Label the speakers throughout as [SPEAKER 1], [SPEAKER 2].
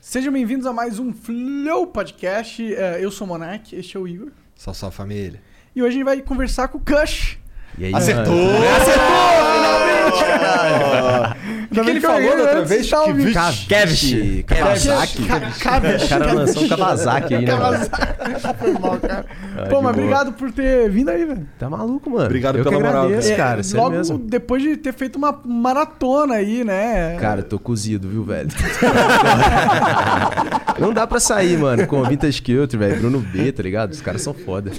[SPEAKER 1] Sejam bem-vindos a mais um Flow Podcast. Eh, Eu sou o Monark, este é o Igor.
[SPEAKER 2] Só sua família.
[SPEAKER 1] E hoje a gente vai conversar com o Cush.
[SPEAKER 3] E aí,
[SPEAKER 1] O que,
[SPEAKER 2] ele falou da outra vez? Que vi-
[SPEAKER 3] Kevich. Kawasaki. O cara lançou um Kawasaki aí, né? mano? Ah,
[SPEAKER 1] Foi mal, cara. Pô, mas obrigado por ter vindo aí, velho.
[SPEAKER 3] Tá maluco, mano.
[SPEAKER 2] Obrigado
[SPEAKER 3] Eu
[SPEAKER 2] pela
[SPEAKER 3] que
[SPEAKER 2] moral,
[SPEAKER 3] agradeço,
[SPEAKER 2] cara.
[SPEAKER 3] cara.
[SPEAKER 1] É,
[SPEAKER 3] sério
[SPEAKER 1] Logo
[SPEAKER 3] mesmo.
[SPEAKER 1] depois de ter feito uma maratona aí, né?
[SPEAKER 3] Cara, eu tô cozido, viu, velho? Não dá pra sair, mano, com o Vintage Kilter, velho. Bruno B, tá ligado? Os caras são foda.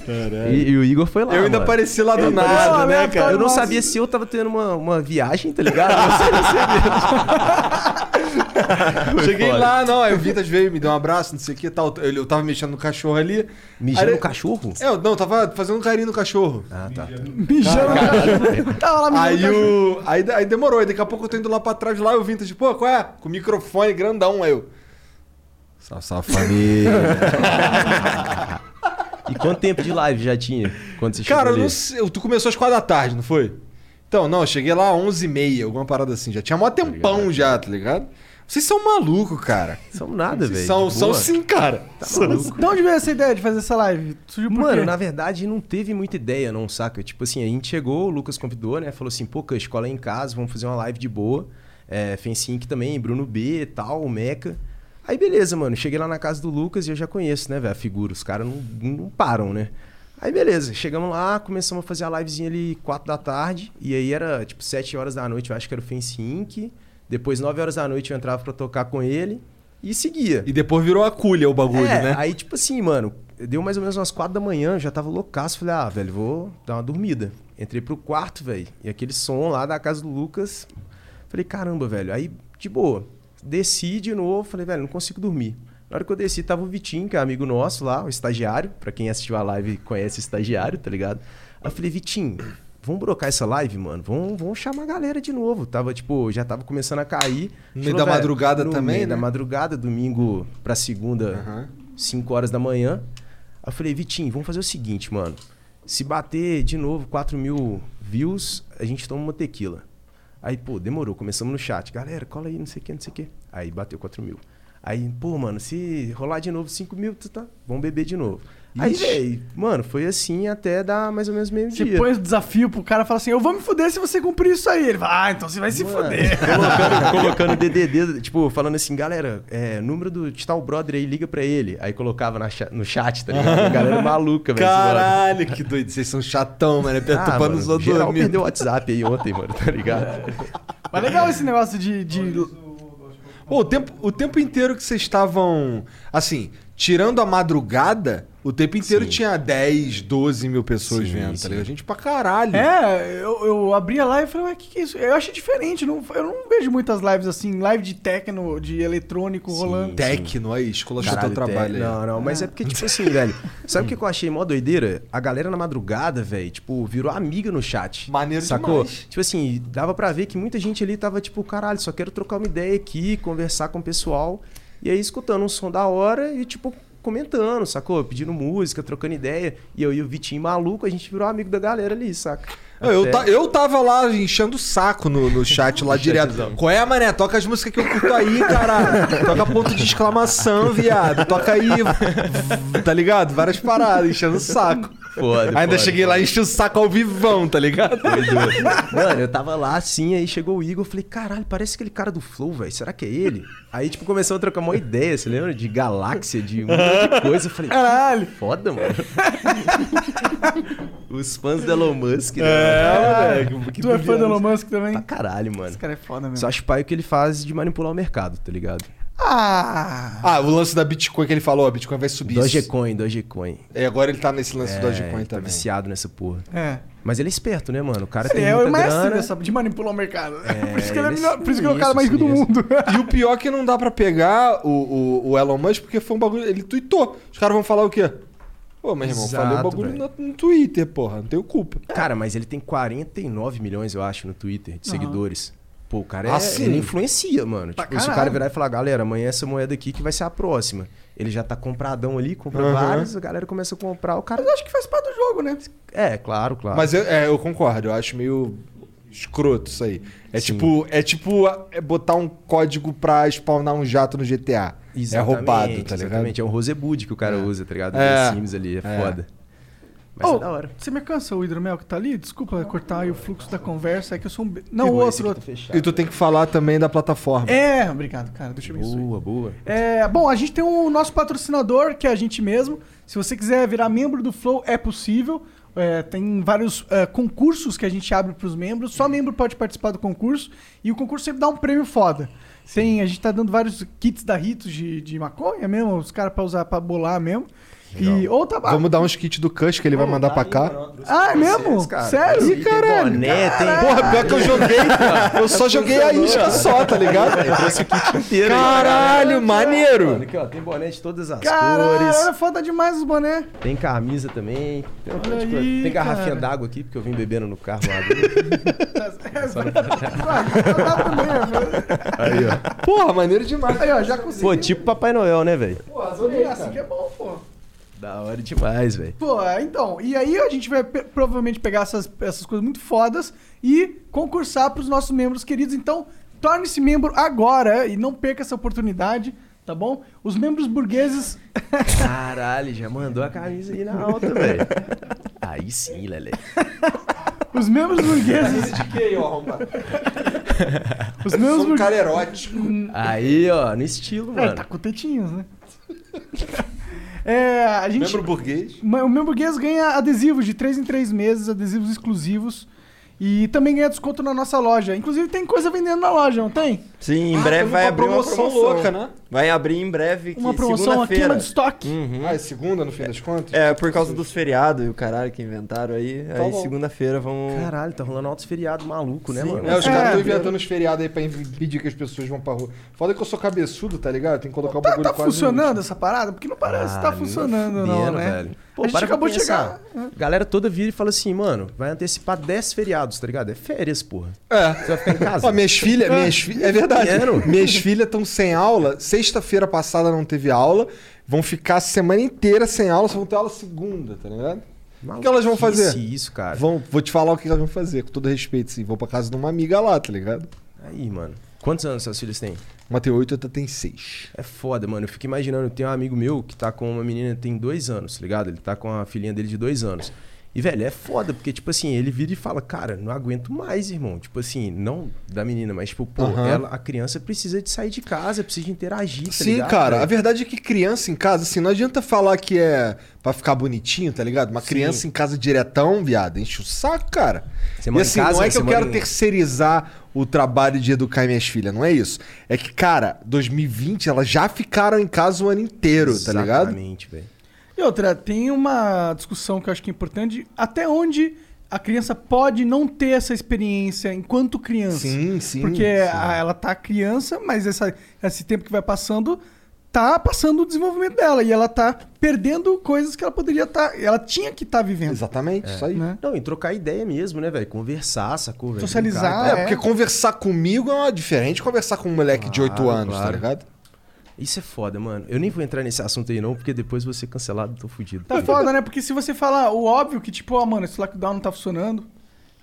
[SPEAKER 3] E, e o Igor foi lá,
[SPEAKER 2] Eu ainda
[SPEAKER 3] mano.
[SPEAKER 2] apareci lá do
[SPEAKER 1] apareceu
[SPEAKER 2] nada,
[SPEAKER 1] lá,
[SPEAKER 2] né,
[SPEAKER 1] né,
[SPEAKER 2] cara?
[SPEAKER 3] Eu não sabia se eu tava tendo uma, uma viagem, tá ligado? Eu não sabia se
[SPEAKER 2] Eu
[SPEAKER 3] Foi
[SPEAKER 2] Cheguei
[SPEAKER 3] foda.
[SPEAKER 2] lá, não, aí o Vintage veio, me deu um abraço, não sei o que tal. Eu, eu tava mexendo no cachorro ali.
[SPEAKER 3] Mijando
[SPEAKER 2] Aí-
[SPEAKER 3] o cachorro?
[SPEAKER 2] É, eu- não, eu tava fazendo um carinho no cachorro.
[SPEAKER 3] Ah, tá. tá.
[SPEAKER 1] Mijando no cachorro. Tava lá mijando
[SPEAKER 2] Aí
[SPEAKER 1] no cachorro.
[SPEAKER 2] o. Aí, de- aí demorou, aí daqui a pouco eu tô indo lá pra trás lá, e o Vintage, pô, qual é? Com o microfone grandão, aí eu. Só sua família.
[SPEAKER 3] E quanto tempo de live já tinha? Quando você chegou
[SPEAKER 2] cara, eu
[SPEAKER 3] ali?
[SPEAKER 2] não sei. eu- Tu começou às quatro da tarde, não foi? Então, não, eu cheguei lá às 11h30, alguma parada assim. Já tinha mó tempão já, tá ligado? Vocês são malucos, cara.
[SPEAKER 3] São nada, velho.
[SPEAKER 2] São,
[SPEAKER 3] de
[SPEAKER 2] são
[SPEAKER 3] boa. Tá
[SPEAKER 2] sim, cara. São
[SPEAKER 1] Mas De onde veio essa ideia de fazer essa live? Surgiu por
[SPEAKER 3] Mano,
[SPEAKER 1] quê?
[SPEAKER 3] na verdade não teve muita ideia, não, saca? Tipo assim, a gente chegou, o Lucas convidou, né? Falou assim, pô, a escola é em casa, vamos fazer uma live de boa. É, Fensink também, Bruno B e tal, o Meca. Aí beleza, mano, cheguei lá na casa do Lucas e eu já conheço, né, velho, a figura, os caras não, não param, né? Aí beleza, chegamos lá, começamos a fazer a livezinha ali 4 da tarde, e aí era tipo 7 horas da noite, eu acho que era o Fensink. Depois 9 horas da noite eu entrava pra tocar com ele e seguia.
[SPEAKER 2] E depois virou a culha o bagulho,
[SPEAKER 3] É,
[SPEAKER 2] né?
[SPEAKER 3] Aí, tipo assim, mano, deu mais ou menos umas quatro da manhã, eu já tava loucaço. Falei, ah, velho, vou dar uma dormida. Entrei pro quarto, velho, e aquele som lá da casa do Lucas. Falei, caramba, velho. Aí, de boa, desci de novo. Falei, velho, não consigo dormir. Na hora que eu desci, tava o Vitinho, que é amigo nosso lá, o estagiário. Pra quem assistiu a live conhece o estagiário, tá ligado? Aí eu falei, Vitinho, vamos brocar essa live, mano? Vamos, vamos chamar a galera de novo. Tava, tipo, já tava começando a cair.
[SPEAKER 2] No
[SPEAKER 3] Falou,
[SPEAKER 2] meio da
[SPEAKER 3] velho,
[SPEAKER 2] madrugada
[SPEAKER 3] no
[SPEAKER 2] também,
[SPEAKER 3] meio da
[SPEAKER 2] né?
[SPEAKER 3] madrugada, domingo pra segunda,
[SPEAKER 2] Aham.
[SPEAKER 3] 5 horas da manhã. Aí eu falei, Vitinho, vamos fazer o seguinte, mano. Se bater de novo 4 mil views, a gente toma uma tequila. Aí, pô, demorou. Começamos no chat. Galera, cola aí, não sei o que, não sei o que. Aí bateu 4 mil. Aí, pô, mano, se rolar de novo 5 mil, tu tá, vamos beber de novo. Aí,
[SPEAKER 2] Ixi.
[SPEAKER 3] velho, mano, foi assim até dar mais ou menos meio-dia.
[SPEAKER 1] Você põe o desafio pro cara e fala assim: Eu vou me fuder se você cumprir isso aí. Ele fala: Ah, então você vai se fuder.
[SPEAKER 3] colocando, colocando DDD, tipo, falando assim, galera, é, número do de tal brother aí, liga pra ele. Aí colocava na cha- no chat, tá ligado? A galera maluca, velho. zoando.
[SPEAKER 2] Caralho, que doido. Vocês são chatão, mano. É
[SPEAKER 3] Ah,
[SPEAKER 2] perturbando
[SPEAKER 3] mano,
[SPEAKER 2] os outros
[SPEAKER 3] geral
[SPEAKER 2] dormindo.
[SPEAKER 3] perdeu o WhatsApp aí ontem, mano, tá ligado?
[SPEAKER 1] Mas legal esse negócio de. de...
[SPEAKER 2] Pô, o tempo, o tempo inteiro que vocês estavam. Assim, tirando a madrugada, o tempo inteiro tinha 10, 12 mil pessoas
[SPEAKER 3] Sim,
[SPEAKER 2] vendo, tá
[SPEAKER 3] sim.
[SPEAKER 2] ligado? Gente pra caralho.
[SPEAKER 1] É, eu, eu abri a live e falei, ué, o que, que é isso? Eu achei diferente, não, eu não vejo muitas lives assim, live de techno, de eletrônico rolando.
[SPEAKER 2] Tecno aí, esculachou teu
[SPEAKER 3] Caralho,
[SPEAKER 2] trabalho
[SPEAKER 3] tem-
[SPEAKER 2] aí.
[SPEAKER 3] Não, não, mas é porque, tipo assim, velho. Sabe o que que eu achei mó doideira? A galera na madrugada, velho, tipo, virou amiga no chat.
[SPEAKER 2] Maneiro
[SPEAKER 3] Sacou?
[SPEAKER 2] demais.
[SPEAKER 3] Tipo assim, dava pra ver que muita gente ali tava tipo, caralho, só quero trocar uma ideia aqui, conversar com o pessoal. E aí, escutando um som da hora e, tipo, comentando, sacou? Pedindo música, trocando ideia. E eu e o Vitinho maluco, a gente virou amigo da galera ali, saca?
[SPEAKER 2] Eu,
[SPEAKER 3] Até-
[SPEAKER 2] ta- eu tava lá enchendo o saco no, no chat lá direto.
[SPEAKER 3] chatzão.
[SPEAKER 2] Qual é, mané? Toca as músicas que eu curto aí, cara. Toca ponto de exclamação, viado. Toca aí. Tá ligado? Várias paradas, enchendo o saco.
[SPEAKER 3] Foda,
[SPEAKER 2] Ainda
[SPEAKER 3] foda,
[SPEAKER 2] cheguei lá e enchi o saco ao vivão, tá ligado?
[SPEAKER 3] Mano, eu tava lá assim, aí chegou o Igor, eu falei, caralho, parece aquele cara do Flow, velho, será que é ele? Aí, tipo, começou a trocar uma ideia, você lembra? De galáxia, de um monte de coisa. Eu falei, caralho, foda, mano. Os fãs do Elon Musk, né?
[SPEAKER 2] É, moleque. que
[SPEAKER 1] tu é fã do
[SPEAKER 2] viagem.
[SPEAKER 1] Elon Musk também?
[SPEAKER 3] Pra caralho, mano.
[SPEAKER 1] Esse cara é foda mesmo.
[SPEAKER 3] Só acho pai o que ele faz de manipular o mercado, tá ligado?
[SPEAKER 1] Ah!
[SPEAKER 2] Ah, o lance da Bitcoin que ele falou, a Bitcoin vai subir.
[SPEAKER 3] Dogecoin, Dogecoin.
[SPEAKER 2] E agora ele tá nesse lance do
[SPEAKER 3] É,
[SPEAKER 2] Dogecoin
[SPEAKER 3] ele tá
[SPEAKER 2] também.
[SPEAKER 3] viciado nessa porra.
[SPEAKER 1] É.
[SPEAKER 3] Mas ele é esperto, né, mano? O cara
[SPEAKER 1] Ele
[SPEAKER 3] tem
[SPEAKER 1] é
[SPEAKER 3] muita
[SPEAKER 1] o mestre
[SPEAKER 3] grana.
[SPEAKER 1] dessa, de manipular o mercado. por isso que ele é,
[SPEAKER 3] ele é
[SPEAKER 1] melhor- por isso que ele é o cara
[SPEAKER 3] sinistro,
[SPEAKER 1] mais rico do
[SPEAKER 3] sinistro.
[SPEAKER 1] mundo.
[SPEAKER 2] E o pior é que não dá pra pegar o, o, o Elon Musk, porque foi um bagulho. Ele tweetou. Os caras vão falar o quê? Pô, mas irmão, falei o
[SPEAKER 3] Exato,
[SPEAKER 2] bagulho
[SPEAKER 3] velho.
[SPEAKER 2] no, no Twitter, porra. Não tenho culpa.
[SPEAKER 3] Cara, mas ele tem 49 milhões, eu acho, no Twitter, de seguidores. Pô, o cara é,
[SPEAKER 2] Assim.
[SPEAKER 3] ele influencia, mano.
[SPEAKER 1] Pra
[SPEAKER 3] Tipo, se o cara
[SPEAKER 1] caralho.
[SPEAKER 3] virar e falar, galera, amanhã é essa moeda aqui que vai ser a próxima. Ele já tá compradão ali, compra
[SPEAKER 2] Aham.
[SPEAKER 3] vários, a galera começa a comprar, o cara.
[SPEAKER 1] Mas eu acho que faz parte do jogo, né?
[SPEAKER 3] É, claro, claro.
[SPEAKER 2] Mas eu, é, eu concordo, eu acho meio escroto isso aí. É
[SPEAKER 3] Sim.
[SPEAKER 2] tipo, é tipo a- é botar um código pra spawnar um jato no GTA. é roubado, tá ligado?
[SPEAKER 3] Exatamente, é um Rosebud que o cara usa, tá ligado?
[SPEAKER 2] É.
[SPEAKER 3] É. Sims ali, é, foda. Mas
[SPEAKER 1] Ô,
[SPEAKER 3] é da hora.
[SPEAKER 1] Oh, Você me cansa o hidromel que tá ali? Desculpa cortar aí o fluxo da conversa, é que eu sou um. be- Não, o
[SPEAKER 3] Pô, esse
[SPEAKER 1] outro.
[SPEAKER 3] aqui tá
[SPEAKER 1] outro.
[SPEAKER 3] fechado.
[SPEAKER 2] E tu tem que falar também da plataforma.
[SPEAKER 1] É, obrigado, cara. Deixa eu me isso aí.
[SPEAKER 3] Boa, boa.
[SPEAKER 1] É, bom, a gente tem o nosso patrocinador, que é a gente mesmo. Se você quiser virar membro do Flow, é possível. É, tem vários é, concursos que a gente abre para os membros. Só membro pode participar do concurso. E o concurso sempre dá um prêmio foda. Tem, a gente tá dando vários kits da Ritos de, de maconha mesmo, os caras para usar para bolar mesmo. E, ou tabaco.
[SPEAKER 2] Vamos dar uns kits do Cush que ele vai mandar pra cá.
[SPEAKER 1] Ah, é mesmo? Sério?
[SPEAKER 3] Ih, caralho. Boné, tem
[SPEAKER 2] Porra,
[SPEAKER 1] é
[SPEAKER 2] pior que eu joguei, eu
[SPEAKER 3] Tá
[SPEAKER 2] só joguei a isca só, tá ligado?
[SPEAKER 3] inteiro.
[SPEAKER 2] Caralho,
[SPEAKER 3] Mano,
[SPEAKER 2] maneiro!
[SPEAKER 3] aqui, ó, tem boné de todas as cores.
[SPEAKER 1] Caralho, é foda demais os boné.
[SPEAKER 3] Tem camisa também. Tem, um monte de coisa.
[SPEAKER 1] aí,
[SPEAKER 3] Tem garrafinha
[SPEAKER 1] cara.
[SPEAKER 3] d'água aqui, porque eu vim bebendo no carro lá. dentro.
[SPEAKER 1] Tá
[SPEAKER 3] aí, ó.
[SPEAKER 2] Porra, maneiro demais.
[SPEAKER 1] Aí, ó, já consegui.
[SPEAKER 3] Pô, tipo Papai Noel, né, velho?
[SPEAKER 1] Pô, é assim que é bom, pô.
[SPEAKER 3] Da hora demais, velho.
[SPEAKER 1] Pô, é, então, e aí a gente vai pe- provavelmente pegar essas, essas coisas muito fodas e concursar pros nossos membros queridos. Então, torne-se membro agora e não perca essa oportunidade, tá bom? Os membros burgueses.
[SPEAKER 3] Caralho, já mandou a camisa aí na alta, velho. Aí sim, Lele.
[SPEAKER 1] Os membros burgueses. Os membros burgueses.
[SPEAKER 2] cara erótico.
[SPEAKER 3] um Aí, ó, no estilo,
[SPEAKER 1] É,
[SPEAKER 3] mano.
[SPEAKER 1] tá com tetinhos, né? É, a gente.
[SPEAKER 2] Membro burguês.
[SPEAKER 1] Ma- O meu burguês ganha adesivos de 3 em 3 meses, adesivos exclusivos. E também ganha desconto na nossa loja. Inclusive tem coisa vendendo na loja, não tem?
[SPEAKER 4] Sim, em
[SPEAKER 2] Ah,
[SPEAKER 4] breve
[SPEAKER 2] tamo
[SPEAKER 4] vai
[SPEAKER 2] com
[SPEAKER 4] abrir uma
[SPEAKER 2] promoção
[SPEAKER 4] promoção.
[SPEAKER 2] louca, né?
[SPEAKER 4] Vai abrir em breve, que
[SPEAKER 1] Uma promoção, uma
[SPEAKER 4] segunda-feira.
[SPEAKER 1] queima de estoque.
[SPEAKER 2] Ah, é segunda no fim das contas?
[SPEAKER 4] É, por causa dos feriados e o caralho que inventaram aí.
[SPEAKER 1] Tá
[SPEAKER 4] aí
[SPEAKER 2] bom.
[SPEAKER 4] segunda-feira vamos...
[SPEAKER 3] Caralho, tá rolando altos feriados maluco, né,
[SPEAKER 4] Sim,
[SPEAKER 3] mano?
[SPEAKER 2] É, os
[SPEAKER 1] É.
[SPEAKER 2] caras estão inventando os feriados aí pra impedir que as pessoas vão pra rua. Foda que eu sou cabeçudo, tá ligado? Tem que colocar o
[SPEAKER 1] Tá,
[SPEAKER 2] bagulho
[SPEAKER 1] tá
[SPEAKER 2] quase
[SPEAKER 1] funcionando essa parada? Porque não parece que tá
[SPEAKER 3] Ah,
[SPEAKER 1] funcionando,
[SPEAKER 3] nem
[SPEAKER 1] não,
[SPEAKER 3] fudendo,
[SPEAKER 1] né?
[SPEAKER 3] velho. Pô,
[SPEAKER 1] a gente
[SPEAKER 3] para pra
[SPEAKER 1] acabou de
[SPEAKER 3] pensar.
[SPEAKER 1] chegar.
[SPEAKER 3] Galera toda vira e fala assim, mano, vai antecipar 10 feriados, tá ligado? É férias, porra.
[SPEAKER 2] É.
[SPEAKER 3] Você vai ficar em casa.
[SPEAKER 2] Ó, minhas filhas, minhas filhas. É verdade.
[SPEAKER 3] Quero.
[SPEAKER 2] Minhas filhas estão sem aula. Sexta-feira passada não teve aula. Vão ficar a semana inteira sem aula, só vão ter aula segunda, tá ligado? O que elas vão
[SPEAKER 3] Maluquice
[SPEAKER 2] fazer?
[SPEAKER 3] isso, cara.
[SPEAKER 2] Vão, vou te falar o que elas vão fazer, com todo respeito, sim. Vou pra casa de uma amiga lá, tá ligado?
[SPEAKER 3] Aí, mano. Quantos anos seus filhos têm?
[SPEAKER 2] Uma tem oito, outra tem seis.
[SPEAKER 3] É foda, mano. Eu fico imaginando, tem um amigo meu que tá com uma menina que tem dois anos, tá ligado? Ele tá com a filhinha dele de dois anos. E, velho, é foda, porque, tipo assim, ele vira e fala, cara, não aguento mais, irmão. Tipo assim, não da menina, mas, tipo, pô,
[SPEAKER 2] Aham.
[SPEAKER 3] ela, a criança precisa de sair de casa, precisa de interagir, tá
[SPEAKER 2] Sim,
[SPEAKER 3] ligado,
[SPEAKER 2] cara. A
[SPEAKER 3] velho?
[SPEAKER 2] verdade é que criança em casa, assim, não adianta falar que é pra ficar bonitinho, tá ligado? Uma criança em casa diretão, viado, enche o saco, cara.
[SPEAKER 3] Você
[SPEAKER 2] e
[SPEAKER 3] mora em
[SPEAKER 2] assim,
[SPEAKER 3] casa,
[SPEAKER 2] não é que
[SPEAKER 3] você
[SPEAKER 2] eu
[SPEAKER 3] mora
[SPEAKER 2] quero
[SPEAKER 3] em-
[SPEAKER 2] terceirizar o trabalho de educar minhas filhas, não é isso. É que, cara, 2020, elas já ficaram em casa o ano inteiro, tá ligado?
[SPEAKER 3] Exatamente, velho.
[SPEAKER 1] E outra, tem uma discussão que eu acho que é importante. Até onde a criança pode não ter essa experiência enquanto criança?
[SPEAKER 2] Sim, sim.
[SPEAKER 1] Porque
[SPEAKER 2] sim.
[SPEAKER 1] a- ela tá criança, mas essa- esse tempo que vai passando tá passando o desenvolvimento dela e ela tá perdendo coisas que ela poderia estar, ela tinha que estar vivendo,
[SPEAKER 2] Exatamente, isso aí.
[SPEAKER 1] né?
[SPEAKER 3] É. Não, e trocar ideia mesmo, né, velho? Conversar, sacou, velho?
[SPEAKER 1] Socializar,
[SPEAKER 3] Brincar e tal.
[SPEAKER 2] É,
[SPEAKER 1] Ah, é?
[SPEAKER 2] porque conversar comigo é uma diferente de conversar com um moleque de oito
[SPEAKER 3] Claro,
[SPEAKER 2] anos, tá
[SPEAKER 3] claro.
[SPEAKER 2] ligado?
[SPEAKER 3] Isso é foda, mano. Eu nem vou entrar nesse assunto aí, não, porque depois vou ser cancelado, tô fudido.
[SPEAKER 1] Tá foda, né? Porque se você falar o óbvio que tipo, ah, mano, esse lockdown não tá funcionando,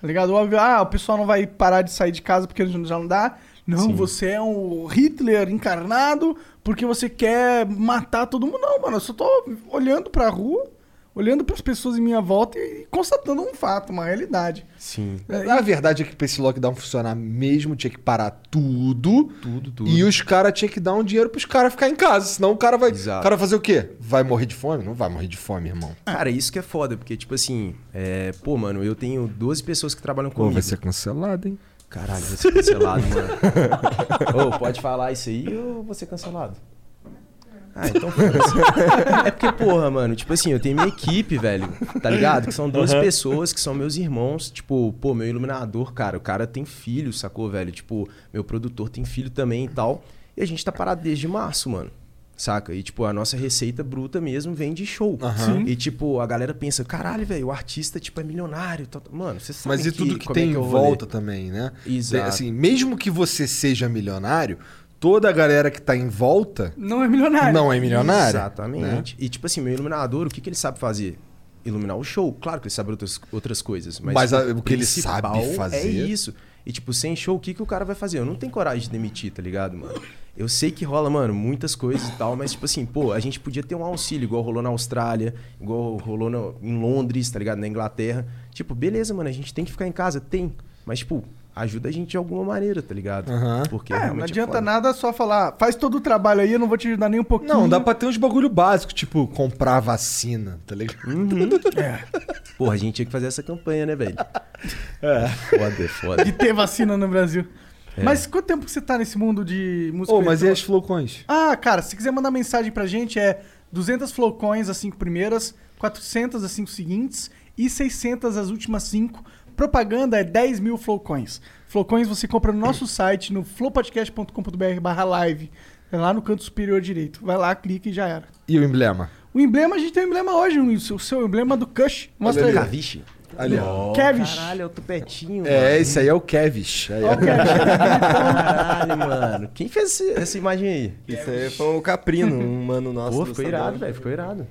[SPEAKER 1] tá ligado? O óbvio, ah, o pessoal não vai parar de sair de casa porque já não dá. Não, você é um Hitler encarnado porque você quer matar todo mundo. Não, mano, eu só tô olhando pra rua, olhando para as pessoas em minha volta e constatando um fato, uma realidade.
[SPEAKER 3] Sim.
[SPEAKER 2] A verdade é que pra esse lockdown funcionar mesmo, tinha que parar tudo.
[SPEAKER 3] Tudo, tudo.
[SPEAKER 2] E os caras tinham que dar um dinheiro pros caras ficar em casa. Senão o cara vai.
[SPEAKER 3] Exato.
[SPEAKER 2] O cara vai fazer o quê? Vai morrer de fome? Não vai morrer de fome, irmão.
[SPEAKER 3] Cara, isso que é foda, porque, tipo assim, é, pô, mano, eu tenho 12 pessoas que trabalham
[SPEAKER 2] Pô,
[SPEAKER 3] comigo.
[SPEAKER 2] vai ser cancelado, hein?
[SPEAKER 3] Caralho, vou ser cancelado, mano. Ô, pode falar isso aí ou vou ser cancelado? Ah, então foda-se. É porque, porra, mano, tipo assim, eu tenho minha equipe, velho, tá ligado? Que são 12 pessoas que são meus irmãos. Tipo, pô, meu iluminador, cara, o cara tem filho, sacou, velho? Tipo, meu produtor tem filho também e tal. E a gente tá parado desde março, mano. Saca? E, tipo, a nossa receita bruta mesmo vem de show.
[SPEAKER 1] Sim.
[SPEAKER 3] E, tipo, a galera pensa, caralho, velho, o artista, tipo, é milionário. tal, tal. Mano, você sabe
[SPEAKER 2] Mas e tudo que,
[SPEAKER 3] como é
[SPEAKER 2] tem em
[SPEAKER 3] é o rolê.
[SPEAKER 2] volta também, né?
[SPEAKER 3] Exato.
[SPEAKER 2] Tem, assim, mesmo que você seja milionário, toda a galera que tá em volta
[SPEAKER 1] Não é milionário.
[SPEAKER 2] não é né? milionária.
[SPEAKER 3] Exatamente. E tipo assim, meu iluminador, o que, que ele sabe fazer? Iluminar o show. Claro que ele sabe outras, outras coisas, mas, tipo,
[SPEAKER 2] Mas a- o que ele
[SPEAKER 3] principal
[SPEAKER 2] sabe fazer-
[SPEAKER 3] É isso. E tipo, sem show, o que, que o cara vai fazer? Eu não tenho coragem de demitir, tá ligado, mano? Eu sei que rola, mano, muitas coisas e tal, mas tipo assim, pô, a gente podia ter um auxílio igual rolou na Austrália, igual rolou no- em Londres, tá ligado? Na Inglaterra. Tipo, beleza, mano, a gente tem que ficar em casa, tem. Mas tipo, ajuda a gente de alguma maneira, tá ligado?
[SPEAKER 2] Aham.
[SPEAKER 3] Porque
[SPEAKER 1] É,
[SPEAKER 3] realmente
[SPEAKER 1] não
[SPEAKER 3] é
[SPEAKER 1] adianta
[SPEAKER 3] foda.
[SPEAKER 1] nada só falar, faz todo o trabalho aí, eu não vou te ajudar nem um pouquinho.
[SPEAKER 2] Não, dá pra ter uns bagulho básico, tipo comprar vacina, tá ligado?
[SPEAKER 1] Uhum. É,
[SPEAKER 3] Porra, a gente tinha que fazer essa campanha, né, velho? É. Foda, é foda.
[SPEAKER 1] de ter vacina no Brasil.
[SPEAKER 3] É.
[SPEAKER 1] Mas quanto tempo que você tá nesse mundo de música? então.
[SPEAKER 2] Ô, mas e
[SPEAKER 1] eletrônica?
[SPEAKER 2] as flocões?
[SPEAKER 1] Ah, cara, se quiser mandar mensagem pra gente é 200 flowcoins as cinco primeiras, 400 as cinco seguintes e 600 as últimas cinco. Propaganda é 10 mil flowcoins. Flowcoins você compra no nosso site, no flowpodcast.com.br barra live. É lá no canto superior direito. Vai lá, clica e já era.
[SPEAKER 2] E o emblema?
[SPEAKER 1] O emblema, a gente tem um emblema hoje, o seu, o seu emblema do Cush. Mostra aí.
[SPEAKER 3] Caviche.
[SPEAKER 2] Ali, ó.
[SPEAKER 3] Oh,
[SPEAKER 1] Kevish.
[SPEAKER 3] Caralho, é o tupetinho.
[SPEAKER 2] É,
[SPEAKER 3] mano.
[SPEAKER 2] esse aí é o Kevish. Aí, ó.
[SPEAKER 3] Caralho, mano. Quem fez esse- essa imagem aí?
[SPEAKER 4] Isso aí foi o Caprino, um mano nosso.
[SPEAKER 3] Pô,
[SPEAKER 4] do
[SPEAKER 3] ficou
[SPEAKER 4] São
[SPEAKER 3] irado,
[SPEAKER 4] Paulo.
[SPEAKER 3] velho. Ficou irado.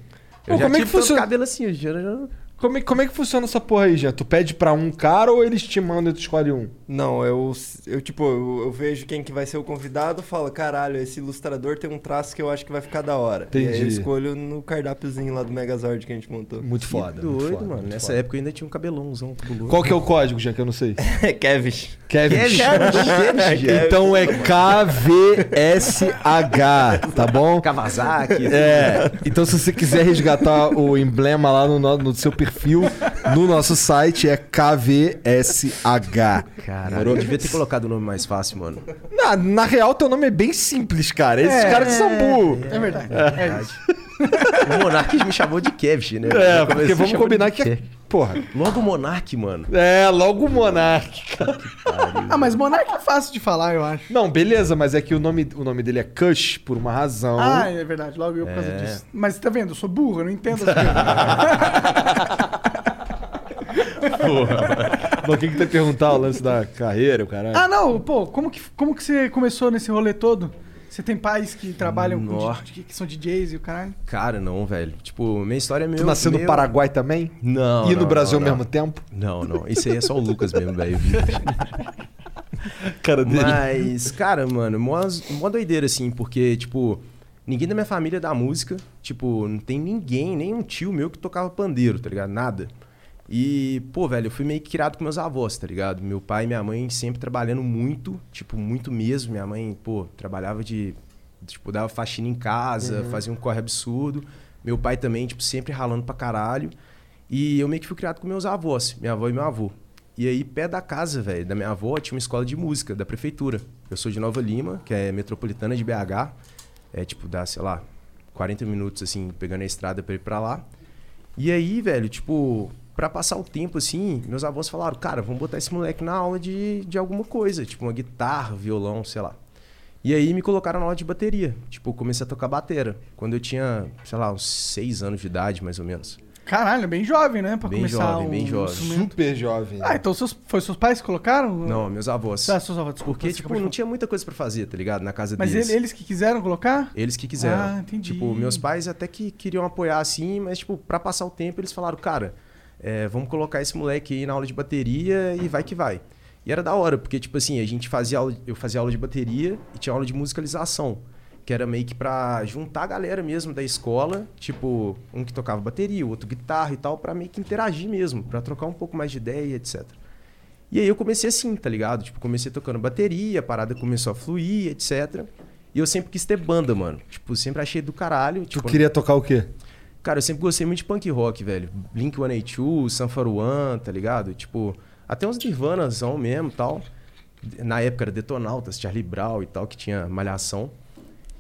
[SPEAKER 2] Pô, como é que
[SPEAKER 3] tive tanto
[SPEAKER 2] funciona?
[SPEAKER 3] cabelo assim, eu já, já...
[SPEAKER 2] Como, é- como é que funciona essa porra aí, Jean? Tu pede pra um cara ou eles te mandam e tu escolhe um?
[SPEAKER 4] Não, eu, eu tipo, eu, eu vejo quem que vai ser o convidado, falo, caralho, esse ilustrador tem um traço que eu acho que vai ficar da hora. E aí
[SPEAKER 2] Entendi.
[SPEAKER 4] eu escolho no cardápiozinho lá do Megazord que a gente montou.
[SPEAKER 2] Muito foda.
[SPEAKER 3] Que
[SPEAKER 2] muito
[SPEAKER 3] doido,
[SPEAKER 2] foda,
[SPEAKER 3] mano.
[SPEAKER 2] muito
[SPEAKER 3] Nessa
[SPEAKER 2] foda.
[SPEAKER 3] época eu ainda tinha um cabelãozão. cabeludo.
[SPEAKER 2] Qual que é o código, Jean, que eu não sei?
[SPEAKER 4] É Kevish.
[SPEAKER 2] Kevish.
[SPEAKER 3] Kevish.
[SPEAKER 2] Então é KVSH, tá bom?
[SPEAKER 3] Kawasaki.
[SPEAKER 1] né?
[SPEAKER 2] É, então se você quiser resgatar o emblema lá no, no- no seu perfil, no nosso site é KVSH.
[SPEAKER 3] Caralho, eu devia ter colocado o nome mais fácil, mano.
[SPEAKER 2] Na, na real, teu nome é bem simples, cara. Esses caras que são burros.
[SPEAKER 1] É verdade.
[SPEAKER 3] Verdade. o Monark me chamou de Kevish, né?
[SPEAKER 2] É,
[SPEAKER 3] Eu comecei
[SPEAKER 2] porque
[SPEAKER 3] chamando
[SPEAKER 2] vamos
[SPEAKER 3] de
[SPEAKER 2] combinar que é.
[SPEAKER 3] Kevish.
[SPEAKER 2] Porra.
[SPEAKER 3] Logo o Monark, mano.
[SPEAKER 2] É, logo o Monark.
[SPEAKER 1] Ah, mas Monark é fácil de falar, eu acho.
[SPEAKER 2] Não, beleza, mas é que o nome, o nome dele é Cush por uma
[SPEAKER 3] Então,
[SPEAKER 2] razão.
[SPEAKER 1] Ah, é verdade. Logo eu por causa disso. Mas tá vendo? Eu sou burro, eu não entendo as coisas.
[SPEAKER 2] Bom, quem que tá perguntar o lance da carreira, o caralho?
[SPEAKER 1] Ah, não, pô, como que, como que você começou nesse rolê todo? Você tem pais que trabalham com
[SPEAKER 3] Nó.
[SPEAKER 1] DJ, que são DJs e o caralho?
[SPEAKER 3] Cara, não, velho. Tipo, minha história é meio.
[SPEAKER 2] tu nasceu no
[SPEAKER 3] meio-
[SPEAKER 2] Paraguai também?
[SPEAKER 3] Hum. Não.
[SPEAKER 2] e
[SPEAKER 3] não,
[SPEAKER 2] no Brasil
[SPEAKER 3] não,
[SPEAKER 2] ao
[SPEAKER 3] não.
[SPEAKER 2] mesmo tempo?
[SPEAKER 3] Não, não. Isso aí é só o Lucas mesmo, velho.
[SPEAKER 2] Cara
[SPEAKER 3] Mas, cara, mano, mó, mó doideira, assim, porque, tipo, ninguém da minha família é da música. Tipo, não tem ninguém, nem um tio meu que tocava pandeiro, tá ligado? Nada. E, pô, velho, eu fui meio que criado com meus avós, tá ligado? Meu pai e minha mãe sempre trabalhando muito, tipo, muito mesmo. Minha mãe, pô, trabalhava de. Tipo, dava faxina em casa, fazia um corre absurdo. Meu pai também, tipo, sempre ralando pra caralho. E eu meio que fui criado com meus avós, assim, minha avó e meu avô. E aí, pé da casa, velho, da minha avó, tinha uma escola de música da prefeitura. Eu sou de Nova Lima, que é metropolitana de BH. É tipo, dá, sei lá, 40 minutos, assim, pegando a estrada pra ir pra lá. E aí, velho, tipo, pra passar o tempo, assim, meus avós falaram, cara, vamos botar esse moleque na aula de, de alguma coisa, tipo uma guitarra, violão, sei lá. E aí me colocaram na aula de bateria. Tipo, eu comecei a tocar batera. Quando eu tinha, sei lá, uns seis anos de idade, mais ou menos.
[SPEAKER 1] Caralho, bem jovem, né? Pra
[SPEAKER 3] Bem
[SPEAKER 1] começar
[SPEAKER 3] jovem,
[SPEAKER 1] um
[SPEAKER 3] bem jovem.
[SPEAKER 1] instrumento.
[SPEAKER 2] Super jovem.
[SPEAKER 1] Ah, então seus, foi seus pais que colocaram?
[SPEAKER 3] Não, meus avós.
[SPEAKER 1] Ah, seus avós, desculpa.
[SPEAKER 3] Porque,
[SPEAKER 1] você
[SPEAKER 3] tipo,
[SPEAKER 1] acabou de
[SPEAKER 3] não
[SPEAKER 1] falar.
[SPEAKER 3] tinha muita coisa pra fazer, tá ligado? Na casa
[SPEAKER 1] Mas
[SPEAKER 3] deles.
[SPEAKER 1] ele- eles que quiseram colocar?
[SPEAKER 3] Eles que quiseram.
[SPEAKER 1] Ah, entendi.
[SPEAKER 3] Tipo, meus pais até que queriam apoiar assim, mas, tipo, pra passar o tempo, eles falaram, cara, é, vamos colocar esse moleque aí na aula de bateria e vai que vai. E era da hora, porque, tipo assim, a gente fazia aula, eu fazia aula de bateria e tinha aula de musicalização. que era meio que pra juntar a galera mesmo da escola, tipo, um que tocava bateria, o outro guitarra e tal, pra meio que interagir mesmo, pra trocar um pouco mais de ideia e etc. E aí eu comecei assim, tá ligado? Tipo, comecei tocando bateria, a parada começou a fluir, etc. E eu sempre quis ter banda, mano. Tipo, sempre achei do caralho.
[SPEAKER 2] Tu
[SPEAKER 3] Tipo,
[SPEAKER 2] queria tocar o quê?
[SPEAKER 3] Cara, eu sempre gostei muito de punk rock, velho. Blink 182, Sanfara One, tá ligado? Tipo, até uns Nirvanazão mesmo e tal. Na época era Detonautas, Charlie Brown e tal, que tinha malhação.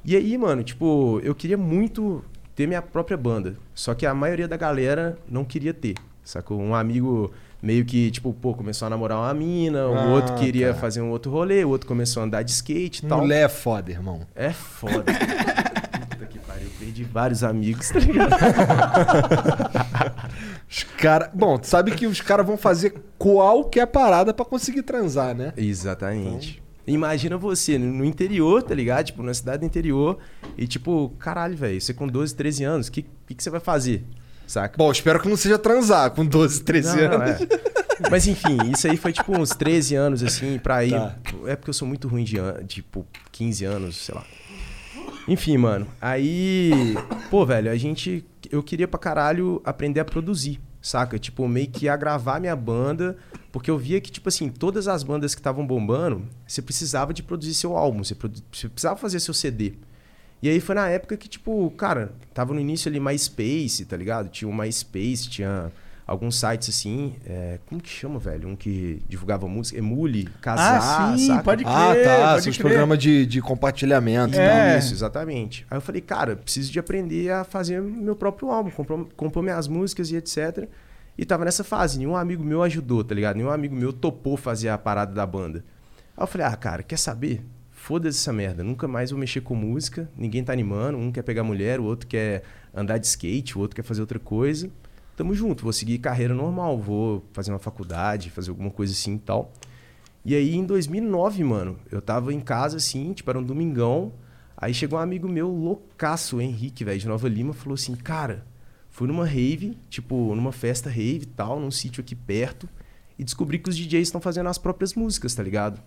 [SPEAKER 3] E aí, mano, tipo, eu queria muito ter minha própria banda. Só que a maioria da galera não queria ter. Sacou? Um amigo meio que, tipo, pô, começou a namorar uma mina, o
[SPEAKER 2] Ah,
[SPEAKER 3] outro queria
[SPEAKER 2] cara.
[SPEAKER 3] fazer um outro rolê, o outro começou a andar de skate e tal.
[SPEAKER 2] Mulher é foda, irmão.
[SPEAKER 3] É foda. Puta que pariu, perdi vários amigos, tá ligado?
[SPEAKER 2] Os cara... Bom, tu sabe que os caras vão fazer qualquer parada pra conseguir transar, né?
[SPEAKER 3] Exatamente. Imagina você no no interior, tá ligado? Tipo, na cidade do interior. E tipo, caralho, velho, você com 12, 13 anos, o que, que, que você vai fazer? Saca?
[SPEAKER 2] Bom, espero que não seja transar com 12, 13
[SPEAKER 3] Não,
[SPEAKER 2] anos.
[SPEAKER 3] não, é. Mas enfim, isso aí foi tipo uns 13 anos, assim, pra ir.
[SPEAKER 2] Tá.
[SPEAKER 3] É porque eu sou muito ruim de an... tipo 15 anos, sei lá. Enfim, mano. Aí. Pô, velho, a gente. Eu queria pra caralho aprender a produzir, saca? Tipo, meio que a gravar minha banda. Porque eu via que, tipo assim, todas as bandas que estavam bombando, você precisava de produzir seu álbum, você, produ- você precisava fazer seu CD. E aí foi na época que, tipo, cara, tava no início ali MySpace, tá ligado? Tinha o MySpace, tinha alguns sites assim. é, como que chama, velho? Um que divulgava música, Emule, Casar,
[SPEAKER 1] ah, sim,
[SPEAKER 3] saca?
[SPEAKER 1] pode crer.
[SPEAKER 2] Ah, tá.
[SPEAKER 1] pode
[SPEAKER 2] São os
[SPEAKER 1] crer.
[SPEAKER 2] programas de, de compartilhamento.
[SPEAKER 1] É.
[SPEAKER 2] né?
[SPEAKER 3] Isso, exatamente. Aí eu falei, cara, preciso de aprender a fazer meu próprio álbum, compor, compor minhas músicas e etc. E tava nessa fase, nenhum amigo meu ajudou, tá ligado? Nenhum amigo meu topou fazer a parada da banda. Aí eu falei, ah, cara, quer saber? Foda-se essa merda, nunca mais vou mexer com música, ninguém tá animando, um quer pegar mulher, o outro quer andar de skate, o outro quer fazer outra coisa. Tamo junto, vou seguir carreira normal, vou fazer uma faculdade, fazer alguma coisa assim e tal. E aí, em 2009, mano, eu tava em casa, assim, tipo, era um domingão. Aí chegou um amigo meu, loucaço, o Henrique, velho, de Nova Lima, falou assim, cara, fui numa rave, tipo, numa festa rave e tal, num sítio aqui perto, e descobri que os DJs estão fazendo as próprias músicas, tá ligado?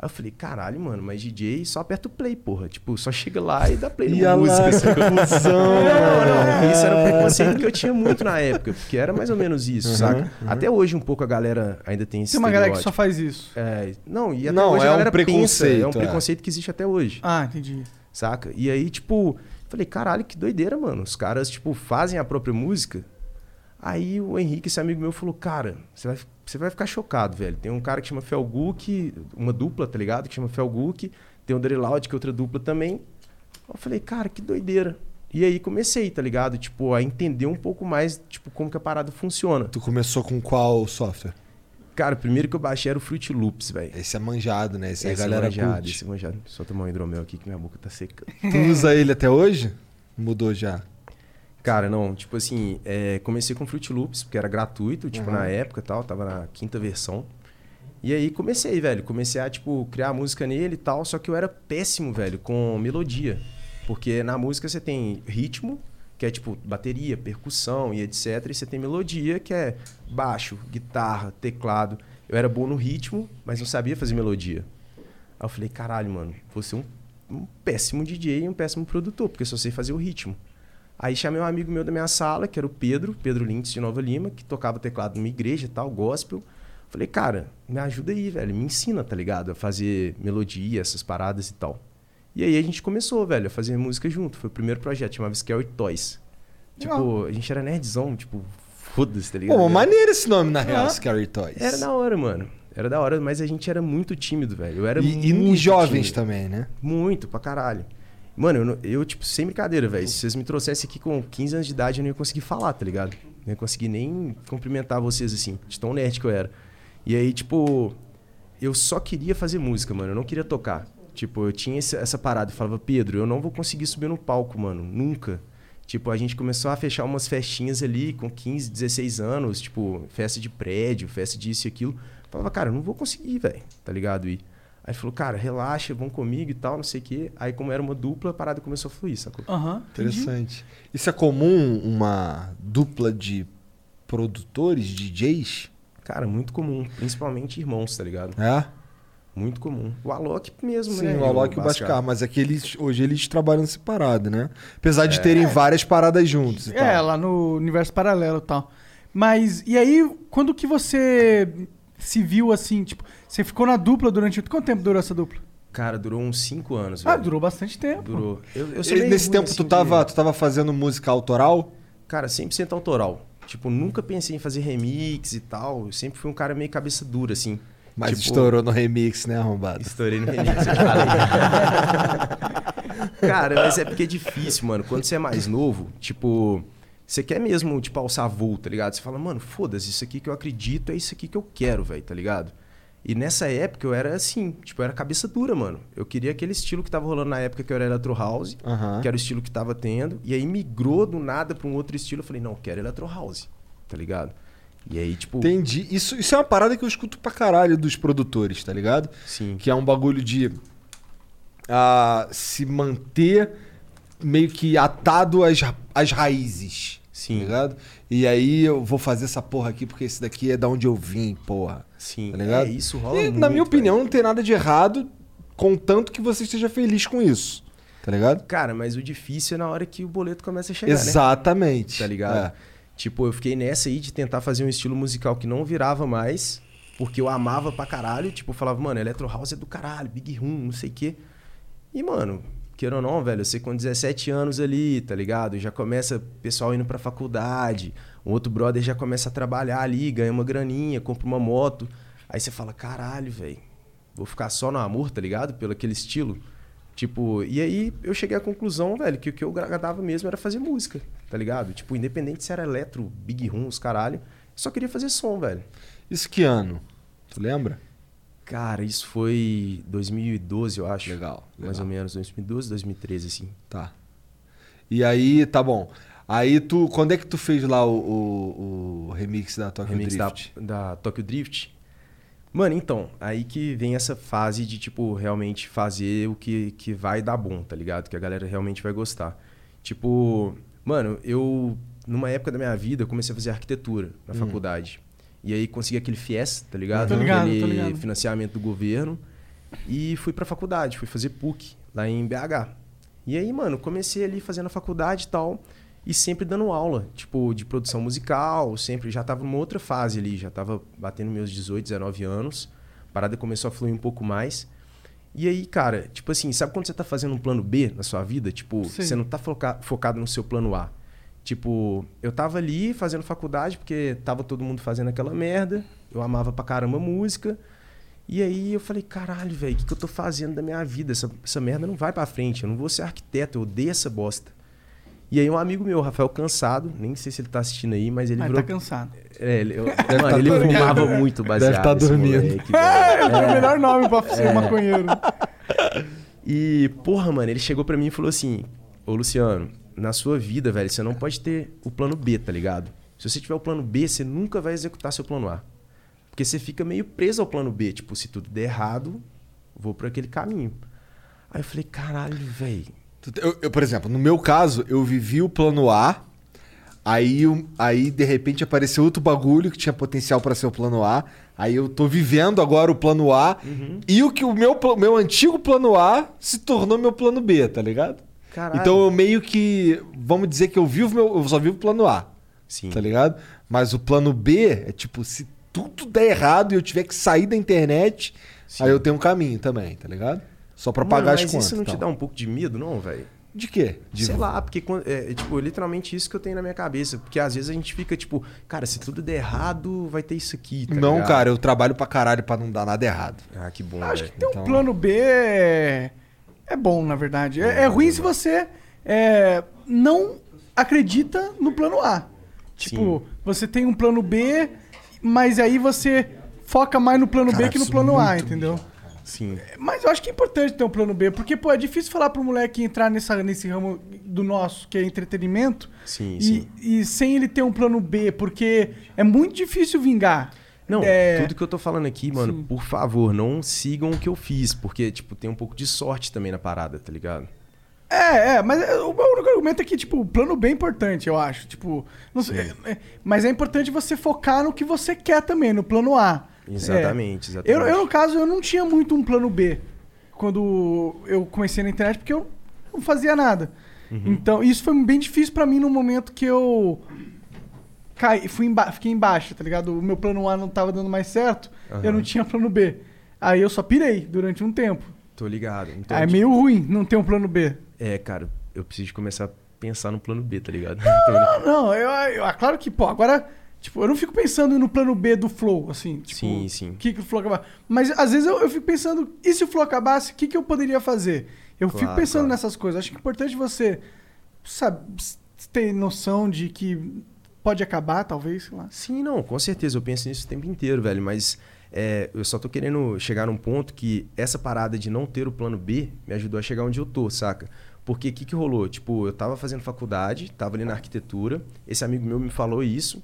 [SPEAKER 3] Aí eu falei, caralho, mano, mas DJ só aperta o play, porra. Tipo, só chega lá e dá play
[SPEAKER 2] Ia
[SPEAKER 3] na
[SPEAKER 2] lá,
[SPEAKER 3] música. assim.
[SPEAKER 2] confusão,
[SPEAKER 3] Não, não, isso era um preconceito que eu tinha muito na época, porque era mais ou menos isso, saca? Até hoje um pouco a galera ainda tem esse
[SPEAKER 1] Tem uma galera que
[SPEAKER 3] estereótipo.
[SPEAKER 1] só faz isso.
[SPEAKER 3] É, não, e até
[SPEAKER 2] Não,
[SPEAKER 3] hoje
[SPEAKER 2] é
[SPEAKER 3] a
[SPEAKER 2] um
[SPEAKER 3] galera pensa, é um
[SPEAKER 2] preconceito, é.
[SPEAKER 3] preconceito que existe até hoje,
[SPEAKER 1] Ah, entendi.
[SPEAKER 3] saca? E aí, tipo, falei, caralho, que doideira, mano. Os caras, tipo, fazem a própria música. Aí o Henrique, esse amigo meu, falou, cara, você vai, você vai ficar chocado, velho. Tem um cara que chama Felguk, uma dupla, tá ligado? Que chama Felguk. Tem o Drelaud, que é outra dupla também. Eu falei, cara, que doideira. E aí comecei, tá ligado? Tipo, a entender um pouco mais, tipo, como que a parada funciona.
[SPEAKER 2] Tu começou com qual software?
[SPEAKER 3] Cara, o primeiro que eu baixei era o Fruit Loops, velho.
[SPEAKER 2] Esse é manjado, né? Esse,
[SPEAKER 3] Esse
[SPEAKER 2] a galera
[SPEAKER 3] manjado,
[SPEAKER 2] curte.
[SPEAKER 3] esse manjado. Só tomar um hidromel aqui que minha boca tá seca.
[SPEAKER 2] Tu usa ele até hoje? Mudou já.
[SPEAKER 3] Cara, não, tipo assim, é, comecei com Fruit Loops, porque era gratuito, tipo, na época e tal, tava na quinta versão. E aí comecei, velho, comecei a, tipo, criar música nele e tal, só que eu era péssimo, velho, com melodia. Porque na música você tem ritmo, que é, tipo, bateria, percussão e etc. E você tem melodia, que é baixo, guitarra, teclado. Eu era bom no ritmo, mas não sabia fazer melodia. Aí eu falei, caralho, mano, vou ser um, um péssimo DJ e um péssimo produtor, porque eu só sei fazer o ritmo. Aí chamei um amigo meu da minha sala, que era o Pedro, Pedro Lintz de Nova Lima, que tocava teclado numa igreja e tal, gospel. Falei, cara, me ajuda aí, velho, me ensina, tá ligado? A fazer melodia, essas paradas e tal. E aí a gente começou, velho, a fazer música junto. Foi o primeiro projeto, chamava Scary Toys. Tipo, a gente era nerdzão, tipo, foda-se, tá ligado?
[SPEAKER 2] Pô, maneiro esse nome, na real,
[SPEAKER 1] Ah.
[SPEAKER 2] Scary Toys.
[SPEAKER 3] Era da hora, mano. Era da hora, mas a gente era muito tímido, velho. Eu era
[SPEAKER 2] E, um e
[SPEAKER 3] é muito
[SPEAKER 2] jovens
[SPEAKER 3] tímido.
[SPEAKER 2] também, né?
[SPEAKER 3] Muito, pra caralho. Mano, eu, não- eu, tipo, sem brincadeira, velho. Se vocês me trouxessem aqui com 15 anos de idade, eu não ia conseguir falar, tá ligado? Não ia conseguir nem cumprimentar vocês, assim, de tão nerd que eu era. E aí, tipo, eu só queria fazer música, mano. Eu não queria tocar. Tipo, eu tinha esse- essa parada. Eu falava, Pedro, eu não vou conseguir subir no palco, mano. Nunca. Tipo, a gente começou a fechar umas festinhas ali com 15, 16 anos. Tipo, festa de prédio, festa disso e aquilo. Eu falava, cara, eu não vou conseguir, velho. Tá ligado? E aí ele falou, cara, relaxa, vão comigo e tal, não sei o quê. Aí, como era uma dupla, a parada começou a fluir, sacou?
[SPEAKER 1] Aham. Ah, entendi.
[SPEAKER 2] Interessante. Isso é comum uma dupla de produtores, DJs?
[SPEAKER 3] Cara, muito comum. Principalmente irmãos, tá ligado?
[SPEAKER 2] É?
[SPEAKER 3] Muito comum. O Alok mesmo,
[SPEAKER 2] Sim,
[SPEAKER 3] né?
[SPEAKER 2] o Alok e o
[SPEAKER 3] Bhaskar.
[SPEAKER 2] Bascar. Mas é que eles, hoje eles trabalham separado, né? Apesar de
[SPEAKER 3] É.
[SPEAKER 2] terem várias paradas juntos e tal.
[SPEAKER 3] tá.
[SPEAKER 1] É, lá no universo paralelo e tal. Mas, e aí, quando que você se viu assim, tipo, você ficou na dupla durante. Quanto tempo durou essa dupla?
[SPEAKER 3] Cara, durou uns 5 anos,
[SPEAKER 1] Ah,
[SPEAKER 3] velho.
[SPEAKER 1] durou bastante tempo.
[SPEAKER 3] Durou. Eu, eu sou
[SPEAKER 2] E
[SPEAKER 3] meio
[SPEAKER 2] nesse
[SPEAKER 3] ruim,
[SPEAKER 2] tempo
[SPEAKER 3] assim,
[SPEAKER 2] tu
[SPEAKER 3] de-
[SPEAKER 2] tava, tu tava fazendo música autoral?
[SPEAKER 3] Cara, 100% autoral. Tipo, nunca pensei em fazer remix e tal. Eu sempre fui um cara meio cabeça dura, assim.
[SPEAKER 2] Mas
[SPEAKER 3] Tipo,
[SPEAKER 2] estourou no remix, né, arrombado?
[SPEAKER 3] Estourei no remix, eu te falei. Cara, mas é porque é difícil, mano. Quando você é mais novo, tipo, você quer mesmo, tipo, alçar voo, tá ligado? Você fala, mano, foda-se, isso aqui que eu acredito é isso aqui que eu quero, velho, tá ligado? E nessa época eu era assim, tipo, eu era cabeça dura, mano. Eu queria aquele estilo que tava rolando na época que eu era electro house,
[SPEAKER 2] Aham.
[SPEAKER 3] que era o estilo que tava tendo, e aí migrou do nada pra um outro estilo. Eu falei, não, eu quero electro house, tá ligado? E aí, tipo,
[SPEAKER 2] Entendi. Isso, isso é uma parada que eu escuto pra caralho dos produtores, tá ligado?
[SPEAKER 3] sim.
[SPEAKER 2] Que é um bagulho de ah, se manter meio que atado às, ra- às raízes.
[SPEAKER 3] Sim.
[SPEAKER 2] Tá ligado? E aí eu vou fazer essa porra aqui porque esse daqui é da onde eu vim, porra.
[SPEAKER 3] Sim,
[SPEAKER 2] Tá ligado?
[SPEAKER 3] é, isso rola
[SPEAKER 2] E,
[SPEAKER 3] muito,
[SPEAKER 2] na
[SPEAKER 3] velho.
[SPEAKER 2] minha opinião, não tem nada de errado, contanto que você esteja feliz com isso. Tá ligado?
[SPEAKER 3] Cara, mas o difícil é na hora que o boleto começa a chegar, né?
[SPEAKER 2] Exatamente. é.
[SPEAKER 3] Tá ligado? Tipo, eu fiquei nessa aí de tentar fazer um estilo musical que não virava mais, porque eu amava pra caralho. Tipo, eu falava, mano, Electro House é do caralho, Big Room, não sei o quê. E, mano, queira ou não, velho, você com 17 anos ali, tá ligado? Já começa o pessoal indo pra faculdade, um outro brother já começa a trabalhar ali, ganha uma graninha, compra uma moto. Aí você fala, caralho, velho, vou ficar só no amor, tá ligado? Pelo aquele estilo. Tipo, e aí eu cheguei à conclusão, velho, que o que eu agradava mesmo era fazer música, tá ligado? Tipo, independente se era eletro, big room, os caralho, eu só queria fazer som, velho.
[SPEAKER 2] Isso que ano? Tu lembra?
[SPEAKER 3] Cara, isso foi 2012, eu acho.
[SPEAKER 2] Legal,
[SPEAKER 3] Mais
[SPEAKER 2] legal.
[SPEAKER 3] ou menos, 2012, 2013, assim.
[SPEAKER 2] Tá. E aí, tá bom. Aí tu. Quando é que tu fez lá o, o- o remix da Tokyo
[SPEAKER 3] remix da,
[SPEAKER 2] Drift?
[SPEAKER 3] da Tokyo Drift. Mano, então, aí que vem essa fase de, tipo, realmente fazer o que, que vai dar bom, tá ligado? Que a galera realmente vai gostar. Tipo, mano, eu, numa época da minha vida, eu comecei a fazer arquitetura
[SPEAKER 2] Hum.
[SPEAKER 3] na faculdade. E aí consegui aquele FIES, tá ligado?
[SPEAKER 1] Tô ligado, tô
[SPEAKER 3] aquele
[SPEAKER 1] ligado.
[SPEAKER 3] financiamento do governo. E fui pra faculdade, fui fazer PUC, lá em BH. E aí, mano, comecei ali fazendo a faculdade e tal, e sempre dando aula, tipo, de produção musical, sempre. Já tava numa outra fase ali, já tava batendo meus 18, 19 anos. A parada começou a fluir um pouco mais. E aí, cara, tipo assim, sabe quando você tá fazendo um plano B na sua vida? Tipo,
[SPEAKER 1] Sim.
[SPEAKER 3] você não tá foca- focado no seu plano A. Tipo, eu tava ali fazendo faculdade, porque tava todo mundo fazendo aquela merda. Eu amava pra caramba música. E aí eu falei, caralho, velho, o que, que eu tô fazendo da minha vida? Essa, essa merda não vai pra frente, eu não vou ser arquiteto, eu odeio essa bosta. E aí um amigo meu, Rafael Cansado, nem sei se ele tá assistindo aí, mas ele
[SPEAKER 1] Ah,
[SPEAKER 3] virou...
[SPEAKER 1] tá cansado.
[SPEAKER 3] É, ele, eu-
[SPEAKER 2] tá
[SPEAKER 3] mano, ele
[SPEAKER 2] dormindo.
[SPEAKER 3] fumava muito baseado.
[SPEAKER 2] Deve tá
[SPEAKER 3] esse
[SPEAKER 2] dormindo.
[SPEAKER 3] moleque, velho.
[SPEAKER 1] É o melhor nome pra
[SPEAKER 3] É.
[SPEAKER 1] ser maconheiro.
[SPEAKER 3] E, porra, mano, ele chegou pra mim e falou assim: Ô Luciano, na sua vida, velho, você não pode ter o plano B, tá ligado? Se você tiver o plano B, você nunca vai executar seu plano A. Porque você fica meio preso ao plano B. Tipo, se tudo der errado, vou por aquele caminho. Aí eu falei: caralho, velho.
[SPEAKER 2] Tu- Eu, eu, por exemplo, no meu caso, eu vivi o plano A, aí, o- aí de repente apareceu outro bagulho que tinha potencial pra ser o plano A, aí eu tô vivendo agora o plano A, e o que o meu, pla- meu antigo plano A se tornou meu plano B, tá ligado?
[SPEAKER 3] Caralho.
[SPEAKER 2] Então eu meio que. Vamos dizer que eu vivo meu. Eu só vivo o plano A.
[SPEAKER 3] Sim.
[SPEAKER 2] Tá ligado? Mas o plano B é tipo, se tudo der errado e eu tiver que sair da internet, aí eu tenho um caminho também, tá ligado? Só pra pagar
[SPEAKER 3] Mano,
[SPEAKER 2] as
[SPEAKER 3] mas
[SPEAKER 2] contas.
[SPEAKER 3] isso não te
[SPEAKER 2] tal.
[SPEAKER 3] dá um pouco de medo, não, velho?
[SPEAKER 2] De quê? De
[SPEAKER 3] Sei lá, porque quando- é, é, tipo, é literalmente isso que eu tenho na minha cabeça. Porque às vezes a gente fica tipo, cara, se tudo der errado, vai ter isso aqui. Tá
[SPEAKER 2] não,
[SPEAKER 3] ligado?
[SPEAKER 2] cara, eu trabalho pra caralho pra não dar nada errado.
[SPEAKER 3] Ah, que bom.
[SPEAKER 1] Acho
[SPEAKER 3] velho.
[SPEAKER 1] que ter
[SPEAKER 2] Então-
[SPEAKER 1] um plano B é, é bom, na verdade. É, é ruim se você é, não acredita no plano A. Tipo, você tem um plano B, mas aí você foca mais no plano B
[SPEAKER 3] é
[SPEAKER 1] que no plano A, entendeu?
[SPEAKER 3] Sim.
[SPEAKER 1] Mas eu acho que é importante ter um plano B, porque, pô, é difícil falar pro moleque entrar nessa, nesse ramo do nosso, que é entretenimento,
[SPEAKER 3] Sim,
[SPEAKER 1] e,
[SPEAKER 3] sim.
[SPEAKER 1] e sem ele ter um plano B, porque é muito difícil vingar.
[SPEAKER 3] Não,
[SPEAKER 1] É,
[SPEAKER 3] tudo que eu tô falando aqui, mano, por favor, não sigam o que eu fiz, porque, tipo, tem um pouco de sorte também na parada, tá ligado?
[SPEAKER 1] É, é, mas é, o meu único argumento é que, tipo, o plano B é importante, eu acho. Tipo, não sei, é, é, mas é importante você focar no que você quer também, no plano A.
[SPEAKER 3] Exatamente,
[SPEAKER 1] É. Eu,
[SPEAKER 3] exatamente.
[SPEAKER 1] eu, no caso, eu não tinha muito um plano B quando eu comecei na internet, porque eu não fazia nada. Então, isso foi bem difícil pra mim no momento que eu caí, fui emba fiquei embaixo, tá ligado? O meu plano A não tava dando mais certo, eu não tinha plano B. Aí eu só pirei durante um tempo.
[SPEAKER 3] Tô ligado. Então,
[SPEAKER 1] Aí é meio ruim não ter um plano B.
[SPEAKER 3] É, cara, eu preciso começar a pensar no plano B, tá ligado? Então, né?
[SPEAKER 1] Não, não, eu, eu- ah, claro que, pô, agora, tipo, eu não fico pensando no plano B do Flow, assim, tipo,
[SPEAKER 3] Sim, sim.
[SPEAKER 1] o que, que o Flow acabar. Mas às vezes eu, eu fico pensando, e se o Flow acabasse, o que, que eu poderia fazer? Eu fico
[SPEAKER 3] Claro,
[SPEAKER 1] pensando
[SPEAKER 3] claro.
[SPEAKER 1] nessas coisas. Acho que é importante você sabe, ter noção de que pode acabar, talvez, sei lá.
[SPEAKER 3] Sim, não, com certeza. Eu penso nisso o tempo inteiro, velho. Mas é, eu só tô querendo chegar num ponto que essa parada de não ter o plano B me ajudou a chegar onde eu tô, saca? Porque o que, que rolou? Tipo, eu tava fazendo faculdade, tava ali na arquitetura, esse amigo meu me falou isso.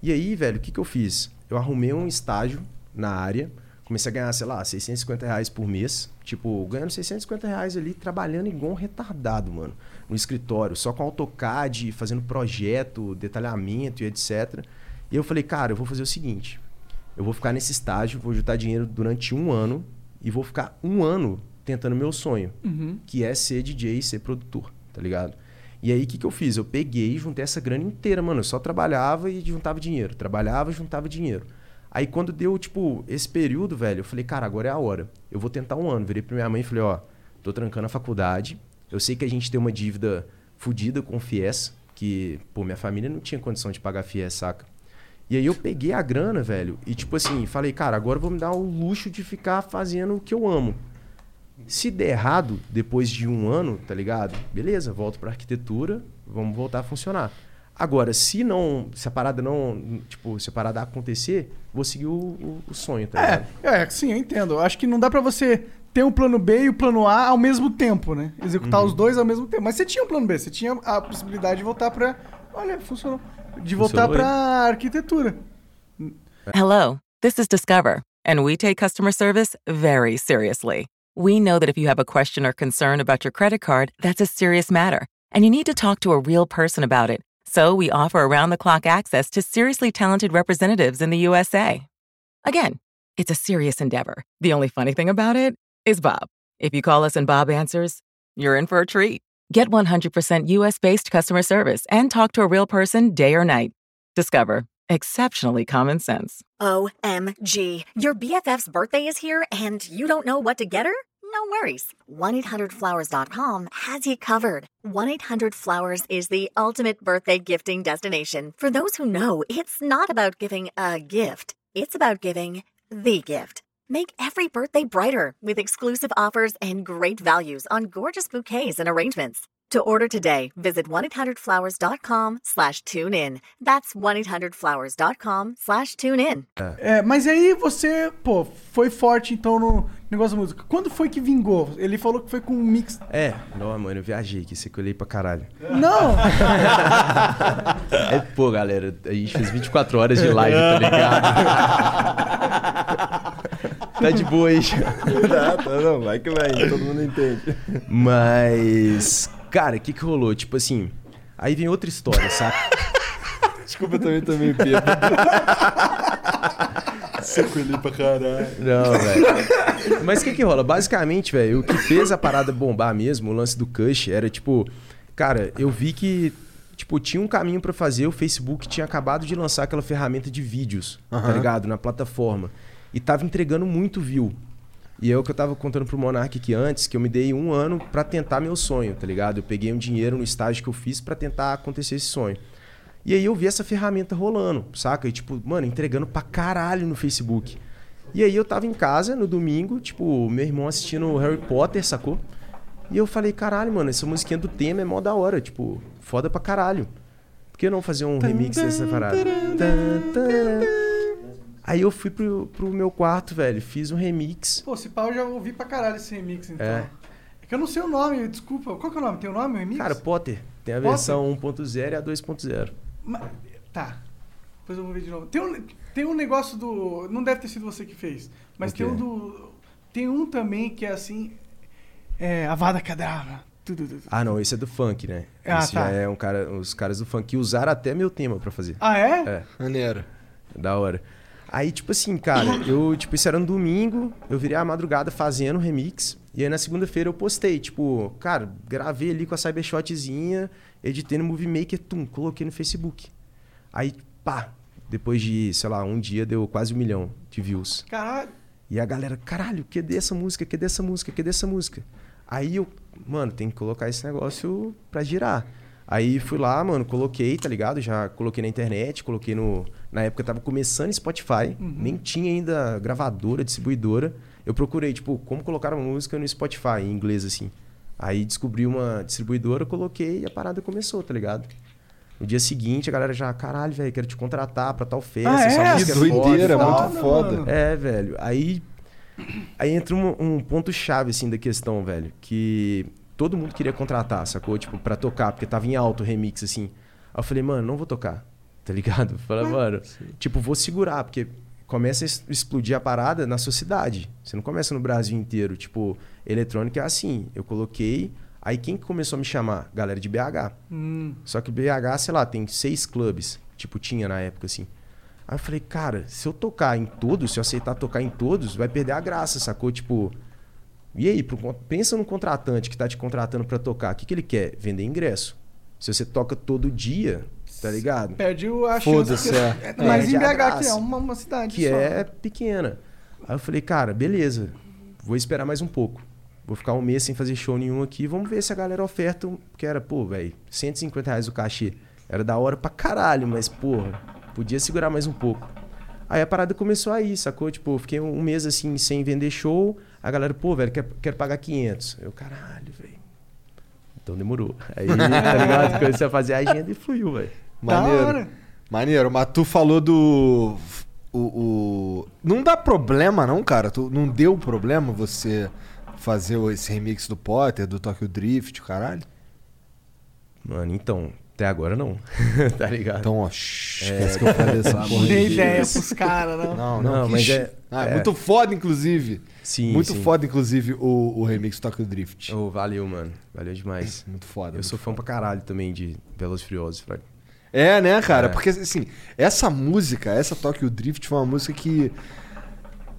[SPEAKER 3] E aí, velho, o que, que eu fiz? Eu arrumei um estágio na área, comecei a ganhar, sei lá, 650 reais por mês. Tipo, ganhando 650 reais ali, trabalhando igual um retardado, mano. No escritório, só com AutoCAD, fazendo projeto, detalhamento e etc. E eu falei, cara, eu vou fazer o seguinte: eu vou ficar nesse estágio, vou juntar dinheiro durante um ano e vou ficar um ano tentando meu sonho, que é ser DJ e ser produtor, tá ligado? E aí, o que, que eu fiz? Eu peguei e juntei essa grana inteira, mano. Eu só trabalhava e juntava dinheiro. Trabalhava e juntava dinheiro. Aí, quando deu, tipo, esse período, velho, eu falei, cara, agora é a hora. Eu vou tentar um ano. Virei pra minha mãe e falei, ó, tô trancando a faculdade. Eu sei que a gente tem uma dívida fodida com o FIES, que, pô, minha família não tinha condição de pagar FIES, saca? E aí eu peguei a grana, velho, e tipo assim, falei, cara, agora eu vou me dar o luxo de ficar fazendo o que eu amo. Se der errado, depois de um ano, tá ligado? Beleza, volto pra arquitetura, vamos voltar a funcionar. Agora, se não, se a parada não, tipo, se a parada acontecer, vou seguir o, o- o sonho, tá
[SPEAKER 1] É,
[SPEAKER 3] ligado?
[SPEAKER 1] é, sim, eu entendo. Eu acho que não dá pra você ter um plano B e o plano A ao mesmo tempo, né? Executar
[SPEAKER 3] Uhum.
[SPEAKER 1] os dois ao mesmo tempo. Mas você tinha um plano B, você tinha a possibilidade de voltar pra. Olha, funcionou. De voltar
[SPEAKER 3] Funcionou,
[SPEAKER 1] pra arquitetura.
[SPEAKER 5] Hello, this is Discover, and we take customer service very seriously. We know that if you have a question or concern about your credit card, that's a serious matter, and you need to talk to a real person about it. So we offer around the clock access to seriously talented representatives in the USA. Again, it's a serious endeavor. The only funny thing about it is Bob. If you call us and Bob answers, you're in for a treat. Get 100% US based customer service and talk to a real person day or night. Discover exceptionally common sense.
[SPEAKER 6] OMG. Your BFF's birthday is here and you don't know what to get her? No worries. 1-800-Flowers.com has you covered. 1-800-Flowers is the ultimate birthday gifting destination. For those who know, it's not about giving a gift. It's about giving the gift. Make every birthday brighter with exclusive offers and great values on gorgeous bouquets and arrangements. To order today, visit 1-800-Flowers.com slash tune in. That's 1-800-Flowers.com slash tune in.
[SPEAKER 1] É, mas aí você, pô, foi forte então no negócio da música. Quando foi que vingou? Ele falou que foi com um mix.
[SPEAKER 3] É, não, mano, eu viajei aqui, sei que eu olhei pra caralho.
[SPEAKER 1] Não!
[SPEAKER 3] É, pô, galera, a gente fez 24 horas de live, tá ligado? tá de boa aí.
[SPEAKER 4] Tá, tá, não, vai que vai, todo mundo entende.
[SPEAKER 3] Mas, cara, o que, que rolou? Tipo assim, aí vem outra história, saca?
[SPEAKER 4] Desculpa, eu também tô meio bêbado. Seco ele pra caralho.
[SPEAKER 3] Não, velho. Mas o que, que rola? Basicamente, velho, o que fez a parada bombar mesmo, o lance do Cush, era tipo, cara, eu vi que. Tipo, tinha um caminho pra fazer, o Facebook tinha acabado de lançar aquela ferramenta de vídeos, tá ligado? Na plataforma. E tava entregando muito view. E é o que eu tava contando pro Monark aqui antes, que eu me dei um ano pra tentar meu sonho, tá ligado? Eu peguei um dinheiro no estágio que eu fiz pra tentar acontecer esse sonho. E aí eu vi essa ferramenta rolando, saca? E tipo, mano, entregando pra caralho no Facebook. E aí eu tava em casa no domingo, tipo, meu irmão assistindo Harry Potter, sacou? E eu falei, caralho, mano, essa musiquinha do tema é mó da hora, tipo, foda pra caralho. Por que não fazer um remix dessa parada? Tan, tan. Aí eu fui pro, pro meu quarto, velho, fiz um remix.
[SPEAKER 1] pô, esse pau eu já ouvi pra caralho esse remix, então.
[SPEAKER 3] É.
[SPEAKER 1] É. que eu não sei o nome, desculpa. Qual que é o nome? Tem o nome, o remix?
[SPEAKER 3] Cara, Potter, tem a
[SPEAKER 1] Potter?
[SPEAKER 3] versão 1.0 e a 2.0.
[SPEAKER 1] Ma- Tá. Depois eu vou ver de novo. Tem um, tem um negócio do. Não deve ter sido você que fez. Mas
[SPEAKER 3] O
[SPEAKER 1] tem
[SPEAKER 3] quê?
[SPEAKER 1] um do. Tem um também que é assim. É. Avada Kedavra. Tudo, tudo.
[SPEAKER 3] Ah, não, esse é do funk, né?
[SPEAKER 1] Ah,
[SPEAKER 3] esse
[SPEAKER 1] tá.
[SPEAKER 3] já é um cara, os caras do funk que usaram até meu tema pra fazer.
[SPEAKER 1] Ah, é?
[SPEAKER 3] É.
[SPEAKER 2] Maneiro.
[SPEAKER 3] Da hora. Aí, tipo assim, cara, eu, tipo, isso era no domingo, eu virei a madrugada fazendo remix. E aí na segunda-feira eu postei, tipo, cara, gravei ali com a Cybershotzinha, editei no Movie Maker, tum, coloquei no Facebook. Aí, pá, depois de, sei lá, um dia deu quase um milhão de views.
[SPEAKER 1] Caralho.
[SPEAKER 3] E a galera, caralho, que dessa música, que dessa música, que dessa música. Aí eu, mano, tem que colocar esse negócio pra girar. Aí fui lá, mano, coloquei, tá ligado? Já coloquei na internet, coloquei no. Na época eu tava começando Spotify, nem tinha ainda gravadora, distribuidora. Eu procurei, tipo, como colocar uma música no Spotify, em inglês, assim. Aí descobri uma distribuidora, coloquei e a parada começou, tá ligado? No dia seguinte a galera já, caralho, velho, quero te contratar pra tal festa,
[SPEAKER 1] Ah,
[SPEAKER 3] essa
[SPEAKER 1] é?
[SPEAKER 2] Que
[SPEAKER 3] música é foda,
[SPEAKER 2] doideira,
[SPEAKER 3] e tal."
[SPEAKER 1] foda,
[SPEAKER 2] muito foda.
[SPEAKER 1] mano.
[SPEAKER 3] É, velho. Aí, aí entra um, um ponto chave assim da questão, velho, que todo mundo queria contratar, sacou? Tipo, pra tocar, porque tava em alto o remix assim. Aí eu falei, mano, não vou tocar. Tá ligado? Falei, mano, tipo, vou segurar, porque começa a es- explodir a parada na sua cidade. Você não começa no Brasil inteiro, tipo, eletrônica é assim. Eu coloquei, aí quem que começou a me chamar? Galera de BH.
[SPEAKER 1] hum,
[SPEAKER 3] Só que BH, sei lá, tem seis clubes. Tipo, tinha na época, assim. Aí eu falei, cara, se eu tocar em todos, se eu aceitar tocar em todos, vai perder a graça, sacou? Tipo. E aí, pro con- pensa no contratante que tá te contratando pra tocar. O que, que ele quer? Vender ingresso. Se você toca todo dia, tá ligado?
[SPEAKER 1] Perde o- a
[SPEAKER 2] Foda-se,
[SPEAKER 1] chance.
[SPEAKER 2] é.
[SPEAKER 1] que- Mas em
[SPEAKER 3] Perde a
[SPEAKER 1] BH, que é
[SPEAKER 3] graça.
[SPEAKER 1] uma, uma cidade
[SPEAKER 3] que
[SPEAKER 1] só.
[SPEAKER 3] é pequena. Aí eu falei, cara, beleza, vou esperar mais um pouco. Vou ficar um mês sem fazer show nenhum aqui, vamos ver se a galera oferta, um- que era, pô, velho, 150 reais o cachê. Era da hora pra caralho, mas, porra, podia segurar mais um pouco. Aí a parada começou aí, sacou? Tipo, eu fiquei um mês assim, sem vender show. A galera, pô, velho, quero, quero pagar 500. Eu, caralho, velho. Então demorou. Aí, tá ligado? Comecei a fazer a agenda e fluiu, velho.
[SPEAKER 1] Da
[SPEAKER 2] Maneiro.
[SPEAKER 1] hora.
[SPEAKER 2] Maneiro, mas tu falou do. O, o- Não dá problema, não, cara. Tu... Não deu problema você fazer esse remix do Potter, do Tokyo Drift, caralho.
[SPEAKER 3] Mano, então, até agora não. tá ligado?
[SPEAKER 2] Então, ó, shh, esquece que eu falei essa porra.
[SPEAKER 1] Dei
[SPEAKER 2] aí.
[SPEAKER 1] ideia pros caras, não.
[SPEAKER 2] Não, não,
[SPEAKER 3] Não,
[SPEAKER 2] que
[SPEAKER 3] mas
[SPEAKER 2] sh-
[SPEAKER 3] é-
[SPEAKER 2] Ah,
[SPEAKER 3] é.
[SPEAKER 2] Muito foda, inclusive.
[SPEAKER 3] Sim,
[SPEAKER 2] muito
[SPEAKER 3] sim.
[SPEAKER 2] foda, inclusive, o, o remix do Tokyo Drift. É,
[SPEAKER 3] Ô, valeu, mano. Valeu demais.
[SPEAKER 2] Muito foda.
[SPEAKER 3] Eu
[SPEAKER 2] muito
[SPEAKER 3] sou fã pra caralho também de Velozes e Furiosos, Fred.
[SPEAKER 2] É, né, cara?
[SPEAKER 3] É.
[SPEAKER 2] Porque, assim, essa música, essa Tokyo Drift, foi uma música que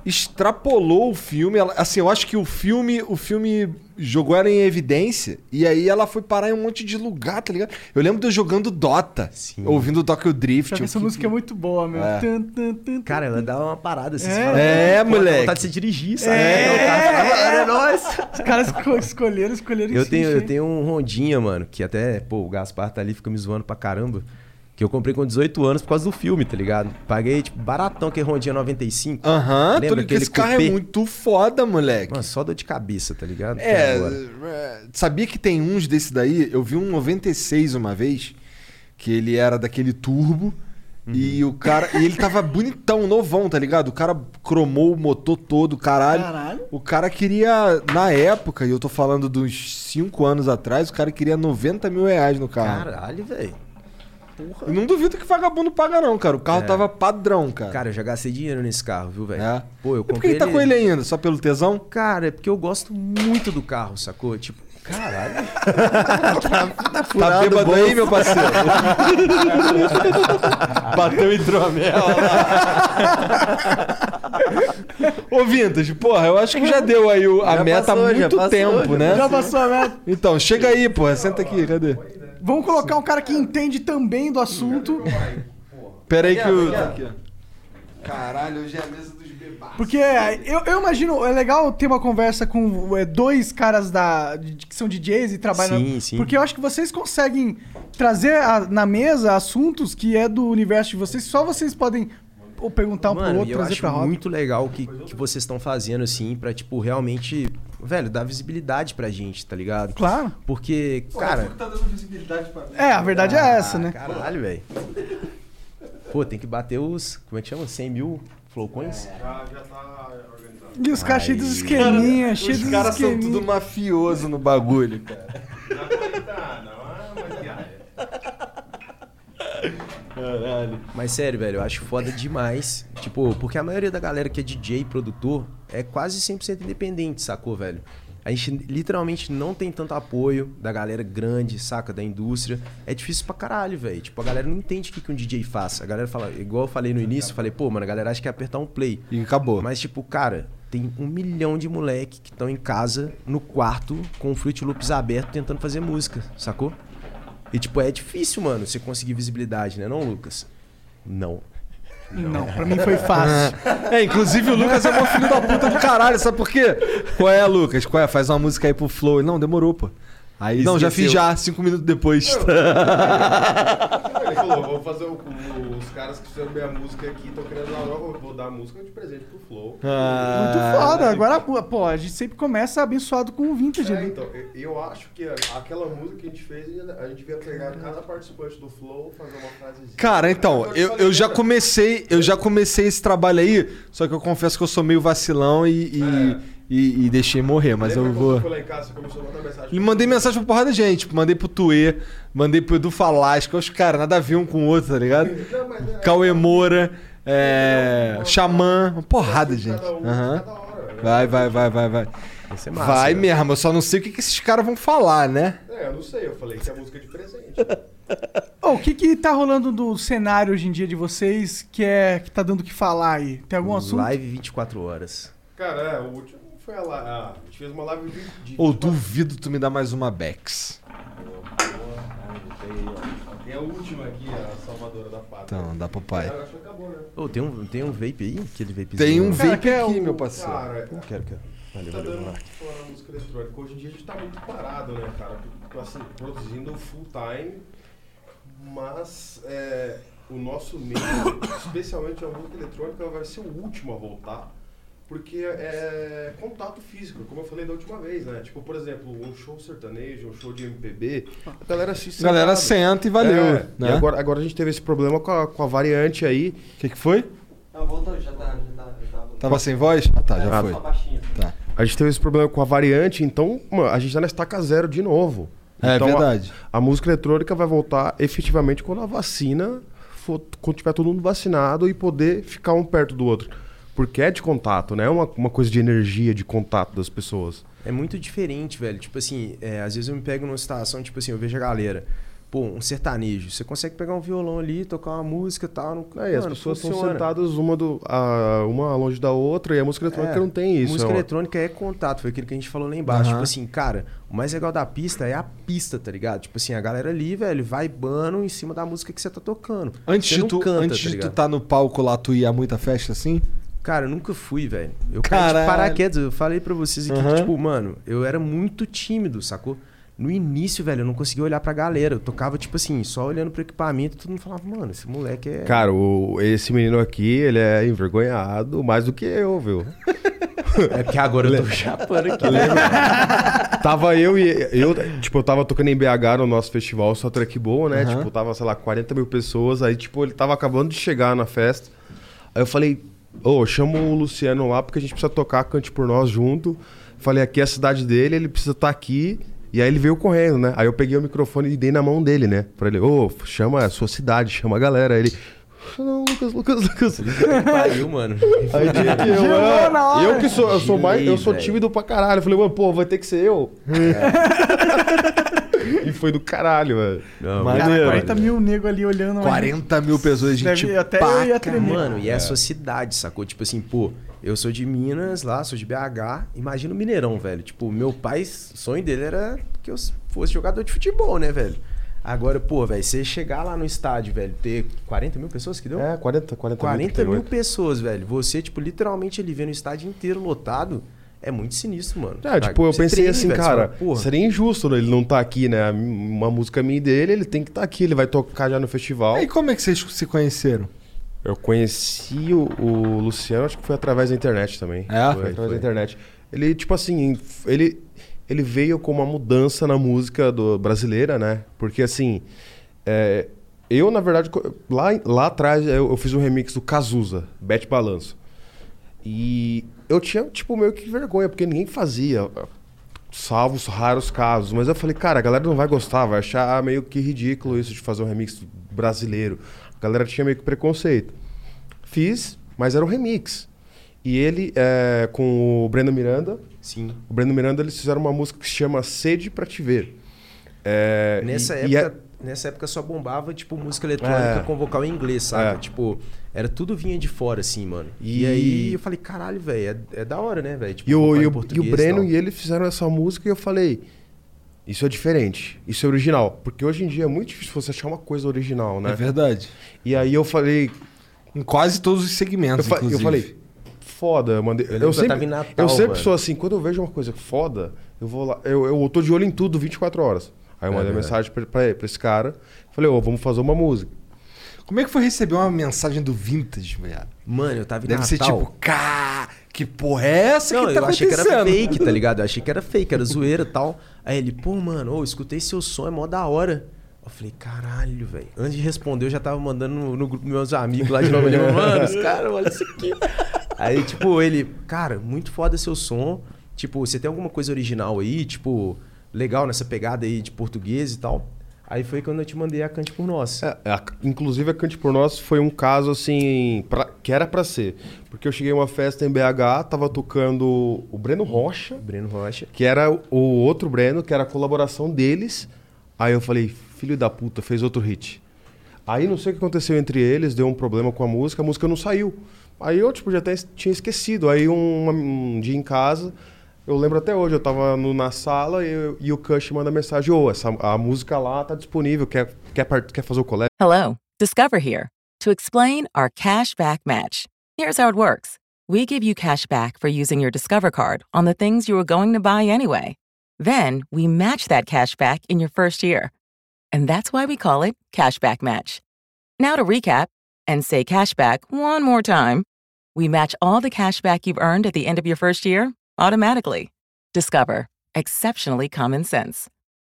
[SPEAKER 2] extrapolou o filme. Ela- assim, eu acho que o filme, o filme jogou ela em evidência e aí ela foi parar em um monte de lugar, tá ligado? Eu lembro de eu jogando Dota,
[SPEAKER 3] Sim.
[SPEAKER 2] ouvindo Tokyo Drift.
[SPEAKER 1] Só que
[SPEAKER 2] eu
[SPEAKER 1] essa
[SPEAKER 2] fiquei-
[SPEAKER 1] música é muito boa, meu.
[SPEAKER 2] É.
[SPEAKER 1] Tan, tan, tan, tan.
[SPEAKER 3] Cara, ela dá uma parada assim.
[SPEAKER 1] É.
[SPEAKER 3] você fala,
[SPEAKER 2] É,
[SPEAKER 3] "Pô, dá
[SPEAKER 2] moleque."
[SPEAKER 3] vontade de se dirigir, sabe?
[SPEAKER 1] É.
[SPEAKER 3] O cara fala, "Ah, é nóis."
[SPEAKER 1] Os caras esco- escolheram, escolheram
[SPEAKER 3] Eu
[SPEAKER 1] esse
[SPEAKER 3] tenho, eu
[SPEAKER 1] jeito.
[SPEAKER 3] tenho um Rondinha, mano, que até, pô, o Gaspar tá ali, fica me zoando pra caramba. Que eu comprei com 18 anos por causa do filme, tá ligado? Paguei, tipo, baratão que é Rondinha 95.
[SPEAKER 2] Aham,
[SPEAKER 3] Lembra
[SPEAKER 2] tô ligado que
[SPEAKER 3] aquele
[SPEAKER 2] esse carro é
[SPEAKER 3] cupê?
[SPEAKER 2] muito foda, moleque.
[SPEAKER 3] Mano, só dor de cabeça, tá ligado?
[SPEAKER 2] É,
[SPEAKER 3] Até agora.
[SPEAKER 2] é, sabia que tem uns desse daí? Eu vi um 96 uma vez, que ele era daquele turbo.
[SPEAKER 3] Uhum.
[SPEAKER 2] E o cara. E ele tava bonitão, novão, tá ligado? O cara cromou o motor todo, caralho.
[SPEAKER 1] Caralho.
[SPEAKER 2] O cara queria, na época, e eu tô falando dos 5 anos atrás, o cara queria 90 mil reais no carro.
[SPEAKER 3] Caralho, velho.
[SPEAKER 2] Eu não duvido que vagabundo paga, não, cara. O carro tava padrão, cara.
[SPEAKER 3] É. Cara, eu já gastei dinheiro nesse carro, viu, velho?
[SPEAKER 2] É.
[SPEAKER 3] Pô, eu
[SPEAKER 2] E por
[SPEAKER 3] comprei.
[SPEAKER 2] que ele tá com ele ainda? Só pelo tesão?
[SPEAKER 3] Cara, é porque eu gosto muito do carro, sacou? Tipo, caralho. tá,
[SPEAKER 2] Tá
[SPEAKER 3] furado,
[SPEAKER 2] bêbado
[SPEAKER 3] bom.
[SPEAKER 2] aí, meu parceiro? Bateu em Ô, Vintage, porra, eu acho que já deu aí o- a
[SPEAKER 4] Já
[SPEAKER 2] meta
[SPEAKER 4] passou,
[SPEAKER 2] há
[SPEAKER 4] já
[SPEAKER 2] muito
[SPEAKER 4] passou,
[SPEAKER 2] tempo,
[SPEAKER 4] já
[SPEAKER 2] né?
[SPEAKER 1] Já passou a meta.
[SPEAKER 2] Então, chega aí, porra, senta aqui, cadê?
[SPEAKER 1] Vamos colocar um cara que entende também do assunto.
[SPEAKER 2] Pera aí que o...
[SPEAKER 4] Caralho, hoje é a mesa dos bebados.
[SPEAKER 1] Porque é, eu, eu imagino, é legal ter uma conversa com é, dois caras da, de- que são DJs e trabalham.
[SPEAKER 3] Sim, sim.
[SPEAKER 1] Porque eu acho que vocês conseguem trazer a- na mesa assuntos que é do universo de vocês, só vocês podem ou perguntar um pro
[SPEAKER 3] Mano, e
[SPEAKER 1] outro,
[SPEAKER 3] eu
[SPEAKER 1] trazer
[SPEAKER 3] acho
[SPEAKER 1] pra roda.
[SPEAKER 3] muito legal o que, que vocês estão fazendo, assim, pra, tipo, realmente, velho, dar visibilidade pra gente, tá ligado?
[SPEAKER 1] Claro.
[SPEAKER 3] Porque,
[SPEAKER 2] é
[SPEAKER 3] cara.
[SPEAKER 4] tá dando visibilidade pra mim.
[SPEAKER 1] É, a verdade é essa,
[SPEAKER 3] Ah,
[SPEAKER 1] né?
[SPEAKER 3] Caralho, velho. Pô, tem que bater os. Como é que chama? 100 mil flowcoins?
[SPEAKER 1] E os caras cheios dos
[SPEAKER 3] Aí.
[SPEAKER 1] esqueminhas, cheios
[SPEAKER 2] Os
[SPEAKER 1] dos
[SPEAKER 2] caras são
[SPEAKER 1] esqueminhas.
[SPEAKER 2] tudo mafioso no bagulho, cara.
[SPEAKER 3] Mas sério, velho, eu acho foda demais. Tipo, porque a maioria da galera que é DJ e produtor é quase 100% independente, sacou, velho? A gente literalmente não tem tanto apoio da galera grande, saca? Da indústria. É difícil pra caralho, velho. Tipo, a galera não entende o que, que um DJ faz. A galera fala, igual eu falei no início, eu falei, pô, mano, a galera acha que é apertar um play.
[SPEAKER 2] E acabou.
[SPEAKER 3] Mas, tipo, cara, tem um milhão de moleque que estão em casa, no quarto, com o Fruit Loops aberto, tentando fazer música, sacou? E, tipo, é difícil, mano, você conseguir visibilidade, né, não, Lucas? Não.
[SPEAKER 1] Não, pra mim foi fácil.
[SPEAKER 2] É, inclusive o Lucas é um filho da puta do caralho, sabe por quê? Qual é, Lucas? Qual é? Faz uma música aí pro Flow. Ele, Não, demorou, pô. Aí, não, já fiz
[SPEAKER 3] Esqueceu.
[SPEAKER 2] já, cinco minutos depois.
[SPEAKER 7] Ele falou, vou fazer o- o- os caras que fizeram minha música aqui, estão querendo na Europa, eu vou dar a música de presente pro Flow.
[SPEAKER 1] Muito
[SPEAKER 3] Ah, é
[SPEAKER 1] foda. Agora, pô, a gente sempre começa abençoado com o vintage,
[SPEAKER 7] É,
[SPEAKER 1] né?
[SPEAKER 7] então, eu- eu acho que a- aquela música que a gente fez, a gente devia pegar cada participante do Flow, fazer uma assim. frasezinha.
[SPEAKER 2] Cara, então, eu, eu já
[SPEAKER 7] comecei.
[SPEAKER 2] comecei, eu já comecei esse trabalho aí, só que eu confesso que eu sou meio vacilão e, e, e- e deixei morrer, mas eu vou.
[SPEAKER 7] Foi lá em casa, É. você começou a mandar mensagem.
[SPEAKER 2] E mandei mensagem pra porrada de gente, tipo, mandei pro Tuê, mandei pro Edu Falasco, eu acho que, cara, nada a ver um com o outro, tá ligado?
[SPEAKER 7] é,
[SPEAKER 2] Cauê Moura,
[SPEAKER 7] um,
[SPEAKER 2] é, Xamã, uma porrada de gente.
[SPEAKER 7] Cada um,
[SPEAKER 2] Aham.
[SPEAKER 7] cada hora. né?
[SPEAKER 2] Vai, vai, vai, vai, vai.
[SPEAKER 3] Vai ser massa.
[SPEAKER 2] Vai
[SPEAKER 3] né?
[SPEAKER 2] mesmo, eu só não sei o que, que esses caras vão falar, né?
[SPEAKER 7] É, eu não sei, eu falei que é música de presente.
[SPEAKER 1] Ô, o que que tá rolando do cenário hoje em dia de vocês que é que tá dando o que falar aí? Tem algum assunto?
[SPEAKER 3] Live 24 horas.
[SPEAKER 7] Cara, é, o último foi a live. Ah, a gente fez uma live de. de
[SPEAKER 2] Ou duvido tu me dar mais uma Bex.
[SPEAKER 7] Tem a última aqui, a salvadora da pátria.
[SPEAKER 2] Então, dá pro pai.
[SPEAKER 7] Eu acho que acabou, né? é
[SPEAKER 3] Ô, tem, um, tem um vape aí? Aquele vapezinho.
[SPEAKER 2] Tem um
[SPEAKER 3] lá.
[SPEAKER 1] Cara,
[SPEAKER 2] vape
[SPEAKER 1] quer
[SPEAKER 2] aqui,
[SPEAKER 1] o-
[SPEAKER 2] meu parceiro.
[SPEAKER 7] Cara, tá
[SPEAKER 3] um Quero, quero. Valeu, valeu,
[SPEAKER 7] dando
[SPEAKER 3] vamos lá.
[SPEAKER 7] muito fora na música eletrônica. Hoje em dia a gente tá muito parado, né, cara? Tô, assim, produzindo full time, mas é, o nosso meio, especialmente a música eletrônica, vai ser o último a voltar. Porque é contato físico, como eu falei da última vez, né? Tipo, por exemplo, um show sertanejo, um show de MPB, a galera assiste.
[SPEAKER 2] A galera
[SPEAKER 7] sentado.
[SPEAKER 2] senta e valeu,
[SPEAKER 7] É, E
[SPEAKER 2] né?
[SPEAKER 7] agora, agora a gente teve esse problema com a, com a variante aí.
[SPEAKER 2] O que, que foi?
[SPEAKER 4] Não, voltou, já tá, já tá, já tá.
[SPEAKER 2] Tava sem voz? Ah, tá, já
[SPEAKER 7] Ah,
[SPEAKER 2] foi. Tá.
[SPEAKER 4] baixinho.
[SPEAKER 7] A gente teve esse problema com a variante, então mano, a gente tá na estaca zero de novo.
[SPEAKER 2] É
[SPEAKER 7] Então, a-
[SPEAKER 2] verdade.
[SPEAKER 7] A, música eletrônica vai voltar efetivamente quando a vacina for, quando tiver todo mundo vacinado e poder ficar um perto do outro. Porque é de contato, né? É uma, uma coisa de energia, de contato das pessoas.
[SPEAKER 3] É muito diferente, velho. Tipo assim, é, às vezes eu me pego numa situação, tipo assim, eu vejo a galera. Pô, um sertanejo. Você consegue pegar um violão ali, tocar uma música e tal. Não,
[SPEAKER 7] Aí as
[SPEAKER 3] mano,
[SPEAKER 7] pessoas estão
[SPEAKER 3] funciona.
[SPEAKER 7] sentadas uma, do, a- uma longe da outra e a música eletrônica
[SPEAKER 3] É,
[SPEAKER 7] não tem isso.
[SPEAKER 3] Música
[SPEAKER 7] é uma-
[SPEAKER 3] eletrônica é contato, foi aquilo que a gente falou lá embaixo.
[SPEAKER 2] Aham.
[SPEAKER 3] Tipo assim, cara, o mais legal da pista é a pista, tá ligado? Tipo assim, a galera ali, velho, vai bando em cima da música que você tá tocando.
[SPEAKER 2] Antes
[SPEAKER 3] Você
[SPEAKER 2] de
[SPEAKER 3] não
[SPEAKER 2] tu,
[SPEAKER 3] canta,
[SPEAKER 2] antes
[SPEAKER 3] tá
[SPEAKER 2] de tu
[SPEAKER 3] ligado?
[SPEAKER 2] tá no palco lá, tu ia a muita festa assim?
[SPEAKER 3] Cara, eu nunca fui, velho. Eu caí
[SPEAKER 2] Caralho.
[SPEAKER 3] de paraquedas. Eu falei pra vocês aqui
[SPEAKER 2] Aham.
[SPEAKER 3] que, tipo, mano, eu era muito tímido, sacou? No início, velho, eu não conseguia olhar pra galera. Eu tocava, tipo assim, só olhando pro equipamento e todo mundo falava, mano, esse moleque é.
[SPEAKER 7] Cara, o- esse menino aqui, ele é envergonhado mais do que eu, viu?
[SPEAKER 3] É porque agora eu tô chapando aqui. né?
[SPEAKER 7] Tava eu e. Eu, tipo, eu tava tocando em BH no nosso festival, só track boa, né?
[SPEAKER 2] Aham.
[SPEAKER 7] Tipo, tava, sei lá, 40 mil pessoas. Aí, tipo, ele tava acabando de chegar na festa. Aí eu falei, ô, chama o Luciano lá, porque a gente precisa tocar Cante por Nós junto. Falei, aqui é a cidade dele, ele precisa estar aqui. E aí ele veio correndo, né? Aí eu peguei o microfone e dei na mão dele, né? Pra ele, ô, chama é a sua cidade, chama a galera. Aí ele. Não, Lucas, Lucas, Lucas.
[SPEAKER 3] Que Pariu, mano.
[SPEAKER 7] Aí tinha que eu,
[SPEAKER 1] Gelou
[SPEAKER 7] né?
[SPEAKER 1] na hora.
[SPEAKER 7] Eu que sou, eu sou mais, eu
[SPEAKER 3] Gelei,
[SPEAKER 7] sou
[SPEAKER 3] velho.
[SPEAKER 7] tímido pra caralho. Eu falei, mano, pô, vai ter que ser eu. e foi do caralho, velho.
[SPEAKER 3] Não,
[SPEAKER 2] Mas-
[SPEAKER 1] Cara,
[SPEAKER 2] Maneiro.
[SPEAKER 1] 40 mil negros ali olhando.
[SPEAKER 2] 40 mil pessoas, gente.
[SPEAKER 1] Deve- até
[SPEAKER 2] pá,
[SPEAKER 1] eu ia
[SPEAKER 2] cara.
[SPEAKER 1] tremer.
[SPEAKER 3] Mano, e é a sua cidade, sacou? Tipo assim, pô, eu sou de Minas lá, sou de BH. Imagina o Mineirão, velho. Tipo, meu pai, sonho dele era que eu fosse jogador de futebol, né, velho? Agora, pô, velho, você chegar lá no estádio, velho, ter 40 mil pessoas que deu?
[SPEAKER 7] É, 40, 40,
[SPEAKER 3] 40 mil
[SPEAKER 7] 38.
[SPEAKER 3] pessoas, velho. Você, tipo, literalmente ele vendo o estádio inteiro lotado. É muito sinistro, mano.
[SPEAKER 2] Tá,
[SPEAKER 7] É, tipo, eu
[SPEAKER 3] Você
[SPEAKER 7] pensei
[SPEAKER 3] treina,
[SPEAKER 7] assim,
[SPEAKER 3] velho, você
[SPEAKER 7] cara,
[SPEAKER 3] fala, porra,
[SPEAKER 7] seria injusto né, ele não tá aqui, né? Uma música minha e dele, ele tem que estar aqui, ele vai tocar já no festival.
[SPEAKER 2] E como é que vocês se conheceram?
[SPEAKER 7] Eu conheci o, o Luciano, acho que foi através da internet também.
[SPEAKER 2] É?
[SPEAKER 7] foi,
[SPEAKER 2] Foi,
[SPEAKER 7] através
[SPEAKER 2] foi.
[SPEAKER 7] da internet. Ele, tipo assim, ele, ele veio com uma mudança na música do, brasileira, né? Porque assim, é, eu, na verdade, co- lá, lá atrás eu, eu fiz um remix do Cazuza, Bete Balanço. E eu tinha, tipo, meio que vergonha, porque ninguém fazia, salvo os raros casos. Mas eu falei, cara, a galera não vai gostar, vai achar meio que ridículo isso de fazer um remix brasileiro. A galera tinha meio que preconceito. Fiz, mas era um remix. E ele, é, com o Breno Miranda,
[SPEAKER 3] Sim.
[SPEAKER 7] o Breno Miranda, eles fizeram uma música que se chama Sede Pra Te Ver. É,
[SPEAKER 3] Nessa,
[SPEAKER 7] e- e é-
[SPEAKER 3] época, nessa época só bombava, tipo, música eletrônica
[SPEAKER 7] É.
[SPEAKER 3] com vocal em inglês, saca?
[SPEAKER 7] É.
[SPEAKER 3] Tipo, era tudo vinha de fora, assim, mano. E,
[SPEAKER 7] E-
[SPEAKER 3] aí eu falei, caralho, velho, é, é da hora, né, velho? Tipo,
[SPEAKER 7] E o,
[SPEAKER 3] vocal
[SPEAKER 7] e,
[SPEAKER 3] em
[SPEAKER 2] é
[SPEAKER 7] o, e o
[SPEAKER 3] português
[SPEAKER 7] Breno
[SPEAKER 3] tal.
[SPEAKER 7] e ele fizeram essa música e eu falei: Isso é diferente, isso é original. Porque hoje em dia é muito difícil você achar uma coisa original, né?
[SPEAKER 2] É verdade.
[SPEAKER 7] E aí eu falei.
[SPEAKER 2] Em quase todos os
[SPEAKER 7] Eu,
[SPEAKER 2] segmentos,
[SPEAKER 7] fa- eu
[SPEAKER 2] inclusive.
[SPEAKER 7] falei: Foda, eu mandei. Eu,
[SPEAKER 3] lembro que eu
[SPEAKER 7] sempre,
[SPEAKER 3] tava em Natal,
[SPEAKER 7] eu sempre
[SPEAKER 3] mano.
[SPEAKER 7] sou assim: quando eu vejo uma coisa foda, eu vou lá. Eu, eu tô de olho em tudo 24 horas.
[SPEAKER 2] É
[SPEAKER 7] Aí eu mandei
[SPEAKER 3] verdade.
[SPEAKER 7] mensagem pra, pra, pra esse cara: Falei, ô, vamos fazer uma música.
[SPEAKER 2] Como é que foi receber uma mensagem do Vintage, velho?
[SPEAKER 3] Mano, eu tava em
[SPEAKER 2] Deve
[SPEAKER 3] Natal.
[SPEAKER 2] ser tipo, cá, que porra é essa
[SPEAKER 3] Não,
[SPEAKER 2] que tá
[SPEAKER 3] eu achei que
[SPEAKER 2] acontecendo?
[SPEAKER 3] era fake, tá ligado? Eu achei que era fake, era zoeira e tal. Aí ele, pô, mano, ô, escutei seu som, é mó da hora. Eu falei, caralho, velho. Antes de responder, eu já tava mandando no, no grupo dos meus amigos lá de Nova Lima. Mano, os caras, olha isso aqui. Aí, tipo, ele, cara, muito foda seu som. Tipo, você tem alguma coisa original aí, tipo, legal nessa pegada aí de português e tal. Aí foi quando eu te mandei a Cante por Nós.
[SPEAKER 7] É, a- inclusive a Cante por Nós foi um caso assim pra- que era pra ser, porque eu cheguei em uma festa em BH, tava tocando o Breno Rocha,
[SPEAKER 3] Breno Rocha.
[SPEAKER 7] que era o outro Breno, que era a colaboração deles. Aí eu falei, filho da puta, fez outro hit. Aí não sei o que aconteceu entre eles, deu um problema com a música, a música não saiu. Aí eu, tipo, já até tinha esquecido. Aí um, um dia em casa, eu lembro até hoje, eu tava no- na sala e, e o Cush manda mensagem, ô, essa a música lá tá disponível, quer, quer, part- quer fazer o colé?
[SPEAKER 5] Hello, Discover here to explain our cash back match. Here's how it works we give you cash back for using your Discover card on the things you were going to buy anyway. Then we match that cash back in your first year. And that's why we call it Cashback Match. Now to recap and say cashback one more time. We match all the cashback you've earned at the end of your first year automatically. Discover. Exceptionally common sense.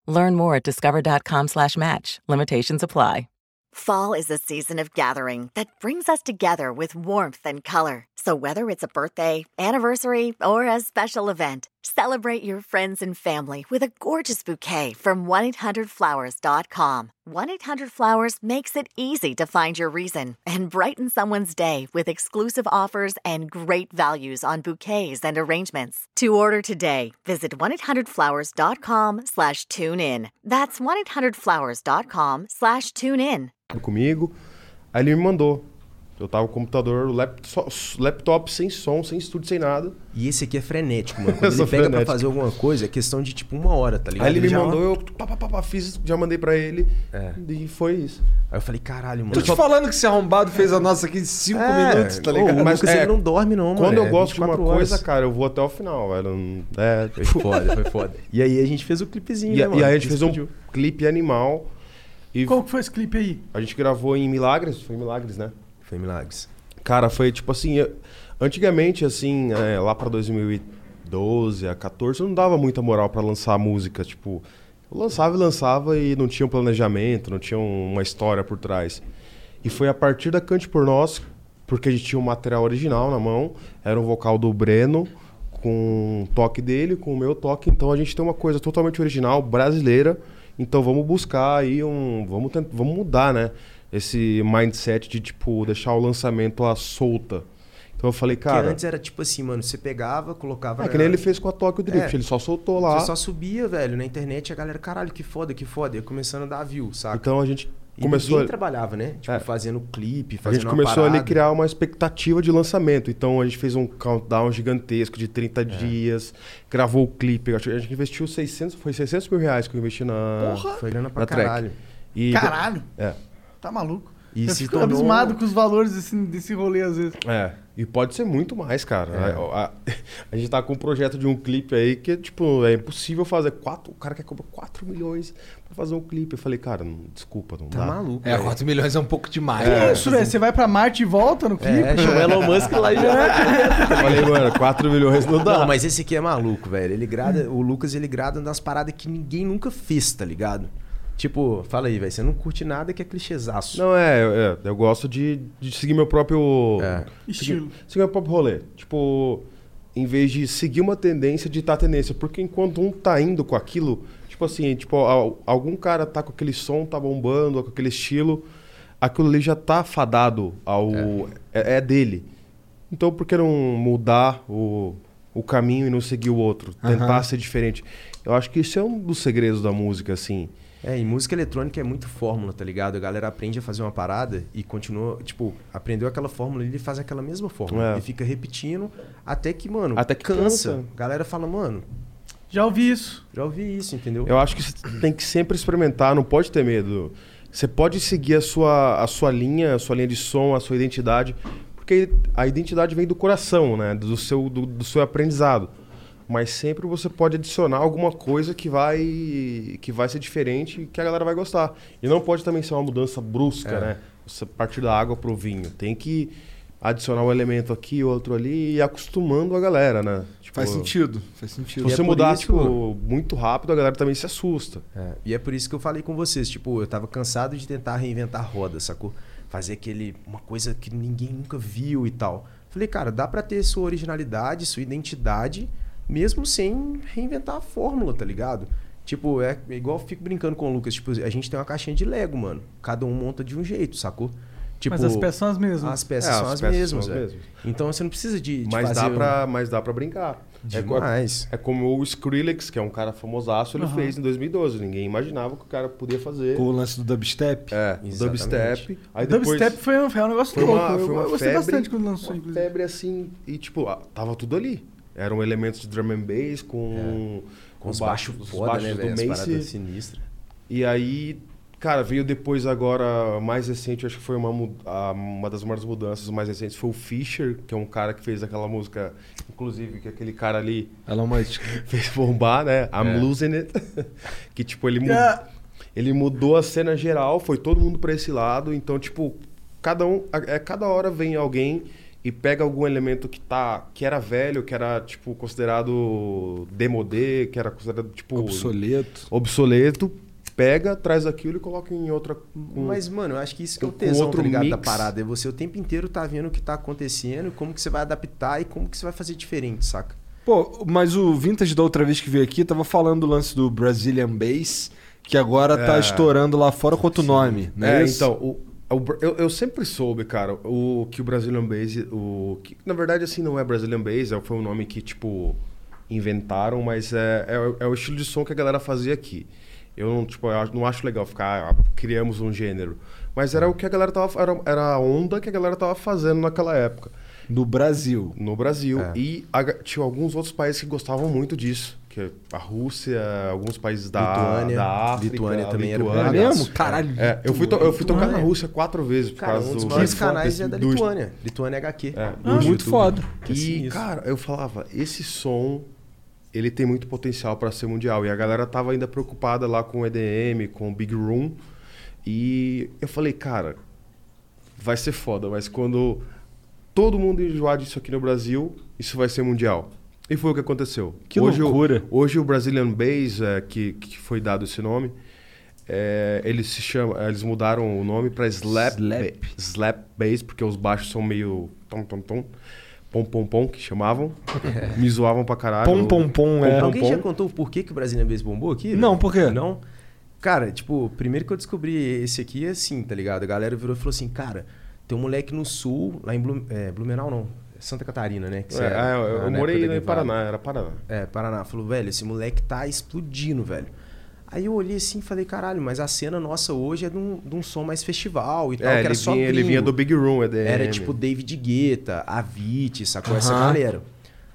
[SPEAKER 5] Learn more at discover.com/match. slash match. Limitations apply.
[SPEAKER 6] Fall is a season of gathering that brings us together with warmth and color. So, whether it's a birthday, anniversary, or a special event, celebrate your friends and family with a gorgeous bouquet from 1-800-Flowers.com. 1-800-Flowers makes it easy to find your reason and brighten someone's day with exclusive offers and great values on bouquets and arrangements. To order today, visit 1-800-Flowers.com slash tune in. That's 1-800-Flowers.com slash tune in.
[SPEAKER 7] comigo. Aí ele me mandou. Eu tava com o computador, laptop, laptop sem som, sem estúdio, sem nada.
[SPEAKER 3] E esse aqui é frenético, mano. Quando
[SPEAKER 7] Eu
[SPEAKER 3] ele
[SPEAKER 7] sou
[SPEAKER 3] pega pra
[SPEAKER 7] frenético.
[SPEAKER 3] fazer alguma coisa, é questão de tipo uma hora, tá ligado?
[SPEAKER 7] Aí ele me
[SPEAKER 3] já- É.
[SPEAKER 7] mandou, eu pá, pá, pá, pá, fiz, já mandei pra ele. E foi isso.
[SPEAKER 3] Aí eu falei, caralho, mano.
[SPEAKER 2] Tô te falando que esse arrombado fez a nossa aqui em 5
[SPEAKER 1] É,
[SPEAKER 2] minutos, tá ligado?
[SPEAKER 3] ô,
[SPEAKER 7] É, Mas,
[SPEAKER 3] mas você
[SPEAKER 7] é,
[SPEAKER 3] não dorme, não, mano.
[SPEAKER 7] Quando eu
[SPEAKER 3] É
[SPEAKER 7] gosto de uma
[SPEAKER 3] 24 horas.
[SPEAKER 7] coisa, cara, eu vou até o final, velho. Não- É,
[SPEAKER 3] Foi foda, foi foda. E aí a gente fez o clipezinho,
[SPEAKER 7] e,
[SPEAKER 3] né, mano?
[SPEAKER 7] e aí a gente
[SPEAKER 3] Que
[SPEAKER 7] fez um
[SPEAKER 3] explodiu.
[SPEAKER 7] clipe animal. E
[SPEAKER 1] Qual que foi esse clipe aí?
[SPEAKER 7] a gente gravou em Milagres, foi em Milagres, né?
[SPEAKER 3] Foi milagres.
[SPEAKER 7] Cara, foi tipo assim. eu- Antigamente, assim, é, lá pra 2012, a 14, eu não dava muita moral pra lançar música. Tipo, eu lançava e lançava e não tinha um planejamento, não tinha um- uma história por trás. E foi a partir da Cante por Nós, porque a gente tinha o material original na mão, era um vocal do Breno, com o toque dele, com o meu toque. Então a gente tem uma coisa totalmente original, brasileira. Então vamos buscar aí um. Vamos, tent- vamos mudar, né? Esse mindset de, tipo, deixar o lançamento à solta. Então eu falei,
[SPEAKER 3] Porque
[SPEAKER 7] cara.
[SPEAKER 3] antes era tipo assim, mano, você pegava, colocava.
[SPEAKER 7] É
[SPEAKER 3] na-
[SPEAKER 7] que nem ele fez com a Tokyo Drift,
[SPEAKER 3] É.
[SPEAKER 7] ele só soltou lá.
[SPEAKER 3] Você só subia, velho, na internet, a galera, caralho, que foda, que foda. E começando a dar view, saca?
[SPEAKER 7] Então a gente
[SPEAKER 3] E
[SPEAKER 7] começou.
[SPEAKER 3] ninguém trabalhava, né? Tipo,
[SPEAKER 7] É.
[SPEAKER 3] fazendo clipe,
[SPEAKER 7] A
[SPEAKER 3] fazendo
[SPEAKER 7] gente
[SPEAKER 3] uma
[SPEAKER 7] começou ali a
[SPEAKER 3] parada.
[SPEAKER 7] criar uma expectativa de lançamento. Então a gente fez um countdown gigantesco de
[SPEAKER 3] É.
[SPEAKER 7] 30 dias, gravou o clipe. Eu acho que A gente investiu 600, foi 600 mil reais que eu investi na.
[SPEAKER 3] Foi grana pra
[SPEAKER 7] na track.
[SPEAKER 3] caralho.
[SPEAKER 7] E
[SPEAKER 1] Caralho,
[SPEAKER 7] É.
[SPEAKER 1] tá maluco.
[SPEAKER 3] E
[SPEAKER 1] eu
[SPEAKER 3] se
[SPEAKER 1] fico
[SPEAKER 3] tornou-
[SPEAKER 1] abismado com os valores desse, desse rolê às vezes.
[SPEAKER 7] É, e pode ser muito mais, cara.
[SPEAKER 3] É.
[SPEAKER 7] A, a- a gente tá com um projeto de um clipe aí que, tipo, é impossível fazer. Quatro, o cara quer cobrar 4 milhões pra fazer um clipe. Eu falei, cara, não- desculpa, não
[SPEAKER 3] Tá
[SPEAKER 7] dá.
[SPEAKER 3] maluco.
[SPEAKER 2] É, 4 milhões é um pouco demais.
[SPEAKER 1] Que
[SPEAKER 2] né?
[SPEAKER 1] isso, velho? Você vai pra Marte e volta no clipe?
[SPEAKER 3] Ah, É, chama o Elon Musk lá e já. é.
[SPEAKER 7] Eu falei, mano, 4 milhões não dá.
[SPEAKER 3] Não, mas esse aqui é maluco, velho. Ele grada, o Lucas ele grada nas paradas que ninguém nunca fez, tá ligado? Tipo, fala aí, velho, você não curte nada que é clichêzaço.
[SPEAKER 7] Não, é, eu- é, eu gosto de, de seguir meu próprio.
[SPEAKER 3] É.
[SPEAKER 1] Estilo.
[SPEAKER 7] Seguir, seguir meu próprio rolê. Tipo, em vez de seguir uma tendência, ditar a tendência. Porque enquanto um tá indo com aquilo, tipo assim, tipo, al- algum cara tá com aquele som, tá bombando, com aquele estilo, aquilo ali já tá fadado ao. É, é dele. Então por que não mudar o, o caminho e não seguir o outro? Tentar ser diferente. Eu acho que isso é um dos segredos da música, assim.
[SPEAKER 3] É, e música eletrônica é muito fórmula, tá ligado? A galera aprende a fazer uma parada e continua, tipo, aprendeu aquela fórmula e ele faz aquela mesma fórmula.
[SPEAKER 7] É.
[SPEAKER 3] E fica repetindo até que, mano,
[SPEAKER 7] Até que cansa.
[SPEAKER 3] A galera fala, mano,
[SPEAKER 1] Já ouvi isso.
[SPEAKER 3] já ouvi isso, entendeu?
[SPEAKER 7] Eu acho que você tem que sempre experimentar, não pode ter medo. Você pode seguir a sua, a sua linha, a sua linha de som, a sua identidade, porque a identidade vem do coração, né? Do seu, do, do seu aprendizado. Mas sempre você pode adicionar alguma coisa que vai que vai ser diferente e que a galera vai gostar. E não pode também ser uma mudança brusca, né? Você partir da água pro vinho. Tem que adicionar um elemento aqui, outro ali e ir acostumando a galera, né? Tipo,
[SPEAKER 2] Faz sentido, faz
[SPEAKER 7] Se
[SPEAKER 3] E
[SPEAKER 2] sentido.
[SPEAKER 3] é
[SPEAKER 7] você
[SPEAKER 3] por
[SPEAKER 7] mudar
[SPEAKER 3] isso-
[SPEAKER 7] tipo, muito rápido, a galera também se assusta.
[SPEAKER 3] É, e é por isso que eu falei com vocês, tipo, eu tava cansado de tentar reinventar roda, sacou? Fazer aquele uma coisa que ninguém nunca viu e tal. Falei, cara, dá pra ter sua originalidade, sua identidade, mesmo sem reinventar a fórmula, tá ligado? Tipo, é igual eu fico brincando com o Lucas, tipo, a gente tem uma caixinha de Lego, mano. Cada um monta de um jeito, sacou? Tipo,
[SPEAKER 1] Mas as peças são as mesmas.
[SPEAKER 3] as peças
[SPEAKER 7] É,
[SPEAKER 3] são
[SPEAKER 7] as
[SPEAKER 3] as
[SPEAKER 7] peças
[SPEAKER 3] mesmas,
[SPEAKER 7] são as
[SPEAKER 3] é.
[SPEAKER 7] mesmas.
[SPEAKER 3] Então você não precisa de, de
[SPEAKER 7] Mas dá,
[SPEAKER 3] fazer
[SPEAKER 1] um-
[SPEAKER 7] pra, mas dá pra brincar. É, co-
[SPEAKER 3] Demais.
[SPEAKER 7] é como o Skrillex, que é um cara famosaço, ele
[SPEAKER 1] Aham.
[SPEAKER 7] fez em 2012. Ninguém imaginava que o cara podia
[SPEAKER 1] É.
[SPEAKER 7] fazer.
[SPEAKER 2] Com o lance do dubstep.
[SPEAKER 7] É, o
[SPEAKER 3] Exatamente.
[SPEAKER 7] dubstep. Aí depois
[SPEAKER 1] Dubstep foi um, foi um negócio
[SPEAKER 7] foi
[SPEAKER 1] louco.
[SPEAKER 7] uma,
[SPEAKER 1] eu
[SPEAKER 7] foi uma
[SPEAKER 1] eu gostei
[SPEAKER 7] febre,
[SPEAKER 1] bastante quando lançou,
[SPEAKER 7] uma
[SPEAKER 1] inclusive.
[SPEAKER 7] febre assim, e tipo, ah, tava tudo ali. Eram elementos de drum and bass com...
[SPEAKER 3] com É. os
[SPEAKER 7] ba-
[SPEAKER 3] baixos
[SPEAKER 7] É. os
[SPEAKER 3] foda,
[SPEAKER 7] baixos
[SPEAKER 3] né,
[SPEAKER 7] do
[SPEAKER 3] velho? As
[SPEAKER 7] Mace.
[SPEAKER 3] paradas sinistras.
[SPEAKER 7] E aí, cara, veio depois agora, mais recente, acho que foi uma, mu- a- uma das maiores mudanças mais recentes, foi o Fischer, que é um cara que fez aquela música, inclusive, que aquele cara ali
[SPEAKER 2] Ela é uma.
[SPEAKER 7] fez bombar, né? I'm losing it. que, tipo, ele, mu-
[SPEAKER 1] É.
[SPEAKER 7] ele mudou a cena geral, foi todo mundo pra esse lado. Então, tipo, cada um. a- É, cada hora vem alguém e pega algum elemento que tá. que era velho, que era, tipo, considerado demodê, que era considerado, tipo.
[SPEAKER 2] Obsoleto.
[SPEAKER 7] obsoleto, Pega, traz aquilo e coloca em outra. com-
[SPEAKER 3] Mas, mano, eu acho que isso que é o
[SPEAKER 7] Com
[SPEAKER 3] tesão,
[SPEAKER 7] outro
[SPEAKER 3] tá ligado, da
[SPEAKER 7] mix.
[SPEAKER 3] parada. É você o tempo inteiro tá vendo o que tá acontecendo, como que você vai adaptar e como que você vai fazer diferente, saca?
[SPEAKER 2] Pô, mas o Vintage da outra vez que veio aqui tava falando do lance do Brazilian Bass, que agora tá estourando lá fora com outro nome, né?
[SPEAKER 7] É, então, o- o Bra- eu, eu sempre soube, cara, o que o Brazilian Base, o que na verdade assim não é Brazilian Base, é- foi um nome que tipo inventaram, mas é, é o- é o estilo de som que a galera fazia aqui. Eu não, tipo, eu acho- não acho legal ficar, ah, criamos um gênero, mas era o que a galera tava, era, era a onda que a galera tava fazendo naquela época
[SPEAKER 2] No Brasil. É.
[SPEAKER 7] no Brasil e a- tinha alguns outros países que gostavam muito disso, que é a Rússia, alguns países da
[SPEAKER 3] Lituânia.
[SPEAKER 7] da África,
[SPEAKER 3] Lituânia também era
[SPEAKER 2] É
[SPEAKER 3] Olha
[SPEAKER 2] mesmo?
[SPEAKER 3] isso.
[SPEAKER 2] Caralho.
[SPEAKER 7] é, eu fui, to- eu fui tocar na
[SPEAKER 3] Lituânia.
[SPEAKER 7] Rússia quatro vezes por
[SPEAKER 3] Cara,
[SPEAKER 7] causa
[SPEAKER 3] um dos
[SPEAKER 7] do.
[SPEAKER 3] maiores
[SPEAKER 7] do-
[SPEAKER 3] canais
[SPEAKER 7] desse-
[SPEAKER 3] é da
[SPEAKER 7] do-
[SPEAKER 3] Lituânia. Lituânia HQ.
[SPEAKER 7] É,
[SPEAKER 3] Do
[SPEAKER 7] do
[SPEAKER 3] YouTube.
[SPEAKER 2] Muito foda.
[SPEAKER 7] E,
[SPEAKER 3] sinistro.
[SPEAKER 7] cara, eu falava, esse som ele tem muito potencial para ser mundial. E a galera tava ainda preocupada lá com o EDM, com o Big Room. E eu falei, cara, vai ser foda, mas quando todo mundo enjoar disso aqui no Brasil, isso vai ser mundial. E foi o que aconteceu.
[SPEAKER 2] Que
[SPEAKER 7] hoje,
[SPEAKER 2] loucura.
[SPEAKER 7] O, hoje o Brazilian Bass, eh, que, que foi dado esse nome, eh, eles se chama, eles mudaram o nome para Slap,
[SPEAKER 2] Slap.
[SPEAKER 7] Ba- Slap Bass, porque os baixos são meio tom tom tom, pom pom pom que chamavam,
[SPEAKER 3] É.
[SPEAKER 7] me zoavam pra caralho.
[SPEAKER 2] Pom, pom, pom, é.
[SPEAKER 7] pom,
[SPEAKER 3] Alguém já
[SPEAKER 7] pom.
[SPEAKER 3] contou o porquê que o Brasília Vez bombou aqui? velho?
[SPEAKER 2] Não, por quê?
[SPEAKER 3] Não. Cara, tipo, primeiro que eu descobri esse aqui é assim, tá ligado? A galera virou e falou assim, cara, tem um moleque no sul, lá em Blum- é, Blumenau não, Santa Catarina, né? que você
[SPEAKER 7] É,
[SPEAKER 3] era,
[SPEAKER 7] ah, eu,
[SPEAKER 3] na
[SPEAKER 7] eu
[SPEAKER 3] época
[SPEAKER 7] morei
[SPEAKER 3] da
[SPEAKER 7] em
[SPEAKER 3] Nevada."
[SPEAKER 7] Paraná, era Paraná.
[SPEAKER 3] É, Paraná. Falou, velho, esse moleque tá explodindo, velho. Aí eu olhei assim e falei, caralho, mas a cena nossa hoje é de um, de um som mais festival e tal,
[SPEAKER 7] É,
[SPEAKER 3] que era
[SPEAKER 7] ele,
[SPEAKER 3] só
[SPEAKER 7] vinha, ele
[SPEAKER 3] gringo.
[SPEAKER 7] vinha do Big Room, é EDM.
[SPEAKER 3] Era tipo tá? David Guetta, Avicii, sacou? Essa
[SPEAKER 2] Aham.
[SPEAKER 3] galera.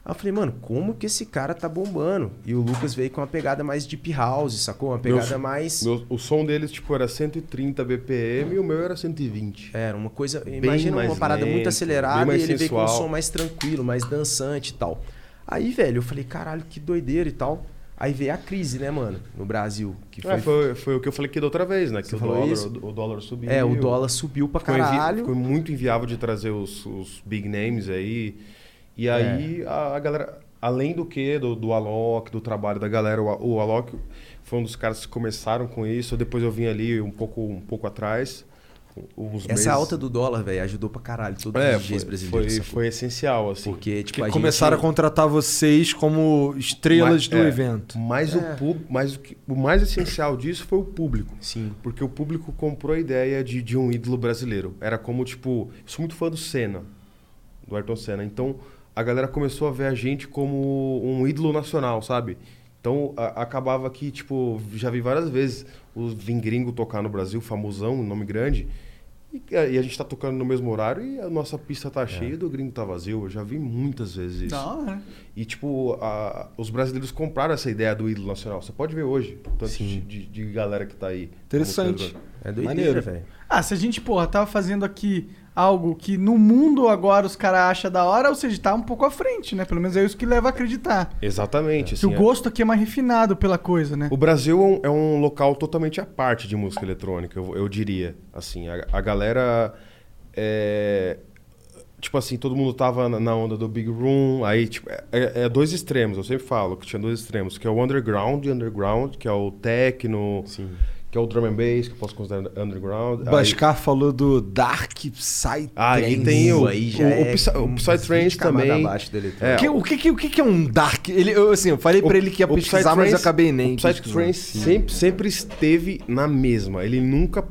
[SPEAKER 3] Aí eu falei, mano, como que esse cara tá bombando? E o Lucas veio com uma pegada mais deep house, sacou? Uma pegada
[SPEAKER 7] Meu-
[SPEAKER 3] mais...
[SPEAKER 7] Meu- o som deles, tipo, era 130 BPM e o meu era 120.
[SPEAKER 3] Era uma coisa. imagina uma
[SPEAKER 7] mais
[SPEAKER 3] parada muito
[SPEAKER 7] lento,
[SPEAKER 3] acelerada
[SPEAKER 7] bem
[SPEAKER 3] e
[SPEAKER 7] mais
[SPEAKER 3] ele veio com um
[SPEAKER 7] sensual.
[SPEAKER 3] som mais tranquilo, mais dançante e tal. Aí, velho, eu falei, caralho, que doideira e tal. Aí veio a crise, né, mano, no Brasil. Que
[SPEAKER 7] É,
[SPEAKER 3] foi.
[SPEAKER 7] foi, foi o que eu falei aqui da outra vez, né? Que
[SPEAKER 3] Você
[SPEAKER 7] o
[SPEAKER 3] falou
[SPEAKER 7] dólar,
[SPEAKER 3] isso?
[SPEAKER 7] o dólar subiu.
[SPEAKER 3] É, o dólar subiu pra
[SPEAKER 7] ficou, envi-
[SPEAKER 3] caralho.
[SPEAKER 7] ficou muito inviável de trazer os, os big names aí. E
[SPEAKER 3] É.
[SPEAKER 7] aí a, a galera, além do que, do, do Alok, do trabalho da galera, o, A- o Alok foi um dos caras que começaram com isso. Depois eu vim ali um pouco, um pouco atrás. um, Uns meses.
[SPEAKER 3] Essa alta do dólar, velho, ajudou pra caralho todos
[SPEAKER 7] é,
[SPEAKER 3] os
[SPEAKER 7] foi,
[SPEAKER 3] DJs brasileiros.
[SPEAKER 7] foi,
[SPEAKER 3] sacou?
[SPEAKER 7] foi essencial, assim.
[SPEAKER 3] Porque, tipo, a
[SPEAKER 2] Que
[SPEAKER 3] gente-
[SPEAKER 2] começaram a contratar vocês como estrelas
[SPEAKER 7] Mas-
[SPEAKER 2] do
[SPEAKER 7] é,
[SPEAKER 2] evento. É.
[SPEAKER 7] Mas, o, pub- mas o, que- o mais essencial disso foi o público.
[SPEAKER 3] Sim.
[SPEAKER 7] Porque o público comprou a ideia de, de um ídolo brasileiro. Era como, tipo, eu sou muito fã do Senna. do Ayrton Senna. Então a galera começou a ver a gente como um ídolo nacional, sabe? Então a- acabava que, tipo, já vi várias vezes os Vingringo tocar no Brasil, famosão, nome grande. E, e a gente tá tocando no mesmo horário e a nossa pista
[SPEAKER 3] É.
[SPEAKER 7] tá cheia do gringo tá vazio. Eu já vi muitas vezes isso.
[SPEAKER 1] Não, né?
[SPEAKER 7] E, tipo, a- os brasileiros compraram essa ideia do ídolo nacional. Você pode ver hoje, tanto de, de- de galera que tá aí.
[SPEAKER 2] Interessante.
[SPEAKER 3] É doideira,
[SPEAKER 2] Maneiro.
[SPEAKER 3] velho.
[SPEAKER 1] Ah, se a gente, porra, tava fazendo aqui algo que no mundo agora os caras acham da hora, ou seja, tá um pouco à frente, né? Pelo menos é isso que leva a acreditar.
[SPEAKER 7] Exatamente.
[SPEAKER 1] Que
[SPEAKER 7] assim,
[SPEAKER 1] o
[SPEAKER 7] é-
[SPEAKER 1] gosto aqui é mais refinado pela coisa, né?
[SPEAKER 7] O Brasil é um, é um local totalmente à parte de música eletrônica, eu, eu diria. Assim, a, a galera. é, tipo assim, todo mundo tava na- na onda do Big Room. Aí, tipo, é, é dois extremos, eu sempre falo que tinha dois extremos, que é o underground, underground, que é o techno, que é o drum and bass, que eu posso considerar underground.
[SPEAKER 2] O
[SPEAKER 7] Aí-
[SPEAKER 2] Bascar falou do Dark Psy
[SPEAKER 7] Aí
[SPEAKER 2] Trance.
[SPEAKER 7] tem o,
[SPEAKER 3] aí
[SPEAKER 7] o-
[SPEAKER 3] já
[SPEAKER 7] o
[SPEAKER 3] é
[SPEAKER 7] Psy- o
[SPEAKER 3] uns
[SPEAKER 7] Psytrance
[SPEAKER 3] 20 camadas
[SPEAKER 7] também.
[SPEAKER 3] abaixo tá? do eletrônico.
[SPEAKER 7] É,
[SPEAKER 2] Que- o, que, que- o que que é um Dark? Ele, eu, assim, eu falei pra ele que ia
[SPEAKER 7] o
[SPEAKER 2] pesquisar,
[SPEAKER 7] Psytrance-
[SPEAKER 2] mas eu acabei nem.
[SPEAKER 7] O Psytrance
[SPEAKER 2] pesquisando. É.
[SPEAKER 7] sempre, sempre esteve na mesma. Ele nunca,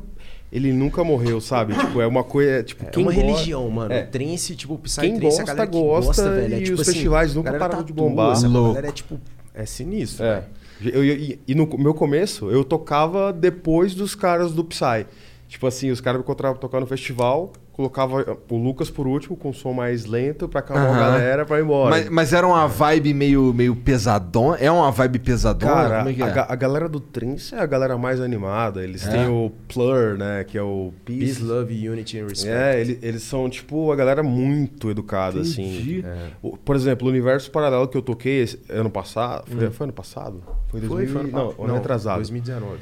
[SPEAKER 7] ele nunca morreu, sabe? Tipo, é uma coisa. é, Tipo,
[SPEAKER 3] É
[SPEAKER 7] quem
[SPEAKER 3] uma
[SPEAKER 7] go-
[SPEAKER 3] religião, mano.
[SPEAKER 7] É.
[SPEAKER 3] Trance, tipo, o
[SPEAKER 7] Quem
[SPEAKER 3] Psytrance,
[SPEAKER 7] gosta,
[SPEAKER 3] a galera que
[SPEAKER 7] gosta,
[SPEAKER 3] velho. É,
[SPEAKER 7] e
[SPEAKER 3] tipo
[SPEAKER 7] os
[SPEAKER 3] assim,
[SPEAKER 7] festivais nunca
[SPEAKER 3] a galera
[SPEAKER 7] pararam de
[SPEAKER 3] tatua,
[SPEAKER 7] bombar.
[SPEAKER 3] sabe? A
[SPEAKER 2] Louco.
[SPEAKER 3] galera é, tipo, é sinistro,
[SPEAKER 7] É.
[SPEAKER 3] velho.
[SPEAKER 7] Eu- eu- e, e no co- meu começo, eu tocava depois dos caras do Psy. Tipo assim, os caras me encontravam pra tocar no festival, colocava o Lucas por último, com som mais lento, pra acalmar
[SPEAKER 2] Aham.
[SPEAKER 7] a tá galera pra ir embora.
[SPEAKER 2] Mas, mas era uma vibe meio, meio pesadona? É uma vibe pesadona?
[SPEAKER 7] Cara,
[SPEAKER 2] Como é que
[SPEAKER 7] a,
[SPEAKER 2] é?
[SPEAKER 7] ga- a galera do Trance é a galera mais animada. Eles
[SPEAKER 2] É?
[SPEAKER 7] têm o Plur, né? Que é o
[SPEAKER 3] Peace,
[SPEAKER 7] Peace.
[SPEAKER 3] Love, Unity and Respect.
[SPEAKER 7] É, ele- eles são, tipo, a galera muito educada,
[SPEAKER 2] Entendi.
[SPEAKER 7] assim. O- por exemplo, o universo paralelo que eu toquei esse- ano passado.
[SPEAKER 2] Hum.
[SPEAKER 7] Foi, foi ano passado? Foi
[SPEAKER 3] Foi,
[SPEAKER 7] 2000,
[SPEAKER 3] foi ano
[SPEAKER 7] Não,
[SPEAKER 3] passado.
[SPEAKER 7] ano retrasado.
[SPEAKER 3] 2019.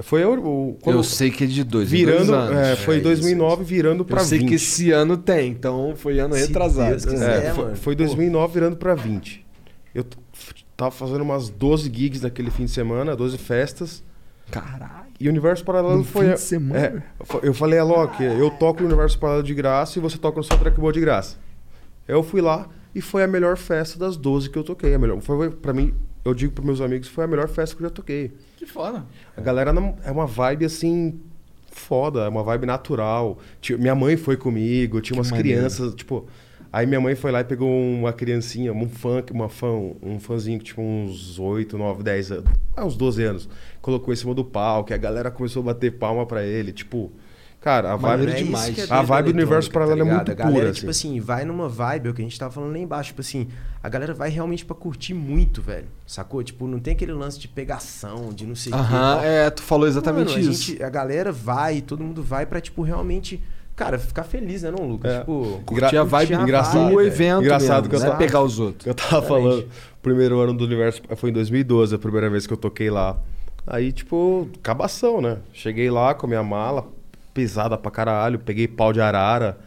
[SPEAKER 7] Foi eu, o, quando
[SPEAKER 2] eu sei que é de dois,
[SPEAKER 7] virando.
[SPEAKER 2] dois anos.
[SPEAKER 7] é, foi
[SPEAKER 3] É,
[SPEAKER 7] 2009 virando
[SPEAKER 2] Eu
[SPEAKER 7] pra
[SPEAKER 2] sei
[SPEAKER 7] 20.
[SPEAKER 2] que esse ano tem, então foi ano
[SPEAKER 3] Se
[SPEAKER 2] retrasado.
[SPEAKER 3] Deus quiser.
[SPEAKER 7] É,
[SPEAKER 3] É,
[SPEAKER 7] foi,
[SPEAKER 3] mano.
[SPEAKER 7] foi
[SPEAKER 3] Pô.
[SPEAKER 7] 2009 virando pra 20. Eu t- f- tava fazendo umas 12 gigs naquele fim de semana, 12 festas.
[SPEAKER 2] Caralho.
[SPEAKER 7] E o Universo Paralelo
[SPEAKER 2] No
[SPEAKER 7] foi.
[SPEAKER 2] fim de semana?
[SPEAKER 7] é, fo- eu falei, Alok, eu toco no Universo Paralelo de graça e você toca no seu trackball de graça. Eu fui lá e foi a melhor festa das 12 que eu toquei. A melhor, foi para mim, eu digo pros meus amigos, foi a melhor festa que eu já toquei.
[SPEAKER 1] Que foda.
[SPEAKER 7] A galera não- é uma vibe assim foda, é uma vibe natural. Ti- minha mãe foi comigo, tinha umas
[SPEAKER 2] maneiro.
[SPEAKER 7] crianças, tipo, aí minha mãe foi lá e pegou uma criancinha, um fã, uma fã, um fãzinho que tinha uns 8, 9, 10 anos, ah, uns 12 anos, colocou em cima do palco, e a galera começou a bater palma pra ele, tipo, cara, a vibe
[SPEAKER 2] Maneiro
[SPEAKER 3] É
[SPEAKER 2] demais.
[SPEAKER 3] isso que é doido
[SPEAKER 7] A vibe do
[SPEAKER 3] eletrônica,
[SPEAKER 7] universo paralelo é
[SPEAKER 3] ligado?
[SPEAKER 7] muito
[SPEAKER 3] A galera,
[SPEAKER 7] pura,
[SPEAKER 3] tipo
[SPEAKER 7] assim.
[SPEAKER 3] assim, vai numa vibe, é o que a gente tava falando lá embaixo, tipo assim, a galera vai realmente pra curtir muito, velho. Sacou? Tipo, não tem aquele lance de pegação, de não sei o que. e
[SPEAKER 2] Aham,
[SPEAKER 3] tal.
[SPEAKER 2] é, tu falou exatamente
[SPEAKER 3] Mano, a
[SPEAKER 2] isso.
[SPEAKER 3] gente- a galera vai, todo mundo vai pra, tipo, realmente, cara, ficar feliz, né, não, Lucas?
[SPEAKER 7] É.
[SPEAKER 3] Tipo,
[SPEAKER 2] Curtir a vibe
[SPEAKER 3] curtir a
[SPEAKER 2] engraçado
[SPEAKER 3] vibe,
[SPEAKER 2] do
[SPEAKER 3] velho.
[SPEAKER 2] evento
[SPEAKER 7] Engraçado
[SPEAKER 2] mesmo,
[SPEAKER 7] que eu
[SPEAKER 2] não é
[SPEAKER 7] tava-
[SPEAKER 2] pegar os outros.
[SPEAKER 7] Eu tava falando, o primeiro ano do universo foi em 2012, a primeira vez que eu toquei lá. Aí, tipo, cabação, né? Cheguei lá com a minha mala pesada pra caralho, peguei pau de arara.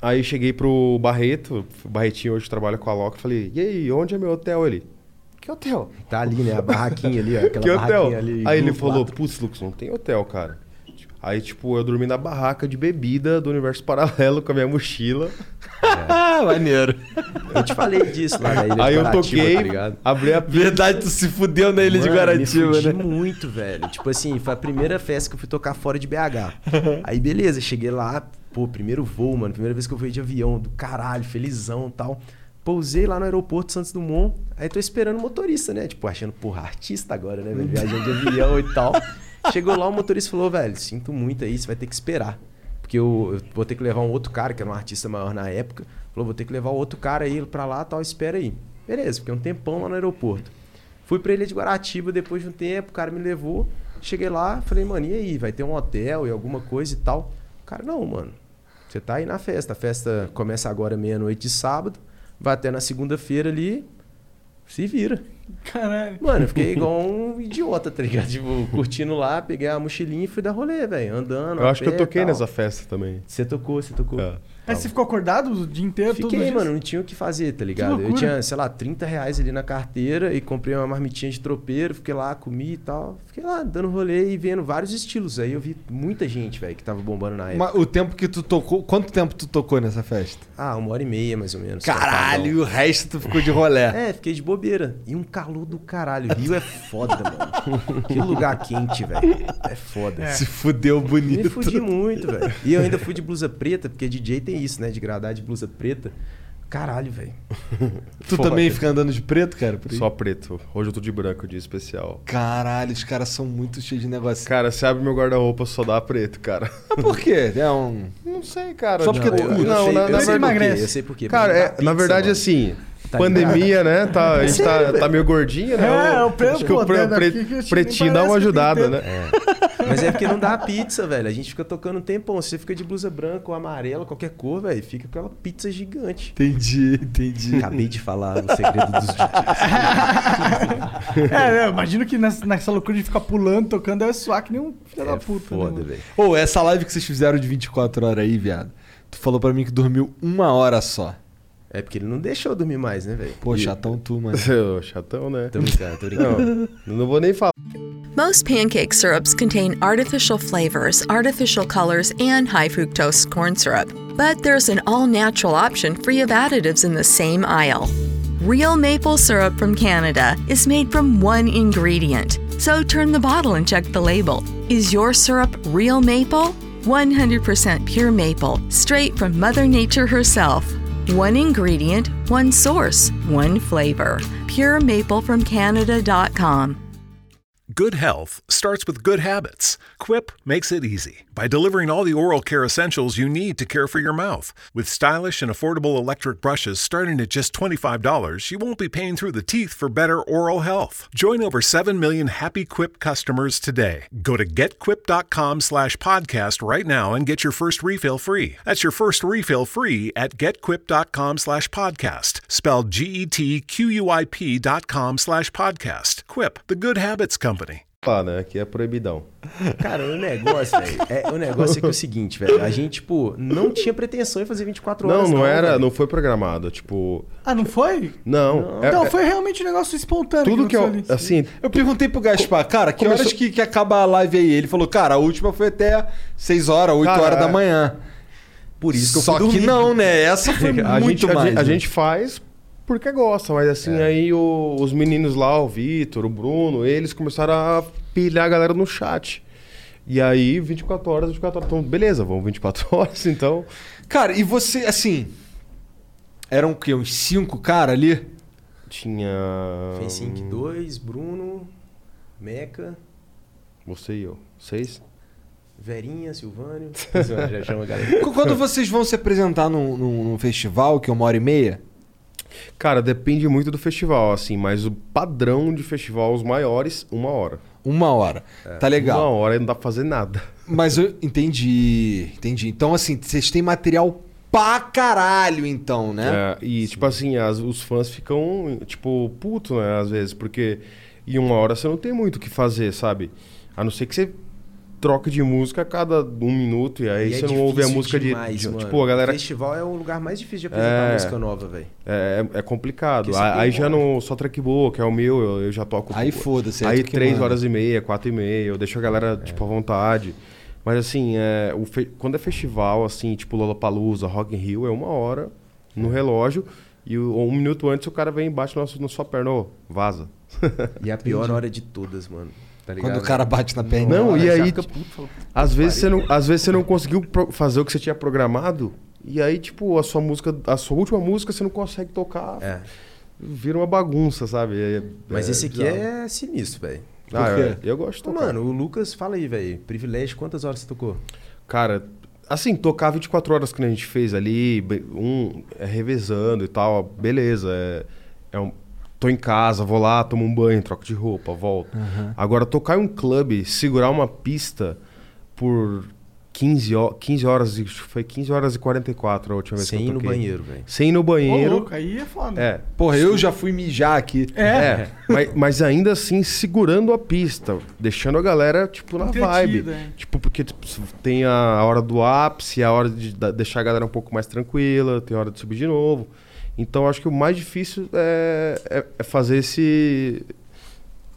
[SPEAKER 7] Aí cheguei pro Barreto, o Barretinho hoje trabalha com a Loca, falei, e aí, onde é meu hotel? Ele, que hotel?
[SPEAKER 3] Tá ali, né, a barraquinha ali, ó, aquela
[SPEAKER 7] que hotel?
[SPEAKER 3] barraquinha ali.
[SPEAKER 7] aí ele
[SPEAKER 3] grupo
[SPEAKER 7] falou,
[SPEAKER 3] lá.
[SPEAKER 7] putz, Lucas, não tem hotel, cara. Aí, tipo, eu dormi na barraca de bebida do Universo Paralelo com a minha mochila.
[SPEAKER 2] Ah, maneiro.
[SPEAKER 3] Eu te falei disso né? lá na Ilha de
[SPEAKER 7] Aí eu
[SPEAKER 3] Guaratiba, tá
[SPEAKER 7] toquei,
[SPEAKER 3] ligado?
[SPEAKER 7] abri a
[SPEAKER 2] Verdade, tu se fudeu na ilha de
[SPEAKER 3] Mano, me
[SPEAKER 2] Guaratiba,
[SPEAKER 3] fudi
[SPEAKER 2] né?
[SPEAKER 3] muito, velho. Tipo assim, foi a primeira festa que eu fui tocar fora de BH. Aí, beleza, cheguei lá, pô, primeiro voo, mano. Primeira vez que eu fui de avião, do caralho, felizão e tal. Pousei lá no aeroporto Santos Dumont, aí tô esperando o motorista, né? Tipo, achando, porra, artista agora, né, velho? Viajando de avião e tal. Chegou lá, o motorista falou, velho, sinto muito aí, você vai ter que esperar. Porque eu, eu vou ter que levar um outro cara, que era um artista maior na época. Falou, vou ter que levar o outro cara aí pra lá tal, espera aí. Beleza, fiquei um tempão lá no aeroporto. Fui pra Ilha de Guaratiba depois de um tempo, o cara me levou. Cheguei lá, falei, mano, e aí? Vai ter um hotel e alguma coisa e tal? O cara, não, mano. Você tá aí na festa. A festa começa agora meia-noite de sábado, vai até na segunda-feira ali, se vira.
[SPEAKER 1] Caralho.
[SPEAKER 3] Mano, eu fiquei igual um idiota, tá ligado? Tipo, curtindo lá, peguei a mochilinha e fui dar rolê, velho. Andando.
[SPEAKER 7] Eu
[SPEAKER 3] a
[SPEAKER 7] acho que eu
[SPEAKER 3] pé e
[SPEAKER 7] toquei
[SPEAKER 3] tal.
[SPEAKER 7] nessa festa também.
[SPEAKER 3] Você tocou, você tocou.
[SPEAKER 7] É.
[SPEAKER 1] Aí você ficou acordado o dia inteiro? todos
[SPEAKER 3] Tá
[SPEAKER 1] os
[SPEAKER 3] Fiquei,
[SPEAKER 1] dias?
[SPEAKER 3] mano, não tinha o que fazer, tá ligado? Eu
[SPEAKER 1] loucura.
[SPEAKER 3] tinha, sei lá, 30 reais ali na carteira e comprei uma marmitinha de tropeiro, fiquei lá, comi e tal. Fiquei lá dando rolê e vendo vários estilos. Aí eu vi muita gente, velho, que tava bombando na época.
[SPEAKER 2] Mas o tempo que tu tocou. Quanto tempo tu tocou nessa festa?
[SPEAKER 3] Ah, uma hora e meia, mais ou menos.
[SPEAKER 7] Tá
[SPEAKER 2] Caralho, e o resto tu ficou de rolé.
[SPEAKER 3] É, fiquei de bobeira. E um calor do caralho. Rio é foda, mano. Que lugar quente, velho. É foda.
[SPEAKER 2] Se fudeu
[SPEAKER 3] Me
[SPEAKER 2] bonito.
[SPEAKER 3] fudi muito, velho. E eu ainda fui de blusa preta, porque DJ tem isso, né? De gradar de blusa preta. Caralho, velho.
[SPEAKER 2] Tu
[SPEAKER 7] Foda.
[SPEAKER 2] também fica andando de preto, cara? Por aí?
[SPEAKER 7] Só preto. Hoje eu tô de branco, dia especial.
[SPEAKER 2] Caralho, os caras são muito cheios de negócio.
[SPEAKER 7] Cara, se abre meu guarda-roupa, só dá preto, cara.
[SPEAKER 2] Mas por quê? É um.
[SPEAKER 7] Não sei, cara.
[SPEAKER 2] Só porque
[SPEAKER 7] Não,
[SPEAKER 2] tu
[SPEAKER 7] eu-
[SPEAKER 2] curte.
[SPEAKER 7] Não,
[SPEAKER 3] sei,
[SPEAKER 7] na, na
[SPEAKER 3] eu sei
[SPEAKER 7] verdade...
[SPEAKER 3] por quê,
[SPEAKER 1] emagrece.
[SPEAKER 3] Eu sei por quê.
[SPEAKER 7] Cara,
[SPEAKER 3] mas
[SPEAKER 7] é,
[SPEAKER 3] dá pizza,
[SPEAKER 7] na verdade,
[SPEAKER 3] mano.
[SPEAKER 7] assim...
[SPEAKER 3] Tá
[SPEAKER 7] pandemia, né? Tá, a gente tá, tá meio gordinho, né?
[SPEAKER 1] É, o preto,
[SPEAKER 7] Acho que
[SPEAKER 1] pô,
[SPEAKER 7] o pre-
[SPEAKER 1] dentro
[SPEAKER 7] pre-
[SPEAKER 1] aqui que eu te-
[SPEAKER 7] pretinho dá
[SPEAKER 1] parece
[SPEAKER 7] uma
[SPEAKER 1] que
[SPEAKER 7] ajudada,
[SPEAKER 1] tem tempo.
[SPEAKER 7] né?
[SPEAKER 3] Mas é porque não dá pizza, velho. A gente fica tocando um tempão. Você fica de blusa branca ou amarela, qualquer cor, velho. Fica aquela pizza gigante.
[SPEAKER 2] Entendi, entendi.
[SPEAKER 3] Acabei de falar o segredo dos DJs.
[SPEAKER 1] É, eu imagino que nessa, nessa loucura de ficar pulando, tocando, é suar que nem um filho da
[SPEAKER 3] É
[SPEAKER 1] puta. né,
[SPEAKER 3] foda,
[SPEAKER 1] mano?
[SPEAKER 3] velho.
[SPEAKER 2] Ô, essa live que vocês fizeram de 24 horas aí, viado. Tu falou pra mim que dormiu uma hora só.
[SPEAKER 3] É porque ele não deixou eu dormir mais, né, velho?
[SPEAKER 2] Pô, chatão tu, mano.
[SPEAKER 7] Ô, Chatão, né?
[SPEAKER 3] Tô brincando, tô brincando.
[SPEAKER 7] Não, não vou nem falar.
[SPEAKER 8] Most pancake syrups contain artificial flavors, artificial colors, and high fructose corn syrup. But there's an all natural option free of additives in the same aisle. Real maple syrup from Canada is made from one ingredient. So turn the bottle and check the label. Is your syrup real maple? 100% pure maple, straight from Mother Nature herself. One ingredient, one source, one flavor. PureMapleFromCanada.com.
[SPEAKER 9] Good health starts with good habits. Quip makes it easy by delivering all the oral care essentials you need to care for your mouth. With stylish and affordable electric brushes starting at just $25, you won't be paying through the teeth for better oral health. Join over 7 million happy Quip customers today. Go to getquip.com slash podcast right now and get your first refill free. That's your first refill free at getquip.com slash podcast. Spelled G E T Q U I P dot com slash podcast. Quip, the good habits company.
[SPEAKER 7] Lá, né? Que é proibidão.
[SPEAKER 3] Cara, o negócio, velho, é, o negócio é que é o seguinte, velho. A gente, tipo, não tinha pretensão em fazer 24
[SPEAKER 7] Não,
[SPEAKER 3] horas.
[SPEAKER 7] não era,
[SPEAKER 3] velho.
[SPEAKER 7] não foi programado. Tipo,
[SPEAKER 1] Ah, não foi?
[SPEAKER 7] não. é-
[SPEAKER 1] Então,
[SPEAKER 7] é-
[SPEAKER 1] foi realmente um negócio espontâneo.
[SPEAKER 7] tudo que eu.
[SPEAKER 1] aconteceu ali.
[SPEAKER 7] Assim,
[SPEAKER 2] Eu perguntei pro Gaspar, cara, que horas que, que acaba a live aí? Ele falou, cara, a última foi até 6 horas, 8
[SPEAKER 7] Cara,
[SPEAKER 2] horas da
[SPEAKER 7] é.
[SPEAKER 2] manhã.
[SPEAKER 3] Por isso que eu fui
[SPEAKER 2] Só que
[SPEAKER 3] dormir.
[SPEAKER 2] não, né? Essa foi
[SPEAKER 7] a
[SPEAKER 2] muito
[SPEAKER 7] gente, a
[SPEAKER 2] mais.
[SPEAKER 7] gente- a,
[SPEAKER 2] né? É.
[SPEAKER 7] gente faz porque gosta, mas assim, aí o- os meninos lá, o Vitor, o Bruno, eles começaram a pilhar a galera no chat. E aí, 24 horas, 24 horas. Então, beleza, vamos 24 horas, então.
[SPEAKER 2] Cara, e você, assim. Eram o quê? Uns cinco cara ali?
[SPEAKER 7] Tinha. um-
[SPEAKER 3] Fensink 2, Bruno, Meca,
[SPEAKER 7] Você e eu. Seis?
[SPEAKER 3] Verinha, Silvânio. já chama a galera.
[SPEAKER 2] Qu- Quando vocês vão se apresentar num, num- num festival, que é uma hora e meia,
[SPEAKER 7] Cara, depende muito do festival, assim, mas o padrão de festival, os maiores, uma hora. É,
[SPEAKER 2] uma hora. tá legal.
[SPEAKER 7] Uma hora e não dá pra fazer nada.
[SPEAKER 2] Mas eu entendi, entendi. Então, assim, vocês têm material pra caralho, então, né?
[SPEAKER 7] É, e, tipo assim, as- os fãs ficam, tipo, puto, né? Às vezes, porque em uma hora você não tem muito o que fazer, sabe? A não ser que você troque de música a cada um minuto e aí
[SPEAKER 3] E é
[SPEAKER 7] você não ouve a
[SPEAKER 3] difícil
[SPEAKER 7] música
[SPEAKER 3] demais,
[SPEAKER 7] de.
[SPEAKER 3] mano.
[SPEAKER 7] Tipo, a galera.
[SPEAKER 3] Festival é o lugar mais difícil de apresentar
[SPEAKER 7] É.
[SPEAKER 3] música nova, velho.
[SPEAKER 7] É, é- é complicado.
[SPEAKER 3] Porque você
[SPEAKER 7] A-
[SPEAKER 3] tem
[SPEAKER 7] Aí
[SPEAKER 3] uma
[SPEAKER 7] já
[SPEAKER 3] hora.
[SPEAKER 7] não. Só track boa, que é o meu, eu, eu já toco. tipo,
[SPEAKER 2] Aí foda-se, aí
[SPEAKER 7] Aí
[SPEAKER 2] tu que
[SPEAKER 7] três
[SPEAKER 2] manda.
[SPEAKER 7] horas e meia, quatro e meia, eu deixo a galera, tipo, à vontade. Mas assim, é, o fe- quando é festival, assim, tipo Lollapalooza, Rock in Rio, é uma hora
[SPEAKER 2] É.
[SPEAKER 7] no relógio. E o- um minuto antes o cara vem embaixo na sua, na sua perna, ô, vaza.
[SPEAKER 3] E a pior hora de todas, mano. Tá ligado?
[SPEAKER 2] Quando o cara bate na perna.
[SPEAKER 7] Não,
[SPEAKER 2] Cara,
[SPEAKER 7] e
[SPEAKER 2] já
[SPEAKER 7] aí,
[SPEAKER 2] fica-
[SPEAKER 7] tipo, às vezes, você não, às vezes você não conseguiu pro- fazer o que você tinha programado, e aí, tipo, a sua música, a sua última música você não consegue tocar.
[SPEAKER 3] É.
[SPEAKER 7] Vira uma bagunça, sabe? É-
[SPEAKER 3] Mas
[SPEAKER 7] é
[SPEAKER 3] esse aqui
[SPEAKER 7] bizarro.
[SPEAKER 3] é sinistro, velho.
[SPEAKER 7] Ah,
[SPEAKER 2] quê?
[SPEAKER 7] é, eu gosto de
[SPEAKER 3] Então,
[SPEAKER 7] tocar.
[SPEAKER 3] mano, o Lucas, fala aí, velho. Privilégio, quantas horas você tocou?
[SPEAKER 7] Cara, assim, tocar 24 horas que nem a gente fez ali, be- um é, revezando e tal, beleza. É, é um- tô em casa, vou lá, tomo um banho, troco de roupa, volto. Agora, tocar em um clube, segurar uma pista por 15, ho- 15 horas, e- foi 15 horas e 44 a última vez
[SPEAKER 3] Sem
[SPEAKER 7] que
[SPEAKER 3] ir
[SPEAKER 7] eu
[SPEAKER 3] no
[SPEAKER 7] toquei.
[SPEAKER 3] banheiro, velho.
[SPEAKER 7] Sem ir no
[SPEAKER 1] Ô,
[SPEAKER 7] banheiro.
[SPEAKER 1] louco, aí é foda.
[SPEAKER 7] é,
[SPEAKER 2] Porra, eu já fui mijar aqui.
[SPEAKER 7] é, mas, mas ainda assim segurando a pista, deixando a galera, tipo, na vibe.
[SPEAKER 1] Entretida, é.
[SPEAKER 7] Tipo, porque tipo, tem a hora do ápice, a hora de da- deixar a galera um pouco mais tranquila, tem a hora de subir de novo. Então acho que o mais difícil é, é- é fazer esse,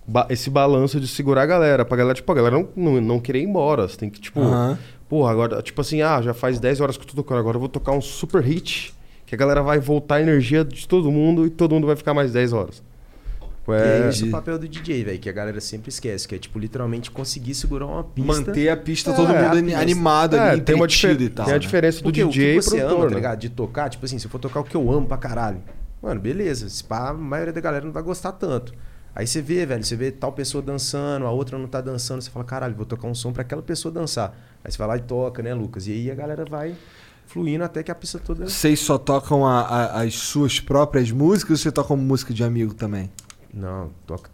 [SPEAKER 7] ba- esse balanço de segurar a galera. Pra galera, tipo, a galera não, não, não querer ir embora. Você tem que, tipo,
[SPEAKER 2] Aham.
[SPEAKER 7] porra, agora, tipo assim, ah, já faz 10 horas que eu tô tocando, agora eu vou tocar um super hit, que a galera vai voltar a energia de todo mundo e todo mundo vai ficar mais 10 horas. Foi Tipo,
[SPEAKER 3] É,
[SPEAKER 7] é.
[SPEAKER 3] esse é o papel do DJ, velho, que a galera sempre esquece, que é, tipo, literalmente conseguir segurar uma pista. É,
[SPEAKER 2] Manter a pista, todo mundo
[SPEAKER 3] a pista.
[SPEAKER 2] animado
[SPEAKER 7] é,
[SPEAKER 2] ali,
[SPEAKER 7] tem, uma difer-
[SPEAKER 2] entretido e tal.
[SPEAKER 7] tem a
[SPEAKER 2] né?
[SPEAKER 7] diferença do DJ
[SPEAKER 3] Porque o que você
[SPEAKER 7] pro
[SPEAKER 3] ama,
[SPEAKER 7] autor,
[SPEAKER 3] tá
[SPEAKER 7] né?
[SPEAKER 3] ligado? De tocar, tipo assim, se eu for tocar o que eu amo pra caralho, mano, beleza. Se pá, a maioria da galera não vai gostar tanto. Aí você vê, velho, você vê tal pessoa dançando, a outra não tá dançando, você fala, caralho, vou tocar um som pra aquela pessoa dançar. Aí você vai lá e toca, né, Lucas? E aí a galera vai fluindo até que a pista toda.
[SPEAKER 2] Vocês só tocam a- a- as suas próprias músicas ou vocês tocam música de amigo também?
[SPEAKER 3] Não, toca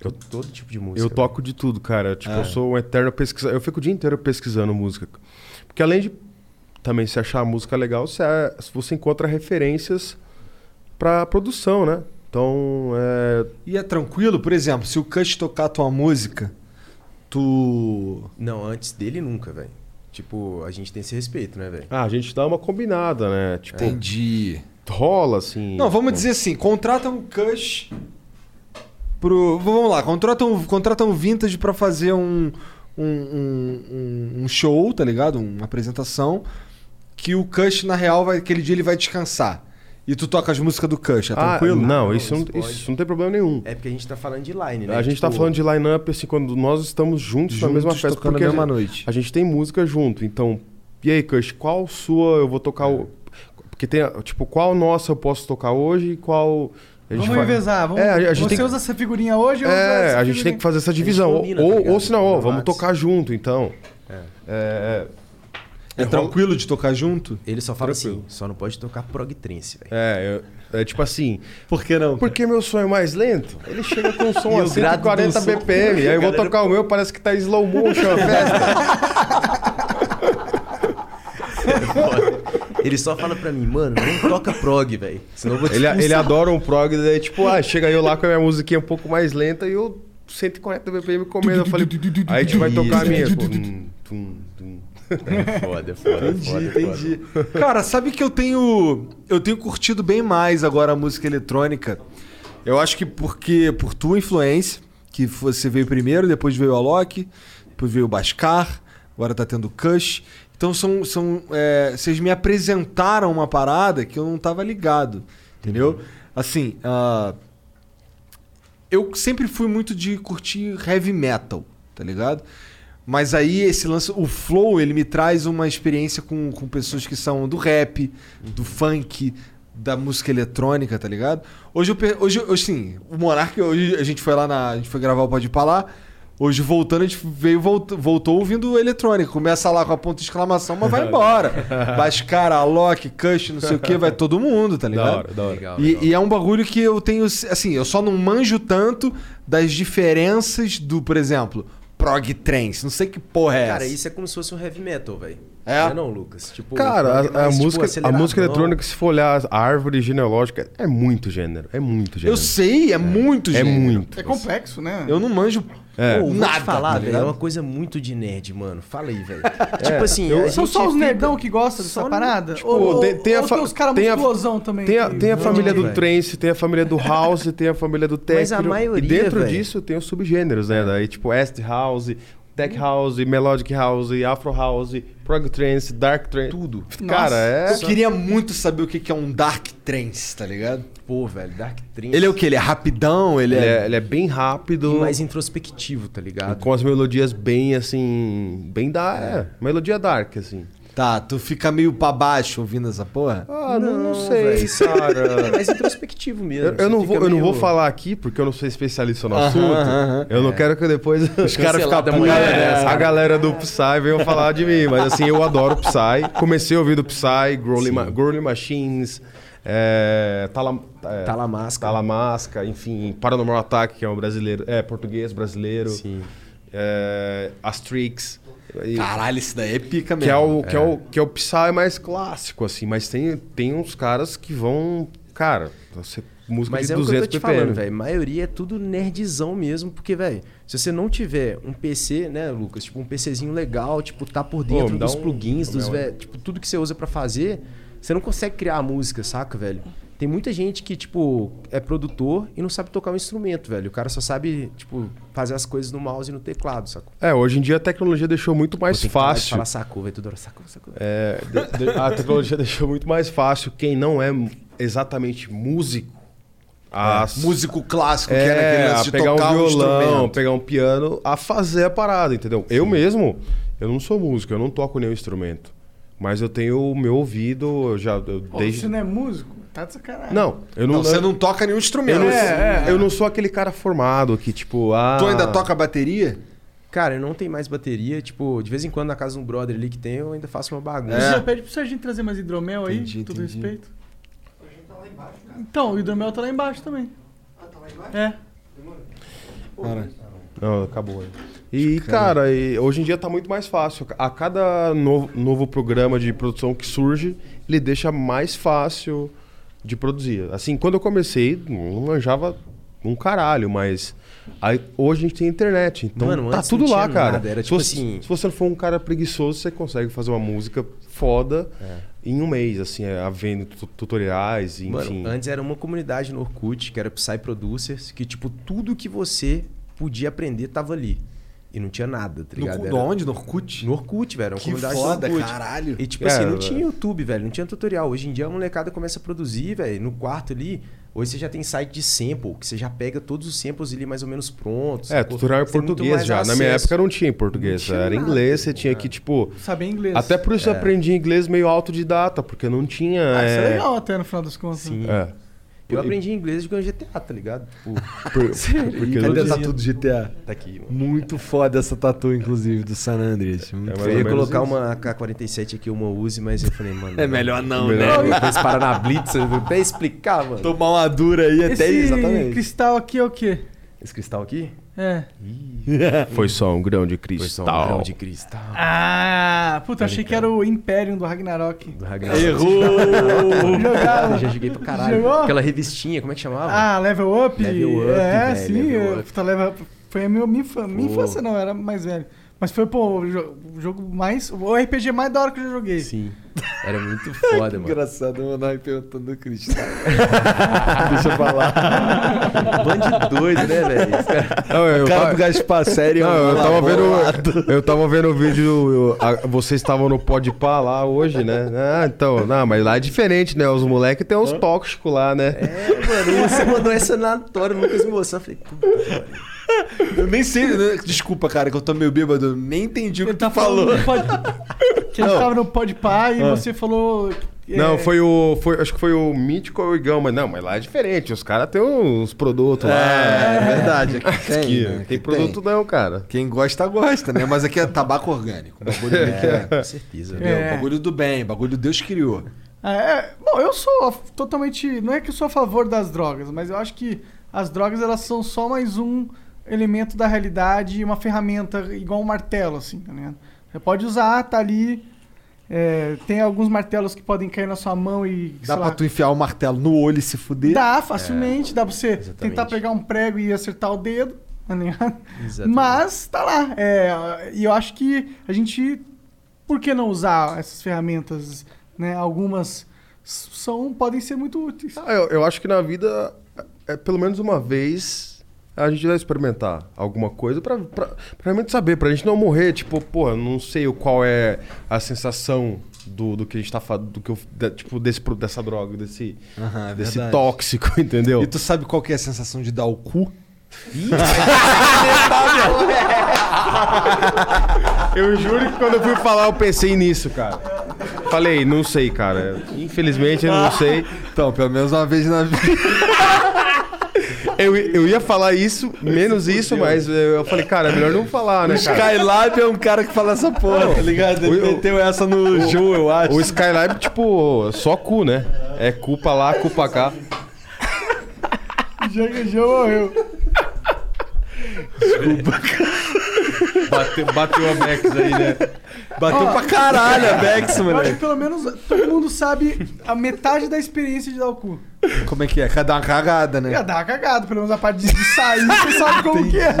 [SPEAKER 3] todo, todo tipo de música.
[SPEAKER 7] Eu toco de tudo, cara. Tipo,
[SPEAKER 2] É.
[SPEAKER 7] eu sou um eterno pesquisador. Eu fico o dia inteiro pesquisando música. Porque além de também se achar a música legal, você, é, você encontra referências pra produção, né? Então, é,
[SPEAKER 2] E é tranquilo, por exemplo, se o Cush tocar tua música, tu.
[SPEAKER 3] Não, antes dele nunca, velho. Tipo, a gente tem esse respeito, né, velho?
[SPEAKER 7] ah, a gente dá uma combinada, né? Tipo,
[SPEAKER 2] Entendi.
[SPEAKER 7] rola assim.
[SPEAKER 2] Não, vamos dizer assim, contratam o Cush pro. Vamos lá, contratam, contratam o Vintage pra fazer um, um, um, um- um show, tá ligado? Uma apresentação. Que o Cush, na real, vai, aquele dia ele vai descansar. E tu toca as músicas do Cush, é
[SPEAKER 7] Ah,
[SPEAKER 2] tranquilo?
[SPEAKER 7] Não, isso não,
[SPEAKER 3] isso pode.
[SPEAKER 7] isso não tem problema nenhum.
[SPEAKER 3] É porque a gente tá falando de line, né?
[SPEAKER 7] A gente tá
[SPEAKER 3] Tipo,
[SPEAKER 7] falando de line-up, assim, quando nós estamos juntos, na mesma festa.
[SPEAKER 2] tocando
[SPEAKER 7] porque
[SPEAKER 2] a
[SPEAKER 7] a
[SPEAKER 2] mesma
[SPEAKER 7] gente-
[SPEAKER 2] noite.
[SPEAKER 7] A gente tem música junto, então. E aí, Cush, qual sua eu vou tocar o.
[SPEAKER 3] É.
[SPEAKER 7] Porque tem. a- Tipo, qual nossa eu posso tocar hoje e qual. A
[SPEAKER 1] Vamos
[SPEAKER 7] vai-
[SPEAKER 1] revezar. Vamos...
[SPEAKER 7] É, a, a gente
[SPEAKER 1] Você
[SPEAKER 7] tem...
[SPEAKER 1] usa essa figurinha hoje? eu uso
[SPEAKER 7] É,
[SPEAKER 1] essa
[SPEAKER 7] a gente tem
[SPEAKER 1] figurinha.
[SPEAKER 7] que fazer essa divisão. Ou-
[SPEAKER 3] combina, tá
[SPEAKER 7] ou,
[SPEAKER 3] ligado? É.
[SPEAKER 7] ou sinal, ó,
[SPEAKER 3] No
[SPEAKER 7] vamos
[SPEAKER 3] Whats.
[SPEAKER 7] tocar junto, então. é.
[SPEAKER 2] É tranquilo de tocar junto?
[SPEAKER 3] Ele só fala assim, só não pode tocar prog trance, velho.
[SPEAKER 7] É, eu- é tipo assim.
[SPEAKER 2] Por que não?
[SPEAKER 7] Porque meu sonho é mais lento, ele chega com um som a
[SPEAKER 3] o grado do
[SPEAKER 7] 140
[SPEAKER 3] som.
[SPEAKER 7] BPM. Aí eu vou
[SPEAKER 3] Galera,
[SPEAKER 7] tocar o meu, parece que tá slow motion a festa.
[SPEAKER 3] Ele só fala pra mim, mano, não toca prog, velho. Senão eu vou te
[SPEAKER 7] Ele, ele
[SPEAKER 3] expulsar."
[SPEAKER 7] adora um prog, daí tipo, ah, chega eu lá com a minha musiquinha um pouco mais lenta e eu 140 BPM comendo. Eu falei, aí a gente vai tocar a minha. Pô, tum, tum, tum.
[SPEAKER 3] É foda, é foda.
[SPEAKER 2] Entendi,
[SPEAKER 3] é foda, é foda.
[SPEAKER 2] entendi. Cara, sabe que eu tenho eu tenho curtido bem mais agora a música eletrônica. Eu acho que porque por tua influência, que você veio primeiro, depois veio o Alok, depois veio o Bascar, agora tá tendo o Kush. Então são, são é, vocês me apresentaram uma parada que eu não tava ligado, entendeu? Assim, ah, eu sempre fui muito de curtir heavy metal, tá ligado? Mas aí esse lance, o flow, ele me traz uma experiência com, com pessoas que são do rap, do funk, da música eletrônica, tá ligado? Hoje eu, pe- hoje eu assim, o Monark, hoje a gente foi lá na, a gente foi gravar o Pode Palar, hoje voltando a gente veio volt- voltou ouvindo eletrônica, começa lá com a ponta de exclamação, mas vai embora. Bascara, Alok, Cush, não sei o que, vai todo mundo, tá ligado?
[SPEAKER 7] Da hora, da hora.
[SPEAKER 3] Legal,
[SPEAKER 2] E,
[SPEAKER 3] legal.
[SPEAKER 2] e é um bagulho que eu tenho. Assim, eu só não manjo tanto das diferenças do, por exemplo, prog trance. Não sei que porra é
[SPEAKER 3] Cara,
[SPEAKER 2] essa.
[SPEAKER 3] isso é como se fosse um heavy metal, velho.
[SPEAKER 2] É?
[SPEAKER 3] Não não, Lucas? Tipo,
[SPEAKER 7] Cara,
[SPEAKER 3] prog é
[SPEAKER 7] a, a
[SPEAKER 3] mais, tipo,
[SPEAKER 7] música, a
[SPEAKER 3] aceleradão.
[SPEAKER 7] música eletrônica, se for olhar a árvore genealógica, é muito gênero. É muito
[SPEAKER 2] eu
[SPEAKER 7] gênero.
[SPEAKER 2] sei, é, muito,
[SPEAKER 7] É
[SPEAKER 2] gente.
[SPEAKER 7] muito.
[SPEAKER 1] É complexo, né?
[SPEAKER 2] Eu não manjo
[SPEAKER 7] É.
[SPEAKER 3] Pô, vou te
[SPEAKER 2] nada.
[SPEAKER 3] falar,
[SPEAKER 2] tá
[SPEAKER 3] velho, é
[SPEAKER 2] ligado?
[SPEAKER 3] uma coisa muito de nerd, mano. Fala aí, velho.
[SPEAKER 7] É,
[SPEAKER 3] Tipo assim, a
[SPEAKER 1] São
[SPEAKER 3] gente
[SPEAKER 1] só os
[SPEAKER 3] fica-
[SPEAKER 1] nerdão que gostam dessa
[SPEAKER 3] Só-
[SPEAKER 1] parada?
[SPEAKER 7] Tipo,
[SPEAKER 1] ou,
[SPEAKER 7] tem, tem a
[SPEAKER 1] ou
[SPEAKER 7] fa-
[SPEAKER 1] tem os caras
[SPEAKER 7] tem a-
[SPEAKER 1] musculosão também?
[SPEAKER 7] Tem a,
[SPEAKER 1] que-
[SPEAKER 7] tem a
[SPEAKER 1] Não,
[SPEAKER 7] família do
[SPEAKER 3] velho.
[SPEAKER 7] trance, tem a família do house, tem a família do techno.
[SPEAKER 3] Mas a maioria,
[SPEAKER 7] E dentro
[SPEAKER 3] velho.
[SPEAKER 7] disso tem os subgêneros, né? Daí tipo acid house,
[SPEAKER 3] Hum.
[SPEAKER 7] tech house, melodic house, afro house, prog trance, dark trance. Tudo. Cara, é...
[SPEAKER 2] Eu queria muito saber o que que é um dark trance, tá ligado?
[SPEAKER 3] Pô, velho, Dark Trance.
[SPEAKER 2] Ele é o que? Ele é rapidão? Ele,
[SPEAKER 7] Ele
[SPEAKER 2] é...
[SPEAKER 7] é, ele é bem rápido,
[SPEAKER 3] E mais introspectivo, tá ligado?
[SPEAKER 7] com as melodias bem assim, bem da, é, melodia dark assim.
[SPEAKER 2] Tá, tu fica meio pra baixo ouvindo essa porra?
[SPEAKER 7] Ah, não, não sei,
[SPEAKER 3] É
[SPEAKER 7] cara.
[SPEAKER 3] mais introspectivo mesmo.
[SPEAKER 7] Eu, eu
[SPEAKER 3] você
[SPEAKER 7] não vou,
[SPEAKER 3] fica
[SPEAKER 7] eu não vou
[SPEAKER 3] meio-
[SPEAKER 7] falar aqui porque eu não sou especialista no assunto.
[SPEAKER 2] aham.
[SPEAKER 7] Eu não quero que depois os
[SPEAKER 2] É. caras ficam
[SPEAKER 7] a
[SPEAKER 2] putos,
[SPEAKER 7] galera, né? a galera do Psy venham falar de mim, mas assim, eu adoro Psy. Comecei ouvindo Psy, Growling, Ma- Growling Machines, é, Tala, é,
[SPEAKER 3] Talamasca.
[SPEAKER 7] Talamasca, enfim, Paranormal Attack, que é um brasileiro, é português brasileiro.
[SPEAKER 3] Sim.
[SPEAKER 7] É, Astrix. e-
[SPEAKER 2] Caralho, isso daí é pica mesmo.
[SPEAKER 7] que é, o, que, é o, que é o Psy mais clássico, assim. Mas tem, tem uns caras que vão... Cara, você, música
[SPEAKER 3] Mas
[SPEAKER 7] de
[SPEAKER 3] é o que eu
[SPEAKER 7] 200
[SPEAKER 3] tô te
[SPEAKER 7] BPM.
[SPEAKER 3] falando, velho. A maioria é tudo nerdzão mesmo, porque, velho, se você não tiver um PC, né, Lucas? Tipo, um PCzinho legal, tipo, tá por
[SPEAKER 7] Pô,
[SPEAKER 3] dentro
[SPEAKER 7] me dá
[SPEAKER 3] dos
[SPEAKER 7] um-
[SPEAKER 3] plugins,
[SPEAKER 7] um
[SPEAKER 3] dos,
[SPEAKER 7] meu aí.
[SPEAKER 3] velho, tipo, tudo que você usa pra fazer, você não consegue criar a música, saca, velho? Tem muita gente que, tipo, é produtor e não sabe tocar um instrumento, velho. O cara só sabe, tipo, fazer as coisas no mouse e no teclado, sacou?
[SPEAKER 7] É, hoje em dia a tecnologia deixou muito
[SPEAKER 3] Pô,
[SPEAKER 7] mais
[SPEAKER 3] tem que parar de
[SPEAKER 7] fácil.
[SPEAKER 3] Falar sacou, velho. Tudo hora sacou, sacou.
[SPEAKER 7] É, de- de- a tecnologia deixou muito mais fácil quem não é exatamente músico Ah,
[SPEAKER 2] músico clássico que era aquele
[SPEAKER 7] É,
[SPEAKER 2] lance
[SPEAKER 7] a
[SPEAKER 2] de
[SPEAKER 7] pegar
[SPEAKER 2] tocar
[SPEAKER 7] um violão,
[SPEAKER 2] instrumento.
[SPEAKER 7] pegar um piano, a fazer a parada, entendeu? Eu mesmo, eu não sou músico, eu não toco nenhum instrumento. Mas eu tenho o meu ouvido, eu já eu
[SPEAKER 1] Pô,
[SPEAKER 7] desde.
[SPEAKER 1] Você não é músico? Tá de sacanagem.
[SPEAKER 7] Não, eu não.
[SPEAKER 2] Não, você
[SPEAKER 7] eu-
[SPEAKER 2] não toca nenhum
[SPEAKER 7] eu,
[SPEAKER 2] instrumento.
[SPEAKER 7] não
[SPEAKER 1] É, é.
[SPEAKER 7] eu não sou aquele cara formado que, tipo, ah.
[SPEAKER 2] Tu ainda toca bateria?
[SPEAKER 3] Cara, eu não tenho mais bateria. Tipo, de vez em quando na casa de um brother ali que tem, eu ainda faço uma bagunça.
[SPEAKER 1] Você já
[SPEAKER 2] É.
[SPEAKER 1] pede pro Serginho trazer mais hidromel aí,
[SPEAKER 2] Entendi,
[SPEAKER 1] com todo
[SPEAKER 2] entendi.
[SPEAKER 1] respeito. Então, o hidromel tá lá embaixo também. É.
[SPEAKER 7] Não, acabou. E, cara, e hoje em dia tá muito mais fácil. A cada novo, novo programa de produção que surge, ele deixa mais fácil de produzir. Assim, quando eu comecei, não manjava um caralho, mas aí, hoje a gente tem internet, então
[SPEAKER 3] Mano,
[SPEAKER 7] tá
[SPEAKER 3] antes não
[SPEAKER 7] tudo lá,
[SPEAKER 3] tinha
[SPEAKER 7] cara.
[SPEAKER 3] nada, era
[SPEAKER 7] se,
[SPEAKER 3] tipo
[SPEAKER 7] você,
[SPEAKER 3] assim-
[SPEAKER 7] se você não for um cara preguiçoso, você consegue fazer uma música foda
[SPEAKER 3] É.
[SPEAKER 7] em um mês, assim, é, havendo tu- tutoriais, e,
[SPEAKER 3] Mano,
[SPEAKER 7] enfim.
[SPEAKER 3] antes era uma comunidade no Orkut, que era Psy Producers, que, tipo, tudo que você podia aprender tava ali. E não tinha nada, tá
[SPEAKER 2] No,
[SPEAKER 3] ligado?
[SPEAKER 2] no
[SPEAKER 3] Era-
[SPEAKER 2] onde? No Orkut?
[SPEAKER 3] No Orkut, velho. Era uma
[SPEAKER 2] Que
[SPEAKER 3] comunidade
[SPEAKER 2] foda,
[SPEAKER 3] no Orkut.
[SPEAKER 2] caralho.
[SPEAKER 3] E tipo
[SPEAKER 7] É,
[SPEAKER 3] assim, não
[SPEAKER 7] velho.
[SPEAKER 3] tinha YouTube, velho. Não tinha tutorial. Hoje em dia a molecada começa a produzir, velho. No quarto ali, hoje você já tem site de sample, que você já pega todos os samples ali mais ou menos prontos.
[SPEAKER 7] É,
[SPEAKER 3] sacou?
[SPEAKER 7] tutorial em
[SPEAKER 3] Você tem muito
[SPEAKER 7] português
[SPEAKER 3] mais
[SPEAKER 7] já. Na minha
[SPEAKER 3] acesso.
[SPEAKER 7] época não tinha em português,
[SPEAKER 3] Não tinha
[SPEAKER 7] era
[SPEAKER 3] nada, né?
[SPEAKER 7] inglês, você
[SPEAKER 3] cara.
[SPEAKER 7] tinha que, tipo...
[SPEAKER 1] Saber inglês.
[SPEAKER 7] Até por
[SPEAKER 3] É.
[SPEAKER 7] isso eu aprendi inglês meio autodidata, porque não tinha.
[SPEAKER 1] Ah, isso é
[SPEAKER 7] é,
[SPEAKER 1] legal até no final das contas.
[SPEAKER 3] Sim.
[SPEAKER 7] é,
[SPEAKER 3] Eu aprendi inglês jogando GTA, tá ligado? Tipo,
[SPEAKER 7] por- porque não
[SPEAKER 2] Cadê a
[SPEAKER 7] tinha.
[SPEAKER 2] tatu do GTA?
[SPEAKER 3] tá aqui, mano.
[SPEAKER 2] Muito foda essa tatu, inclusive, do San Andreas. Muito
[SPEAKER 7] É,
[SPEAKER 2] foda.
[SPEAKER 7] mais
[SPEAKER 3] Eu ia
[SPEAKER 7] ou menos
[SPEAKER 3] colocar
[SPEAKER 7] isso.
[SPEAKER 3] uma AK-47 aqui, uma Uzi, mas eu falei, mano.
[SPEAKER 2] É melhor não,
[SPEAKER 3] Melhor
[SPEAKER 2] né?
[SPEAKER 3] depois parar na Blitz, eu vou até explicar, mano.
[SPEAKER 2] Tomar uma dura
[SPEAKER 3] é
[SPEAKER 2] aí até
[SPEAKER 1] Esse
[SPEAKER 2] exatamente.
[SPEAKER 1] cristal aqui é o quê?
[SPEAKER 3] Esse cristal aqui?
[SPEAKER 1] É.
[SPEAKER 7] Foi só um grão de
[SPEAKER 3] Foi só um
[SPEAKER 7] cristal.
[SPEAKER 3] grão de cristal.
[SPEAKER 1] Ah, puta, achei que era o Imperium do Ragnarok.
[SPEAKER 3] Do Ragnarok.
[SPEAKER 2] Errou!
[SPEAKER 1] Jogava.
[SPEAKER 3] Eu já joguei pra caralho.
[SPEAKER 1] Jogou?
[SPEAKER 3] Aquela revistinha, como é que chamava?
[SPEAKER 1] Ah, level up?
[SPEAKER 3] Level up,
[SPEAKER 1] é,
[SPEAKER 3] velho,
[SPEAKER 1] sim.
[SPEAKER 3] level
[SPEAKER 1] eu-
[SPEAKER 3] up.
[SPEAKER 1] puta, level up. Foi a minha, minha, infância, minha
[SPEAKER 3] Pô.
[SPEAKER 1] infância, não, era mais velho. Mas foi, pô, o jo- o jogo mais. O RPG mais da hora que eu já joguei.
[SPEAKER 3] Sim. Era muito foda, mano.
[SPEAKER 2] Engraçado, o
[SPEAKER 7] um
[SPEAKER 2] Monark perguntando do cristal.
[SPEAKER 3] Bando de doido, né, velho? Esse cara-
[SPEAKER 7] Não, eu,
[SPEAKER 2] O cara do Gaspar Sério.
[SPEAKER 7] não, eu tava vendo. Eu tava vendo o vídeo. eu- a- vocês estavam no Podpah lá hoje, né? Ah, então. Não, mas lá é diferente, né? Os moleques tem uns tóxicos lá, né?
[SPEAKER 3] É, mano, você mandou essa na Tora, Lucas me mostrou. Eu falei, puta, mano.
[SPEAKER 2] Eu nem sei, né? desculpa, cara, que eu tô meio bêbado. Eu nem entendi o que
[SPEAKER 1] Ele
[SPEAKER 2] tu
[SPEAKER 1] tá
[SPEAKER 2] falou.
[SPEAKER 1] falando. Pode... Que a gente tava no Podpah
[SPEAKER 3] Ah.
[SPEAKER 1] e você falou. é,
[SPEAKER 7] Não, foi o. Foi, acho que foi o Mítico ou o Igão, mas não, mas lá é diferente. Os caras têm uns produtos lá.
[SPEAKER 2] É, verdade. Aqui tem,
[SPEAKER 7] Que,
[SPEAKER 2] né?
[SPEAKER 7] tem,
[SPEAKER 2] Aqui
[SPEAKER 7] produto não, cara.
[SPEAKER 2] Quem gosta, gosta, né? Mas aqui é tabaco orgânico. Bagulho,
[SPEAKER 3] É,
[SPEAKER 2] é.
[SPEAKER 3] com certeza.
[SPEAKER 1] É.
[SPEAKER 3] né?
[SPEAKER 2] Entendeu? bagulho do bem, bagulho Deus criou.
[SPEAKER 1] Ah, é, bom, eu sou a- totalmente. Não é que eu sou a favor das drogas, mas eu acho que as drogas elas são só mais um elemento da realidade e uma ferramenta igual um martelo, assim, tá ligado? Você pode usar, tá ali. é, tem alguns martelos que podem cair na sua mão e.
[SPEAKER 2] Dá
[SPEAKER 1] sei
[SPEAKER 2] pra
[SPEAKER 1] lá,
[SPEAKER 2] tu enfiar o martelo no olho e se fuder?
[SPEAKER 1] Dá facilmente, dá pra você
[SPEAKER 2] É,
[SPEAKER 3] exatamente.
[SPEAKER 1] tentar pegar um prego e acertar o dedo, tá ligado?
[SPEAKER 3] Exatamente.
[SPEAKER 1] Mas tá lá. é, e eu acho que a gente. Por que não usar essas ferramentas? Né? Algumas s- são, podem ser muito úteis.
[SPEAKER 7] Ah, Eu, eu acho que na vida, é, pelo menos uma vez, a gente vai experimentar alguma coisa pra, pra, pra realmente saber, pra gente não morrer, tipo, porra, não sei o qual é a sensação do, do que a gente tá falando, do que eu, da- tipo, desse, pro- dessa droga, desse,
[SPEAKER 2] Aham, é
[SPEAKER 7] desse
[SPEAKER 2] verdade.
[SPEAKER 7] tóxico, entendeu?
[SPEAKER 2] E tu sabe qual que é a sensação de dar o cu? tá
[SPEAKER 7] Eu juro que quando eu fui falar, eu pensei nisso, cara. Falei, não sei, cara. Infelizmente, eu não sei.
[SPEAKER 2] Então, pelo menos uma vez na vida.
[SPEAKER 7] Eu, eu ia falar isso, menos isso, mas eu, eu falei, cara, é melhor não falar, né, cara?
[SPEAKER 2] Skylab é um cara que fala essa porra, tá ligado? Ele
[SPEAKER 7] o- o-
[SPEAKER 2] meteu essa no Ju, eu acho.
[SPEAKER 7] O Skylab, tipo, só cu, né? É cu pra lá, cu pra cá.
[SPEAKER 1] Já, já morreu.
[SPEAKER 7] Bateu, bateu a Max aí, né?
[SPEAKER 2] Bateu pra caralho a Bex,
[SPEAKER 1] Eu acho que
[SPEAKER 2] moleque.
[SPEAKER 1] pelo menos todo mundo sabe a metade da experiência de dar o cu.
[SPEAKER 2] Como é que é? Cada uma cagada, né?
[SPEAKER 1] Já dá uma cagada, pelo menos a parte de sair, você sabe como que é.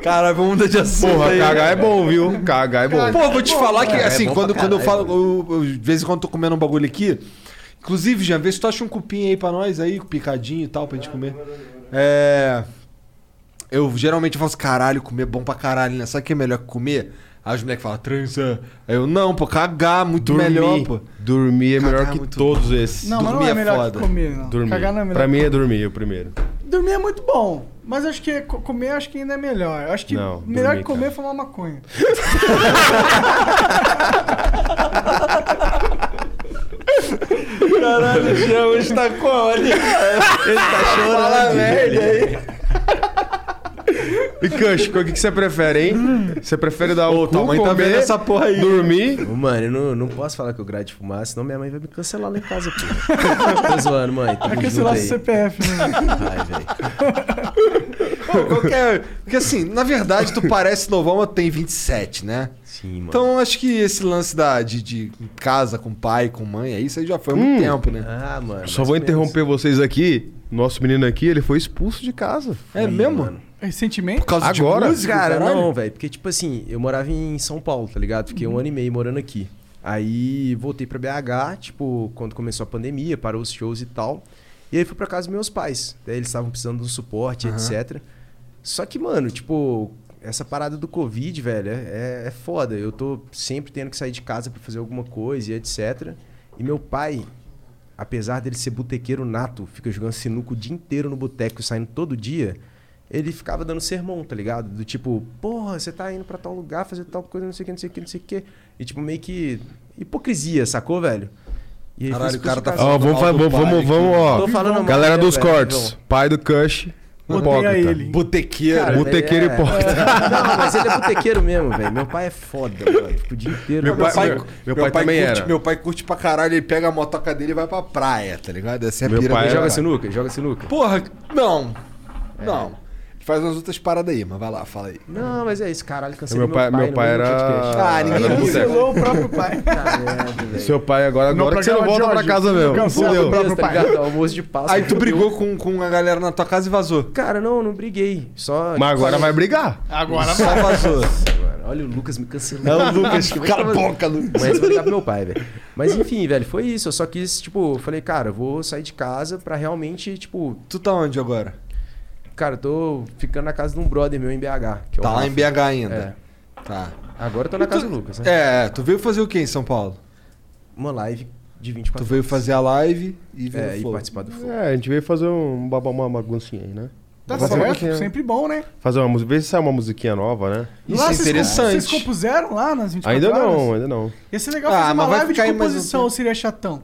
[SPEAKER 2] Caralho, vamos mudar de assunto.
[SPEAKER 7] Porra,
[SPEAKER 2] aí.
[SPEAKER 7] cagar é bom, viu? Cagar é bom. é
[SPEAKER 2] Pô, vou te falar que, assim,
[SPEAKER 3] é bom
[SPEAKER 2] quando,
[SPEAKER 3] pra
[SPEAKER 2] quando eu
[SPEAKER 3] caralho,
[SPEAKER 2] falo, eu, eu, de vez em quando eu tô comendo um bagulho aqui. Inclusive, Jean, vê se tu acha um cupim aí pra nós aí, picadinho e tal, pra gente comer. assim, É. Eu geralmente faço caralho, comer é bom pra caralho, né? Sabe o que é melhor que comer? Aí os moleques falam, transa. Aí eu, não, pô, cagar, muito melhor, pô.
[SPEAKER 7] Dormir é melhor
[SPEAKER 2] Cagar
[SPEAKER 7] que
[SPEAKER 2] muito-
[SPEAKER 7] todos esses.
[SPEAKER 1] Não, mas não
[SPEAKER 2] dormir
[SPEAKER 1] é
[SPEAKER 2] é
[SPEAKER 1] melhor
[SPEAKER 2] foda.
[SPEAKER 1] que comer, não.
[SPEAKER 7] Dormir.
[SPEAKER 1] Cagar não é melhor.
[SPEAKER 7] pra
[SPEAKER 1] que
[SPEAKER 7] mim é
[SPEAKER 1] comer.
[SPEAKER 7] dormir o primeiro.
[SPEAKER 1] Dormir é muito bom, mas acho que co- comer acho que ainda é melhor. Eu Acho que
[SPEAKER 7] Não,
[SPEAKER 1] melhor
[SPEAKER 7] dormir,
[SPEAKER 1] que comer
[SPEAKER 7] cara.
[SPEAKER 1] é fumar maconha.
[SPEAKER 4] Caralho, o Jean hoje tá com ali.
[SPEAKER 2] tá Fala merda aí.
[SPEAKER 7] E Cush, o que, que você prefere, hein? Você prefere dar o
[SPEAKER 2] Ô,
[SPEAKER 7] cu,
[SPEAKER 2] tua mãe tá
[SPEAKER 7] comer,
[SPEAKER 2] vendo essa porra aí.
[SPEAKER 7] dormir?
[SPEAKER 3] Mano, eu não, não posso falar que eu grade fumar, senão minha mãe vai me cancelar lá em casa, pô. Tô zoando, mãe. Tamo
[SPEAKER 1] Pra que esse
[SPEAKER 3] junto
[SPEAKER 1] laço
[SPEAKER 3] aí.
[SPEAKER 1] CPF, né?
[SPEAKER 3] Ai, velho.
[SPEAKER 2] Pô, qualquer... Porque assim, na verdade, tu parece novão, mas tu tem 27, né?
[SPEAKER 3] Sim, mano.
[SPEAKER 2] Então acho que esse lance da, de, de em casa com pai, com mãe, aí isso aí já foi há muito tempo, né?
[SPEAKER 3] Ah, mano.
[SPEAKER 7] Hum. Só
[SPEAKER 3] mais
[SPEAKER 7] vou
[SPEAKER 3] ou menos.
[SPEAKER 7] interromper vocês aqui. Nosso menino aqui, ele foi expulso de casa.
[SPEAKER 2] É mesmo?
[SPEAKER 1] Recentemente?
[SPEAKER 2] Por causa
[SPEAKER 7] Agora?
[SPEAKER 2] de música,
[SPEAKER 3] Cara,
[SPEAKER 2] caralho?
[SPEAKER 3] não, velho. Porque, tipo assim, eu morava em São Paulo, tá ligado? Fiquei um ano e meio morando aqui. Aí voltei pra BH, tipo, quando começou a pandemia, parou os shows e tal. E aí fui pra casa dos meus pais. Daí eles estavam precisando de um suporte, etc. Só que, mano, tipo, essa parada do Covid, velho, é, é foda. Eu tô sempre tendo que sair de casa pra fazer alguma coisa e etc. E meu pai, apesar dele ser botequeiro nato, fica jogando sinuca o dia inteiro no boteco, saindo todo dia, ele ficava dando sermão, tá ligado? Do tipo, porra, você tá indo pra tal lugar fazer tal coisa, não sei o que, não sei o que, não sei o que. E tipo, meio que hipocrisia, sacou, velho? E aí foi
[SPEAKER 2] Caralho, o cara tá
[SPEAKER 3] expulso de
[SPEAKER 7] Ó,
[SPEAKER 3] casa.
[SPEAKER 7] vamos, fa-
[SPEAKER 2] falando mal do
[SPEAKER 7] vamos,
[SPEAKER 2] pai
[SPEAKER 7] vamos,
[SPEAKER 2] aqui.
[SPEAKER 7] vamos,
[SPEAKER 3] Tô falando
[SPEAKER 7] ó.
[SPEAKER 3] mal
[SPEAKER 7] Galera
[SPEAKER 3] dele,
[SPEAKER 7] dos
[SPEAKER 3] velho,
[SPEAKER 7] cortes. Pai do Cush, hipócrita.
[SPEAKER 1] ele.
[SPEAKER 2] Botequeiro.
[SPEAKER 3] Cara,
[SPEAKER 7] Botequeiro
[SPEAKER 3] velho, é-
[SPEAKER 7] hipócrita.
[SPEAKER 3] Não, mas ele é botequeiro mesmo, velho. Meu pai é foda, mano. Fica o dia inteiro.
[SPEAKER 7] Meu
[SPEAKER 2] Meu pai,
[SPEAKER 7] meu-
[SPEAKER 2] meu,
[SPEAKER 7] meu
[SPEAKER 2] pai,
[SPEAKER 7] pai também
[SPEAKER 2] curte,
[SPEAKER 7] era.
[SPEAKER 2] Meu pai curte pra caralho, ele pega a motoca dele e vai pra praia, tá ligado? Essa é a
[SPEAKER 7] Meu
[SPEAKER 2] pira
[SPEAKER 7] pai assim
[SPEAKER 2] dele.
[SPEAKER 7] era-
[SPEAKER 3] Joga
[SPEAKER 7] cara.
[SPEAKER 3] sinuca, joga sinuca.
[SPEAKER 2] Porra, não.
[SPEAKER 7] É.
[SPEAKER 2] Não. Faz umas outras paradas aí, mas vai lá, fala aí.
[SPEAKER 3] Não, mas é isso, caralho. Cancelei
[SPEAKER 7] Meu pai, meu
[SPEAKER 3] no
[SPEAKER 7] pai
[SPEAKER 3] meio do podcast.
[SPEAKER 7] era...
[SPEAKER 2] Ah, ninguém
[SPEAKER 7] era do boteco.
[SPEAKER 1] Cancelou o próprio pai.
[SPEAKER 7] Seu pai agora, agora que você não
[SPEAKER 1] programa de
[SPEAKER 7] volta pra
[SPEAKER 1] hoje.
[SPEAKER 7] casa mesmo.
[SPEAKER 1] Cancela
[SPEAKER 7] Fudeu.
[SPEAKER 1] o próprio
[SPEAKER 3] Tá
[SPEAKER 1] pai.
[SPEAKER 3] ligado? Almoço de páscoa.
[SPEAKER 2] Aí tu brigou com, com a galera na tua casa e vazou.
[SPEAKER 3] Cara, não, não briguei. Só. tipo assim,
[SPEAKER 7] Mas agora vai
[SPEAKER 3] Ah,
[SPEAKER 7] brigar.
[SPEAKER 1] Agora
[SPEAKER 2] Só vazou.
[SPEAKER 3] Mano, olha, o Lucas me
[SPEAKER 2] É
[SPEAKER 3] cancelou.
[SPEAKER 2] o Lucas, que cara boca,
[SPEAKER 3] Mas
[SPEAKER 2] Lucas.
[SPEAKER 3] eu vou ligar pro meu pai, velho. Mas enfim, velho, foi isso. Eu só quis, tipo, eu falei, cara, eu vou sair de casa pra realmente, tipo,
[SPEAKER 2] Tu tá onde agora?
[SPEAKER 3] cara, eu tô ficando na casa de um brother meu em BH. Que é o
[SPEAKER 2] Tá lá
[SPEAKER 3] Rafa. É.
[SPEAKER 2] em BH ainda. Tá.
[SPEAKER 3] Agora eu tô na casa do Lucas, né?
[SPEAKER 2] É, tu veio fazer o que em São Paulo?
[SPEAKER 3] Uma live de
[SPEAKER 2] Tu
[SPEAKER 3] 24
[SPEAKER 2] veio
[SPEAKER 3] horas.
[SPEAKER 2] fazer a live e veio
[SPEAKER 3] É,
[SPEAKER 2] no
[SPEAKER 3] e
[SPEAKER 2] Flow.
[SPEAKER 3] participar do Flow.
[SPEAKER 7] É, a gente veio fazer um, baba- uma baguncinha aí, né?
[SPEAKER 1] Tá
[SPEAKER 7] Fazer uma
[SPEAKER 1] certo,
[SPEAKER 7] musiquinha.
[SPEAKER 1] sempre bom, né?
[SPEAKER 7] Fazer uma música. Vê se sai uma musiquinha nova, né?
[SPEAKER 2] Isso é
[SPEAKER 1] vocês compu-
[SPEAKER 2] interessante.
[SPEAKER 1] Vocês compuseram lá nas 24
[SPEAKER 7] Ainda
[SPEAKER 1] horas?
[SPEAKER 7] não, ainda não.
[SPEAKER 1] Ia ser legal
[SPEAKER 2] Ah,
[SPEAKER 1] fazer uma
[SPEAKER 2] mas vai
[SPEAKER 1] live de
[SPEAKER 2] ficar aí mais um
[SPEAKER 1] composição,
[SPEAKER 2] tempo.
[SPEAKER 1] ou seria chatão?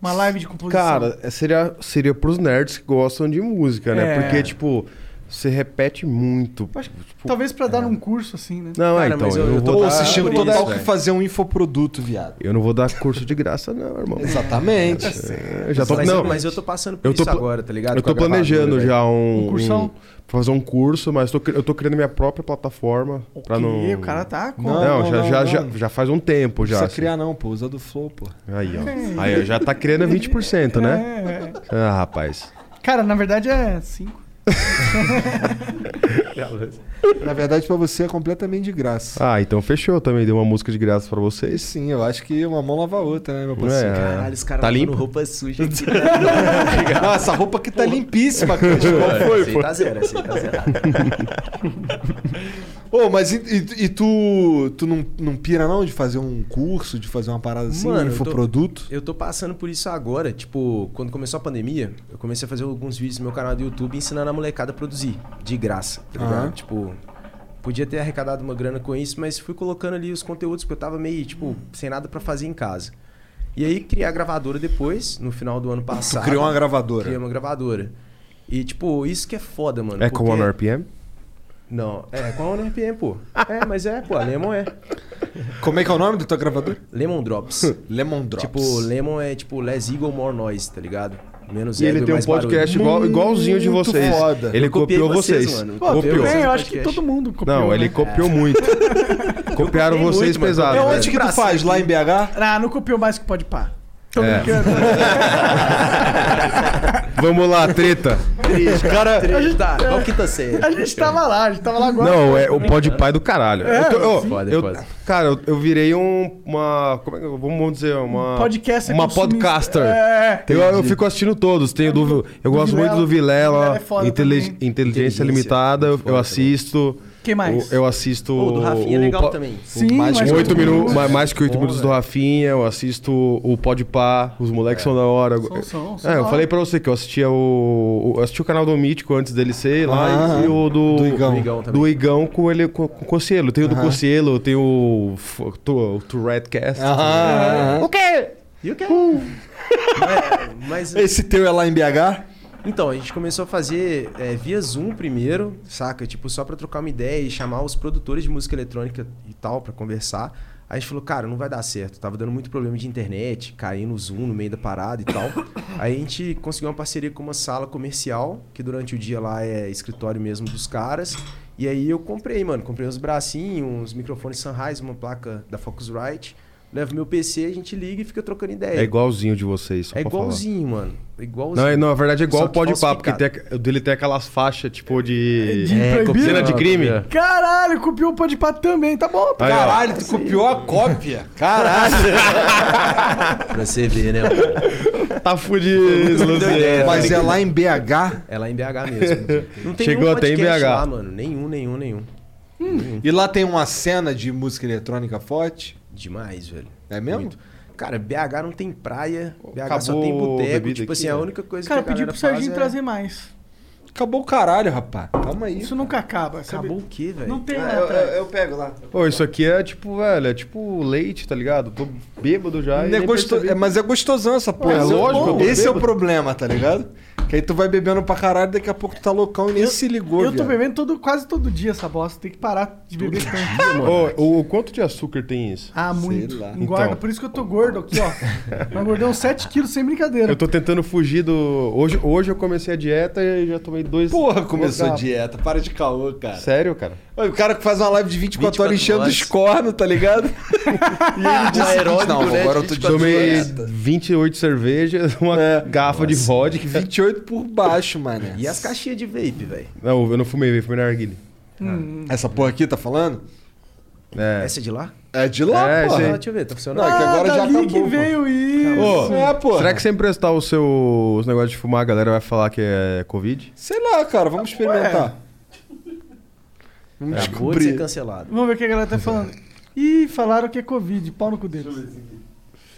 [SPEAKER 1] Uma live de composição.
[SPEAKER 7] Cara, é- seria, seria pros nerds que gostam de música, né?
[SPEAKER 1] É.
[SPEAKER 7] Porque, tipo, você repete muito.
[SPEAKER 1] Acho que
[SPEAKER 2] tipo,
[SPEAKER 1] talvez pra
[SPEAKER 2] é.
[SPEAKER 1] dar num curso assim, né?
[SPEAKER 7] Não,
[SPEAKER 3] Cara,
[SPEAKER 7] é, então,
[SPEAKER 3] mas
[SPEAKER 7] eu,
[SPEAKER 3] eu-
[SPEAKER 7] não
[SPEAKER 3] eu
[SPEAKER 7] vou
[SPEAKER 3] tô
[SPEAKER 2] Pô,
[SPEAKER 7] dar,
[SPEAKER 2] vocês tinham
[SPEAKER 3] por isso, é.
[SPEAKER 2] total que
[SPEAKER 3] velho.
[SPEAKER 2] fazer um infoproduto, viado.
[SPEAKER 7] eu não vou dar curso de graça, não, irmão. É,
[SPEAKER 2] Exatamente.
[SPEAKER 7] Eu já tô,
[SPEAKER 3] mas,
[SPEAKER 7] não,
[SPEAKER 3] mas eu tô passando por
[SPEAKER 7] eu tô
[SPEAKER 3] isso
[SPEAKER 7] pla-
[SPEAKER 3] agora, tá ligado?
[SPEAKER 7] eu
[SPEAKER 3] Com a
[SPEAKER 7] tô
[SPEAKER 3] gravadora,
[SPEAKER 7] planejando
[SPEAKER 3] velho.
[SPEAKER 7] já um...
[SPEAKER 1] Um cursão?
[SPEAKER 7] um- fazer um curso, mas tô cri- eu tô criando minha própria plataforma pra
[SPEAKER 1] Ok,
[SPEAKER 7] não...
[SPEAKER 1] o cara tá com...
[SPEAKER 2] Não,
[SPEAKER 7] Não, já, já,
[SPEAKER 2] não.
[SPEAKER 7] Já, já faz um tempo
[SPEAKER 2] Não
[SPEAKER 7] já.
[SPEAKER 2] precisa
[SPEAKER 7] assim.
[SPEAKER 2] criar não, pô. Usa do Flow, pô.
[SPEAKER 7] Aí,
[SPEAKER 3] É.
[SPEAKER 7] ó. Aí, ó, já tá criando 20%, né?
[SPEAKER 1] É, é.
[SPEAKER 7] Ah, rapaz.
[SPEAKER 1] Cara, na verdade é 5.
[SPEAKER 2] Na verdade, pra você é completamente de graça.
[SPEAKER 7] Ah, então fechou também. Deu uma música de graça pra
[SPEAKER 2] E
[SPEAKER 7] vocês.
[SPEAKER 2] sim, eu acho que uma mão lava a outra, né, meu parceiro?
[SPEAKER 7] É.
[SPEAKER 3] Caralho, os caras
[SPEAKER 7] Tá
[SPEAKER 3] tá
[SPEAKER 7] limpo?
[SPEAKER 3] roupa suja aqui.
[SPEAKER 2] Não, essa roupa aqui tá limpíssima, cara. Qual foi,
[SPEAKER 3] Esse aí
[SPEAKER 2] pô?
[SPEAKER 3] tá zero, esse aí tá zero.
[SPEAKER 2] Ô, mas e, e- e tu, tu não, não pira não de fazer um curso, de fazer uma parada assim,
[SPEAKER 3] Mano,
[SPEAKER 2] um
[SPEAKER 3] eu tô-
[SPEAKER 2] infoproduto?
[SPEAKER 3] Eu tô passando por isso agora. Tipo, quando começou a pandemia, eu comecei a fazer alguns vídeos no meu canal do YouTube ensinando a molecada a produzir, de graça, tá ligado?
[SPEAKER 2] Aham.
[SPEAKER 3] Tipo, podia ter arrecadado uma grana com isso, mas fui colocando ali os conteúdos porque eu tava meio, tipo, sem nada pra fazer em casa. E aí criei a gravadora depois, no final do ano
[SPEAKER 2] Tu
[SPEAKER 3] passado.
[SPEAKER 2] criou uma gravadora.
[SPEAKER 3] Criei uma gravadora. E, tipo, isso que é foda, mano.
[SPEAKER 7] É com
[SPEAKER 3] porque-
[SPEAKER 7] One RPM?
[SPEAKER 3] Não, é com a One RPM, pô. É, mas é, pô, a Lemon é.
[SPEAKER 2] Como é que é o nome da tua gravadora?
[SPEAKER 3] Lemon Drops.
[SPEAKER 2] Lemon Drops.
[SPEAKER 3] Tipo, Lemon é tipo less ego, more noise, tá ligado? Menos
[SPEAKER 7] E
[SPEAKER 3] ego
[SPEAKER 7] ele tem um
[SPEAKER 3] mais barulho.
[SPEAKER 7] podcast igual, igualzinho de
[SPEAKER 2] Muito
[SPEAKER 7] vocês.
[SPEAKER 2] foda.
[SPEAKER 7] Ele
[SPEAKER 3] Eu copiei
[SPEAKER 7] copiou
[SPEAKER 3] vocês,
[SPEAKER 7] vocês.
[SPEAKER 3] mano.
[SPEAKER 1] Pô,
[SPEAKER 3] Copiou.
[SPEAKER 1] tudo
[SPEAKER 7] Copiou.
[SPEAKER 1] bem, eu acho
[SPEAKER 3] Podcast.
[SPEAKER 1] que todo mundo copiou.
[SPEAKER 7] Não, ele
[SPEAKER 1] né?
[SPEAKER 7] copiou muito. Copiaram
[SPEAKER 3] copiei
[SPEAKER 7] vocês
[SPEAKER 3] muito, mano.
[SPEAKER 7] pesado. né?
[SPEAKER 2] É
[SPEAKER 3] Eu
[SPEAKER 7] velho.
[SPEAKER 2] onde que tu
[SPEAKER 3] Bracinho
[SPEAKER 2] faz? Lá em BH?
[SPEAKER 1] um Ah, não copiou mais que pode pá. Tô
[SPEAKER 7] É.
[SPEAKER 1] brincando.
[SPEAKER 7] Vamos lá, treta.
[SPEAKER 3] Triste, cara. Triste, tá. Qual que tá sendo?
[SPEAKER 1] A gente tava lá, a gente tava lá agora. É,
[SPEAKER 7] Não, é o pod pai do caralho. eu tô- eu-
[SPEAKER 3] Foda,
[SPEAKER 7] eu-
[SPEAKER 3] foda.
[SPEAKER 7] Cara, eu, eu virei um, uma. Como é que eu- vamos dizer? Uma.
[SPEAKER 1] Um Podcaster
[SPEAKER 7] Uma
[SPEAKER 1] consumista.
[SPEAKER 7] podcaster.
[SPEAKER 1] É.
[SPEAKER 7] Eu, eu fico assistindo todos. Tem o do, eu
[SPEAKER 1] Do
[SPEAKER 7] gosto muito
[SPEAKER 1] Vilela.
[SPEAKER 7] do
[SPEAKER 1] Vilela
[SPEAKER 7] Vilela,
[SPEAKER 1] é foda
[SPEAKER 7] Inteli-
[SPEAKER 1] também.
[SPEAKER 7] Inteligência
[SPEAKER 3] Inteligência,
[SPEAKER 7] Limitada, eu-
[SPEAKER 3] muito
[SPEAKER 7] eu
[SPEAKER 3] foda
[SPEAKER 7] assisto.
[SPEAKER 1] Quem mais?
[SPEAKER 7] Eu, eu assisto.
[SPEAKER 3] Pô, o do Rafinha é
[SPEAKER 7] o
[SPEAKER 3] legal
[SPEAKER 7] po-
[SPEAKER 3] também.
[SPEAKER 1] Sim,
[SPEAKER 2] mais
[SPEAKER 1] mas-
[SPEAKER 2] que
[SPEAKER 7] Oito minutos, ma- mais que oito
[SPEAKER 3] Bom,
[SPEAKER 7] minutos do
[SPEAKER 3] velho.
[SPEAKER 7] Rafinha, eu assisto o Podpah, os moleques são da hora.
[SPEAKER 1] São, são, são
[SPEAKER 7] é,
[SPEAKER 1] da
[SPEAKER 7] eu
[SPEAKER 1] hora.
[SPEAKER 7] falei pra você que eu assistia o. o- Eu assisti o canal do Mítico antes dele ser lá
[SPEAKER 2] Ah,
[SPEAKER 7] e o do.
[SPEAKER 2] do Igão.
[SPEAKER 7] Do Igão, também. Do Igão com ele com, com o Cocielo. Tem o do Cocielo, tem o. f- tu- O Tourette Cast.
[SPEAKER 2] Aham, aham.
[SPEAKER 3] E o quê?
[SPEAKER 7] Uh.
[SPEAKER 3] Mas, mas-
[SPEAKER 2] Esse teu é lá em BH?
[SPEAKER 3] Então, a gente começou a fazer é, via Zoom primeiro, saca? Tipo, só pra trocar uma ideia e chamar os produtores de música eletrônica e tal pra conversar. Aí a gente falou, cara, não vai dar certo. Tava dando muito problema de internet, caindo o Zoom no meio da parada e tal. Aí a gente conseguiu uma parceria com uma sala comercial, que durante o dia lá é escritório mesmo dos caras. E aí eu comprei, mano. Comprei uns bracinhos, uns microfones Sunrise, uma placa da Focusrite. Levo meu PC, a gente liga e fica trocando ideia.
[SPEAKER 7] É igualzinho de vocês, só
[SPEAKER 3] É
[SPEAKER 7] pra falar.
[SPEAKER 3] igualzinho, mano. É igualzinho.
[SPEAKER 7] Não, é- não, na verdade é igual
[SPEAKER 3] Só
[SPEAKER 7] o
[SPEAKER 3] que
[SPEAKER 7] Podpah, porque
[SPEAKER 3] falsificado.
[SPEAKER 7] tem, a- o dele tem aquelas faixas tipo de.
[SPEAKER 1] De É, proibido?
[SPEAKER 7] cena de crime.
[SPEAKER 3] É.
[SPEAKER 1] Caralho, copiou o Pode Pá também, tá bom.
[SPEAKER 7] Aí, ó.
[SPEAKER 2] Caralho, tu copiou a cópia. Caralho.
[SPEAKER 3] Pra você ver, né?
[SPEAKER 7] Tá fudido, Luciano.
[SPEAKER 2] Mas é lá em BH?
[SPEAKER 3] É lá em BH mesmo. Não tem
[SPEAKER 7] Chegou
[SPEAKER 3] nenhum
[SPEAKER 7] até em
[SPEAKER 3] podcast
[SPEAKER 7] BH.
[SPEAKER 3] lá, mano. Nenhum, nenhum, nenhum.
[SPEAKER 2] Hum. E lá tem uma cena de música eletrônica forte?
[SPEAKER 3] Demais, velho.
[SPEAKER 2] É mesmo?
[SPEAKER 3] Cara, BH não tem praia, BH só
[SPEAKER 7] acabou
[SPEAKER 3] tem
[SPEAKER 7] a
[SPEAKER 3] boteco.
[SPEAKER 7] bebida
[SPEAKER 3] Tipo
[SPEAKER 7] aqui,
[SPEAKER 3] assim, a
[SPEAKER 7] né?
[SPEAKER 3] única coisa
[SPEAKER 1] Cara,
[SPEAKER 3] que a
[SPEAKER 1] pedi pro
[SPEAKER 3] galera faz
[SPEAKER 1] Serginho
[SPEAKER 3] é...
[SPEAKER 1] trazer mais.
[SPEAKER 2] Acabou o caralho, rapaz. Calma aí.
[SPEAKER 1] Isso nunca acaba, sabe?
[SPEAKER 3] Acabou o quê, velho?
[SPEAKER 1] Não tem
[SPEAKER 4] Eu,
[SPEAKER 1] lá
[SPEAKER 4] eu-
[SPEAKER 1] atrás.
[SPEAKER 4] eu pego lá.
[SPEAKER 7] Pô, isso aqui é tipo, velho, é tipo leite, tá ligado? Tô bêbado já. e
[SPEAKER 2] Não é
[SPEAKER 7] nem
[SPEAKER 2] gosto-
[SPEAKER 7] percebi.
[SPEAKER 2] é, mas é gostosão essa porra.
[SPEAKER 7] é
[SPEAKER 2] Esse
[SPEAKER 7] lógico,
[SPEAKER 2] o-
[SPEAKER 7] eu tô
[SPEAKER 2] Esse é o
[SPEAKER 7] bêbado.
[SPEAKER 2] problema, tá ligado? Que aí tu vai bebendo pra caralho, daqui a pouco tu tá loucão e nem
[SPEAKER 1] Eu-
[SPEAKER 2] se ligou,
[SPEAKER 1] Eu tô
[SPEAKER 2] viado.
[SPEAKER 1] bebendo todo, quase todo dia essa bosta. Tem que parar de beber tanto.
[SPEAKER 7] Ô, o, o quanto de açúcar tem isso?
[SPEAKER 1] Ah, muito.
[SPEAKER 2] lá.
[SPEAKER 1] Engorda.
[SPEAKER 7] Então.
[SPEAKER 1] Por isso que eu tô gordo aqui, ó. Eu engordei uns 7 quilos sem brincadeira.
[SPEAKER 7] Eu tô tentando fugir do. Hoje, hoje eu comecei a dieta e já tomei dois.
[SPEAKER 2] Porra, começou a
[SPEAKER 7] Exato.
[SPEAKER 2] dieta. Para de caô, cara.
[SPEAKER 7] Sério, cara?
[SPEAKER 2] Olha, O cara que faz uma live de 24, horas
[SPEAKER 3] 24
[SPEAKER 2] enchendo
[SPEAKER 3] horas.
[SPEAKER 2] os cornos, tá ligado? e ele diz
[SPEAKER 3] aeróbico,
[SPEAKER 2] não,
[SPEAKER 3] é né,
[SPEAKER 2] agora eu tô de
[SPEAKER 3] 24
[SPEAKER 7] Tomei
[SPEAKER 2] dieta. É.
[SPEAKER 7] 28 cervejas, uma garrafa de vodka.
[SPEAKER 2] 28 por baixo, mano.
[SPEAKER 3] E as caixinhas de vape, velho?
[SPEAKER 7] Não, eu não fumei, eu fumei narguile.
[SPEAKER 2] Essa porra aqui tá falando?
[SPEAKER 7] É.
[SPEAKER 3] Essa de lá?
[SPEAKER 2] É de lá,
[SPEAKER 7] É,
[SPEAKER 2] porra.
[SPEAKER 7] isso aí.
[SPEAKER 3] Ah, deixa eu ver, tá funcionando?
[SPEAKER 2] Não, é que agora já
[SPEAKER 1] dali
[SPEAKER 2] acabou.
[SPEAKER 1] que
[SPEAKER 2] mano.
[SPEAKER 1] veio isso.
[SPEAKER 7] Ô,
[SPEAKER 2] É, porra.
[SPEAKER 7] será que se emprestar o seu, os negócios de fumar, a galera vai falar que é Covid?
[SPEAKER 2] Sei lá, cara, vamos experimentar. Vamos
[SPEAKER 3] Acabou de ser cancelado.
[SPEAKER 1] Vamos ver o que a galera tá falando. Ih, falaram que é Covid. Pau no cu deles.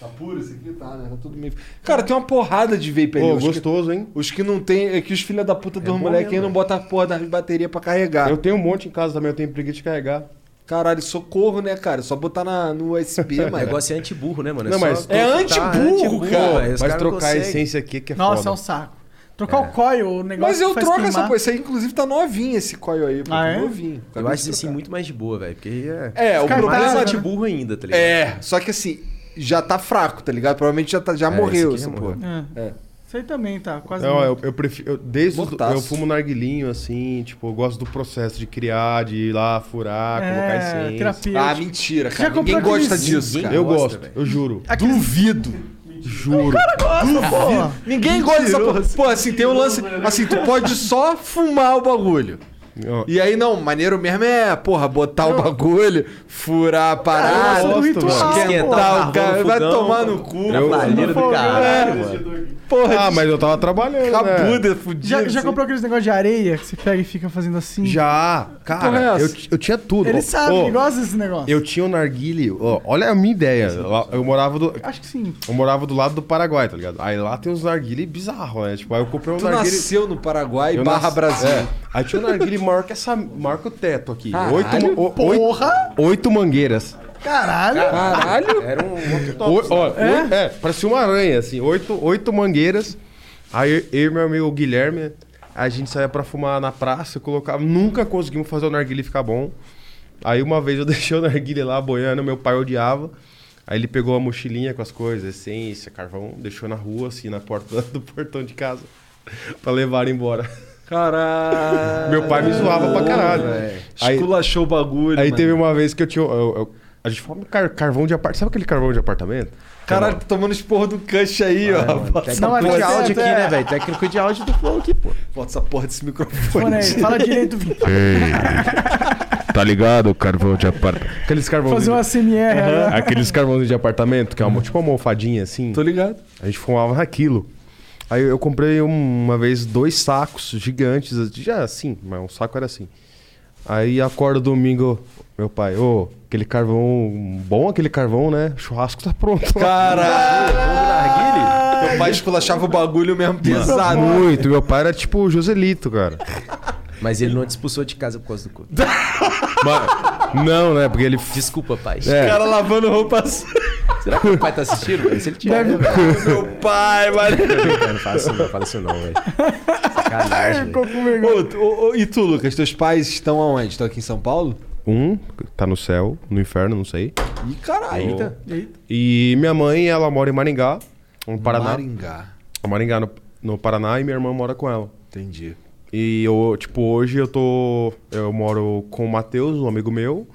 [SPEAKER 2] Tá puro esse aqui? Tá, né? Tá tudo meio... Cara, tem uma porrada de vape ali.
[SPEAKER 7] Pô,
[SPEAKER 2] Os que-
[SPEAKER 7] gostoso, hein?
[SPEAKER 2] Os que não tem, é que os filha da puta dos
[SPEAKER 3] bom
[SPEAKER 2] moleques aí
[SPEAKER 3] mesmo,
[SPEAKER 2] não botam a porra das baterias pra carregar.
[SPEAKER 7] Eu tenho um monte em casa também, eu tenho preguiça de carregar.
[SPEAKER 2] Caralho, socorro, né, cara? Só botar na, no USB,
[SPEAKER 3] O
[SPEAKER 2] mano.
[SPEAKER 3] negócio é antiburro, né, mano?
[SPEAKER 7] Não,
[SPEAKER 3] só
[SPEAKER 7] mas-
[SPEAKER 3] trocar-
[SPEAKER 2] É antiburro, cara.
[SPEAKER 3] velho.
[SPEAKER 7] Mas
[SPEAKER 3] Os cara não
[SPEAKER 7] trocar a
[SPEAKER 3] consegue.
[SPEAKER 7] essência aqui que é
[SPEAKER 1] Nossa, é um
[SPEAKER 7] foda.
[SPEAKER 1] saco. Trocar
[SPEAKER 3] É.
[SPEAKER 1] o coil, o
[SPEAKER 3] um
[SPEAKER 1] negócio
[SPEAKER 2] Mas eu
[SPEAKER 1] que faz
[SPEAKER 2] troco
[SPEAKER 1] queimar.
[SPEAKER 2] essa porra. Esse aí, inclusive, tá novinho esse coil aí. Pô,
[SPEAKER 1] Ah,
[SPEAKER 2] tá
[SPEAKER 1] é?
[SPEAKER 2] novinho.
[SPEAKER 3] Eu
[SPEAKER 2] Acabei
[SPEAKER 3] acho
[SPEAKER 2] de
[SPEAKER 3] isso assim
[SPEAKER 2] trocar.
[SPEAKER 3] muito mais de boa, velho. Porque aí é...
[SPEAKER 2] É, o
[SPEAKER 1] Os caras
[SPEAKER 2] problema
[SPEAKER 3] mais
[SPEAKER 1] tá-
[SPEAKER 2] é,
[SPEAKER 1] né?
[SPEAKER 3] antiburro ainda, tá ligado?
[SPEAKER 2] é, só que assim, já tá fraco, tá ligado? Provavelmente já, tá, já
[SPEAKER 3] É, esse
[SPEAKER 2] morreu
[SPEAKER 3] aqui
[SPEAKER 2] essa
[SPEAKER 3] já
[SPEAKER 2] porra.
[SPEAKER 1] É.
[SPEAKER 2] É.
[SPEAKER 1] Isso aí também tá quase.
[SPEAKER 7] Não, eu,
[SPEAKER 1] morto.
[SPEAKER 7] eu prefiro. eu- desde os-
[SPEAKER 2] Mortaço.
[SPEAKER 7] eu fumo narguilinho, assim, tipo, eu gosto do processo de criar, de ir lá, furar, colocar
[SPEAKER 1] é,
[SPEAKER 7] essência.
[SPEAKER 1] terapêutico.
[SPEAKER 2] Ah, mentira, cara.
[SPEAKER 1] comprou
[SPEAKER 2] Ninguém gosta
[SPEAKER 1] aqueles-
[SPEAKER 2] disso, cara.
[SPEAKER 7] Eu
[SPEAKER 3] Gosta,
[SPEAKER 7] gosto,
[SPEAKER 3] velho.
[SPEAKER 7] eu juro.
[SPEAKER 2] Duvido.
[SPEAKER 7] Juro.
[SPEAKER 1] Porra.
[SPEAKER 2] Ninguém gosta dessa porra. Pô, assim, tem um lance. Assim, tu pode só fumar o bagulho.
[SPEAKER 7] Não,
[SPEAKER 2] E aí, não, maneiro mesmo é, porra, botar o bagulho, furar a
[SPEAKER 1] Ah, eu
[SPEAKER 2] parada,
[SPEAKER 1] gosto do ritual,
[SPEAKER 2] esquentar
[SPEAKER 3] porra.
[SPEAKER 2] o cara,
[SPEAKER 3] Carvão no
[SPEAKER 2] vai
[SPEAKER 3] fogão,
[SPEAKER 2] tomar no cu.
[SPEAKER 3] Eu- Trabalheira do
[SPEAKER 2] Pô,
[SPEAKER 3] caralho,
[SPEAKER 2] é,
[SPEAKER 3] mano.
[SPEAKER 2] Porra,
[SPEAKER 7] Ah, mas eu tava trabalhando. Né?
[SPEAKER 2] cabuda, fudido.
[SPEAKER 1] Já, já
[SPEAKER 2] assim.
[SPEAKER 1] comprou aqueles negócios de areia que você pega e fica fazendo assim?
[SPEAKER 7] Já,
[SPEAKER 2] porra é
[SPEAKER 7] cara,
[SPEAKER 2] essa?
[SPEAKER 7] eu, eu tinha tudo. Ó,
[SPEAKER 1] Ele sabe,
[SPEAKER 7] ó,
[SPEAKER 1] ele gosta desse negócio.
[SPEAKER 7] Eu tinha o narguile. ó, olha a minha ideia. Lá- Eu morava do.
[SPEAKER 1] Acho que sim.
[SPEAKER 7] Eu morava do lado do Paraguai, tá ligado? Aí lá tem uns narguile bizarros, né? Tipo, aí eu comprei um
[SPEAKER 2] Tu
[SPEAKER 7] narguile.
[SPEAKER 2] nasceu no Paraguai,
[SPEAKER 7] Eu
[SPEAKER 2] barra
[SPEAKER 7] nasci-
[SPEAKER 2] Brasil.
[SPEAKER 7] é. Aí tinha um narguile maior que essa. Maior que o teto aqui.
[SPEAKER 2] Caralho,
[SPEAKER 7] oito, ma- o-
[SPEAKER 1] porra!
[SPEAKER 7] Oito, oito mangueiras.
[SPEAKER 1] Caralho!
[SPEAKER 2] Caralho.
[SPEAKER 3] Era um
[SPEAKER 7] Oi- ó, oi- é, parecia uma aranha, assim. Oito, oito mangueiras. Aí eu- eu e meu amigo Guilherme, a gente saía pra fumar na praça, colocava. Nunca conseguimos fazer o narguile ficar bom. Aí uma vez eu deixei o narguile lá boiando, meu pai odiava. Aí ele pegou a mochilinha com as coisas, essência, carvão, deixou na rua, assim, na porta do portão de casa, pra levar embora.
[SPEAKER 2] Caralho.
[SPEAKER 7] Meu pai me zoava pra caralho. Aí-
[SPEAKER 2] Esculachou o bagulho.
[SPEAKER 7] Aí
[SPEAKER 2] mano.
[SPEAKER 7] teve uma vez que eu tinha. eu- eu- a gente falava car- carvão de apartamento. Sabe aquele carvão de apartamento?
[SPEAKER 2] Caralho, tô tomando esporro do cancha aí, ó.
[SPEAKER 1] Não,
[SPEAKER 3] técnico
[SPEAKER 1] mas
[SPEAKER 3] de
[SPEAKER 1] tá
[SPEAKER 3] áudio
[SPEAKER 1] certo,
[SPEAKER 3] aqui,
[SPEAKER 1] é.
[SPEAKER 3] né, velho? Técnico de áudio do Flow aqui, pô.
[SPEAKER 2] Bota essa porra desse
[SPEAKER 1] Mano,
[SPEAKER 2] microfone.
[SPEAKER 1] aí, fala direito, Vini.
[SPEAKER 7] Tá ligado, carvão de apartamento? Aqueles carvões.
[SPEAKER 1] Fazer uma CMR.
[SPEAKER 2] Uhum.
[SPEAKER 1] né?
[SPEAKER 7] Aqueles carvãozinhos de apartamento, que é uma, tipo uma almofadinha assim.
[SPEAKER 2] Tô ligado.
[SPEAKER 7] A gente fumava naquilo. Aí eu comprei um- uma vez dois sacos gigantes, já assim, mas um saco era assim. Aí acorda domingo, meu pai, ô, aquele carvão, bom aquele carvão, né? Churrasco tá pronto.
[SPEAKER 2] Caralho! Teu pai esculachava o bagulho mesmo pesado.
[SPEAKER 7] Muito, meu pai era tipo o Joselito, cara.
[SPEAKER 3] Mas ele não te expulsou de casa por causa do cu.
[SPEAKER 7] Mas- não, né? Porque ele.
[SPEAKER 3] Desculpa, pai.
[SPEAKER 7] É.
[SPEAKER 2] Cara lavando roupas.
[SPEAKER 3] Será que o pai tá assistindo? velho? Se ele tiver, né, velho.
[SPEAKER 2] Meu pai, mano.
[SPEAKER 3] Não fala isso não, fala isso não, velho. Sacanagem, velho.
[SPEAKER 2] Ô, ô, ô, e tu, Lucas? Teus pais estão aonde? Estão aqui em São Paulo?
[SPEAKER 7] Um, tá no céu, no inferno, não sei.
[SPEAKER 2] Ih, caralho.
[SPEAKER 3] Eita.
[SPEAKER 7] E minha mãe, ela mora em Maringá, no Paraná.
[SPEAKER 2] Maringá.
[SPEAKER 7] Maringá, no, no Paraná, e minha irmã mora com ela.
[SPEAKER 2] Entendi.
[SPEAKER 7] E eu, tipo, hoje eu tô. Eu moro com o Matheus, um amigo meu.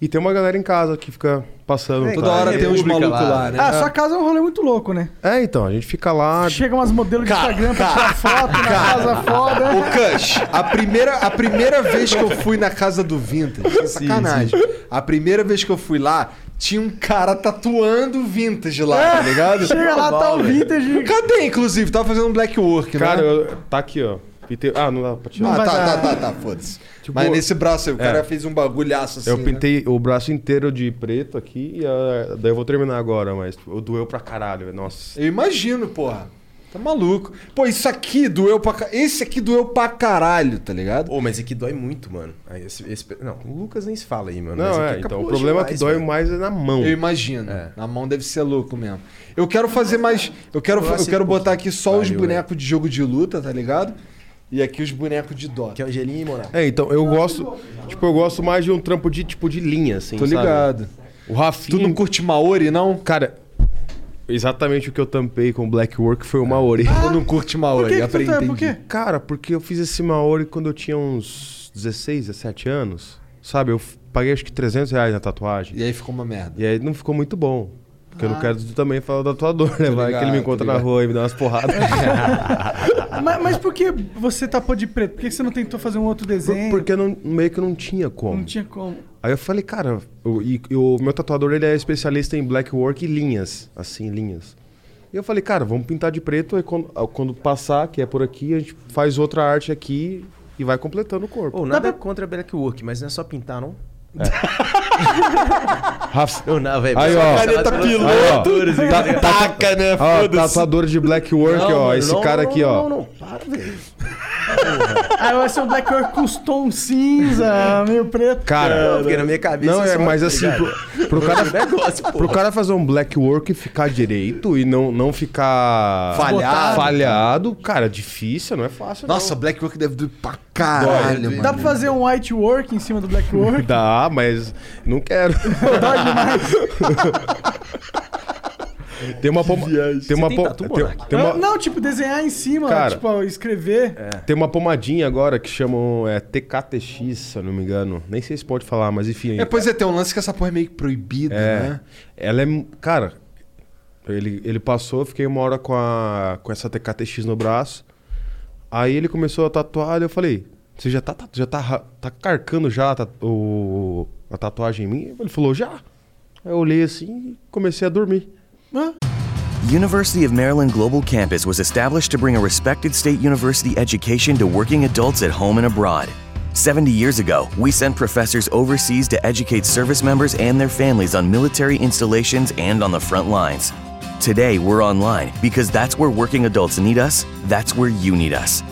[SPEAKER 7] E tem uma galera em casa que fica passando.
[SPEAKER 2] Toda hora tem uns
[SPEAKER 3] República
[SPEAKER 2] malucos
[SPEAKER 3] lá,
[SPEAKER 2] lá, né?
[SPEAKER 1] Ah, sua casa é um rolê muito louco, né?
[SPEAKER 7] É, então, a gente fica lá.
[SPEAKER 1] Chega umas modelos de Instagram pra tirar foto na casa foda. né?
[SPEAKER 2] Ô, Cush, a primeira, a primeira vez que eu fui na casa do Vintage, sem sacanagem. A primeira vez que eu fui lá, tinha um cara tatuando o Vintage lá, tá ligado?
[SPEAKER 1] É, Chega lá, tá o vintage.
[SPEAKER 2] Cadê, inclusive? Tava fazendo um black work,
[SPEAKER 7] Cara,
[SPEAKER 2] né?
[SPEAKER 7] eu- tá aqui, ó. E tem- Ah, não dá pra tirar.
[SPEAKER 2] Ah, tá,
[SPEAKER 1] vai
[SPEAKER 2] tá,
[SPEAKER 1] dar.
[SPEAKER 2] tá, tá, foda-se. Mas nesse braço aí, o cara fez um bagulhaço assim.
[SPEAKER 7] Eu
[SPEAKER 2] né?
[SPEAKER 7] pintei o braço inteiro de preto aqui, e ah, daí eu vou terminar agora, mas tipo, doeu pra caralho, velho. nossa.
[SPEAKER 2] Eu imagino, porra. Tá maluco. Pô, isso aqui doeu pra caralho. Esse aqui doeu pra caralho, tá ligado?
[SPEAKER 3] Ô, mas aqui dói muito, mano. Aí esse- esse- não, o Lucas nem se fala aí, mano. Mas
[SPEAKER 7] Não,
[SPEAKER 3] aqui
[SPEAKER 7] é, então
[SPEAKER 3] acabou
[SPEAKER 7] o problema é que
[SPEAKER 3] demais,
[SPEAKER 7] dói
[SPEAKER 3] velho.
[SPEAKER 7] mais é na mão.
[SPEAKER 2] Eu imagino. É. Na mão deve ser louco mesmo. Eu quero fazer mais. Eu quero,
[SPEAKER 3] Eu
[SPEAKER 2] eu
[SPEAKER 3] aceito
[SPEAKER 2] quero
[SPEAKER 3] um
[SPEAKER 2] botar
[SPEAKER 3] pouquinho.
[SPEAKER 2] aqui só os
[SPEAKER 3] Valeu,
[SPEAKER 7] né?
[SPEAKER 2] bonecos de jogo de luta, tá ligado? E aqui os bonecos de dó.
[SPEAKER 3] Que é o gelinho, hein, moral.
[SPEAKER 7] É, então eu gosto, tipo, eu gosto mais de um trampo de tipo de linha assim,
[SPEAKER 2] Tô
[SPEAKER 7] sabe?
[SPEAKER 2] ligado.
[SPEAKER 7] O
[SPEAKER 2] Tu
[SPEAKER 7] Rafinha,
[SPEAKER 2] não curte Maori, não?
[SPEAKER 7] cara, exatamente o que eu tampei com o Black Work foi o Maori.
[SPEAKER 2] Tu não um curte Maori,
[SPEAKER 1] Por que, que tu
[SPEAKER 2] aprendi.
[SPEAKER 1] tá? Por quê?
[SPEAKER 7] Cara, porque eu fiz esse Maori quando eu tinha uns 16, 17 anos, sabe? Eu f- paguei acho que 300 reais na tatuagem.
[SPEAKER 2] E aí ficou uma merda.
[SPEAKER 7] E aí não ficou muito bom. Porque eu não quero também falar do atuador, né? Vai que ele
[SPEAKER 2] ligado,
[SPEAKER 7] me
[SPEAKER 2] tô
[SPEAKER 7] encontra na
[SPEAKER 2] ligado.
[SPEAKER 7] rua e me dá umas porradas.
[SPEAKER 1] Mas, mas por que você tapou de preto? Por que você não tentou fazer um outro
[SPEAKER 7] Por-
[SPEAKER 1] desenho?
[SPEAKER 7] Porque eu não, meio que eu não tinha como.
[SPEAKER 1] Não tinha como.
[SPEAKER 7] Aí eu falei, cara, o- e, e o meu tatuador ele é especialista em black work e linhas. Assim, linhas. E eu falei, cara, vamos pintar de preto e quando, ah, quando passar, que é por aqui, a gente faz outra arte aqui e vai completando o corpo.
[SPEAKER 3] Ô, nada contra Black Work, mas não é só pintar, não?
[SPEAKER 7] É. Rafa-
[SPEAKER 3] Eu não, velho. tá
[SPEAKER 7] Aí, ó.
[SPEAKER 3] Caneta
[SPEAKER 7] piloto.
[SPEAKER 3] assim,
[SPEAKER 7] Tá, tá,
[SPEAKER 2] Taca, né?
[SPEAKER 7] ó, tatuador de black work, ó. esse cara aqui, ó.
[SPEAKER 3] Não, não, para, velho.
[SPEAKER 1] Aí vai ser um Black Work custom cinza, meio preto.
[SPEAKER 7] Cara,
[SPEAKER 3] Não, porque na minha cabeça.
[SPEAKER 7] não, é, mas assim, pro, pro cara,
[SPEAKER 3] é um negócio, pô.
[SPEAKER 7] pro cara fazer um black work e ficar direito e não, não ficar
[SPEAKER 2] Falhado.
[SPEAKER 7] falhado, cara, difícil, não é fácil. não.
[SPEAKER 2] Nossa, Black Work deve doer pra caralho, mano.
[SPEAKER 1] Dá pra fazer um white work em cima do black work?
[SPEAKER 7] Dá, mas não quero. tem uma poma, tem uma
[SPEAKER 3] tem
[SPEAKER 7] po-
[SPEAKER 3] tatu,
[SPEAKER 7] tem,
[SPEAKER 3] Monark?
[SPEAKER 7] tem
[SPEAKER 1] não,
[SPEAKER 7] uma
[SPEAKER 1] não, tipo, desenhar em cima,
[SPEAKER 7] Cara.
[SPEAKER 1] tipo, ó, escrever.
[SPEAKER 3] É.
[SPEAKER 7] tem uma pomadinha agora que chamam é, TKTX, se eu não me engano. Nem sei se pode falar, mas enfim.
[SPEAKER 2] É, pois é, tem um lance que essa porra é meio que proibida,
[SPEAKER 7] É.
[SPEAKER 2] né?
[SPEAKER 7] Ela é. mu- Cara, ele, ele passou, eu fiquei uma hora com, a, com essa TKTX no braço. Aí ele começou a tatuar e eu falei: Você já tá, tatu- já tá, ra- tá carcando já a, tatu- o- a tatuagem em mim? Ele falou: Já. Aí eu olhei assim e comecei a dormir.
[SPEAKER 10] University of Maryland Global Campus was established to bring a respected state university education to working adults at home and abroad. 70 years ago, we sent professors overseas to educate service members and their families on military installations and on the front lines. Today, we're online because that's where working adults need us, that's where you need us.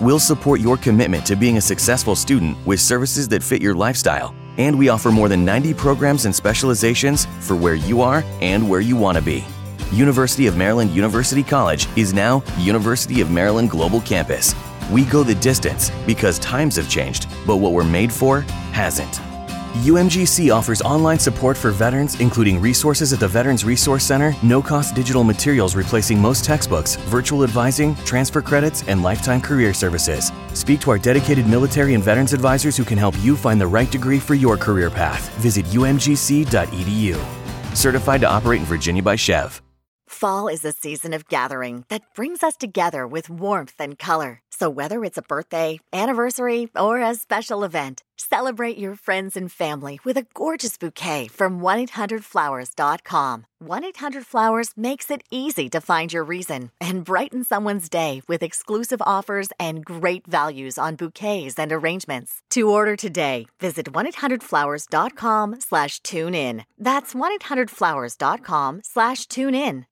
[SPEAKER 10] We'll support your commitment to being a successful student with services that fit your lifestyle, and we offer more than 90 programs and specializations for where you are and where you want to be. University of Maryland University College is now University of Maryland Global Campus. We go the distance because times have changed, but what we're made for hasn't. UMGC offers online support for veterans, including resources at the Veterans Resource Center, no cost digital materials replacing most textbooks, virtual advising, transfer credits, and lifetime career services. Speak to our dedicated military and veterans advisors who can help you find the right degree for your career path. Visit umgc.edu. E Certified to operate in Virginia by Chev.
[SPEAKER 6] Fall is a season of gathering that brings us together with warmth and color. So, whether it's a birthday, anniversary, or a special event, celebrate your friends and family with a gorgeous bouquet from 1-800-Flowers.com. 1-800-Flowers makes it easy to find your reason and brighten someone's day with exclusive offers and great values on bouquets and arrangements. To order today, visit 1-800-Flowers.com slash tune in. That's 1-800-Flowers.com slash tune in.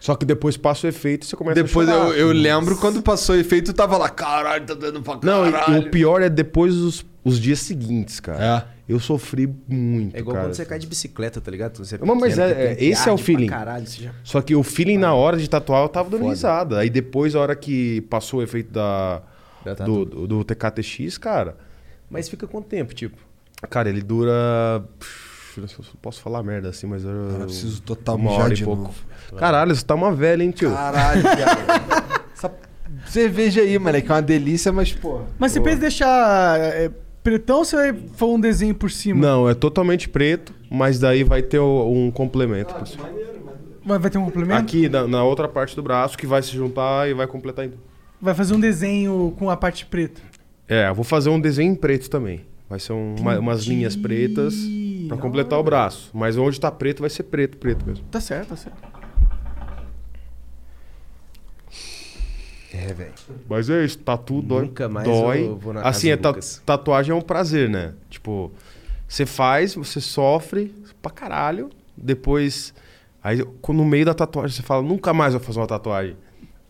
[SPEAKER 7] Só que depois passa o efeito e você começa
[SPEAKER 2] Depois
[SPEAKER 7] a chorar.
[SPEAKER 2] eu, eu lembro quando passou o efeito, eu tava lá, caralho, tá dando pra
[SPEAKER 7] Não, e-
[SPEAKER 2] caralho.
[SPEAKER 7] e o pior é depois os, os dias seguintes, cara.
[SPEAKER 2] É.
[SPEAKER 7] Eu sofri muito,
[SPEAKER 3] É igual
[SPEAKER 7] cara.
[SPEAKER 3] quando você cai de bicicleta, tá ligado? Você é
[SPEAKER 7] Mas, mas
[SPEAKER 3] pequeno,
[SPEAKER 7] é-
[SPEAKER 3] que tem
[SPEAKER 7] é- esse é o
[SPEAKER 3] piarde pra
[SPEAKER 7] feeling.
[SPEAKER 3] Caralho, você já... Ah.
[SPEAKER 7] Só que o feeling na hora de tatuar eu tava dando risada. Aí depois, a hora que passou o efeito da,
[SPEAKER 3] Da
[SPEAKER 7] do,
[SPEAKER 3] tatu.
[SPEAKER 7] do, do TKTX, cara.
[SPEAKER 3] Mas fica quanto tempo, tipo?
[SPEAKER 7] Cara, ele dura. Puxa, eu não posso falar merda assim, mas eu. Cara,
[SPEAKER 2] eu preciso total
[SPEAKER 7] uma
[SPEAKER 2] mijar
[SPEAKER 7] hora
[SPEAKER 2] de
[SPEAKER 7] e pouco.
[SPEAKER 2] novo.
[SPEAKER 7] Caralho,
[SPEAKER 2] é
[SPEAKER 7] você tá uma velha, hein, tio?
[SPEAKER 2] Caralho, cara. Essa cerveja aí, moleque, é uma delícia, mas, pô.
[SPEAKER 1] Mas você pensa em deixar é, pretão ou você for um desenho por cima?
[SPEAKER 7] Não, é totalmente preto, mas daí vai ter o- um complemento. por cima.
[SPEAKER 1] Vai, vai ter um complemento?
[SPEAKER 7] Aqui, na, na outra parte do braço, que vai se juntar e vai completar. em-
[SPEAKER 1] Vai fazer um desenho com a parte preta.
[SPEAKER 7] É, eu vou fazer um desenho em preto também. Vai ser um- uma- umas linhas pretas pra completar o braço. Mas onde tá preto, vai ser preto, preto mesmo.
[SPEAKER 1] Tá certo, tá certo.
[SPEAKER 3] É, velho.
[SPEAKER 7] Mas é isso, tatu dói.
[SPEAKER 3] Nunca mais
[SPEAKER 7] dói.
[SPEAKER 3] eu vou na
[SPEAKER 7] assim,
[SPEAKER 3] casa
[SPEAKER 7] é
[SPEAKER 3] do
[SPEAKER 7] ta-
[SPEAKER 3] Lucas.
[SPEAKER 7] tatuagem é um prazer, né? Tipo, você faz, você sofre pra caralho. Depois, aí quando no meio da tatuagem você fala, nunca mais vou fazer uma tatuagem.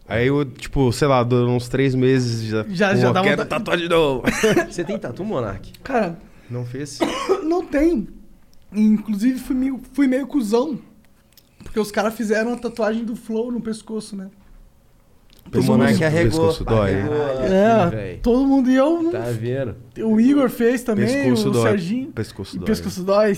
[SPEAKER 7] Aí eu, tipo, sei lá, durou uns três meses já.
[SPEAKER 1] Já-
[SPEAKER 7] pô,
[SPEAKER 1] já dá
[SPEAKER 7] quero
[SPEAKER 1] vontade.
[SPEAKER 7] tatuagem de novo.
[SPEAKER 3] Você tem tatu, Monark?
[SPEAKER 1] Cara,
[SPEAKER 3] Não fez?
[SPEAKER 1] não tem. Inclusive, fui meio, fui meio cuzão. Porque os caras fizeram a tatuagem do Flow no pescoço, né?
[SPEAKER 4] O Monark
[SPEAKER 7] Pescoço-
[SPEAKER 4] arregou.
[SPEAKER 7] um pescoço dói.
[SPEAKER 4] Arregou.
[SPEAKER 1] É,
[SPEAKER 3] véi.
[SPEAKER 1] todo mundo. um- E eu. não-
[SPEAKER 3] Tá vendo?
[SPEAKER 1] O Igor fez também,
[SPEAKER 7] Pescoço
[SPEAKER 1] o
[SPEAKER 7] dói.
[SPEAKER 1] Serginho.
[SPEAKER 7] Pescoço
[SPEAKER 1] E
[SPEAKER 7] dói.
[SPEAKER 1] Pescoço dói.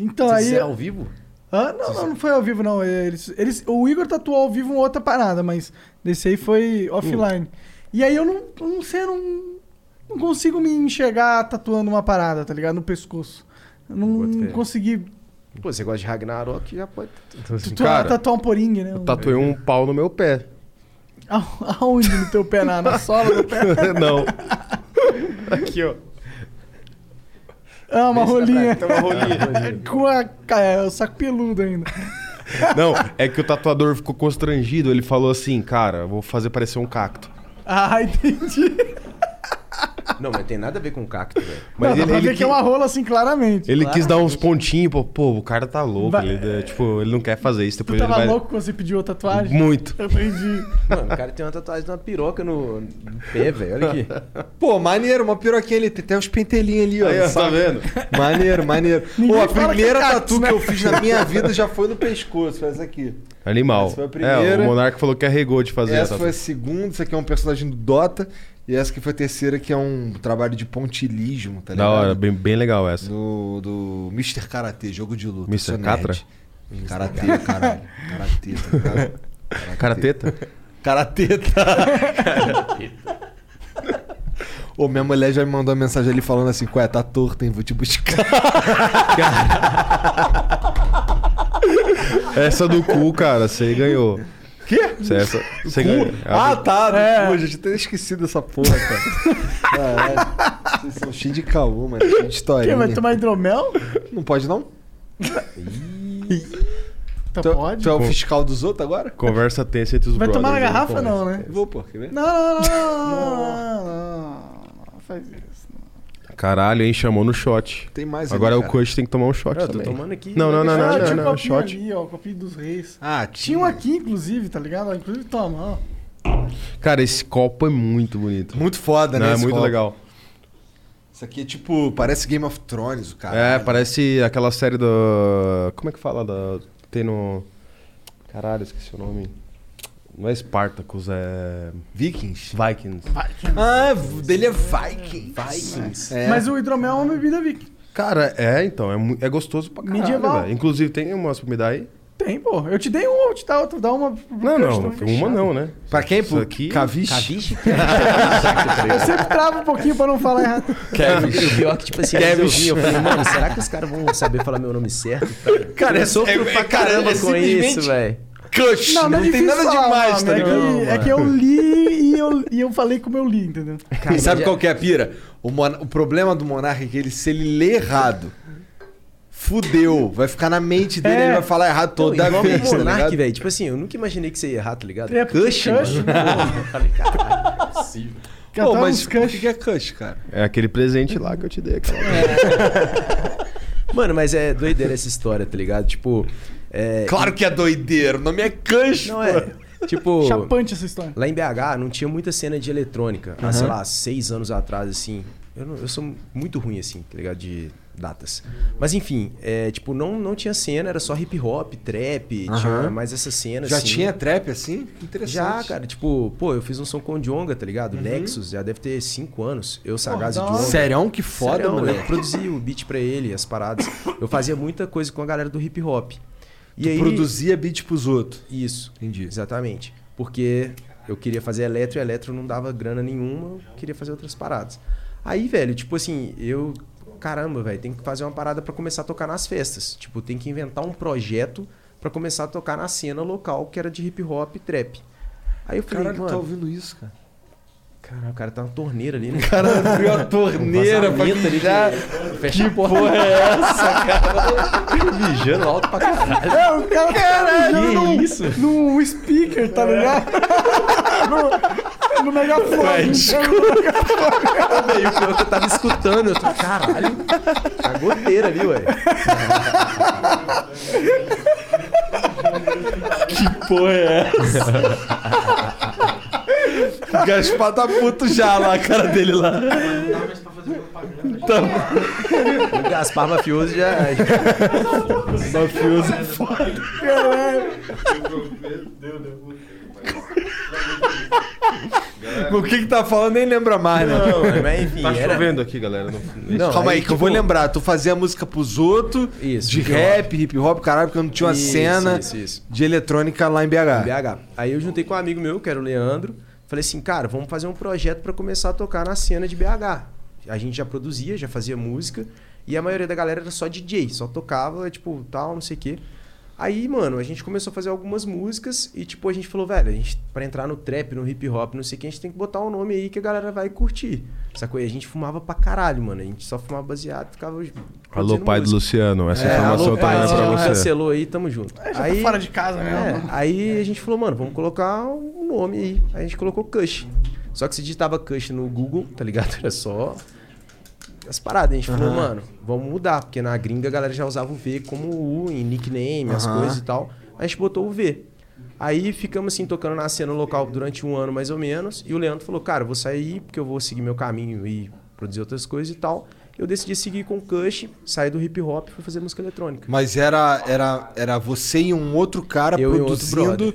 [SPEAKER 1] Então
[SPEAKER 3] Vocês
[SPEAKER 1] aí.
[SPEAKER 3] fizeram ao vivo?
[SPEAKER 1] Ah, não, não, não foi ao vivo, não. É, Eles, eles, o Igor tatuou ao vivo uma outra parada, mas desse aí foi offline. E aí eu não, eu não sei, eu não, não consigo me enxergar tatuando uma parada, tá ligado? No pescoço. Eu não
[SPEAKER 3] Boto fé.
[SPEAKER 1] consegui
[SPEAKER 3] Pô, você gosta de Ragnarok, já pode...
[SPEAKER 7] Então, assim,
[SPEAKER 2] é
[SPEAKER 1] tatuar,
[SPEAKER 7] cara,
[SPEAKER 1] tatuar um poringue, né?
[SPEAKER 7] eu
[SPEAKER 1] Um-
[SPEAKER 7] tatuei um pau no meu pé.
[SPEAKER 1] A- Aonde no teu pé? Na, na sola do pé?
[SPEAKER 7] Não. Aqui, ó.
[SPEAKER 1] Ah, uma rolinha.
[SPEAKER 3] Tem uma rolinha.
[SPEAKER 1] Com a, ca- é, o saco peludo ainda.
[SPEAKER 7] Não, é que o tatuador ficou constrangido. Ele falou assim, cara, eu vou fazer parecer um cacto.
[SPEAKER 1] Ah, entendi.
[SPEAKER 3] Não, mas tem nada a ver com cacto, velho.
[SPEAKER 1] Mas não, dá pra ver que é
[SPEAKER 7] qui-
[SPEAKER 1] uma rola assim, claramente.
[SPEAKER 7] ele quis dar uns pontinhos, pô, pô, o cara tá louco.
[SPEAKER 1] Vai-
[SPEAKER 7] Ele, é, tipo, ele não quer fazer isso.
[SPEAKER 1] Tu
[SPEAKER 7] Depois ele
[SPEAKER 1] tava
[SPEAKER 7] vai.
[SPEAKER 1] louco quando você pediu a tatuagem?
[SPEAKER 7] Muito.
[SPEAKER 1] Eu entendi.
[SPEAKER 3] Mano, o cara tem uma tatuagem de uma piroca no, no pé, velho. Olha aqui.
[SPEAKER 2] Pô, maneiro, uma piroquinha ali, tem até uns pentelinhos ali, ó.
[SPEAKER 7] Aí, ó, tá
[SPEAKER 2] saca?
[SPEAKER 7] vendo?
[SPEAKER 2] Maneiro, maneiro. Pô,
[SPEAKER 1] Ninguém
[SPEAKER 2] a
[SPEAKER 1] fala que é
[SPEAKER 2] primeira
[SPEAKER 1] cacto,
[SPEAKER 2] tatu que eu fiz na minha vida já foi no pescoço, foi essa aqui.
[SPEAKER 7] Animal.
[SPEAKER 2] Essa foi a primeira.
[SPEAKER 7] É, o Monarca falou que arregou de fazer
[SPEAKER 2] Essa
[SPEAKER 7] a
[SPEAKER 2] foi a
[SPEAKER 7] tatu-
[SPEAKER 2] segunda, essa aqui é um personagem do Dota. E essa aqui foi a terceira, que é um trabalho de pontilismo, tá
[SPEAKER 7] Da
[SPEAKER 2] ligado?
[SPEAKER 7] hora, bem, bem legal essa.
[SPEAKER 2] Do, do Mr. Karatê, jogo de luta.
[SPEAKER 7] Mr.
[SPEAKER 2] sou nerd.
[SPEAKER 7] Catra?
[SPEAKER 2] Karatê, caralho. Karatê, tá ligado?
[SPEAKER 7] Karateta?
[SPEAKER 2] Karateta. Ô, minha mulher já me mandou uma mensagem ali falando assim: Qual é, tá torto, hein? Vou te buscar.
[SPEAKER 7] essa do cu, cara, você ganhou. Quê? Essa, você ganhou.
[SPEAKER 2] ah,
[SPEAKER 7] Ah,
[SPEAKER 2] tá. do cu, já tinha até esquecido essa porra, cara. Caralho. Ah, é. Vocês são cheios de caô, mano. Cheio de
[SPEAKER 1] Quem
[SPEAKER 2] historinha.
[SPEAKER 1] vai tomar hidromel?
[SPEAKER 2] Não pode, não?
[SPEAKER 1] Então
[SPEAKER 2] Tu,
[SPEAKER 1] pode.
[SPEAKER 2] tu é o fiscal dos outros agora?
[SPEAKER 7] Conversa tensa entre os
[SPEAKER 1] Vai tomar na
[SPEAKER 7] brothers, né?
[SPEAKER 1] garrafa, não, né?
[SPEAKER 2] Vou, pô. é
[SPEAKER 7] é
[SPEAKER 2] Quer ver?
[SPEAKER 1] Não, não, não, não, não, não, não faz isso. não.
[SPEAKER 7] Caralho, hein? Chamou no shot.
[SPEAKER 2] Tem mais ali,
[SPEAKER 7] Agora o
[SPEAKER 2] cara.
[SPEAKER 7] Cush tem que tomar um shot
[SPEAKER 3] Eu tô
[SPEAKER 7] também.
[SPEAKER 3] tomando aqui.
[SPEAKER 7] Não, não, não,
[SPEAKER 1] Ah,
[SPEAKER 7] não, não,
[SPEAKER 1] tinha
[SPEAKER 7] não,
[SPEAKER 1] um copinho
[SPEAKER 7] shot.
[SPEAKER 1] ali, ó, o copinho dos reis.
[SPEAKER 2] Ah,
[SPEAKER 1] Tinha um aqui, inclusive, tá ligado? Inclusive, toma, ó.
[SPEAKER 7] Cara, esse copo é muito bonito.
[SPEAKER 2] Muito foda,
[SPEAKER 7] Não,
[SPEAKER 2] né?
[SPEAKER 7] é
[SPEAKER 2] esse
[SPEAKER 7] muito
[SPEAKER 2] copo.
[SPEAKER 7] legal.
[SPEAKER 2] Isso aqui é tipo, parece Game of Thrones, o cara.
[SPEAKER 7] É, parece aquela série da. Como é que fala? Da... Tem no. Caralho, esqueci o nome. Não é Spartacus, é.
[SPEAKER 2] Vikings.
[SPEAKER 7] Vikings.
[SPEAKER 2] Ah, dele é Viking.
[SPEAKER 3] Vikings.
[SPEAKER 2] É.
[SPEAKER 1] Mas o hidromel é uma bebida viking.
[SPEAKER 7] Cara, é, então. É, mu- é gostoso pra caralho.
[SPEAKER 1] Medieval.
[SPEAKER 7] velho. Inclusive, tem umas pra me dar aí?
[SPEAKER 1] Tem, pô. Eu te dei uma, eu te dá outra, dá uma.
[SPEAKER 7] Não, não.
[SPEAKER 1] Eu
[SPEAKER 7] Uma não, né?
[SPEAKER 2] Pra quem?
[SPEAKER 7] Isso aqui.
[SPEAKER 2] Caviche?
[SPEAKER 3] Caviche?
[SPEAKER 1] sempre travo um pouquinho pra não falar errado.
[SPEAKER 3] Kevin. O pior que, tipo assim, às vezes eu
[SPEAKER 7] Kevin.
[SPEAKER 3] vim, eu falei, mano, será que os caras vão saber falar meu nome certo? Cara,
[SPEAKER 2] Cara,
[SPEAKER 3] eu sofro
[SPEAKER 2] é- é-
[SPEAKER 3] pra caramba
[SPEAKER 2] é
[SPEAKER 3] com
[SPEAKER 2] simplesmente-
[SPEAKER 3] isso, velho.
[SPEAKER 2] Cush.
[SPEAKER 3] tá
[SPEAKER 1] Não, não, é difícil falar o nome, é que- É que eu li e eu, e eu falei como eu li, entendeu?
[SPEAKER 2] E sabe qual que é a pira? O, mon- o problema do Monark é que ele, se ele ler errado, fudeu. Vai ficar na mente dele,
[SPEAKER 1] É.
[SPEAKER 2] ele vai falar errado
[SPEAKER 3] Não,
[SPEAKER 2] toda
[SPEAKER 3] igual
[SPEAKER 2] vez,
[SPEAKER 3] o
[SPEAKER 2] tá ligado?
[SPEAKER 3] Monark, velho. Tipo assim, eu nunca imaginei que você ia errar, tá ligado?
[SPEAKER 1] É, porque
[SPEAKER 3] Cush,
[SPEAKER 1] Cush,
[SPEAKER 3] mano.
[SPEAKER 1] né?
[SPEAKER 3] Porra, eu falei, caralho, não é possível.
[SPEAKER 2] Pô,
[SPEAKER 1] Cantava
[SPEAKER 2] mas
[SPEAKER 1] uns
[SPEAKER 2] o
[SPEAKER 1] cush.
[SPEAKER 2] que que é cush, cara?
[SPEAKER 7] É aquele presente lá que eu te dei. Aquela...
[SPEAKER 3] Mano, mas é doideira essa história, tá ligado? Tipo. É,
[SPEAKER 2] Claro que é doideiro, o nome é cush,
[SPEAKER 3] Não é. Tipo.
[SPEAKER 1] Chapante essa história.
[SPEAKER 3] Lá em BH não tinha muita cena de eletrônica. Há, sei lá, seis anos atrás, assim. Eu, não- eu sou muito ruim, assim, tá ligado? De datas. Mas enfim, é, tipo, não, não tinha cena, era só hip hop, trap, tinha mais essa cena.
[SPEAKER 2] Já
[SPEAKER 3] assim.
[SPEAKER 2] tinha trap assim? Interessante.
[SPEAKER 3] Já,
[SPEAKER 2] Uhum.
[SPEAKER 3] cara, tipo, pô, eu fiz um som com o Djonga, tá ligado? Nexus, já deve ter cinco anos. Eu, Sagaz e
[SPEAKER 1] da hora.
[SPEAKER 3] Djonga.
[SPEAKER 2] Serão que foda,
[SPEAKER 3] Sério,
[SPEAKER 2] moleque.
[SPEAKER 3] Eu produzi o beat pra ele, as paradas. Eu fazia muita coisa com a galera do hip hop. E aí.
[SPEAKER 2] Produzia beat pros outros.
[SPEAKER 3] Isso.
[SPEAKER 2] Entendi.
[SPEAKER 3] Exatamente. Porque eu queria fazer eletro e eletro não dava grana nenhuma, eu queria fazer outras paradas. Aí, velho, tipo assim, eu. Caramba, velho, tem que fazer uma parada pra começar a tocar nas festas. Tipo, tem que inventar um projeto pra começar a tocar na cena local que era de hip hop e trap. Aí eu falei,
[SPEAKER 2] Caralho, tá
[SPEAKER 3] mano,
[SPEAKER 2] ouvindo isso, cara?
[SPEAKER 3] caralho, o cara tá na torneira ali, né?
[SPEAKER 2] Caralho, abriu a torneira pra
[SPEAKER 3] Vazamento ali,
[SPEAKER 2] mijar.
[SPEAKER 3] de- Fecha a porta. porra é essa, cara? Mijando alto pra caralho.
[SPEAKER 1] É, o cara tá
[SPEAKER 3] que
[SPEAKER 1] mijando num-
[SPEAKER 3] isso?
[SPEAKER 1] num speaker, tá ligado?
[SPEAKER 3] É.
[SPEAKER 1] no, no megafone.
[SPEAKER 3] Aí o pior é que eu tava escutando, eu falei, caralho, a goteira ali, ué.
[SPEAKER 7] é
[SPEAKER 2] O Gaspar tá puto já lá, a cara dele lá.
[SPEAKER 3] O Gaspar Mafioso já.
[SPEAKER 2] Mafioso é foda. O que que tá falando nem lembra mais, né?
[SPEAKER 3] Não, mano, mas enfim,
[SPEAKER 7] Tá
[SPEAKER 3] era.
[SPEAKER 7] chovendo aqui, galera. Não-
[SPEAKER 3] Não,
[SPEAKER 2] Calma aí, que eu vou
[SPEAKER 3] tipo,
[SPEAKER 2] lembrar. Tu fazia música pros outros,
[SPEAKER 3] Isso,
[SPEAKER 2] de
[SPEAKER 3] hip hop.
[SPEAKER 2] rap, hip hop, caralho, porque eu não tinha uma
[SPEAKER 3] Isso,
[SPEAKER 2] cena
[SPEAKER 3] isso, isso.
[SPEAKER 2] de eletrônica lá em BH.
[SPEAKER 3] BH. Aí eu juntei com um amigo meu, que era o Leandro. Falei assim, cara, vamos fazer um projeto pra começar a tocar na cena de BH. A gente já produzia, já fazia música. E a maioria da galera era só DJ, só tocava, tipo, tal, não sei o quê. Aí, mano, a gente começou a fazer algumas músicas e, tipo, a gente falou, velho, a gente, pra entrar no trap, no hip hop, não sei o que, a gente tem que botar um nome aí que a galera vai curtir. Sacou? E a gente fumava pra caralho, mano. A gente só fumava baseado, ficava.
[SPEAKER 7] Alô, pai do
[SPEAKER 3] Luciano.
[SPEAKER 7] Luciano. Essa
[SPEAKER 3] É,
[SPEAKER 7] informação
[SPEAKER 3] alô, pai,
[SPEAKER 7] também é
[SPEAKER 3] se não
[SPEAKER 7] pra você.
[SPEAKER 3] cancelou aí, tamo junto.
[SPEAKER 1] já tá
[SPEAKER 3] aí,
[SPEAKER 1] fora de casa
[SPEAKER 3] é,
[SPEAKER 1] mesmo.
[SPEAKER 3] aí a gente falou, mano, vamos colocar um nome aí. Aí a gente colocou Cush. Só que se digitava Cush no Google, tá ligado? Era só as paradas. A gente falou, mano, vamos mudar. Porque na gringa a galera já usava o V como U em nickname, as coisas e tal. A gente botou o V. Aí ficamos assim, tocando na cena local durante um ano mais ou menos. E o Leandro falou, cara, eu vou sair porque eu vou seguir meu caminho e produzir outras coisas e tal. Eu decidi seguir com Cush, sair do hip hop e fui fazer música eletrônica.
[SPEAKER 2] Mas era, era, era você e um outro cara
[SPEAKER 3] Eu e outro
[SPEAKER 2] produzindo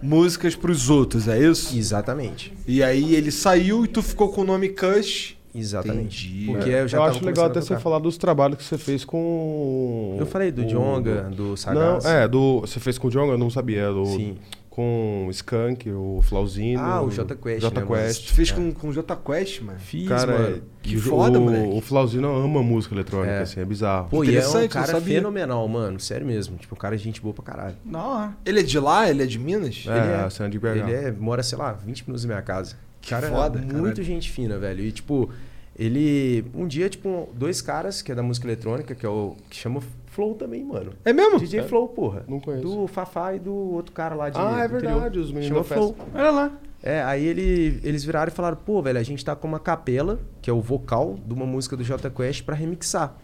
[SPEAKER 2] músicas pros outros, é isso?
[SPEAKER 3] Exatamente.
[SPEAKER 2] E aí ele saiu e tu ficou com o nome Cush.
[SPEAKER 3] Exatamente.
[SPEAKER 2] Entendi.
[SPEAKER 3] Porque é,
[SPEAKER 1] É.
[SPEAKER 3] eu já
[SPEAKER 7] eu
[SPEAKER 3] tava
[SPEAKER 7] acho legal até
[SPEAKER 3] começando a
[SPEAKER 7] você
[SPEAKER 3] tocar.
[SPEAKER 7] falar dos trabalhos que você fez com.
[SPEAKER 3] Eu falei do
[SPEAKER 7] o-
[SPEAKER 3] Djonga, do
[SPEAKER 7] Não,
[SPEAKER 3] Sagaz.
[SPEAKER 7] é, do. Você fez com o Djonga? Eu não sabia. é Do...
[SPEAKER 3] Sim.
[SPEAKER 7] Com o Skunk, o Flauzino.
[SPEAKER 3] Ah, o Jota Quest,
[SPEAKER 7] Jota
[SPEAKER 3] né,
[SPEAKER 2] Tu
[SPEAKER 7] Quest.
[SPEAKER 2] fez com, com o Jota Quest, mano.
[SPEAKER 3] Fiz,
[SPEAKER 7] Cara,
[SPEAKER 3] mano.
[SPEAKER 2] Que
[SPEAKER 7] o-
[SPEAKER 2] foda,
[SPEAKER 7] o,
[SPEAKER 2] moleque.
[SPEAKER 7] O Flauzino ama música eletrônica,
[SPEAKER 3] É.
[SPEAKER 7] assim, é bizarro.
[SPEAKER 3] Pô, e é
[SPEAKER 2] interessante,
[SPEAKER 3] um
[SPEAKER 2] não
[SPEAKER 3] cara
[SPEAKER 2] sabia.
[SPEAKER 3] fenomenal, mano. Sério mesmo. Tipo, um cara de gente boa pra caralho.
[SPEAKER 1] Da hora.
[SPEAKER 2] Ele é de lá? Ele é de Minas?
[SPEAKER 7] É, a cena de BH.
[SPEAKER 3] Ele é, mora, sei lá, 20 minutos da minha casa.
[SPEAKER 2] Que
[SPEAKER 3] cara,
[SPEAKER 2] foda,
[SPEAKER 3] muito
[SPEAKER 2] caralho.
[SPEAKER 3] gente fina, velho. E, tipo, ele... Um dia, tipo, dois caras, que é da música eletrônica, que é o... Que chama Flow também, mano.
[SPEAKER 2] É mesmo?
[SPEAKER 3] DJ Flow, porra.
[SPEAKER 7] Não conheço.
[SPEAKER 3] Do Fafá e do outro cara lá de
[SPEAKER 7] Ah, é
[SPEAKER 3] do
[SPEAKER 7] verdade, os meninos
[SPEAKER 3] Chama
[SPEAKER 7] da
[SPEAKER 3] Flow.
[SPEAKER 7] festa.
[SPEAKER 1] Olha lá.
[SPEAKER 3] É, aí ele, eles viraram e falaram, pô, velho, a gente tá com uma capela, que é o vocal de uma música do Jota Quest, pra remixar.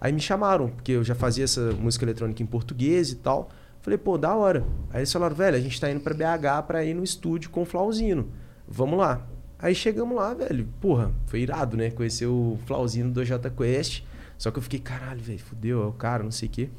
[SPEAKER 3] Aí me chamaram, porque eu já fazia essa música eletrônica em português e tal. Falei, pô, da hora. Aí eles falaram, velho, a gente tá indo pra BH pra ir no estúdio com o Flauzino. Vamos lá. Aí chegamos lá, velho. Porra, foi irado, né? Conhecer o Flauzino do Jota Quest. Só que eu fiquei, caralho, velho, fudeu, é o cara, não sei o quê.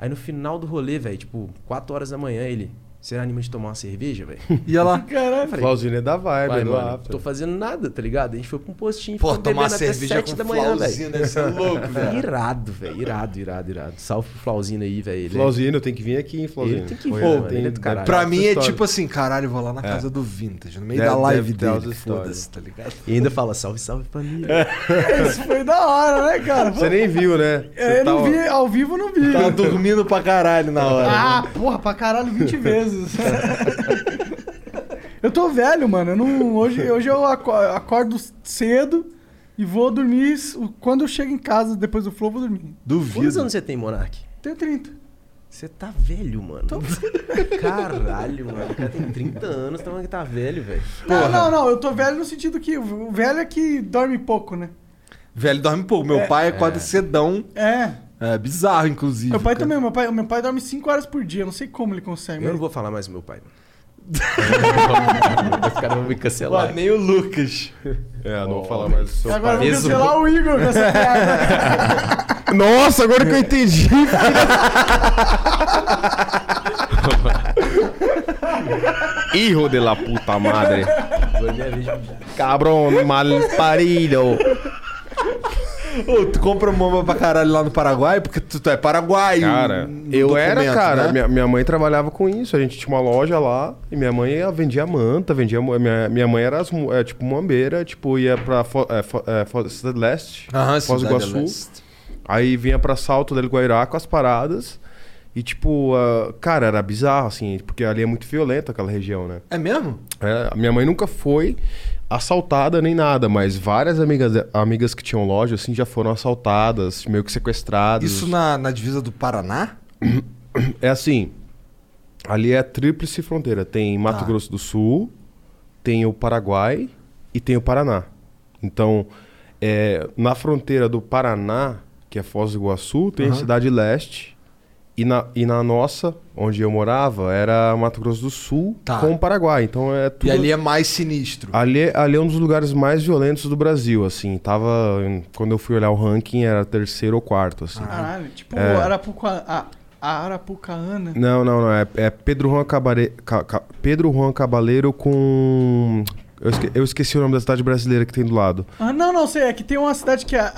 [SPEAKER 3] Aí no final do rolê, velho, tipo, 4 horas da manhã, ele, você é anima de tomar uma cerveja, velho?
[SPEAKER 2] E lá.
[SPEAKER 1] Caralho.
[SPEAKER 7] O Flauzino é da vibe,
[SPEAKER 3] Vai,
[SPEAKER 7] é do
[SPEAKER 3] mano,
[SPEAKER 7] after.
[SPEAKER 3] tô fazendo nada, tá ligado? A gente foi pra um postinho,
[SPEAKER 2] Pô,
[SPEAKER 3] ficou
[SPEAKER 2] tomar
[SPEAKER 3] bebendo até
[SPEAKER 2] cerveja
[SPEAKER 3] 7
[SPEAKER 2] com
[SPEAKER 3] da manhã,
[SPEAKER 2] Flauzino,
[SPEAKER 3] velho.
[SPEAKER 2] deve ser louco, velho.
[SPEAKER 3] Irado, velho. Irado, irado, irado. Salve pro Flauzino aí, velho. Ele é-
[SPEAKER 7] Flauzino, tem que vir aqui, hein, Flauzino.
[SPEAKER 3] Ele tem que
[SPEAKER 7] Pô,
[SPEAKER 3] vir, mano, ele é do caralho.
[SPEAKER 2] Pra mim é
[SPEAKER 7] história. É.
[SPEAKER 2] tipo assim, caralho, eu vou lá na casa do Vintage, no meio
[SPEAKER 7] Deve-
[SPEAKER 2] da
[SPEAKER 7] deve
[SPEAKER 2] live
[SPEAKER 7] ter
[SPEAKER 2] dele.
[SPEAKER 7] umas histórias.
[SPEAKER 2] Foda-se, tá ligado?
[SPEAKER 3] E ainda fala, salve, salve
[SPEAKER 7] É.
[SPEAKER 3] família. É.
[SPEAKER 1] Isso foi da hora, né, cara?
[SPEAKER 7] Você nem viu, né?
[SPEAKER 1] É,
[SPEAKER 7] Você
[SPEAKER 1] eu não
[SPEAKER 3] tá
[SPEAKER 7] tava-
[SPEAKER 1] vi, ao vivo eu não vi.
[SPEAKER 2] Tava dormindo né? pra caralho na hora.
[SPEAKER 1] Ah, porra, pra caralho, 20 vezes. Eu tô velho, mano. Eu não, hoje, hoje eu aco- acordo cedo e vou dormir. Quando eu chego em casa, depois do flow, eu vou dormir.
[SPEAKER 3] Quantos
[SPEAKER 2] Duvido.
[SPEAKER 3] anos você tem, Monark?
[SPEAKER 1] Tenho 30.
[SPEAKER 3] Você tá velho, mano. Caralho, mano. O cara tem 30 anos, tá falando que tá velho, velho.
[SPEAKER 1] Não, não, não. Eu tô velho no sentido que o velho é que dorme pouco, né?
[SPEAKER 2] Velho dorme pouco. Meu pai acorda cedão.
[SPEAKER 1] É.
[SPEAKER 2] É bizarro, inclusive.
[SPEAKER 1] Meu pai
[SPEAKER 2] cara.
[SPEAKER 1] também. Meu pai, meu pai dorme 5 horas por dia. Eu não sei como ele consegue.
[SPEAKER 3] Eu não
[SPEAKER 1] mas-
[SPEAKER 3] vou falar mais do meu pai, mano. Os caras vão me cancelar.
[SPEAKER 2] Nem o Lucas.
[SPEAKER 7] É, não vou falar mais do seu
[SPEAKER 1] Agora vamos
[SPEAKER 3] Peso-
[SPEAKER 1] cancelar o Igor com essa piada.
[SPEAKER 7] Nossa, agora que eu entendi. Hijo de la puta madre.
[SPEAKER 3] Agora é minha vez de
[SPEAKER 7] Cabrón mal parido.
[SPEAKER 2] Ô, tu compra mama pra caralho lá no Paraguai? Porque tu, tu é paraguaio.
[SPEAKER 7] Cara,
[SPEAKER 2] no
[SPEAKER 7] eu era,
[SPEAKER 2] documento,
[SPEAKER 7] cara.
[SPEAKER 2] né?
[SPEAKER 7] Minha, minha mãe trabalhava com isso. A gente tinha uma loja lá e minha mãe ela vendia manta, vendia. mo- Minha, minha mãe era as mu- é, tipo muambeira, tipo, ia pra Fo, é, Fo- é, Fo- Cidade Leste,
[SPEAKER 2] Aham,
[SPEAKER 7] Foz do
[SPEAKER 2] Cidade
[SPEAKER 7] Iguaçu.
[SPEAKER 2] Leste.
[SPEAKER 7] Aí vinha pra Salto del Guairá com as paradas. E, tipo, ah, cara, era bizarro, assim, porque ali é muito violenta aquela região, né?
[SPEAKER 2] É mesmo?
[SPEAKER 7] É, a minha mãe nunca foi assaltada nem nada, mas várias amigas, de- amigas que tinham loja, assim, já foram assaltadas, meio que sequestradas.
[SPEAKER 2] Isso na, na divisa do Paraná?
[SPEAKER 7] É assim, ali é a tríplice fronteira. Tem Mato
[SPEAKER 2] Tá.
[SPEAKER 7] Grosso do Sul, tem o Paraguai e tem o Paraná. Então, é, na fronteira do Paraná, que é Foz do Iguaçu, tem a Cidade Leste. E na, e na nossa, onde eu morava, era Mato Grosso do Sul
[SPEAKER 2] Tá.
[SPEAKER 7] com o Paraguai. Então é tudo...
[SPEAKER 2] E ali é mais sinistro.
[SPEAKER 7] Ali, é- ali é um dos lugares mais violentos do Brasil, assim. Tava. Quando eu fui olhar o ranking, era terceiro ou quarto, assim.
[SPEAKER 1] Caralho, tipo Arapuca, a, a Arapucaana.
[SPEAKER 7] Não, não, não. É, é Pedro, Juan Cabare... Ca- Ca- Pedro Juan Cabaleiro com. Eu esque- eu esqueci o nome da cidade brasileira que tem do lado.
[SPEAKER 1] Ah, não, não sei. É que tem uma cidade que é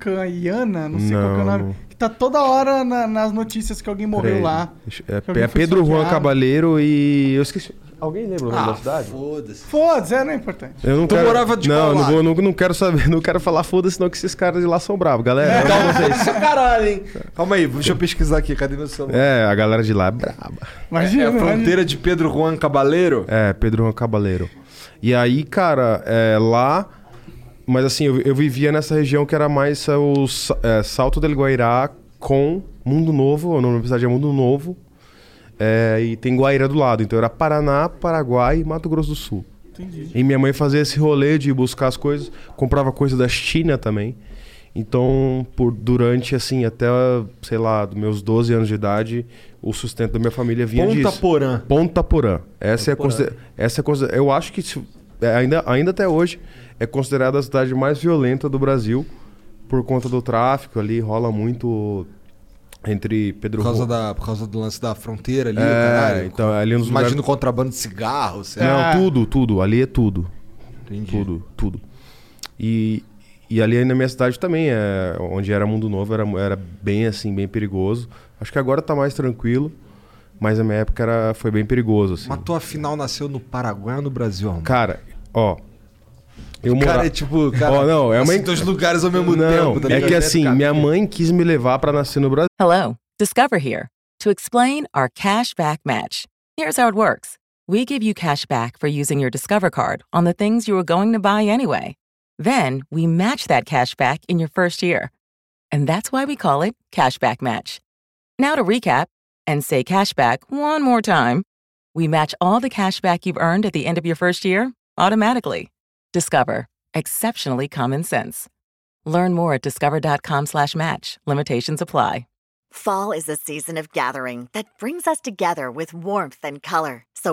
[SPEAKER 1] Arapucaiana, não sei qual que é o
[SPEAKER 7] Não.
[SPEAKER 1] nome. Que tá toda hora na- nas notícias que alguém morreu
[SPEAKER 7] Peraí.
[SPEAKER 1] lá.
[SPEAKER 7] Deixa- É,
[SPEAKER 1] Que alguém
[SPEAKER 7] é
[SPEAKER 1] foi
[SPEAKER 7] Pedro Juan
[SPEAKER 1] saqueado.
[SPEAKER 7] Cabaleiro e. Eu esqueci. Alguém lembra o nome da cidade?
[SPEAKER 2] Ah, Foda-se.
[SPEAKER 1] Foda-se, é, não é importante.
[SPEAKER 7] Eu não
[SPEAKER 2] Tu
[SPEAKER 7] quero.
[SPEAKER 2] morava de qual
[SPEAKER 7] não, não,
[SPEAKER 2] lado?
[SPEAKER 7] vou, não, não quero saber, não quero falar foda-se, não, que esses caras de lá são bravos, galera.
[SPEAKER 2] Calma, vocês. Caralho, hein? Calma aí, deixa eu pesquisar aqui. Cadê meu celular?
[SPEAKER 7] É, a galera de lá é braba.
[SPEAKER 1] Imagina,
[SPEAKER 2] É a
[SPEAKER 1] imagina.
[SPEAKER 2] fronteira de Pedro Juan Cabaleiro?
[SPEAKER 7] É, Pedro Juan Cabaleiro. E aí, cara, é, lá. Mas assim, eu, eu vivia nessa região que era mais é, o Sa- é, Salto del Guairá com Mundo Novo, o nome da cidade é Mundo Novo. É, e tem Guaíra do lado. Então era Paraná, Paraguai e Mato Grosso do Sul. Entendi. E minha mãe fazia esse rolê de buscar as coisas, comprava coisa da China também. Então, por durante assim, até, sei lá, dos meus 12 anos de idade, o sustento da minha família vinha
[SPEAKER 2] Ponta
[SPEAKER 7] disso.
[SPEAKER 2] Porã.
[SPEAKER 7] Ponta Porã. Essa é a consider... essa é a consider... eu acho que se- é, ainda, ainda até hoje é considerada a cidade mais violenta do Brasil por conta do tráfico ali rola muito entre Pedro
[SPEAKER 2] Por causa,
[SPEAKER 7] Ro-
[SPEAKER 2] da, por causa do lance da fronteira ali,
[SPEAKER 7] É,
[SPEAKER 2] caralho.
[SPEAKER 7] então ali nos
[SPEAKER 2] Imagina
[SPEAKER 7] lugares...
[SPEAKER 2] o contrabando de cigarro, sei lá.
[SPEAKER 7] Não, tudo, tudo, ali é tudo.
[SPEAKER 2] Entendi.
[SPEAKER 7] Tudo, tudo. E, e ali na minha cidade também, é, onde era Mundo Novo, era, era bem assim, bem perigoso. Acho que agora tá mais tranquilo, mas na minha época era, foi bem perigoso, assim.
[SPEAKER 2] Mas tua final nasceu no Paraguai ou no Brasil, mano?
[SPEAKER 7] Cara, ó. Eu
[SPEAKER 2] Cara,
[SPEAKER 7] mora-
[SPEAKER 2] é tipo, cara,
[SPEAKER 7] Ó, não, é uma
[SPEAKER 2] assim,
[SPEAKER 7] en-
[SPEAKER 2] dois lugares ao mesmo
[SPEAKER 7] Não,
[SPEAKER 2] tempo. tá
[SPEAKER 7] é
[SPEAKER 2] ligado?
[SPEAKER 7] que assim, minha mãe quis me levar pra nascer no Brasil.
[SPEAKER 5] Hello, Discover here to explain our cash back match. Here's how it works we give you cash back for using your Discover card on the things you were going to buy anyway. Then we match that cash back in your first year. And that's why we call it Cashback Match. Now to recap and say cashback one more time. We match all the cash back you've earned at the end of your first year automatically. Discover. Exceptionally common sense. Learn more at discover.com slash match. Limitations apply.
[SPEAKER 6] Fall is a season of gathering that brings us together with warmth and color. So,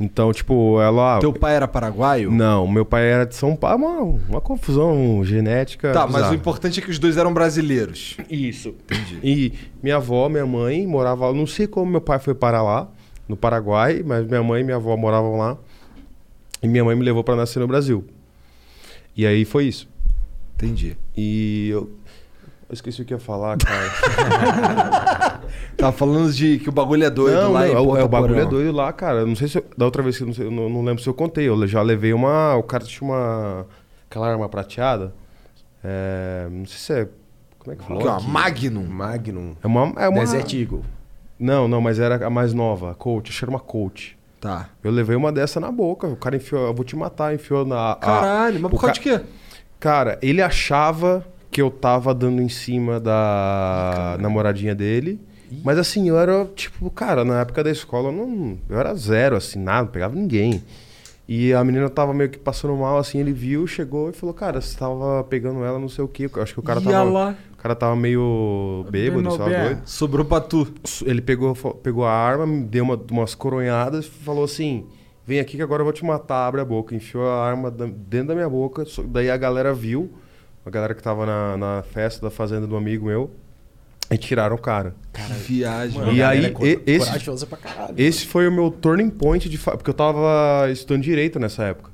[SPEAKER 7] Então, tipo, ela.
[SPEAKER 2] teu pai era paraguaio?
[SPEAKER 7] Não, meu pai era de São Paulo. Uma, uma confusão genética.
[SPEAKER 2] Tá, mas
[SPEAKER 7] bizarra.
[SPEAKER 2] o importante é que os dois eram brasileiros.
[SPEAKER 7] Isso. E minha avó, minha mãe moravam lá. Não sei como meu pai foi para lá, no Paraguai, mas minha mãe e minha avó moravam lá. E minha mãe me levou para nascer no Brasil. E aí foi isso.
[SPEAKER 2] Entendi.
[SPEAKER 7] E eu. Eu esqueci o que eu ia falar, cara.
[SPEAKER 2] Tava Tá falando de que o bagulho é doido
[SPEAKER 7] não,
[SPEAKER 2] lá
[SPEAKER 7] não,
[SPEAKER 2] em
[SPEAKER 7] é o-
[SPEAKER 2] Porto
[SPEAKER 7] é, o bagulho é
[SPEAKER 2] Porão.
[SPEAKER 7] doido lá, cara. Eu Não sei se eu- da outra vez que eu não, sei- eu não- não lembro se eu contei. Eu já levei uma. O cara tinha uma. Aquela arma prateada. É, não sei se é. Como é que fala?
[SPEAKER 2] Que é uma Magnum.
[SPEAKER 3] Magnum.
[SPEAKER 7] É uma. É uma
[SPEAKER 3] Desert Eagle.
[SPEAKER 7] Não, não, mas era a mais nova. Coach, acho que era uma coach.
[SPEAKER 2] Tá.
[SPEAKER 7] Eu levei uma dessa na boca. O cara enfiou, eu vou te matar, enfiou na. a-
[SPEAKER 2] Caralho, mas
[SPEAKER 7] o
[SPEAKER 2] por causa
[SPEAKER 7] ca-
[SPEAKER 2] de quê?
[SPEAKER 7] Cara, ele achava que eu tava dando em cima da namoradinha dele. Mas assim, eu era, tipo, cara, na época da escola eu, não, eu era zero, assim, nada, não pegava ninguém. E a menina tava meio que passando mal, assim, ele viu, chegou e falou, cara, você tava pegando ela, não sei o quê. Eu acho que o cara
[SPEAKER 2] E
[SPEAKER 7] tava.
[SPEAKER 2] ela?
[SPEAKER 7] O cara tava meio bêbado, sei lá,
[SPEAKER 1] Bernobé.
[SPEAKER 7] doido.
[SPEAKER 2] Sobrou pra tu.
[SPEAKER 7] Ele pegou, fa- pegou a arma, me deu uma- umas coronhadas e falou assim: vem aqui que agora eu vou te matar, abre a boca. Enfiou a arma da- dentro da minha boca. só- Daí a galera viu, a galera que tava na, na festa da fazenda do amigo meu, e tiraram o cara.
[SPEAKER 2] Que viagem.
[SPEAKER 7] e aí, e- esse,
[SPEAKER 3] Corajosa pra caralho.
[SPEAKER 7] esse foi o meu turning point, de fa- porque eu tava estudando direito nessa época.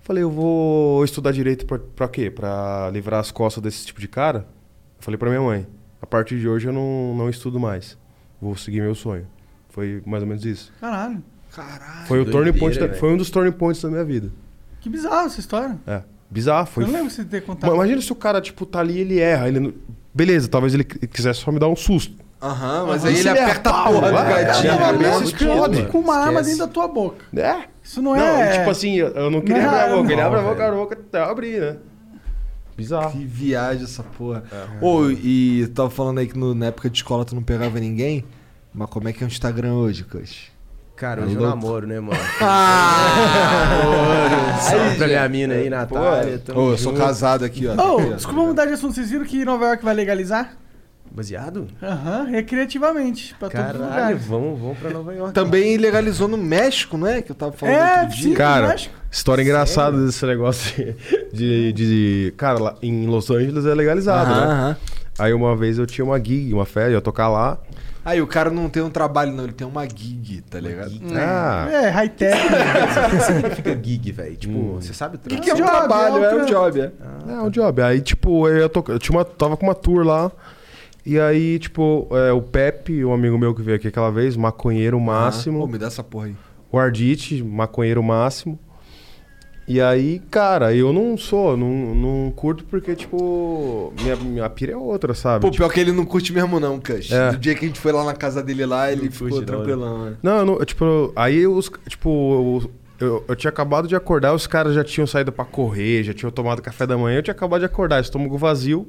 [SPEAKER 7] Falei, eu vou estudar direito pra, pra quê? Pra livrar as costas desse tipo de cara? Eu falei pra minha mãe, a partir de hoje eu não, não estudo mais. Vou seguir meu sonho. Foi mais ou menos isso.
[SPEAKER 1] Caralho. Ah,
[SPEAKER 7] Foi, o
[SPEAKER 3] doideira,
[SPEAKER 7] turning point da-
[SPEAKER 3] velho.
[SPEAKER 7] foi um dos turning points da minha vida.
[SPEAKER 1] Que bizarro essa história.
[SPEAKER 7] É. Bizarro, foi.
[SPEAKER 1] Eu não lembro se ter contado.
[SPEAKER 7] Ma- Imagina se o cara, tipo, tá ali e ele erra. Ele... não- Beleza, talvez ele qu- quisesse só me dar um susto.
[SPEAKER 2] Aham, mas
[SPEAKER 7] Aham.
[SPEAKER 2] aí ele
[SPEAKER 7] Isso é
[SPEAKER 2] aperta a
[SPEAKER 7] pau,
[SPEAKER 2] porra do
[SPEAKER 7] vai.
[SPEAKER 2] gatinho.
[SPEAKER 1] Não,
[SPEAKER 7] Caralho,
[SPEAKER 1] mas
[SPEAKER 7] né?
[SPEAKER 1] isso
[SPEAKER 7] Fudido,
[SPEAKER 1] explode
[SPEAKER 7] mano.
[SPEAKER 1] com uma arma
[SPEAKER 3] Esquece.
[SPEAKER 1] dentro da tua boca.
[SPEAKER 7] É.
[SPEAKER 1] Isso não,
[SPEAKER 7] Não,
[SPEAKER 1] é.
[SPEAKER 7] tipo assim, eu- eu não queria
[SPEAKER 1] Não, é
[SPEAKER 7] abrir a boca. Ele
[SPEAKER 1] não,
[SPEAKER 7] abre a boca, abre a boca até eu abrir, né? Bizarro. É.
[SPEAKER 2] Que viagem essa porra. Ô, e tava falando aí que no- na época de escola tu não pegava ninguém. Mas como é que é o Instagram hoje, Cush?
[SPEAKER 3] Cara, hoje eu
[SPEAKER 2] Alô?
[SPEAKER 3] namoro, né, mano?
[SPEAKER 2] Ah!
[SPEAKER 3] Namoro. Salve pra minha mina aí, Natália.
[SPEAKER 2] Ô,
[SPEAKER 3] tamo
[SPEAKER 2] eu sou
[SPEAKER 3] junto.
[SPEAKER 2] casado aqui, ó.
[SPEAKER 1] Oh,
[SPEAKER 2] Aqui, ó.
[SPEAKER 1] desculpa
[SPEAKER 7] é.
[SPEAKER 1] mudar de assunto. Vocês viram que Nova York vai legalizar?
[SPEAKER 3] Baseado?
[SPEAKER 1] Aham, recreativamente. Pra todos os
[SPEAKER 3] Caralho,
[SPEAKER 1] lugares.
[SPEAKER 3] vamos, vamos pra Nova York.
[SPEAKER 2] Também legalizou no México, não é? Que eu tava falando
[SPEAKER 1] É,
[SPEAKER 2] outro dia.
[SPEAKER 1] sim.
[SPEAKER 7] Cara,
[SPEAKER 1] México?
[SPEAKER 7] história engraçada desse negócio de, de, de- Cara, lá em Los Angeles é legalizado,
[SPEAKER 2] Aham,
[SPEAKER 7] né?
[SPEAKER 2] aham.
[SPEAKER 7] Aí uma vez eu tinha uma gig, uma fé, ia tocar lá.
[SPEAKER 2] Aí o cara não tem um trabalho, não. Ele tem uma gig, tá ligado?
[SPEAKER 7] Ah,
[SPEAKER 1] É, high-tech. né?
[SPEAKER 3] Fica gig, velho. Tipo, você sabe o
[SPEAKER 2] O que,
[SPEAKER 3] trampo?
[SPEAKER 2] que é um
[SPEAKER 1] Job,
[SPEAKER 2] trabalho?
[SPEAKER 1] é
[SPEAKER 2] É
[SPEAKER 1] um
[SPEAKER 2] um job, é.
[SPEAKER 7] É um job. Aí, tipo, eu, ia toca- eu tinha uma... tava com uma tour lá. E aí, tipo, é, o Pepe, um amigo meu que veio aqui aquela vez, maconheiro máximo.
[SPEAKER 2] Ah, pô, me dá essa porra aí.
[SPEAKER 7] o Ardite, maconheiro máximo. E aí, cara, eu não sou, não, não curto porque, tipo, minha, minha pira é outra, sabe?
[SPEAKER 2] Pô,
[SPEAKER 7] Tipo,
[SPEAKER 2] pior que ele não curte mesmo, não, Cush.
[SPEAKER 7] É.
[SPEAKER 2] Do dia que a gente foi lá na casa dele lá, ele ficou
[SPEAKER 3] curte, não,
[SPEAKER 2] tranquilão, né?
[SPEAKER 7] não, eu não, tipo, aí os, tipo, eu, eu, eu tinha acabado de acordar, os caras já tinham saído pra correr, já tinham tomado café da manhã, eu tinha acabado de acordar, estômago vazio,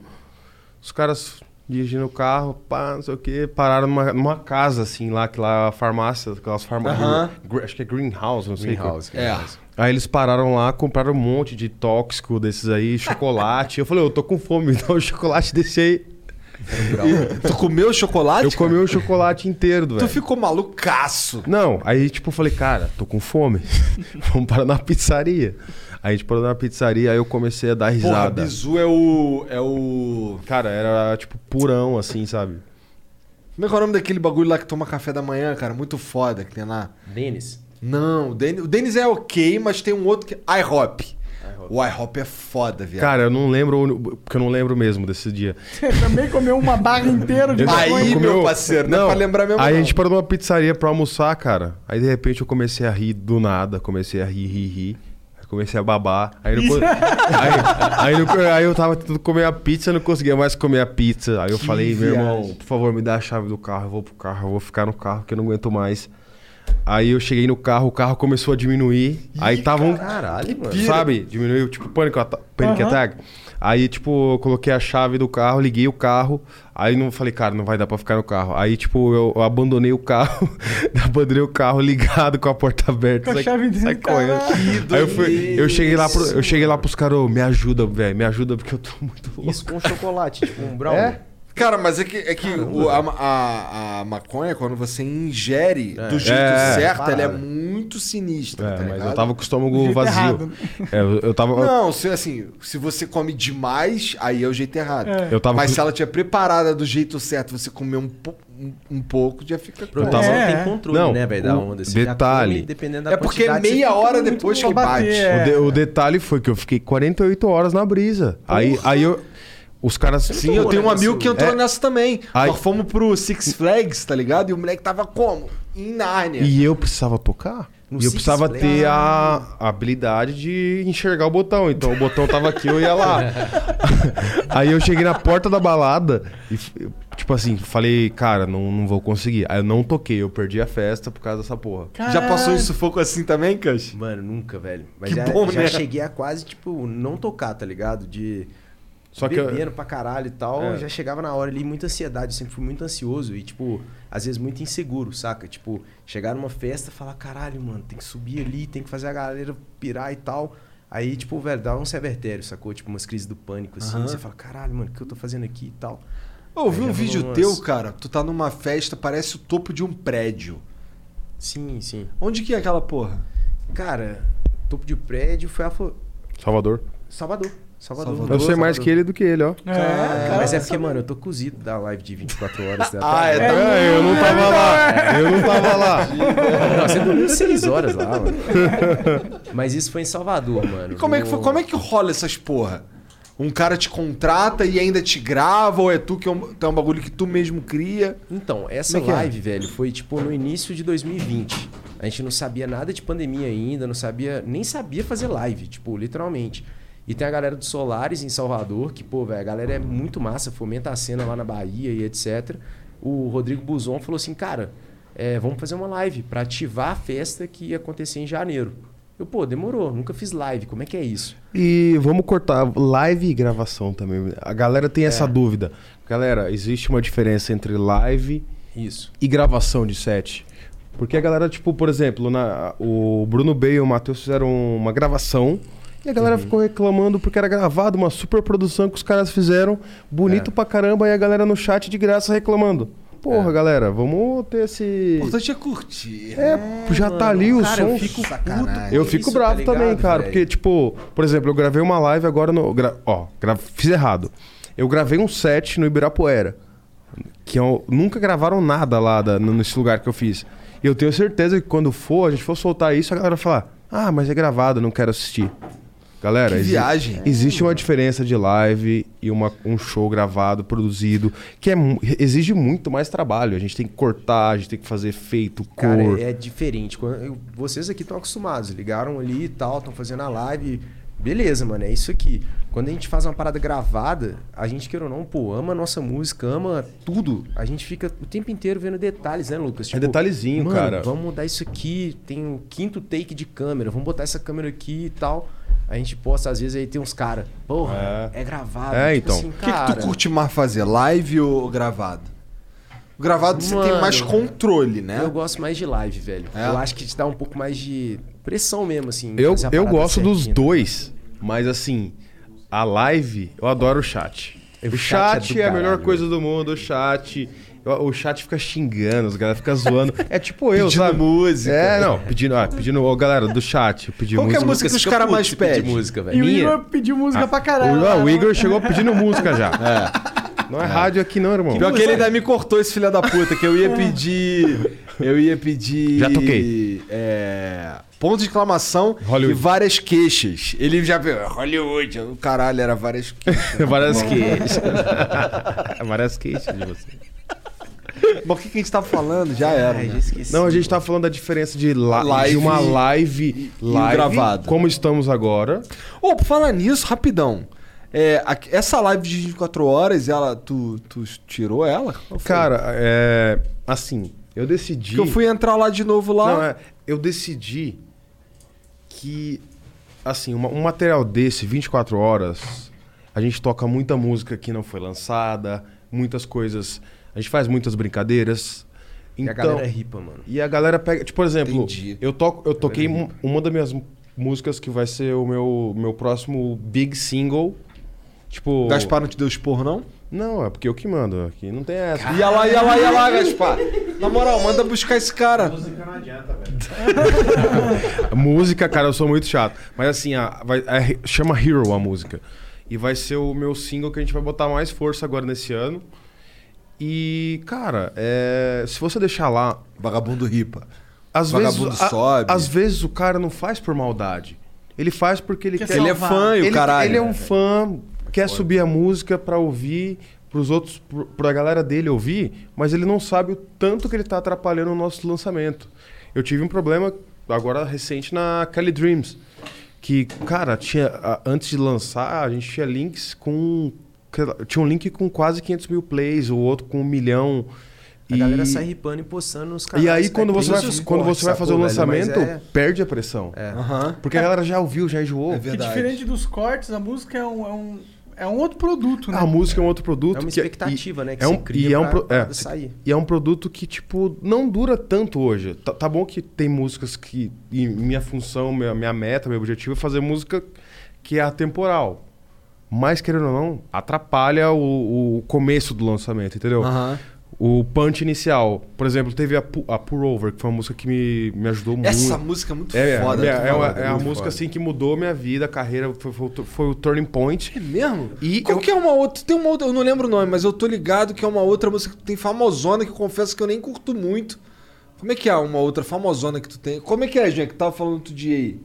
[SPEAKER 7] os caras dirigindo o carro, pá, não sei o quê, pararam numa, numa casa, assim, lá, que lá, é a farmácia, aquelas farmácias,
[SPEAKER 2] Aham.
[SPEAKER 7] acho que é Greenhouse, não sei qual-
[SPEAKER 3] Greenhouse,
[SPEAKER 2] É.
[SPEAKER 3] cara.
[SPEAKER 7] Aí eles pararam lá, compraram um monte de tóxico desses aí, chocolate. eu falei, eu tô com fome, então o chocolate desse aí.
[SPEAKER 2] Tu comeu chocolate?
[SPEAKER 7] Eu comi o chocolate inteiro,
[SPEAKER 2] Tu
[SPEAKER 7] velho.
[SPEAKER 2] ficou malucaço.
[SPEAKER 7] Não, aí tipo, eu falei, cara, tô com fome. Vamos parar na pizzaria. Aí a gente parou na pizzaria, aí eu comecei a dar
[SPEAKER 2] Porra,
[SPEAKER 7] risada.
[SPEAKER 2] Bizu é o. É o.
[SPEAKER 7] cara, era tipo purão, assim, sabe?
[SPEAKER 2] Como é que é o nome daquele bagulho lá que toma café da manhã, cara? Muito foda que tem lá.
[SPEAKER 3] Denis.
[SPEAKER 2] Não, o Denis, o Denis é ok, mas tem um outro que. IHOP. O IHOP é foda, viado.
[SPEAKER 7] Cara, eu não lembro, onde- porque eu não lembro mesmo desse dia.
[SPEAKER 1] Você também comeu é uma barra inteira de
[SPEAKER 2] Aí,
[SPEAKER 1] maconha.
[SPEAKER 2] meu parceiro, não é pra lembrar mesmo,
[SPEAKER 7] Aí
[SPEAKER 2] não.
[SPEAKER 7] a gente parou numa pizzaria pra almoçar, cara. Aí de repente eu comecei a rir do nada, comecei a rir, rir, rir. Aí Comecei a babar. Aí, não co- aí, aí não- aí eu tava tentando comer a pizza, não conseguia mais comer a pizza. Aí eu falei, meu irmão, por favor, me dá a chave do carro, eu vou pro carro, eu vou ficar no carro que eu não aguento mais. Aí eu cheguei no carro, o carro começou a diminuir. aí tava um.
[SPEAKER 3] Caralho, mano.
[SPEAKER 7] Sabe? Diminuiu, tipo, pânico, ata- panic attack. Aí, tipo, eu coloquei a chave do carro, liguei o carro. Aí não falei, cara, não vai dar pra ficar no carro. Aí, tipo, eu, eu abandonei o carro, abandonei o carro ligado com a porta aberta.
[SPEAKER 1] Com a
[SPEAKER 7] sai-
[SPEAKER 1] chave dentro,
[SPEAKER 7] sai correndo.
[SPEAKER 1] caralho.
[SPEAKER 7] Aí eu, fui, eu cheguei lá pro, eu cheguei lá pros caras, "Ô, me ajuda, velho, me ajuda, porque eu tô muito louco.
[SPEAKER 3] Isso com chocolate, tipo um brown.
[SPEAKER 7] É?
[SPEAKER 2] Cara, mas é que, é que o- a, a- a maconha, quando você ingere do jeito
[SPEAKER 7] É.
[SPEAKER 2] certo, ela é
[SPEAKER 3] Parada.
[SPEAKER 2] muito sinistra,
[SPEAKER 7] É,
[SPEAKER 2] tá
[SPEAKER 7] mas
[SPEAKER 2] ligado?
[SPEAKER 7] eu tava com o
[SPEAKER 1] Do
[SPEAKER 7] estômago
[SPEAKER 1] jeito
[SPEAKER 7] vazio.
[SPEAKER 1] errado.
[SPEAKER 7] É, eu, eu tava.
[SPEAKER 2] Não, se, assim, se você come demais, aí é o jeito errado.
[SPEAKER 7] Eu tava
[SPEAKER 2] mas
[SPEAKER 7] com-
[SPEAKER 2] se ela tiver preparada do jeito certo, você comer um, po- um, um pouco já fica
[SPEAKER 3] Pronto,
[SPEAKER 2] com-
[SPEAKER 3] você
[SPEAKER 1] É.
[SPEAKER 3] não tem controle,
[SPEAKER 7] Não,
[SPEAKER 3] né, velho, da
[SPEAKER 7] o
[SPEAKER 3] onda. Você já
[SPEAKER 7] detalhe.
[SPEAKER 3] come, dependendo da
[SPEAKER 2] É porque
[SPEAKER 3] quantidade, você
[SPEAKER 2] meia
[SPEAKER 3] fica
[SPEAKER 2] hora
[SPEAKER 3] muito
[SPEAKER 2] depois que
[SPEAKER 1] bom bater,
[SPEAKER 2] bate.
[SPEAKER 1] é.
[SPEAKER 7] O, de- o detalhe foi que eu fiquei 48 horas na brisa. Aí, aí eu. Os caras.
[SPEAKER 2] Sim, eu tenho um amigo que entrou
[SPEAKER 7] É.
[SPEAKER 2] nessa também.
[SPEAKER 7] Ai.
[SPEAKER 2] Nós fomos pro Six Flags, tá ligado? E o moleque tava como? Em Nárnia. Ah,
[SPEAKER 7] E eu precisava tocar.
[SPEAKER 3] No
[SPEAKER 7] e eu
[SPEAKER 3] Six
[SPEAKER 7] precisava
[SPEAKER 3] Flags.
[SPEAKER 7] ter um a a habilidade de enxergar o botão. Então o botão tava aqui, eu ia lá. Aí eu cheguei na porta da balada e, f- tipo assim, falei, cara, não, não vou conseguir. Aí eu não toquei, eu perdi a festa por causa dessa porra.
[SPEAKER 2] Já passou um sufoco assim também, Cash?
[SPEAKER 3] Mano, nunca, velho. Mas
[SPEAKER 2] Que
[SPEAKER 3] já,
[SPEAKER 2] bom,
[SPEAKER 3] já
[SPEAKER 2] né?
[SPEAKER 3] cheguei a quase, tipo, não tocar, tá ligado? De
[SPEAKER 7] Só que eu-
[SPEAKER 3] bebendo pra caralho e tal.
[SPEAKER 7] É.
[SPEAKER 3] Já chegava na hora ali, muita ansiedade. Eu sempre fui muito ansioso e, tipo, às vezes muito inseguro, saca? Tipo, chegar numa festa e falar, caralho, mano, tem que subir ali, tem que fazer a galera pirar e tal. Aí, tipo, velho, dá um severtério, sacou? Tipo, umas crises do pânico, assim. Você fala, caralho, mano, o que eu tô fazendo aqui e tal.
[SPEAKER 2] Ô, Eu vi
[SPEAKER 3] Aí já
[SPEAKER 2] um vídeo
[SPEAKER 3] rolou
[SPEAKER 2] teu,
[SPEAKER 3] umas-
[SPEAKER 2] cara. Tu tá numa festa, parece o topo de um prédio.
[SPEAKER 3] Sim, sim.
[SPEAKER 2] Onde que é aquela porra?
[SPEAKER 3] Cara, topo de prédio foi a... Fo-
[SPEAKER 7] Salvador.
[SPEAKER 3] Salvador. Salvador.
[SPEAKER 2] Salvador.
[SPEAKER 7] Eu sei mais que ele do que ele, ó.
[SPEAKER 1] É, cara,
[SPEAKER 3] Mas é porque, mano, eu tô cozido da live de 24 horas né? da
[SPEAKER 2] Ah,
[SPEAKER 3] tarde.
[SPEAKER 2] é, tá.
[SPEAKER 7] É, eu não tava lá. Eu não tava lá.
[SPEAKER 3] Não, você dormiu 6 horas lá, mano. Mas isso foi em Salvador, mano.
[SPEAKER 2] E como é, que, foi- como é que rola essas porra? Um cara te contrata e ainda te grava, ou é tu que é um, tu é um bagulho que tu mesmo cria?
[SPEAKER 3] Então, essa
[SPEAKER 2] Como é que é?
[SPEAKER 3] live, velho, foi tipo no início de 2020. A gente não sabia nada de pandemia ainda, não sabia, nem sabia fazer live, tipo, literalmente. E tem a galera do Solares em Salvador, que, pô, velho, a galera é muito massa, fomenta a cena lá na Bahia e etc. O Rodrigo Buzon falou assim, cara, é, vamos fazer uma live pra ativar a festa que ia acontecer em janeiro. Eu, pô, demorou, nunca fiz live, como é que é isso?
[SPEAKER 7] E vamos cortar live e gravação também. A galera
[SPEAKER 2] É.
[SPEAKER 7] tem essa dúvida. Galera, existe uma diferença entre live
[SPEAKER 3] Isso.
[SPEAKER 7] e gravação de set. Porque a galera, tipo, por exemplo, na, o Bruno Bey e o Matheus fizeram uma gravação e a galera ficou reclamando porque era gravado, uma super produção que os caras fizeram,
[SPEAKER 2] É.
[SPEAKER 7] bonito pra caramba, e a galera no chat de graça reclamando. Porra, galera, vamos ter esse.
[SPEAKER 2] O importante é curtir.
[SPEAKER 7] É, já tá ali o som.
[SPEAKER 3] eu fico
[SPEAKER 2] Ah,
[SPEAKER 3] puto. tá
[SPEAKER 7] Eu fico
[SPEAKER 2] tá
[SPEAKER 7] bravo também, cara, porque, tipo, por exemplo, eu gravei uma live agora no. gra- Ó, gra- fiz errado. Eu gravei um set no Ibirapuera. Que eu, nunca gravaram nada lá da- no- nesse lugar que eu fiz. E eu tenho certeza que quando for, a gente for soltar isso, a galera vai falar: Ah, mas é gravado, não quero assistir. Galera,
[SPEAKER 2] Que
[SPEAKER 7] exi-
[SPEAKER 2] viagem.
[SPEAKER 7] existe uma diferença de live e uma- um show gravado, produzido, que é mu- exige muito mais trabalho. A gente tem que cortar, a gente tem que fazer efeito, cor.
[SPEAKER 3] Cara, é diferente. Quando eu- vocês aqui estão acostumados, ligaram ali e tal, estão fazendo a live. Beleza, mano, é isso aqui. Quando a gente faz uma parada gravada, a gente, queira ou não, pô, ama a nossa música, ama tudo. A gente fica o tempo inteiro vendo detalhes, né, Lucas? Tipo,
[SPEAKER 7] É detalhezinho,
[SPEAKER 3] mano,
[SPEAKER 7] cara.
[SPEAKER 3] Vamos mudar isso aqui, tem um quinto take de câmera, vamos botar essa câmera aqui e tal. A gente posta, às vezes, aí tem uns caras, porra, é, gravado.
[SPEAKER 7] É, então.
[SPEAKER 3] Assim,
[SPEAKER 2] O que, que
[SPEAKER 3] cara,
[SPEAKER 2] tu curte mais fazer? Live ou gravado? O gravado você tem
[SPEAKER 3] Mano,
[SPEAKER 2] mais controle, né?
[SPEAKER 3] Eu gosto mais de live, velho.
[SPEAKER 2] É?
[SPEAKER 3] Eu acho que te dá um pouco mais de pressão mesmo, assim.
[SPEAKER 7] Eu,
[SPEAKER 3] fazer a
[SPEAKER 7] eu
[SPEAKER 3] parada
[SPEAKER 7] gosto dos
[SPEAKER 3] certinha.
[SPEAKER 7] dois, mas assim, a live, eu adoro o chat.
[SPEAKER 3] O
[SPEAKER 7] O
[SPEAKER 3] chat
[SPEAKER 7] chat,
[SPEAKER 3] é do
[SPEAKER 7] é, a melhor
[SPEAKER 3] caralho.
[SPEAKER 7] coisa do mundo, o chat. eu- O chat fica xingando, os galera fica zoando. É tipo eu,
[SPEAKER 2] Pedindo
[SPEAKER 7] sabe?
[SPEAKER 2] música.
[SPEAKER 7] É, não, pedindo, ah, pedindo, ô galera do chat, pedindo
[SPEAKER 2] Qual que é a
[SPEAKER 7] música.
[SPEAKER 2] música que os
[SPEAKER 3] Fica
[SPEAKER 2] caras
[SPEAKER 3] puto
[SPEAKER 2] mais
[SPEAKER 3] se pedir
[SPEAKER 2] pedem?
[SPEAKER 3] música, velho.
[SPEAKER 1] E o
[SPEAKER 7] minha.
[SPEAKER 1] Igor pediu música pra caralho.
[SPEAKER 7] O- ah, o
[SPEAKER 1] né?
[SPEAKER 7] Igor chegou pedindo música já. Não é, rádio aqui não, irmão.
[SPEAKER 2] Pior que ele ainda me cortou esse filho da puta, que eu ia
[SPEAKER 3] É.
[SPEAKER 2] pedir. Eu ia pedir.
[SPEAKER 7] Já toquei.
[SPEAKER 2] É. Ponto de exclamação
[SPEAKER 7] Hollywood.
[SPEAKER 2] e várias queixas. Ele já veio. Hollywood. Eu, Caralho, era várias queixas.
[SPEAKER 7] Várias
[SPEAKER 3] é
[SPEAKER 7] queixas. Várias queixas é de você.
[SPEAKER 2] Mas o que, que a gente tá falando? Já era.
[SPEAKER 3] Ai, É, já
[SPEAKER 2] né?
[SPEAKER 3] esqueci.
[SPEAKER 7] Não, a gente tá falando da diferença de, la-
[SPEAKER 2] Live
[SPEAKER 7] de uma live,
[SPEAKER 2] e um
[SPEAKER 7] live
[SPEAKER 2] gravado.
[SPEAKER 7] como estamos agora.
[SPEAKER 2] Ô, por falar nisso, rapidão. É, a- essa live de 24 horas, ela. Tu, tu tirou ela? Qual foi?
[SPEAKER 7] Cara, é. Assim, eu decidi.
[SPEAKER 2] Porque eu fui entrar lá de novo lá.
[SPEAKER 7] Não, é, eu decidi que. Assim, uma- um material desse, 24 horas, a gente toca muita música que não foi lançada, muitas coisas. A gente faz muitas brincadeiras.
[SPEAKER 3] E
[SPEAKER 7] Então,
[SPEAKER 3] a galera é ripa, mano.
[SPEAKER 7] E a galera pega. Tipo, por exemplo,
[SPEAKER 2] Entendi.
[SPEAKER 7] eu, toco, eu toquei um- uma das minhas músicas que vai ser o meu, meu próximo big single. Tipo.
[SPEAKER 2] O Gaspar não te deu esporro, não?
[SPEAKER 7] Não, é porque eu que mando. Aqui não tem essa.
[SPEAKER 2] É, Ia lá, ia lá, ia lá, Gaspar. Na moral, manda buscar esse cara.
[SPEAKER 7] A música, cara, eu sou muito chato. Mas assim, a, vai- a- chama Hero a música. E vai ser o meu single que a gente vai botar mais força agora nesse ano. E, cara, é, se você deixar lá.
[SPEAKER 2] Vagabundo ripa.
[SPEAKER 7] Às
[SPEAKER 2] Vagabundo
[SPEAKER 7] vezes, a-
[SPEAKER 2] sobe.
[SPEAKER 7] às vezes o cara não faz por maldade. Ele faz porque ele
[SPEAKER 1] Quer
[SPEAKER 7] quer.
[SPEAKER 1] Ele é fã
[SPEAKER 2] e o
[SPEAKER 7] Ele-
[SPEAKER 2] caralho,
[SPEAKER 7] Ele é um
[SPEAKER 2] né?
[SPEAKER 7] fã, quer subir a música pra ouvir, pros outros, pro- pra galera dele ouvir, mas ele não sabe o tanto que ele tá atrapalhando o nosso lançamento. Eu tive um problema agora recente na Cali Dreams. Que, cara, tinha, a- antes de lançar, a gente tinha links com. Tinha um link com quase 500 mil plays, o outro com um milhão.
[SPEAKER 3] A
[SPEAKER 7] e-
[SPEAKER 3] galera sai ripando e postando nos canais.
[SPEAKER 7] e aí, quando
[SPEAKER 3] cara,
[SPEAKER 7] você,
[SPEAKER 3] tem
[SPEAKER 7] vai,
[SPEAKER 3] os seus
[SPEAKER 7] quando
[SPEAKER 3] cortes,
[SPEAKER 7] você vai
[SPEAKER 3] sacou,
[SPEAKER 7] fazer o
[SPEAKER 3] velho?
[SPEAKER 7] lançamento,
[SPEAKER 3] Mas é-
[SPEAKER 7] perde a pressão.
[SPEAKER 2] Aham.
[SPEAKER 7] Porque a galera já ouviu, já enjoou.
[SPEAKER 2] É
[SPEAKER 1] Que
[SPEAKER 2] verdade.
[SPEAKER 1] diferente dos cortes, a música é um, é um, é um outro produto, né?
[SPEAKER 7] a música é um outro produto.
[SPEAKER 3] É uma
[SPEAKER 7] que
[SPEAKER 3] expectativa,
[SPEAKER 7] e-
[SPEAKER 3] né, que
[SPEAKER 7] é
[SPEAKER 3] você
[SPEAKER 7] um,
[SPEAKER 3] cria
[SPEAKER 7] e é um
[SPEAKER 3] pra-
[SPEAKER 7] pro- é,
[SPEAKER 3] pra sair.
[SPEAKER 7] E é um produto que, tipo, não dura tanto hoje. Tá, tá bom que tem músicas que. E minha função, minha, minha meta, meu objetivo é fazer música que é atemporal. Mas, querendo ou não, atrapalha o, o começo do lançamento, entendeu?
[SPEAKER 2] Aham.
[SPEAKER 7] O punch inicial. Por exemplo, teve a, Pu- a Pour Over, que foi uma música que me, me ajudou muito.
[SPEAKER 2] Essa música é muito
[SPEAKER 7] É,
[SPEAKER 2] foda.
[SPEAKER 7] minha-
[SPEAKER 2] tu
[SPEAKER 7] é, uma,
[SPEAKER 2] fala,
[SPEAKER 7] é uma
[SPEAKER 2] muito
[SPEAKER 7] música
[SPEAKER 2] foda.
[SPEAKER 7] assim que mudou minha vida, a carreira, foi, foi, o- foi o turning point.
[SPEAKER 2] É mesmo?
[SPEAKER 7] E
[SPEAKER 2] Qual
[SPEAKER 7] eu-
[SPEAKER 2] que é uma outra? Tem uma outra, eu não lembro o nome, mas eu tô ligado que é uma outra música que tem famosona que eu confesso que eu nem curto muito. Como é que é uma outra famosona que tu tem? Como é que é, gente? Que tava falando outro dia aí.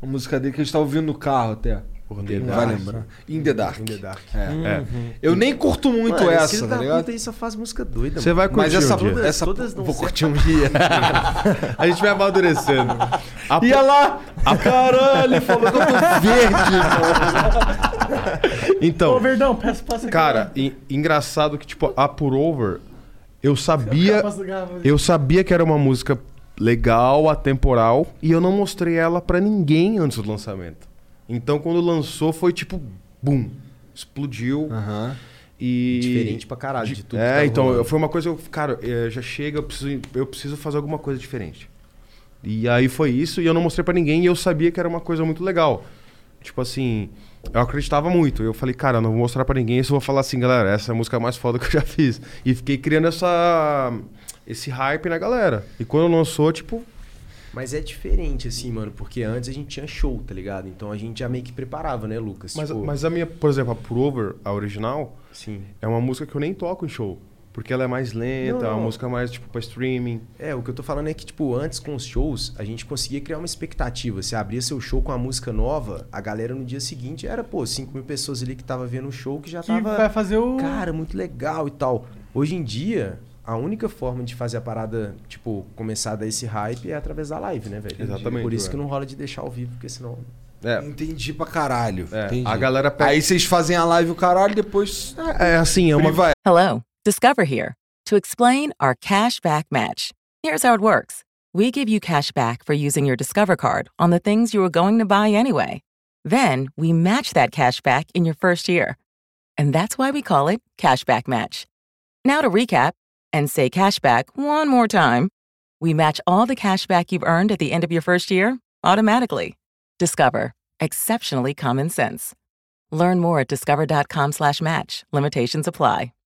[SPEAKER 2] Uma música dele que a gente tava ouvindo no carro até.
[SPEAKER 7] The
[SPEAKER 2] não
[SPEAKER 7] Dark.
[SPEAKER 2] vai lembrar. In the Dark.
[SPEAKER 7] In the Dark.
[SPEAKER 2] É.
[SPEAKER 7] É.
[SPEAKER 2] Eu nem curto muito
[SPEAKER 3] Mano, esse
[SPEAKER 2] essa,
[SPEAKER 3] filho
[SPEAKER 2] tá
[SPEAKER 3] da
[SPEAKER 2] ligado?
[SPEAKER 3] puta aí só faz música doida,
[SPEAKER 7] Você
[SPEAKER 3] mano.
[SPEAKER 7] vai curtir
[SPEAKER 2] Mas essa,
[SPEAKER 7] um dia.
[SPEAKER 2] essa
[SPEAKER 3] Todas não
[SPEAKER 2] vou
[SPEAKER 3] servem.
[SPEAKER 2] curtir um dia.
[SPEAKER 7] A gente vai amadurecendo. A
[SPEAKER 2] Ia lá.
[SPEAKER 7] Caralho, falou que eu tô verde.
[SPEAKER 1] Ô,
[SPEAKER 7] então,
[SPEAKER 1] Verdão, peço passa aqui.
[SPEAKER 7] cara, e- engraçado que, tipo, a Pour Over, eu
[SPEAKER 1] Cara,
[SPEAKER 7] sabia...
[SPEAKER 1] passa- cara,
[SPEAKER 7] Eu sabia que era uma música legal, atemporal, e eu não mostrei ela pra ninguém antes do lançamento. Então, quando lançou, foi tipo... Bum! Explodiu. E...
[SPEAKER 3] Diferente pra caralho de tudo. que
[SPEAKER 7] É,
[SPEAKER 3] tá
[SPEAKER 7] então,
[SPEAKER 3] rolando.
[SPEAKER 7] eu- foi uma coisa que eu, cara, eh, já chega, eu preciso, eu preciso fazer alguma coisa diferente. E aí foi isso, e eu não mostrei pra ninguém, e eu sabia que era uma coisa muito legal. Tipo assim, eu acreditava muito. Eu falei, cara, eu não vou mostrar pra ninguém, eu só vou falar assim, galera, essa é a música mais foda que eu já fiz. E fiquei criando essa esse hype na galera. E quando lançou, tipo,
[SPEAKER 3] Mas é diferente, assim, mano, porque antes a gente tinha show, tá ligado? Então a gente já meio que preparava, né, Lucas?
[SPEAKER 7] mas,
[SPEAKER 3] Tipo,
[SPEAKER 7] mas a minha, por exemplo, a Prover, a original,
[SPEAKER 3] Sim.
[SPEAKER 7] é uma música que eu nem toco em show. Porque ela é mais lenta, é
[SPEAKER 3] Não,
[SPEAKER 7] uma
[SPEAKER 3] não.
[SPEAKER 7] música mais, tipo, pra streaming.
[SPEAKER 3] É, o que eu tô falando é que, tipo, antes com os shows, a gente conseguia criar uma expectativa. Você abria seu show com a música nova, a galera no dia seguinte era, pô, 5 mil pessoas ali que tava vendo o show que já
[SPEAKER 1] que
[SPEAKER 3] tava.
[SPEAKER 1] vai fazer o...
[SPEAKER 3] Cara, muito legal e tal. Hoje em dia, a única forma de fazer a parada, tipo, começar a dar esse hype é através da live, né, velho?
[SPEAKER 7] Exatamente,
[SPEAKER 3] Por isso
[SPEAKER 7] é.
[SPEAKER 3] que não rola de deixar ao vivo, porque senão.
[SPEAKER 7] É,
[SPEAKER 2] Entendi pra caralho.
[SPEAKER 7] É,
[SPEAKER 2] Entendi.
[SPEAKER 7] a galera pega-
[SPEAKER 2] Aí vocês fazem a live o caralho, depois.
[SPEAKER 7] É assim, é uma,
[SPEAKER 2] Priva-
[SPEAKER 5] Hello, Discover here to explain our cash back match. Here's how it works we give you cash back for using your Discover card on the things you were going to buy anyway. Then we match that cash back in your first year. And that's why we call it Cashback Match. Now to recap and say cashback one more time. We match all the cashback you've earned at the end of your first year automatically. Discover. Exceptionally common sense. Learn more at discover.com slash match. Limitations apply.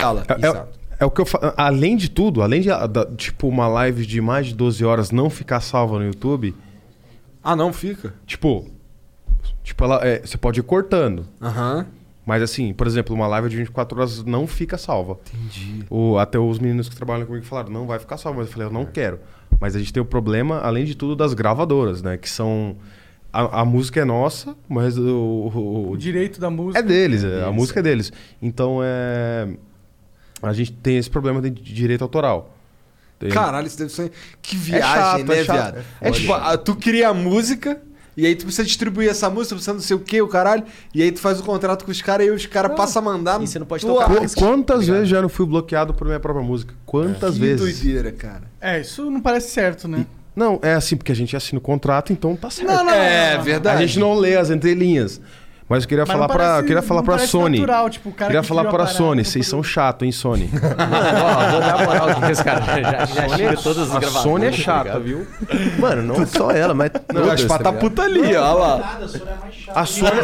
[SPEAKER 2] Fala.
[SPEAKER 7] É- É, é o que eu falo. Além de tudo, além de, a- da- tipo, uma live de mais de 12 horas não ficar salva no YouTube,
[SPEAKER 2] Ah, não, fica.
[SPEAKER 7] tipo. Tipo, ela, é, você pode ir cortando.
[SPEAKER 2] Aham.
[SPEAKER 7] Mas assim, por exemplo, uma live de 24 horas não fica salva. Entendi. até os meninos que trabalham comigo falaram, não vai ficar salva. Mas eu falei, eu
[SPEAKER 2] É.
[SPEAKER 7] não quero. Mas a gente tem o problema, além de tudo, das gravadoras, né? Que são. A, a música é nossa, mas o- o-
[SPEAKER 1] O
[SPEAKER 7] o
[SPEAKER 1] direito da música.
[SPEAKER 7] É deles, é, a música é deles. Então é. A gente tem esse problema de direito autoral. Tem-
[SPEAKER 2] Caralho, isso deve ser. Que viagem,
[SPEAKER 7] chato,
[SPEAKER 2] né,
[SPEAKER 7] é chato.
[SPEAKER 2] viado?
[SPEAKER 7] É
[SPEAKER 2] É tipo, ah, tu cria a música. E aí tu precisa distribuir essa música, precisa não sei o que, o caralho. E aí tu faz o contrato com os caras e aí os caras passam a mandar...
[SPEAKER 3] e você não pode
[SPEAKER 2] tua-
[SPEAKER 3] tocar.
[SPEAKER 7] Qu-
[SPEAKER 1] tipo
[SPEAKER 7] quantas vezes já não fui bloqueado por minha própria música? Quantas
[SPEAKER 2] Que
[SPEAKER 7] vezes?
[SPEAKER 2] doideira, cara.
[SPEAKER 1] É, isso não parece certo, né?
[SPEAKER 7] Não, é assim, porque a gente assina o contrato, então tá certo.
[SPEAKER 1] Não, não, não, não,
[SPEAKER 2] É
[SPEAKER 1] não.
[SPEAKER 2] verdade.
[SPEAKER 7] A gente não lê as entrelinhas. Mas eu queria
[SPEAKER 1] Mas não
[SPEAKER 7] falar para
[SPEAKER 1] parece-
[SPEAKER 7] queria falar
[SPEAKER 1] não
[SPEAKER 7] para
[SPEAKER 1] parece
[SPEAKER 7] Sony.
[SPEAKER 1] natural, tipo, o cara
[SPEAKER 7] queria
[SPEAKER 1] que
[SPEAKER 7] falar
[SPEAKER 1] criou a
[SPEAKER 7] para
[SPEAKER 1] parada
[SPEAKER 7] Sony,
[SPEAKER 1] não
[SPEAKER 7] vocês são chato, hein, Sony?
[SPEAKER 3] Mano, ó, vou dar moral aqui pra esse cara. Já, já xinga todas as
[SPEAKER 7] a
[SPEAKER 3] gravadoras,
[SPEAKER 7] Sony é
[SPEAKER 3] tá
[SPEAKER 7] chata,
[SPEAKER 3] ligado?
[SPEAKER 7] viu?
[SPEAKER 3] Mano, não só ela, mas.
[SPEAKER 2] O
[SPEAKER 3] todas,
[SPEAKER 2] Gaspar tá
[SPEAKER 3] ligado?
[SPEAKER 2] puta ali, ó lá.
[SPEAKER 7] A Sony.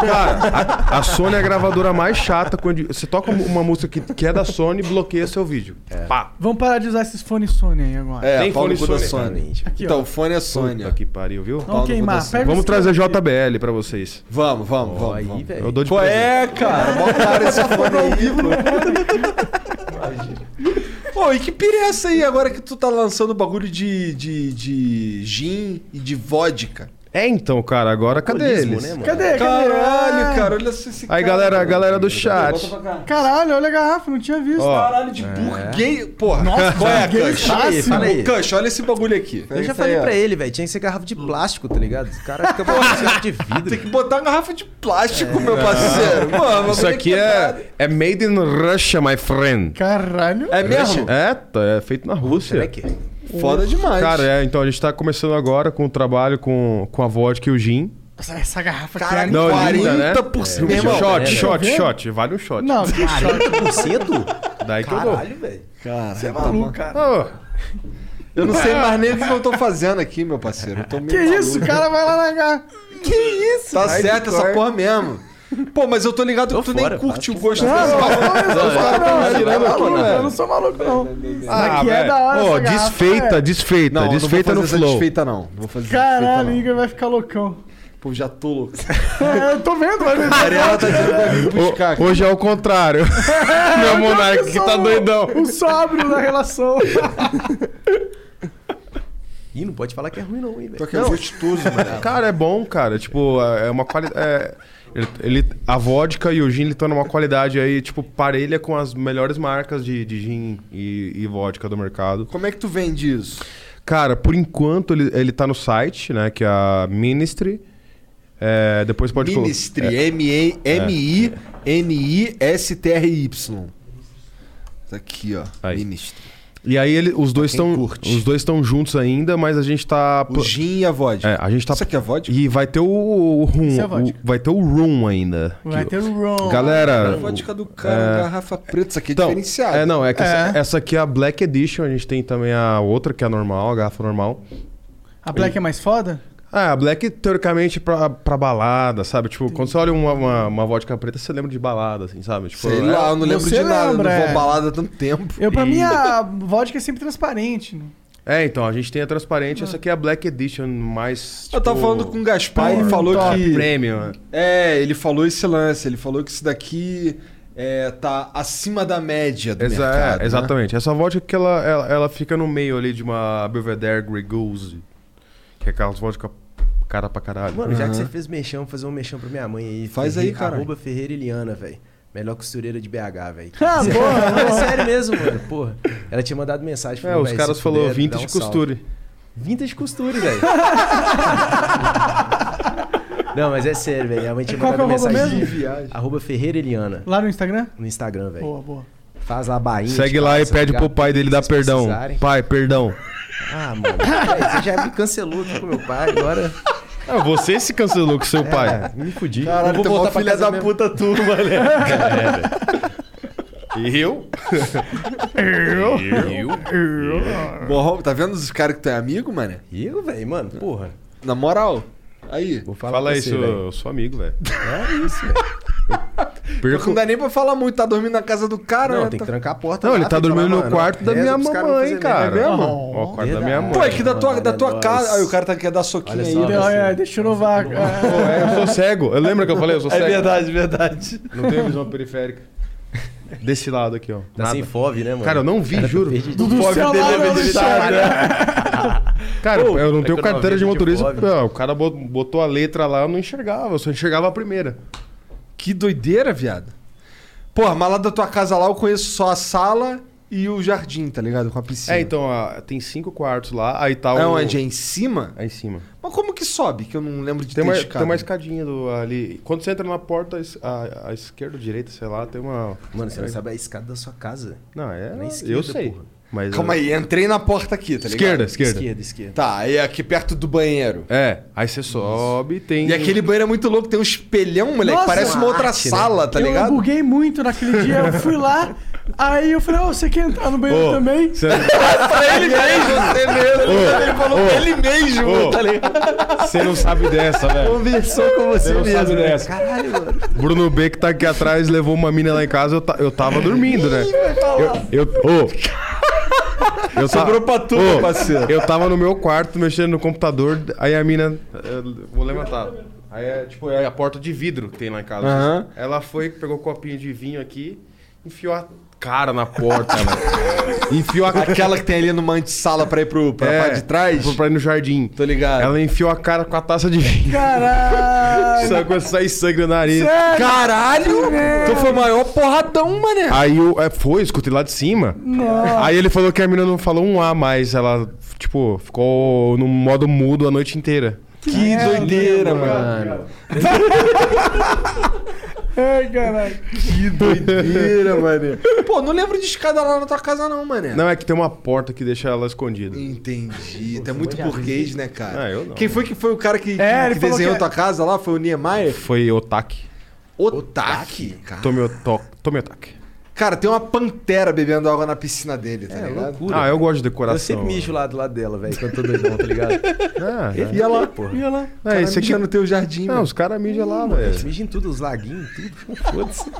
[SPEAKER 7] Cara, a, a Sony é a gravadora mais chata quando você toca uma música que, que é da Sony bloqueia seu vídeo. Pá.
[SPEAKER 1] Vamos parar de usar esses fones Sony aí agora.
[SPEAKER 2] É,
[SPEAKER 7] Tem
[SPEAKER 2] pau no
[SPEAKER 7] fone
[SPEAKER 2] cu da
[SPEAKER 7] Sony,
[SPEAKER 2] Sony.
[SPEAKER 1] Aqui, ó.
[SPEAKER 2] Então, fone é Sony.
[SPEAKER 7] Puta
[SPEAKER 2] ó.
[SPEAKER 7] que pariu, viu?
[SPEAKER 2] pau
[SPEAKER 1] Vamos
[SPEAKER 2] no cu da
[SPEAKER 1] queimar.
[SPEAKER 2] Sony.
[SPEAKER 1] Pega
[SPEAKER 7] Vamos
[SPEAKER 1] esse
[SPEAKER 7] trazer
[SPEAKER 1] aqui.
[SPEAKER 7] JBL pra vocês.
[SPEAKER 2] Vamos, vamos, vamos.
[SPEAKER 3] Aí,
[SPEAKER 2] vamos.
[SPEAKER 7] Eu
[SPEAKER 3] velho.
[SPEAKER 7] dou de
[SPEAKER 2] Qual
[SPEAKER 7] presente.
[SPEAKER 2] é, cara? Mó cara esse fone ao vivo. Pô, e que pira é essa aí agora que tu tá lançando bagulho de, de, de gin e de vodka?
[SPEAKER 7] É então, cara, agora cadê
[SPEAKER 3] Alcoolismo,
[SPEAKER 7] eles?
[SPEAKER 3] né, mano?
[SPEAKER 1] Cadê? Cadê?
[SPEAKER 2] Caralho, cara, olha só esse
[SPEAKER 7] Aí,
[SPEAKER 2] cara.
[SPEAKER 7] galera, galera do chat.
[SPEAKER 1] Caralho, olha a garrafa, não tinha visto.
[SPEAKER 7] Ó.
[SPEAKER 2] Caralho de burguês. Porra, qual é, Cush?
[SPEAKER 3] Fala aí, fala aí.
[SPEAKER 2] Ô, Cush, olha esse bagulho aqui.
[SPEAKER 4] É
[SPEAKER 3] Eu já
[SPEAKER 4] isso
[SPEAKER 3] falei
[SPEAKER 4] aí, ó.
[SPEAKER 3] pra ele, velho. Tinha que ser garrafa de plástico, tá ligado? O cara fica botando garrafa de
[SPEAKER 2] Hum. Tem
[SPEAKER 3] vidro.
[SPEAKER 2] que botar uma garrafa de plástico, meu parceiro. Mano,
[SPEAKER 7] Isso aqui é, é made in Russia, my friend.
[SPEAKER 1] Caralho.
[SPEAKER 2] É mesmo?
[SPEAKER 7] É, tá, é feito na Rússia.
[SPEAKER 3] Será que?
[SPEAKER 2] Foda demais.
[SPEAKER 7] Cara, é, então a gente tá começando agora com o trabalho com, com a vodka e o gin.
[SPEAKER 1] Essa, essa garrafa aqui
[SPEAKER 2] Caralho,
[SPEAKER 1] é-
[SPEAKER 7] Não, linda, né?
[SPEAKER 2] 40%. Meu irmão.
[SPEAKER 7] shot,
[SPEAKER 3] é,
[SPEAKER 7] shot, shot. Vale um shot.
[SPEAKER 1] Não, que é shot.
[SPEAKER 3] 40%?
[SPEAKER 7] Daí que eu
[SPEAKER 3] Caralho, velho.
[SPEAKER 2] Você é maluco, cara.
[SPEAKER 7] dou.
[SPEAKER 2] Eu não sei mais nem o que eu tô fazendo aqui, meu parceiro. Eu tô meio
[SPEAKER 1] Que
[SPEAKER 2] maluco.
[SPEAKER 1] isso, o cara vai lá na garrafa.
[SPEAKER 2] Que isso? Tá
[SPEAKER 4] Ai,
[SPEAKER 2] certo
[SPEAKER 4] que
[SPEAKER 2] essa
[SPEAKER 4] cor.
[SPEAKER 2] porra mesmo. Pô, mas eu tô ligado
[SPEAKER 3] Tô
[SPEAKER 2] que tu
[SPEAKER 3] fora,
[SPEAKER 2] nem curte
[SPEAKER 3] acho
[SPEAKER 2] o gosto
[SPEAKER 1] Não,
[SPEAKER 2] desse
[SPEAKER 1] não, não, eu não sou maluco, não, eu não sou
[SPEAKER 2] tirando aqui,
[SPEAKER 1] maluco,
[SPEAKER 2] velho.
[SPEAKER 1] Eu não sou maluco, não. Isso aqui é
[SPEAKER 7] velho.
[SPEAKER 1] da
[SPEAKER 7] Ô,
[SPEAKER 1] hora. essa garrafa, é.
[SPEAKER 7] desfeita,
[SPEAKER 1] velho.
[SPEAKER 7] desfeita,
[SPEAKER 2] não
[SPEAKER 7] desfeita
[SPEAKER 2] vou
[SPEAKER 7] no
[SPEAKER 2] fazer essa
[SPEAKER 7] flow.
[SPEAKER 2] desfeita, não. Não vou fazer essa
[SPEAKER 1] Caralho, o
[SPEAKER 2] desfeita,
[SPEAKER 1] Igor vai ficar loucão.
[SPEAKER 2] não. tá Pô, já tô louco.
[SPEAKER 1] É, eu tô vendo, mas
[SPEAKER 2] A Ariela tá dizendo que vai vir
[SPEAKER 7] Ô,
[SPEAKER 2] buscar.
[SPEAKER 7] hoje é o contrário.
[SPEAKER 1] É,
[SPEAKER 7] Meu monarca que tá doidão.
[SPEAKER 1] O sóbrio da relação.
[SPEAKER 3] Ih, não pode falar que é ruim, não, hein, velho.
[SPEAKER 2] Só que é gostoso, mano.
[SPEAKER 7] Cara, é bom, cara. Tipo, é uma qualidade. ele, ele- a vodka e o gin estão numa qualidade aí, tipo, parelha com as melhores marcas de, de gin e, e vodka do mercado.
[SPEAKER 2] Como é que tu vende isso?
[SPEAKER 7] Cara, por enquanto ele, ele tá no site, né? Que é a Ministry. É, depois pode. colo- é.
[SPEAKER 2] Ministry, M-I-N-I-S-T-R-Y. Tá aqui, ó.
[SPEAKER 7] Aí.
[SPEAKER 2] Ministry.
[SPEAKER 7] E aí ele- os dois
[SPEAKER 2] Pra quem
[SPEAKER 7] estão
[SPEAKER 2] curte.
[SPEAKER 7] os dois estão juntos ainda, mas a gente tá
[SPEAKER 2] O gin e a vodka.
[SPEAKER 7] É, a gente tá
[SPEAKER 2] Isso aqui é vodka?
[SPEAKER 7] e vai ter o, o room,
[SPEAKER 1] Isso é vodka.
[SPEAKER 7] o- vai ter o room ainda.
[SPEAKER 1] Vai
[SPEAKER 7] Que-
[SPEAKER 1] ter o Ron.
[SPEAKER 7] Galera,
[SPEAKER 2] Vodka do cara, garrafa preta. Isso aqui é
[SPEAKER 7] então,
[SPEAKER 2] diferenciado.
[SPEAKER 7] é não, é que Essa,
[SPEAKER 1] É.
[SPEAKER 7] essa aqui é a Black Edition, a gente tem também a outra que é a normal, a garrafa normal.
[SPEAKER 1] A Black é mais foda?
[SPEAKER 7] Ah, a Black teoricamente é pra, pra balada, sabe? Tipo, quando você olha uma, uma, uma vodka preta, você lembra de balada, assim, sabe? Tipo,
[SPEAKER 2] Sei
[SPEAKER 7] é-
[SPEAKER 2] lá, eu não lembro
[SPEAKER 1] Você
[SPEAKER 2] de nada.
[SPEAKER 1] lembra,
[SPEAKER 2] não vou
[SPEAKER 1] é.
[SPEAKER 2] à balada há tanto tempo.
[SPEAKER 1] Eu, pra
[SPEAKER 7] E-
[SPEAKER 1] mim, a vodka é sempre transparente. né?
[SPEAKER 7] É, então, a gente tem a transparente, essa aqui é a Black Edition mais.
[SPEAKER 2] Eu tava
[SPEAKER 7] tipo,
[SPEAKER 2] falando com o Gaspar e ele
[SPEAKER 1] Power
[SPEAKER 2] falou
[SPEAKER 1] Top
[SPEAKER 2] que.
[SPEAKER 7] Premium. né?
[SPEAKER 2] É, ele falou esse lance. Ele falou que isso daqui é, tá acima da média do
[SPEAKER 7] Exa-
[SPEAKER 2] mercado.
[SPEAKER 7] é,
[SPEAKER 2] né?
[SPEAKER 7] Exatamente. Essa vodka que ela, ela, ela fica no meio ali de uma Belvedere Grigose, que é aquelas vodka cara pra caralho.
[SPEAKER 3] Mano, já que você fez mexão, vou fazer um mexão pra minha mãe aí.
[SPEAKER 2] Faz aí,
[SPEAKER 3] Ferreira-
[SPEAKER 2] caralho.
[SPEAKER 3] Arroba Ferreira Eliana, velho. Melhor costureira de BH, velho.
[SPEAKER 1] Ah, boa.
[SPEAKER 3] Não, é sério mesmo, mano. Porra. Ela tinha mandado mensagem
[SPEAKER 7] é,
[SPEAKER 3] mim,
[SPEAKER 7] os
[SPEAKER 3] velho,
[SPEAKER 7] caras
[SPEAKER 3] se
[SPEAKER 7] falaram
[SPEAKER 3] puder, me dá
[SPEAKER 7] vintage de
[SPEAKER 3] um salve."
[SPEAKER 7] costure.
[SPEAKER 3] Vintage costure, velho. Não, mas é sério, velho. Minha mãe tinha
[SPEAKER 1] Qual que
[SPEAKER 3] mandado
[SPEAKER 1] é o arroba
[SPEAKER 3] mensagem.
[SPEAKER 1] mesmo?
[SPEAKER 3] Viagem. Arroba Ferreira Eliana.
[SPEAKER 1] Lá no Instagram?
[SPEAKER 3] No Instagram, velho.
[SPEAKER 1] Boa, boa.
[SPEAKER 3] Faz lá a bainha.
[SPEAKER 7] Segue
[SPEAKER 3] de
[SPEAKER 7] lá e
[SPEAKER 3] calça,
[SPEAKER 7] pede
[SPEAKER 3] tá ligado?
[SPEAKER 7] pro pai dele
[SPEAKER 3] Se
[SPEAKER 7] dar
[SPEAKER 3] vocês
[SPEAKER 7] perdão.
[SPEAKER 3] precisarem.
[SPEAKER 7] Pai, perdão.
[SPEAKER 3] Ah, mano. velho, Você já me cancelou aqui com meu pai. Agora.
[SPEAKER 7] Ah, você se cancelou com seu
[SPEAKER 2] É,
[SPEAKER 7] pai.
[SPEAKER 3] Me fudi.
[SPEAKER 2] Caralho,
[SPEAKER 3] Eu
[SPEAKER 2] tem uma filha da
[SPEAKER 3] puta tu, mano.
[SPEAKER 7] É,
[SPEAKER 3] É,
[SPEAKER 7] E eu?
[SPEAKER 2] Bom, tá vendo os caras que tu é amigo, mano?
[SPEAKER 3] Eu, velho, mano, porra.
[SPEAKER 2] Na moral. Aí.
[SPEAKER 3] Vou falar
[SPEAKER 7] Fala
[SPEAKER 3] pra
[SPEAKER 7] aí,
[SPEAKER 3] você,
[SPEAKER 7] seu,
[SPEAKER 3] velho.
[SPEAKER 7] seu amigo, velho.
[SPEAKER 3] É isso, velho.
[SPEAKER 7] Perco...
[SPEAKER 2] Não dá nem pra falar muito, tá dormindo na casa do cara,
[SPEAKER 3] Não,
[SPEAKER 2] né?
[SPEAKER 3] tem que
[SPEAKER 2] Tá-
[SPEAKER 3] trancar a porta.
[SPEAKER 7] Não,
[SPEAKER 3] lá,
[SPEAKER 7] ele tá
[SPEAKER 3] tem que
[SPEAKER 7] dormindo
[SPEAKER 3] falar,
[SPEAKER 7] no
[SPEAKER 3] mano,
[SPEAKER 7] quarto da
[SPEAKER 2] É,
[SPEAKER 3] reza
[SPEAKER 7] minha
[SPEAKER 3] pros caras não
[SPEAKER 7] mamãe,
[SPEAKER 3] fazerem né, merda,
[SPEAKER 7] cara.
[SPEAKER 3] velho.
[SPEAKER 7] Ó, o quarto da minha mãe.
[SPEAKER 2] Pô, é que da tua,
[SPEAKER 3] Mano,
[SPEAKER 2] da tua
[SPEAKER 3] é
[SPEAKER 2] casa.
[SPEAKER 3] nóis.
[SPEAKER 2] Aí o cara tá quer dar soquinho
[SPEAKER 3] Olha
[SPEAKER 2] aí.
[SPEAKER 3] só,
[SPEAKER 2] né?
[SPEAKER 3] velho.
[SPEAKER 1] Não, é, deixa eu inovar. É.
[SPEAKER 7] Pô, é, eu sou cego. Eu lembra que eu falei? Eu sou cego.
[SPEAKER 2] É verdade.
[SPEAKER 7] Não tenho visão periférica. Desse lado aqui, ó.
[SPEAKER 3] Tá sem fove, né, mano?
[SPEAKER 7] Cara, eu não vi, juro.
[SPEAKER 1] Do céu, lá no chão.
[SPEAKER 7] Cara, eu não
[SPEAKER 3] é
[SPEAKER 7] tenho
[SPEAKER 3] que eu não
[SPEAKER 7] carteira
[SPEAKER 3] vi,
[SPEAKER 7] de
[SPEAKER 3] gente,
[SPEAKER 7] motorista.
[SPEAKER 3] pobre.
[SPEAKER 7] porque, ó, o cara bot- botou a letra lá, eu não enxergava. Eu só enxergava a primeira.
[SPEAKER 2] Que doideira, viado. Porra, mas lá da tua casa lá eu conheço só a sala e o jardim, tá ligado? Com a piscina.
[SPEAKER 7] É, então, ó, tem cinco quartos lá. Aí tá o...
[SPEAKER 2] É onde? É em cima?
[SPEAKER 7] Aí em cima.
[SPEAKER 2] Mas como que sobe? Que eu não lembro de
[SPEAKER 7] Tem
[SPEAKER 2] ter
[SPEAKER 7] uma,
[SPEAKER 2] escada.
[SPEAKER 7] tem uma escadinha do- ali. Quando você entra na porta, a es- a, a esquerda ou direita, sei lá, tem uma... É.
[SPEAKER 3] Mano, você não sabe a escada da sua casa.
[SPEAKER 7] Não, é...
[SPEAKER 3] Na esquerda,
[SPEAKER 7] eu sei.
[SPEAKER 3] porra.
[SPEAKER 7] Mas
[SPEAKER 2] Calma
[SPEAKER 7] eu-
[SPEAKER 2] aí, entrei na porta aqui, tá ligado?
[SPEAKER 7] Esquerda, esquerda.
[SPEAKER 3] Esquerda, esquerda.
[SPEAKER 2] Tá, aí aqui perto do banheiro.
[SPEAKER 7] É, aí você sobe, tem.
[SPEAKER 2] E aquele banheiro é muito louco, tem um espelhão, moleque.
[SPEAKER 1] Nossa,
[SPEAKER 2] parece uma outra
[SPEAKER 3] arte, né?
[SPEAKER 2] sala, tá
[SPEAKER 1] eu
[SPEAKER 2] ligado?
[SPEAKER 1] buguei muito naquele dia, eu fui lá, aí eu falei, ô, você quer entrar no banheiro
[SPEAKER 7] Ô,
[SPEAKER 1] também?
[SPEAKER 7] Você,
[SPEAKER 2] Pra ele mesmo, você mesmo. ele falou pra ele mesmo,
[SPEAKER 7] Ô.
[SPEAKER 2] tá ligado?
[SPEAKER 7] você não sabe dessa, velho.
[SPEAKER 2] Conversou com você
[SPEAKER 7] Você não
[SPEAKER 2] mesmo.
[SPEAKER 7] sabe
[SPEAKER 2] né?
[SPEAKER 7] dessa.
[SPEAKER 2] Caralho, mano.
[SPEAKER 7] Bruno B, que tá aqui atrás, levou uma mina lá em casa, eu, ta- eu tava dormindo, né? Eu. eu ô! Eu ta-
[SPEAKER 2] Sobrou pra tu,
[SPEAKER 7] ô,
[SPEAKER 2] parceiro.
[SPEAKER 7] Eu tava no meu quarto mexendo no computador, aí a mina. eh, Vou levantar. Aí é tipo, é a porta de vidro que tem lá em casa.
[SPEAKER 2] Aham.
[SPEAKER 7] Ela foi, pegou o copinho de vinho aqui, enfiou a cara na porta, né? velho. Enfiou a
[SPEAKER 2] Aquela que tem ali numa antessala pra ir pro, pra
[SPEAKER 7] É,
[SPEAKER 2] parte de trás.
[SPEAKER 7] pra- Pra ir no jardim.
[SPEAKER 2] Tô ligado.
[SPEAKER 7] Ela enfiou a cara com a taça de vinho.
[SPEAKER 1] Caralho!
[SPEAKER 7] Só começou a sair sangue no nariz.
[SPEAKER 2] Caralho! Tu foi o maior porradão, mané.
[SPEAKER 7] Aí eu, é, foi, escutei lá de cima. Aí ele falou que a menina não falou um A mais. Ela, tipo, ficou no modo mudo a noite inteira.
[SPEAKER 2] Que doideira, mano.
[SPEAKER 1] Ai, caralho.
[SPEAKER 2] Que doideira, mané. Pô, não lembro de escada lá na tua casa, não, mané.
[SPEAKER 7] Não, é que tem uma porta que deixa ela escondida.
[SPEAKER 2] Entendi. Tu é muito burguês, né, cara?
[SPEAKER 7] Ah, eu não.
[SPEAKER 2] Quem foi que foi o cara que,
[SPEAKER 1] É,
[SPEAKER 2] que
[SPEAKER 1] ele falou
[SPEAKER 2] desenhou
[SPEAKER 1] que é-
[SPEAKER 2] tua casa lá? Foi o Niemeyer?
[SPEAKER 7] Foi Otaki.
[SPEAKER 2] Otaki, cara.
[SPEAKER 7] Tomei Otaki. Tomei Otaki.
[SPEAKER 2] Cara, tem uma pantera bebendo água na piscina dele, tá
[SPEAKER 3] É,
[SPEAKER 2] ligado?
[SPEAKER 3] loucura.
[SPEAKER 7] Ah, eu gosto de decoração.
[SPEAKER 3] Eu sempre mijo lá do lado dela, velho, quando eu tô doidão, tá ligado?
[SPEAKER 7] Ah, é.
[SPEAKER 2] E ela, e ela, cara,
[SPEAKER 7] esse aqui-
[SPEAKER 2] mija no teu jardim,
[SPEAKER 7] Não,
[SPEAKER 2] mano.
[SPEAKER 7] os caras mijam lá,
[SPEAKER 3] Eles
[SPEAKER 7] velho.
[SPEAKER 3] mijam tudo, os laguinhos, tudo. Foda-se.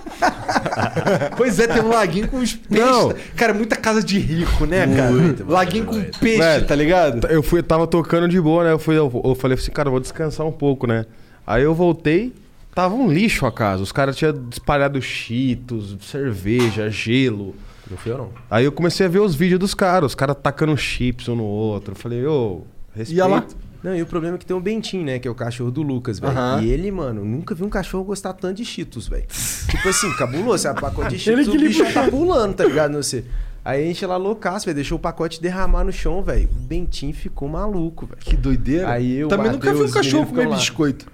[SPEAKER 2] Pois é, tem um laguinho com uns peixes.
[SPEAKER 7] Não.
[SPEAKER 2] tá- Cara, é muita casa de rico, né, cara? laguinho com peixe,
[SPEAKER 7] Velho,
[SPEAKER 2] tá ligado?
[SPEAKER 7] Eu fui, tava tocando de boa, né? Eu, fui, eu, eu falei assim, cara, eu vou descansar um pouco, né? Aí eu voltei, tava um lixo a casa. Os caras tinham espalhado cheetos, cerveja, gelo.
[SPEAKER 3] Não fui eu, não.
[SPEAKER 7] Aí eu comecei a ver os vídeos dos caras, os caras tacando chips um no outro. Eu falei, ô, respeito.
[SPEAKER 2] Ia lá.
[SPEAKER 3] Não, e o problema é que tem o Bentinho, né? Que é o cachorro do Lucas, velho.
[SPEAKER 2] Aham.
[SPEAKER 3] E ele, mano, nunca vi um cachorro gostar tanto de Cheetos, velho. tipo assim, cabuloso. A pacote de
[SPEAKER 1] Ele
[SPEAKER 3] Cheetos, o
[SPEAKER 1] que lhe
[SPEAKER 3] bicho
[SPEAKER 1] puxou.
[SPEAKER 3] tá pulando, tá ligado? Não sei. Aí a gente lá loucaço, velho. Deixou o pacote derramar no chão, velho. O Bentinho ficou maluco, velho.
[SPEAKER 2] Que doideira.
[SPEAKER 3] Aí eu,
[SPEAKER 2] Também nunca vi um
[SPEAKER 3] Matheus,
[SPEAKER 2] cachorro
[SPEAKER 3] menino ficou
[SPEAKER 2] comer
[SPEAKER 3] lá.
[SPEAKER 2] biscoito.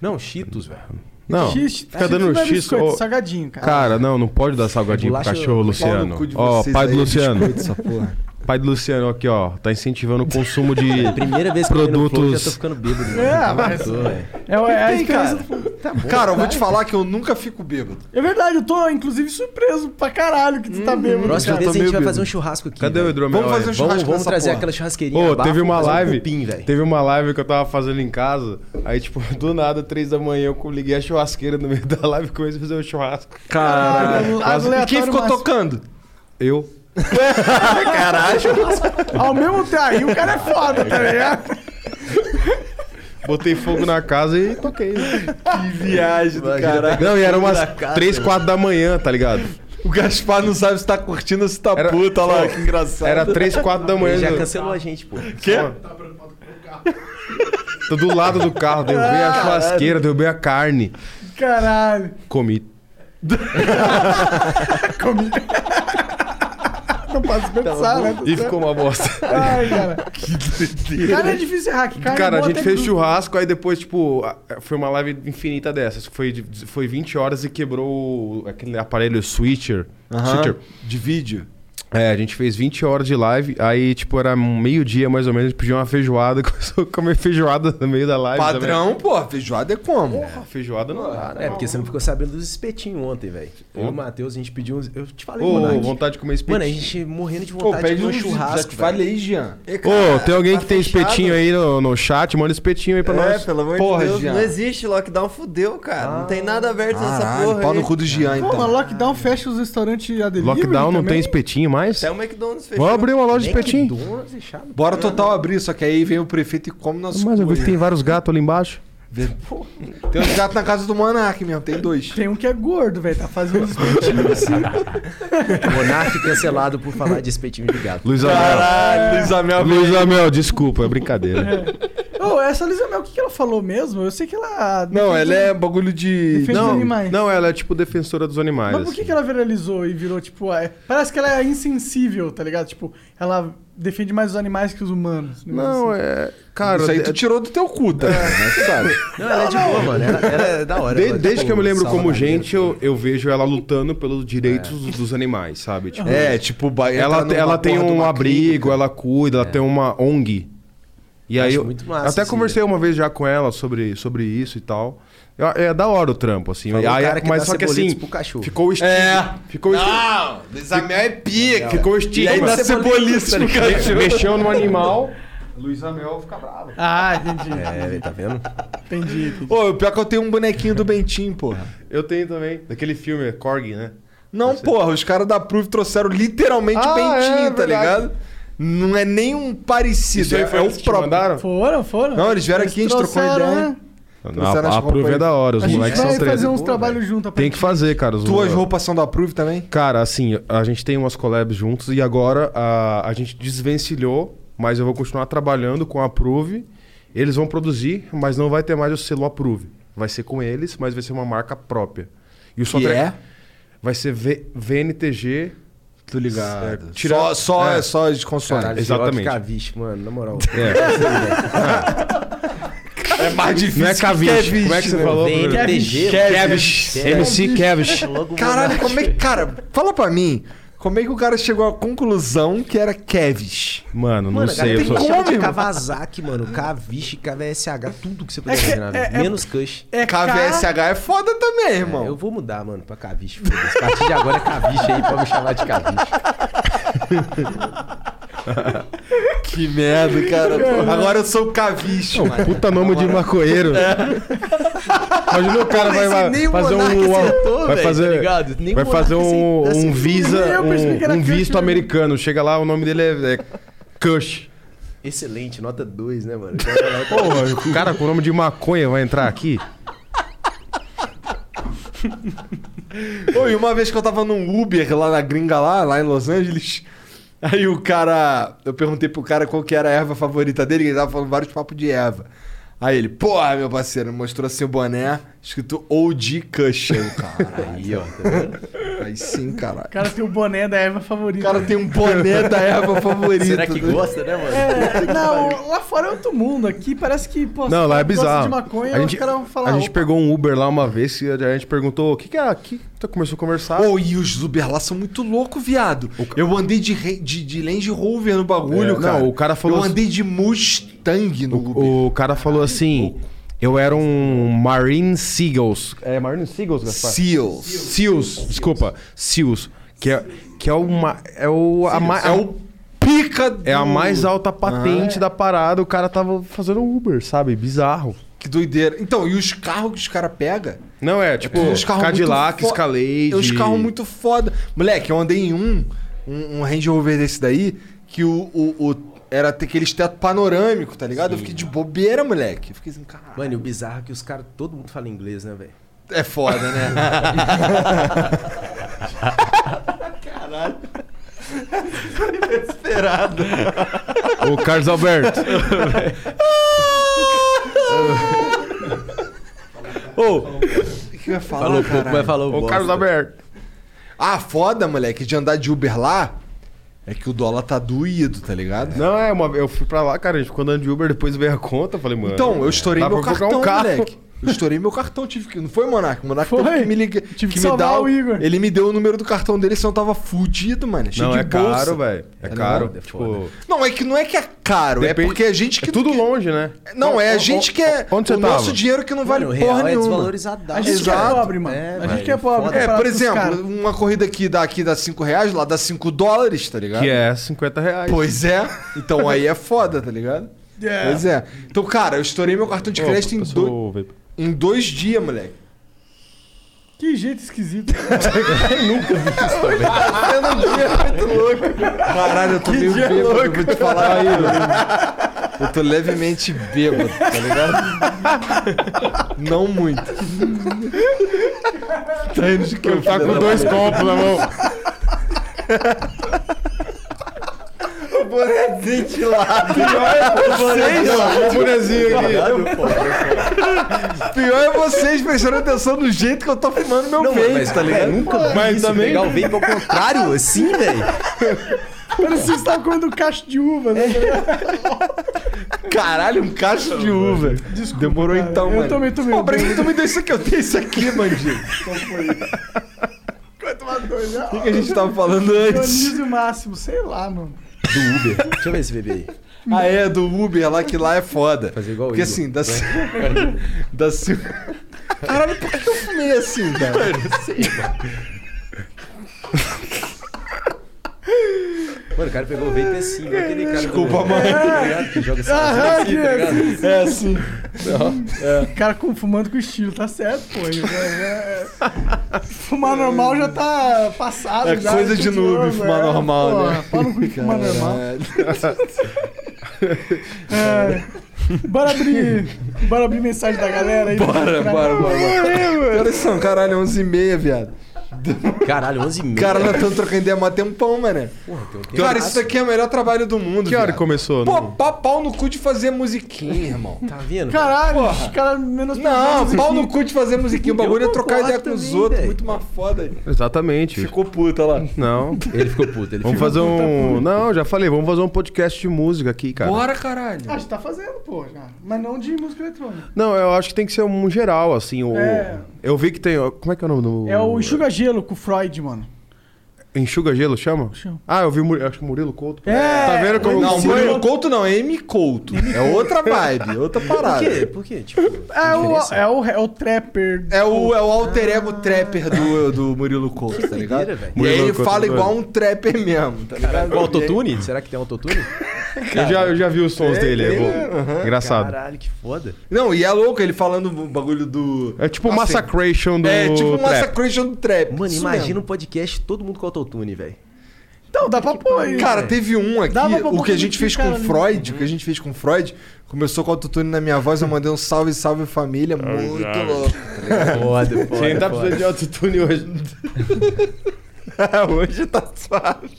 [SPEAKER 3] Não, Cheetos, velho.
[SPEAKER 7] Não,
[SPEAKER 1] X-
[SPEAKER 7] fica
[SPEAKER 1] X
[SPEAKER 7] dando
[SPEAKER 1] não é
[SPEAKER 7] X.
[SPEAKER 1] biscoito,
[SPEAKER 7] ô,
[SPEAKER 1] salgadinho, cara.
[SPEAKER 7] cara, não, não pode dar salgadinho pro
[SPEAKER 3] Bolacha-
[SPEAKER 7] cachorro,
[SPEAKER 2] Pau
[SPEAKER 7] Luciano.
[SPEAKER 2] no cu de
[SPEAKER 7] Ó,
[SPEAKER 2] vocês
[SPEAKER 7] pai do
[SPEAKER 2] aí,
[SPEAKER 7] Luciano.
[SPEAKER 2] biscoito, essa porra.
[SPEAKER 7] Pai do Luciano aqui, ó. Tá incentivando o consumo de
[SPEAKER 3] É Primeira vez que eu tô já tô
[SPEAKER 7] produtos.
[SPEAKER 3] ficando bêbado. velho.
[SPEAKER 1] É,
[SPEAKER 3] Tá
[SPEAKER 1] mas-
[SPEAKER 3] maluco, velho.
[SPEAKER 1] É, é a
[SPEAKER 2] Tem,
[SPEAKER 1] experiência
[SPEAKER 2] cara.
[SPEAKER 1] do fundo. Tá bom.
[SPEAKER 2] Cara, eu vou te falar que eu nunca fico bêbado.
[SPEAKER 1] É verdade, eu tô inclusive surpreso pra caralho que tu tá bêbado.
[SPEAKER 3] Hum, Próxima
[SPEAKER 1] cara.
[SPEAKER 3] vez a
[SPEAKER 2] meio
[SPEAKER 3] gente vai
[SPEAKER 2] bêbado.
[SPEAKER 3] fazer um churrasco aqui.
[SPEAKER 7] Cadê o
[SPEAKER 3] velho.
[SPEAKER 7] hidromel?
[SPEAKER 2] Vamos fazer um
[SPEAKER 7] aí?
[SPEAKER 2] churrasco
[SPEAKER 3] Vamos, vamos
[SPEAKER 2] nessa
[SPEAKER 3] trazer
[SPEAKER 2] porra.
[SPEAKER 3] aquela churrasqueirinha.
[SPEAKER 7] Ô,
[SPEAKER 3] abafa,
[SPEAKER 7] teve uma
[SPEAKER 3] fazer um
[SPEAKER 7] live.
[SPEAKER 3] cupim, velho.
[SPEAKER 7] teve uma live que eu tava fazendo em casa. Aí, tipo, do nada, três da manhã, eu liguei a churrasqueira no meio da live e comecei a fazer o churrasco.
[SPEAKER 1] Caralho,
[SPEAKER 2] E quem
[SPEAKER 1] aleatório
[SPEAKER 2] ficou
[SPEAKER 1] máximo.
[SPEAKER 2] tocando?
[SPEAKER 7] Eu.
[SPEAKER 1] Ao mesmo tempo, aí o cara é foda, tá ligado?
[SPEAKER 7] Botei fogo na casa e toquei.
[SPEAKER 2] Que viagem do caralho.
[SPEAKER 7] Não, e era umas
[SPEAKER 3] da casa,
[SPEAKER 7] três,
[SPEAKER 3] né?
[SPEAKER 7] quatro da manhã, tá ligado?
[SPEAKER 2] O Gaspar não sabe se tá curtindo ou se tá
[SPEAKER 7] Era-
[SPEAKER 2] puto. Olha lá, que engraçado.
[SPEAKER 7] Era três, quatro da manhã.
[SPEAKER 3] Ele já
[SPEAKER 7] eu-
[SPEAKER 3] cancelou a gente, pô.
[SPEAKER 2] Quê?
[SPEAKER 7] Tô do lado do carro, derrubei a churrasqueira, derrubei a carne.
[SPEAKER 1] Caralho.
[SPEAKER 7] Comi.
[SPEAKER 1] Não posso
[SPEAKER 3] Tá
[SPEAKER 1] pensar, né?
[SPEAKER 7] E ficou uma bosta.
[SPEAKER 1] Ai, cara. Cara, é difícil errar. Que cara,
[SPEAKER 7] Cara, a
[SPEAKER 1] boa
[SPEAKER 7] gente
[SPEAKER 1] até
[SPEAKER 7] fez
[SPEAKER 1] que-
[SPEAKER 7] churrasco, aí depois, tipo, a- a- foi uma live infinita dessas. Foi, de- foi 20 horas e quebrou o- aquele aparelho switcher. Switcher.
[SPEAKER 2] De vídeo.
[SPEAKER 7] É, a gente fez 20 horas de live, aí, tipo, era meio-dia mais ou menos, a gente pediu uma feijoada, começou a comer feijoada no meio da live. também.
[SPEAKER 2] Padrão, pô, feijoada é como?
[SPEAKER 7] Ah, Feijoada não dá, né?
[SPEAKER 3] tá É, porque você não ficou sabendo dos espetinhos ontem, velho. Eu e o Matheus, a gente pediu uns. Eu te falei,
[SPEAKER 7] Ô,
[SPEAKER 3] Monark.
[SPEAKER 7] vontade de comer espetinho.
[SPEAKER 3] Mano, a gente morrendo de
[SPEAKER 2] Pô,
[SPEAKER 3] vontade de
[SPEAKER 2] pede
[SPEAKER 3] comer
[SPEAKER 2] um
[SPEAKER 3] um
[SPEAKER 2] churrasco. Já
[SPEAKER 3] churrasco.
[SPEAKER 2] te
[SPEAKER 3] velho.
[SPEAKER 2] falei, Jean.
[SPEAKER 7] Ô, tem alguém
[SPEAKER 4] tá
[SPEAKER 7] que tem
[SPEAKER 4] fechado.
[SPEAKER 7] espetinho aí no, no chat? Manda espetinho aí pra
[SPEAKER 4] É,
[SPEAKER 7] nós.
[SPEAKER 4] pelo amor
[SPEAKER 2] Porra,
[SPEAKER 4] de Deus,
[SPEAKER 2] Jean.
[SPEAKER 4] não existe lockdown, fudeu, cara. não tem nada aberto nessa porra.
[SPEAKER 2] pau
[SPEAKER 4] aí.
[SPEAKER 2] no cu do Jean,
[SPEAKER 1] Pô, mas
[SPEAKER 2] então.
[SPEAKER 1] lockdown fecha os restaurantes a delivery
[SPEAKER 7] Lockdown não tem
[SPEAKER 1] também?
[SPEAKER 7] espetinho mais?
[SPEAKER 4] Até o McDonald's fechou.
[SPEAKER 7] Vamos abrir uma loja de espetinho.
[SPEAKER 3] McDonald's fechado.
[SPEAKER 2] Bora total abrir, só que aí vem o prefeito e come nosso.
[SPEAKER 7] Mas eu vi que tem vários gatos ali embaixo.
[SPEAKER 2] Tem uns gatos na casa do Monark mesmo, tem dois.
[SPEAKER 1] Tem um que é gordo, velho. Tá fazendo uns espetinhos assim.
[SPEAKER 3] Monark cancelado por falar de espetinho de gato.
[SPEAKER 7] Luiz Amel.
[SPEAKER 2] Caralho, Luiz Amel.
[SPEAKER 7] Luiz Amel, desculpa, é brincadeira.
[SPEAKER 1] Ô, Ô, essa Lisa Mel, o que, que ela falou mesmo? Eu sei que ela.
[SPEAKER 2] Não, ela é bagulho de.
[SPEAKER 1] Defende os
[SPEAKER 7] Não,
[SPEAKER 1] animais.
[SPEAKER 7] não, ela é tipo defensora dos animais.
[SPEAKER 1] Mas por que,
[SPEAKER 7] assim.
[SPEAKER 1] que ela viralizou e virou, tipo, ah, é- parece que ela é insensível, tá ligado? Tipo, ela defende mais os animais que os humanos. né?
[SPEAKER 7] Não, é. Cara,
[SPEAKER 2] Isso aí
[SPEAKER 7] de-
[SPEAKER 2] tu tirou do teu cu, tá? Né? Tu sabe.
[SPEAKER 3] Não, ela é de boa, mano. Ela, ela é da hora.
[SPEAKER 7] de-
[SPEAKER 3] ela,
[SPEAKER 7] desde
[SPEAKER 3] tipo,
[SPEAKER 7] que eu me lembro
[SPEAKER 3] salva
[SPEAKER 7] como
[SPEAKER 3] na vida.
[SPEAKER 7] gente, eu, eu vejo ela lutando pelos direitos dos animais, sabe? Tipo,
[SPEAKER 2] É, tipo, ba-
[SPEAKER 7] ela,
[SPEAKER 2] entra numa
[SPEAKER 7] ela tem
[SPEAKER 2] porra de
[SPEAKER 7] um
[SPEAKER 2] uma
[SPEAKER 7] abrigo,
[SPEAKER 2] clínica.
[SPEAKER 7] ela cuida, ela tem uma ONG. E aí
[SPEAKER 3] Acho
[SPEAKER 7] eu
[SPEAKER 3] muito massa,
[SPEAKER 7] até
[SPEAKER 3] assim,
[SPEAKER 7] conversei
[SPEAKER 3] né?
[SPEAKER 7] uma vez já com ela sobre, sobre isso e tal. Eu- É, da hora o trampo, assim.
[SPEAKER 3] Falou o
[SPEAKER 7] Aí-
[SPEAKER 3] cara que
[SPEAKER 7] mas
[SPEAKER 3] dá
[SPEAKER 7] só que
[SPEAKER 3] cebolitos
[SPEAKER 7] assim,
[SPEAKER 3] pro cachorro.
[SPEAKER 7] ficou o estigma.
[SPEAKER 2] É.
[SPEAKER 7] Ficou o estigma.
[SPEAKER 2] Não, Isamel é pica.
[SPEAKER 7] Ficou o estigma.
[SPEAKER 2] E aí dá cebolista no
[SPEAKER 7] Me-
[SPEAKER 2] cachorro.
[SPEAKER 7] tá Mexeu no animal, Luiz Amel fica bravo.
[SPEAKER 1] Ah, entendi.
[SPEAKER 3] É, velho, tá vendo?
[SPEAKER 1] Entendi. entendi.
[SPEAKER 2] Ô, pior que eu tenho um bonequinho do Bentinho, porra.
[SPEAKER 7] Eu tenho também. Daquele filme, Korg, né?
[SPEAKER 2] Não, porra, os caras da Proof trouxeram literalmente
[SPEAKER 7] Ah,
[SPEAKER 2] Bentinho,
[SPEAKER 7] é,
[SPEAKER 2] tá
[SPEAKER 7] verdade.
[SPEAKER 2] ligado? Não é nem um parecido, é, é o
[SPEAKER 7] eles que te
[SPEAKER 2] próprio.
[SPEAKER 7] mandaram?
[SPEAKER 1] Foram, foram.
[SPEAKER 2] Não, eles vieram aqui, a gente trocou
[SPEAKER 1] trouxeram,
[SPEAKER 2] ideia.
[SPEAKER 1] né?
[SPEAKER 2] Trouxeram as
[SPEAKER 7] A, a Prove
[SPEAKER 2] roupas
[SPEAKER 7] é
[SPEAKER 2] aí.
[SPEAKER 7] da hora, os
[SPEAKER 1] A gente
[SPEAKER 7] moleques
[SPEAKER 1] vai
[SPEAKER 7] são três.
[SPEAKER 1] fazer uns
[SPEAKER 3] Pô,
[SPEAKER 1] trabalhos juntos.
[SPEAKER 7] Tem que fazer, cara. Os
[SPEAKER 2] Tuas roupas são da Proof também?
[SPEAKER 7] Cara, assim, a gente tem umas collabs juntos e agora a, a gente desvencilhou, mas eu vou continuar trabalhando com a Prove. Eles vão produzir, mas não vai ter mais o selo Approve. Vai ser com eles, mas vai ser uma marca própria. E o
[SPEAKER 2] Que
[SPEAKER 7] Sotre-
[SPEAKER 2] é?
[SPEAKER 7] Vai ser V- VNTG.
[SPEAKER 2] Tô ligado.
[SPEAKER 7] É, tira-
[SPEAKER 2] Só, só,
[SPEAKER 7] é.
[SPEAKER 2] é. só de consonante.
[SPEAKER 3] Caralho,
[SPEAKER 7] Exatamente.
[SPEAKER 3] Xerox Caviche, mano, na moral.
[SPEAKER 2] É mais difícil.
[SPEAKER 7] Não é Cavish. Como é que você falou?
[SPEAKER 3] VNTG,
[SPEAKER 7] Kevish. MC Kevish.
[SPEAKER 2] Caralho, como é que. Cara, fala pra mim. Como é que o cara chegou à conclusão que era Kevish?
[SPEAKER 7] Mano, não
[SPEAKER 3] Mano, a
[SPEAKER 7] sei.
[SPEAKER 3] galera
[SPEAKER 7] Eu sou...
[SPEAKER 3] tem que chamar de
[SPEAKER 2] Como?
[SPEAKER 3] Kawasaki, mano. Kavish, KVSH, tudo que você puder imaginar. velho. Menos Kush.
[SPEAKER 1] É K...
[SPEAKER 2] KVSH é foda também,
[SPEAKER 3] É, eu
[SPEAKER 2] irmão.
[SPEAKER 3] vou mudar, mano, pra Kavish. foda-se. A partir de agora é Kavish aí, pode me chamar de Kavish.
[SPEAKER 2] Que merda,
[SPEAKER 7] É.
[SPEAKER 2] cara. Agora eu sou o Kavish, mano.
[SPEAKER 7] Puta nome de maconheiro. Imagina o cara vai,
[SPEAKER 2] Mas
[SPEAKER 7] vai
[SPEAKER 2] nem o
[SPEAKER 7] fazer um.
[SPEAKER 2] Monark
[SPEAKER 3] acertou,
[SPEAKER 7] vai
[SPEAKER 3] velho,
[SPEAKER 7] fazer,
[SPEAKER 3] tá ligado? Nem o
[SPEAKER 7] vai
[SPEAKER 3] Monark
[SPEAKER 7] fazer um,
[SPEAKER 3] aceitou,
[SPEAKER 7] um
[SPEAKER 3] aceitou.
[SPEAKER 7] visa.
[SPEAKER 1] Eu pensei que era
[SPEAKER 7] Um, um
[SPEAKER 1] Kush
[SPEAKER 7] visto
[SPEAKER 1] mesmo.
[SPEAKER 7] americano. Chega lá, o nome dele é, é Kush.
[SPEAKER 3] Excelente, nota 2, né, mano?
[SPEAKER 7] Porra, o cara com o nome de maconha vai entrar aqui.
[SPEAKER 2] Ô, e uma vez que eu tava num Uber lá na gringa lá, lá em Los Angeles, aí o cara. Eu perguntei pro cara qual que era a erva favorita dele, que ele tava falando vários papos de erva. Aí ele, porra, meu parceiro, mostrou assim o boné, escrito OG Kush. Aí eu, caralho.
[SPEAKER 3] Aí, ó. tá vendo?
[SPEAKER 2] Aí sim, caralho.
[SPEAKER 1] O cara tem o boné da erva favorita.
[SPEAKER 2] O cara tem um boné da erva favorita.
[SPEAKER 3] Será que
[SPEAKER 2] né?
[SPEAKER 3] gosta, né, mano?
[SPEAKER 1] É, não, lá fora é outro mundo. Aqui parece que, pô,
[SPEAKER 7] Não, lá é
[SPEAKER 1] gosta de
[SPEAKER 7] bizarro.
[SPEAKER 1] maconha,
[SPEAKER 7] a gente,
[SPEAKER 1] os caras vão falar.
[SPEAKER 7] a gente
[SPEAKER 1] "Opa,
[SPEAKER 7] pegou um Uber lá uma vez e a gente perguntou o que, que é aqui. Tu começou a conversar.
[SPEAKER 2] Ô, e os Uber lá são muito loucos, viado. Eu andei de, re- de, de Land Rover no bagulho,
[SPEAKER 7] É, não,
[SPEAKER 2] cara.
[SPEAKER 7] o cara falou
[SPEAKER 2] Eu
[SPEAKER 7] assim-
[SPEAKER 2] andei de Mustang no Uber.
[SPEAKER 7] O cara falou assim: Eu era um Marine Seagulls. É Marine Seagulls, Gaspar?
[SPEAKER 2] Seals.
[SPEAKER 7] Seals, desculpa. Seals. Que é, que é uma. É, o, a, ma-
[SPEAKER 2] É o Uhum. pica do... Ah.
[SPEAKER 7] é a mais alta patente da parada. O cara tava fazendo um Uber, sabe? Bizarro.
[SPEAKER 2] Que doideira. Então, e os carros que os caras pegam?
[SPEAKER 7] Não é, tipo, Cadillac, Escalade.
[SPEAKER 2] É uns carros muito foda. Moleque, eu andei em um, um, um Range Rover desse daí, que o... o, o- era ter aqueles teto panorâmico, tá ligado? Eu fiquei de bobeira, moleque. Eu fiquei assim, caralho.
[SPEAKER 3] Mano, e o bizarro é que os caras, todo mundo fala inglês, né, velho?
[SPEAKER 2] É foda, né?
[SPEAKER 7] O Carlos Alberto.
[SPEAKER 2] O que eu ia falar,
[SPEAKER 3] Falou pouco,
[SPEAKER 2] caralho?
[SPEAKER 3] mas falou
[SPEAKER 7] o
[SPEAKER 3] bosta.
[SPEAKER 7] Carlos Alberto.
[SPEAKER 2] Ah, foda, moleque, de andar de Uber lá é que o dólar tá doído, tá ligado?
[SPEAKER 7] Não, é, uma, eu fui pra lá, cara. A gente ficou andando de Uber, depois veio a conta. eu Falei, mano.
[SPEAKER 2] Então, eu estourei
[SPEAKER 7] dá
[SPEAKER 2] meu
[SPEAKER 7] pra comprar
[SPEAKER 2] cartão,
[SPEAKER 7] um carro.
[SPEAKER 2] moleque. Eu estourei meu cartão, tive que. Não foi o Monark? O Monark
[SPEAKER 1] Foi.
[SPEAKER 2] teve um que me ligar.
[SPEAKER 1] Tive que salvar o Igor.
[SPEAKER 2] Ele me deu o número do cartão dele, senão eu tava fudido, mano. Cheio
[SPEAKER 7] Não,
[SPEAKER 2] de
[SPEAKER 7] é
[SPEAKER 2] bolsa. Tá
[SPEAKER 7] caro, velho. É,
[SPEAKER 3] não,
[SPEAKER 7] caro.
[SPEAKER 3] é
[SPEAKER 7] tipo,
[SPEAKER 3] foda.
[SPEAKER 2] Não, é que não é que é caro, é
[SPEAKER 7] Depende-
[SPEAKER 2] porque a gente que.
[SPEAKER 7] é tudo longe, né?
[SPEAKER 2] Não, é a
[SPEAKER 7] O- o-
[SPEAKER 2] gente que é.
[SPEAKER 7] Onde você
[SPEAKER 2] o
[SPEAKER 7] tava?
[SPEAKER 2] nosso dinheiro que não vale
[SPEAKER 3] Mano, o
[SPEAKER 2] porra
[SPEAKER 3] real é
[SPEAKER 2] nenhuma.
[SPEAKER 3] desvalorizado.
[SPEAKER 1] A gente que é
[SPEAKER 2] Exato.
[SPEAKER 1] pobre, mano.
[SPEAKER 3] É,
[SPEAKER 1] a gente
[SPEAKER 3] velho,
[SPEAKER 1] que é pobre.
[SPEAKER 3] foda.
[SPEAKER 2] É,
[SPEAKER 1] comparado
[SPEAKER 2] por
[SPEAKER 1] com os caras.
[SPEAKER 2] exemplo, uma corrida que dá, aqui dá 5 reais, lá dá 5 dólares, tá ligado?
[SPEAKER 7] Que é 50 reais.
[SPEAKER 2] Pois é. Então aí é foda, tá ligado?
[SPEAKER 1] É.
[SPEAKER 2] Pois é. Então, cara, eu estourei meu cartão de
[SPEAKER 7] Ô,
[SPEAKER 2] crédito em,
[SPEAKER 7] pessoal,
[SPEAKER 2] do-
[SPEAKER 7] velho.
[SPEAKER 2] em dois dias, moleque.
[SPEAKER 1] Que jeito esquisito.
[SPEAKER 2] Tá É Caralho, eu tô meio bêbado, eu vou te falar aí. mano. Eu tô levemente bêbado, tá ligado? Não muito. Tá indo de que eu
[SPEAKER 7] Tá com dois copos na mão.
[SPEAKER 4] bonezinho de lado. Pior
[SPEAKER 2] é vocês.
[SPEAKER 4] O
[SPEAKER 2] bonezinho aqui.
[SPEAKER 3] né,
[SPEAKER 2] Pior é vocês prestando atenção no jeito que eu tô filmando meu
[SPEAKER 3] Não,
[SPEAKER 2] peito.
[SPEAKER 3] mas tá ligado? Nunca vi
[SPEAKER 2] Mas
[SPEAKER 3] isso,
[SPEAKER 2] também-
[SPEAKER 3] pegar o vape ao contrário, assim, velho.
[SPEAKER 1] Parece que você tá comendo um cacho de uva. Né?
[SPEAKER 3] É.
[SPEAKER 2] Caralho, um cacho de uva.
[SPEAKER 1] Desculpa,
[SPEAKER 2] Demorou
[SPEAKER 1] cara.
[SPEAKER 2] então,
[SPEAKER 1] Eu
[SPEAKER 2] mano.
[SPEAKER 1] também tomei
[SPEAKER 2] Pô,
[SPEAKER 1] um
[SPEAKER 2] pra que
[SPEAKER 1] dois.
[SPEAKER 2] tu me deu isso aqui? Eu tenho isso aqui, bandido. O que, que a gente tava falando antes?
[SPEAKER 1] Dionísio Máximo, sei lá, mano.
[SPEAKER 3] Do Uber. Deixa eu ver esse bebê aí.
[SPEAKER 2] Ah, é, do Uber lá, que lá é foda.
[SPEAKER 3] Fazer igual o
[SPEAKER 2] Porque
[SPEAKER 3] Igor.
[SPEAKER 2] assim, da Sil... da Sil... Caralho, por que eu fumei assim, cara?
[SPEAKER 3] Mano, o cara pegou o vape assim, igual aquele cara.
[SPEAKER 2] Desculpa,
[SPEAKER 3] do...
[SPEAKER 2] mãe.
[SPEAKER 3] Tá ligado? Que
[SPEAKER 1] Ah,
[SPEAKER 3] joga essa
[SPEAKER 1] Aham,
[SPEAKER 3] assim, tá ligado?
[SPEAKER 2] É assim. é.
[SPEAKER 1] O cara com, fumando com estilo, tá certo, pô. É- é- Fumar normal já tá passado.
[SPEAKER 2] É
[SPEAKER 1] já,
[SPEAKER 2] coisa de
[SPEAKER 1] entendeu,
[SPEAKER 2] noob fumar
[SPEAKER 1] velho?
[SPEAKER 2] normal,
[SPEAKER 1] Pô,
[SPEAKER 2] né?
[SPEAKER 1] Fala com fumar normal. É, bora abrir. Bora abrir mensagem da galera aí.
[SPEAKER 2] Bora,
[SPEAKER 1] Pra-
[SPEAKER 2] bora, bora. bora. Que horas são? Caralho, 11h30, viado.
[SPEAKER 3] Caralho, 11 mil.
[SPEAKER 2] Cara, nós estamos trocando ideia há tempão, mané.
[SPEAKER 3] um
[SPEAKER 2] Cara, isso daqui é o melhor trabalho do mundo,
[SPEAKER 7] Que hora que
[SPEAKER 2] viado.
[SPEAKER 7] começou?
[SPEAKER 2] Pô,
[SPEAKER 7] Não?
[SPEAKER 2] pá, pau no cu de fazer musiquinha, irmão.
[SPEAKER 3] Tá vendo?
[SPEAKER 1] Caralho, os caras menos
[SPEAKER 2] Não, pau no cu de fazer musiquinha. O bagulho é trocar
[SPEAKER 3] concordo
[SPEAKER 2] ideia com os
[SPEAKER 3] também,
[SPEAKER 2] outros.
[SPEAKER 3] velho.
[SPEAKER 2] Muito mais foda.
[SPEAKER 7] Exatamente.
[SPEAKER 2] Ficou puta lá.
[SPEAKER 7] Não.
[SPEAKER 3] Ele ficou puto, ele
[SPEAKER 7] Vamos
[SPEAKER 3] ficou
[SPEAKER 7] fazer um. Não, já falei, vamos fazer um podcast de música aqui, cara.
[SPEAKER 2] Bora, caralho.
[SPEAKER 1] Ah, a gente tá fazendo, pô, já. Mas não de música eletrônica.
[SPEAKER 7] Não, eu acho que tem que ser um geral, assim. O...
[SPEAKER 1] É.
[SPEAKER 7] Eu vi que tem. Como é que é o nome do.
[SPEAKER 1] É o Enxuga Gelo com o Freud, mano.
[SPEAKER 7] Enxuga Gelo, chama?
[SPEAKER 1] Chama.
[SPEAKER 7] Ah, eu vi o Murilo. Acho que o Murilo Couto.
[SPEAKER 1] É.
[SPEAKER 7] Tá vendo como.
[SPEAKER 2] Não,
[SPEAKER 7] Não,
[SPEAKER 2] Murilo Couto não, é M Couto. É outra vibe, outra
[SPEAKER 3] Por
[SPEAKER 2] é parada.
[SPEAKER 3] quê? Por quê? Tipo,
[SPEAKER 1] É o, é o, é o Trapper. Ah.
[SPEAKER 2] É o, é o alter ego trapper do, do Murilo Couto, tá ligado?
[SPEAKER 3] doideira, velho.
[SPEAKER 2] e aí
[SPEAKER 7] Murilo
[SPEAKER 2] ele
[SPEAKER 7] Couto é
[SPEAKER 2] fala
[SPEAKER 7] doido.
[SPEAKER 2] igual um trapper mesmo, tá ligado?
[SPEAKER 3] o autotune? Será que tem autotune?
[SPEAKER 7] eu, já, eu já vi os sons dele. é bom. Engraçado.
[SPEAKER 3] Caralho, que foda.
[SPEAKER 2] Não, e é louco ele falando o bagulho do.
[SPEAKER 7] É tipo o
[SPEAKER 2] Assim,
[SPEAKER 7] Massacration do.
[SPEAKER 2] É tipo um
[SPEAKER 7] trap.
[SPEAKER 2] Massacration do trap.
[SPEAKER 3] Mano,
[SPEAKER 2] isso
[SPEAKER 3] imagina
[SPEAKER 2] mesmo.
[SPEAKER 3] um podcast todo mundo com autotune, velho. é
[SPEAKER 1] Então, dá pra pôr aí.
[SPEAKER 2] Cara, teve um aqui,
[SPEAKER 1] Dava pra né? Uhum.
[SPEAKER 2] o que
[SPEAKER 1] botar
[SPEAKER 2] a gente
[SPEAKER 1] no
[SPEAKER 2] fez com
[SPEAKER 1] cara
[SPEAKER 2] o
[SPEAKER 1] ali.
[SPEAKER 2] Freud, o que a gente fez com o Freud, começou com autotune na minha voz, eu mandei um salve, salve família,
[SPEAKER 7] Ah,
[SPEAKER 2] muito louco. tá
[SPEAKER 3] Foda, foda.
[SPEAKER 7] Quem tá precisando de autotune hoje?
[SPEAKER 2] Hoje tá suave.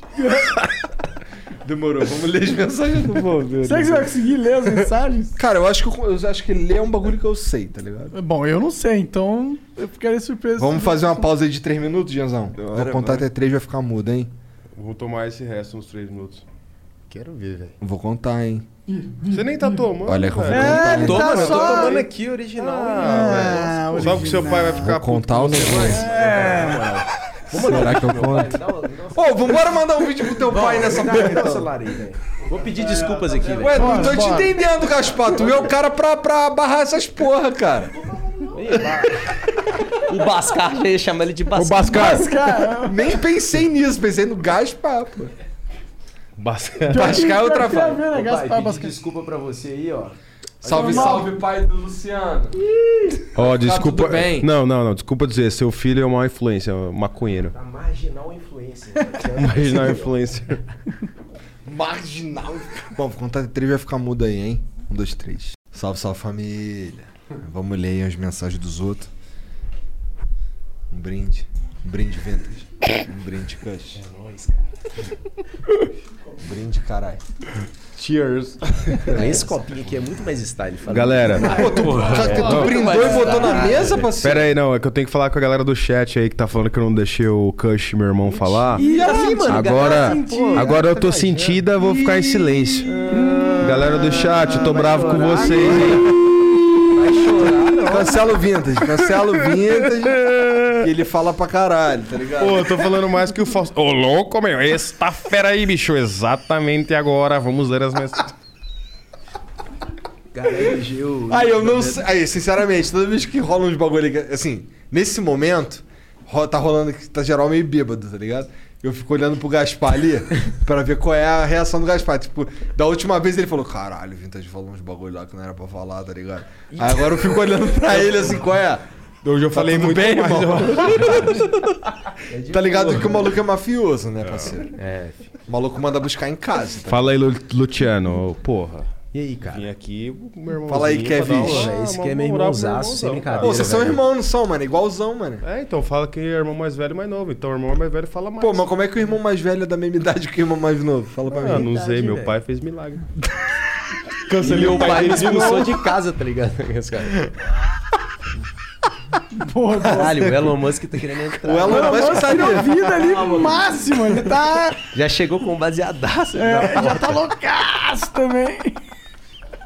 [SPEAKER 2] Demorou, vamos ler as mensagens do povo.
[SPEAKER 1] Será que você vai conseguir ler as mensagens?
[SPEAKER 2] Cara, eu acho que eu, eu acho que ler é um bagulho que eu sei, tá ligado?
[SPEAKER 1] Bom, eu não sei, então eu ficaria surpreso.
[SPEAKER 2] Vamos fazer uma pausa aí de 3 minutos, Janzão? Vou contar até 3 vai ficar mudo, hein?
[SPEAKER 7] Vou tomar esse resto nos três minutos.
[SPEAKER 3] Quero ver, velho.
[SPEAKER 2] Vou contar, hein?
[SPEAKER 7] Você nem tá tomando.
[SPEAKER 2] Olha que eu vou
[SPEAKER 7] velho.
[SPEAKER 2] contar.
[SPEAKER 1] ele
[SPEAKER 3] Toma,
[SPEAKER 1] tá
[SPEAKER 3] eu tô
[SPEAKER 1] só-
[SPEAKER 3] tomando aqui original.
[SPEAKER 1] Ah, É,
[SPEAKER 7] Sabe que seu pai vai ficar.
[SPEAKER 2] Vou contar o negócio. Será que eu conto? Ô, vambora mandar um vídeo pro teu pai nessa porra.
[SPEAKER 3] Dá o celular aí, velho. Vou pedir desculpas aqui, velho.
[SPEAKER 2] Ué, não tô
[SPEAKER 1] É, tá Bora,
[SPEAKER 2] te
[SPEAKER 1] bora.
[SPEAKER 2] entendendo, Gaspar. Tu é o cara pra, pra barrar essas porra, cara.
[SPEAKER 11] O Bascar já ia chamar ele de Bascar.
[SPEAKER 7] Bascar!
[SPEAKER 1] Cara,
[SPEAKER 2] Nem pensei nisso, pensei no Gaspar, pô.
[SPEAKER 7] Bascar.
[SPEAKER 2] Pascal é outra
[SPEAKER 1] Tem a
[SPEAKER 2] vibe.
[SPEAKER 1] ver, né?
[SPEAKER 3] Pai,
[SPEAKER 1] Gaspar
[SPEAKER 3] pedir
[SPEAKER 1] Bascar.
[SPEAKER 3] desculpa pra você aí, ó.
[SPEAKER 2] Salve, salve, pai do Luciano. Tá
[SPEAKER 3] Tá,
[SPEAKER 7] Ó, desculpa.
[SPEAKER 2] tudo bem.
[SPEAKER 7] Não, não, não. Desculpa dizer, seu filho é uma influência, um maconheiro.
[SPEAKER 3] A marginal influência.
[SPEAKER 7] Imaginar influência.
[SPEAKER 2] Marginal. Bom, vou contar de três vai ficar mudo aí, hein? Um, dois, três. Salve, salve família. Vamos ler aí as mensagens dos outros. Um brinde. Um brinde ventas. Um brinde cush. É nóis, cara. Um brinde, caralho.
[SPEAKER 7] Cheers.
[SPEAKER 3] Esse copinho aqui é muito mais style. fala. Ah,
[SPEAKER 7] Galera,
[SPEAKER 2] Pô, tu, tu brindou e botou na mesa, parceiro?
[SPEAKER 7] pera aí, não. É que eu tenho que falar com a galera do chat aí que tá falando que eu não deixei o Cush, meu irmão, falar.
[SPEAKER 1] E assim, mano.
[SPEAKER 7] Agora,
[SPEAKER 1] sentida.
[SPEAKER 7] agora eu tô sentida, vou ficar em silêncio. Galera do chat, eu tô bravo com vocês, hein?
[SPEAKER 2] Cancela o vintage, cancela o vintage. que ele fala pra caralho, tá ligado?
[SPEAKER 7] Pô, eu tô falando mais que o Fausto. Ô, louco, meu. Esta fera aí, bicho. Exatamente agora. Vamos ler as mensagens.
[SPEAKER 3] Galera, Gil. né?
[SPEAKER 2] Aí um- eu não sei. Aí, sinceramente, toda vez que rola uns bagulho que- assim, nesse momento, ro- tá rolando que tá geral meio bêbado, tá ligado? Eu fico olhando pro Gaspar ali pra ver qual é a reação do Gaspar. Tipo, da última vez ele falou: caralho, Vintage falou uns bagulho lá que não era pra falar, tá ligado? Aí agora eu fico olhando pra ele assim, qual é?
[SPEAKER 7] Hoje eu falei
[SPEAKER 2] tudo
[SPEAKER 7] muito
[SPEAKER 2] bem,
[SPEAKER 7] mais,
[SPEAKER 2] irmão?
[SPEAKER 7] eu-
[SPEAKER 2] Tá ligado que o maluco é mafioso, né, parceiro?
[SPEAKER 3] É,
[SPEAKER 2] O maluco manda buscar em casa. tá
[SPEAKER 7] Fala aí, Lu- Luciano. Ô, Porra.
[SPEAKER 3] E aí, cara?
[SPEAKER 7] Vim aqui, meu irmão.
[SPEAKER 2] Fala aí, Kevin.
[SPEAKER 7] um
[SPEAKER 3] Pô, esse que é meu irmãozaço, sem brincadeira. né?
[SPEAKER 2] Pô, vocês são
[SPEAKER 3] velho.
[SPEAKER 2] irmão, não são, mano? Igualzão, mano.
[SPEAKER 7] É, então fala que é irmão mais velho e mais novo. Então, irmão mais velho fala mais.
[SPEAKER 2] Pô, mas como é que o irmão mais velho é da mesma idade que o irmão mais novo? Fala pra
[SPEAKER 7] Ah,
[SPEAKER 2] mim.
[SPEAKER 7] não sei, meu
[SPEAKER 2] velho.
[SPEAKER 7] pai fez milagre.
[SPEAKER 3] E
[SPEAKER 7] Cancelei
[SPEAKER 3] meu
[SPEAKER 7] o pai,
[SPEAKER 3] pai me
[SPEAKER 7] dele de
[SPEAKER 3] expulsou
[SPEAKER 7] novo.
[SPEAKER 3] de casa, tá ligado? Esse cara.
[SPEAKER 1] Porra,
[SPEAKER 3] Caralho, o Elon Musk tá querendo entrar.
[SPEAKER 1] O Elon Musk tá na vida ali no máximo. Ele tá.
[SPEAKER 3] Já chegou com um baseadaço.
[SPEAKER 1] é,
[SPEAKER 3] na
[SPEAKER 1] já
[SPEAKER 3] porta.
[SPEAKER 1] tá loucaço também.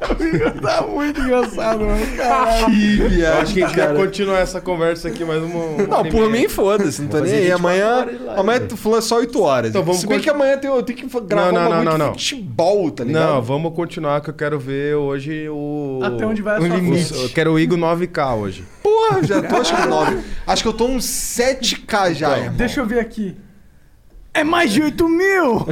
[SPEAKER 1] tá muito engraçado, mano. Caralho.
[SPEAKER 2] Que
[SPEAKER 7] Eu acho que a
[SPEAKER 2] viagem,
[SPEAKER 7] gente vai
[SPEAKER 2] cara.
[SPEAKER 7] continuar essa conversa aqui mais um uma. uma
[SPEAKER 2] Não,
[SPEAKER 7] hora e
[SPEAKER 2] por
[SPEAKER 7] meia.
[SPEAKER 2] mim, foda-se, não tô
[SPEAKER 7] Vou
[SPEAKER 2] nem
[SPEAKER 7] fazer
[SPEAKER 2] aí.
[SPEAKER 7] 24
[SPEAKER 2] Amanhã,
[SPEAKER 7] horas lá,
[SPEAKER 2] amanhã tu falou é só 8 horas.
[SPEAKER 7] Então vamos
[SPEAKER 2] Se bem
[SPEAKER 7] con-
[SPEAKER 2] que amanhã tem- eu tenho que fa-
[SPEAKER 7] Não,
[SPEAKER 2] gravar
[SPEAKER 7] não,
[SPEAKER 2] um bagulho
[SPEAKER 7] não, não, não.
[SPEAKER 2] de futebol, tá ligado?
[SPEAKER 7] Não, vamos continuar que eu quero ver hoje o.
[SPEAKER 1] Até onde vai a
[SPEAKER 7] o
[SPEAKER 1] sua
[SPEAKER 7] limite.
[SPEAKER 1] mente.
[SPEAKER 7] Eu quero o Igor 9K hoje.
[SPEAKER 2] Porra, já tô acho que 9. Acho que eu tô um uns 7K já,
[SPEAKER 3] Então,
[SPEAKER 2] irmão.
[SPEAKER 1] Deixa eu ver aqui. É mais de 8 mil!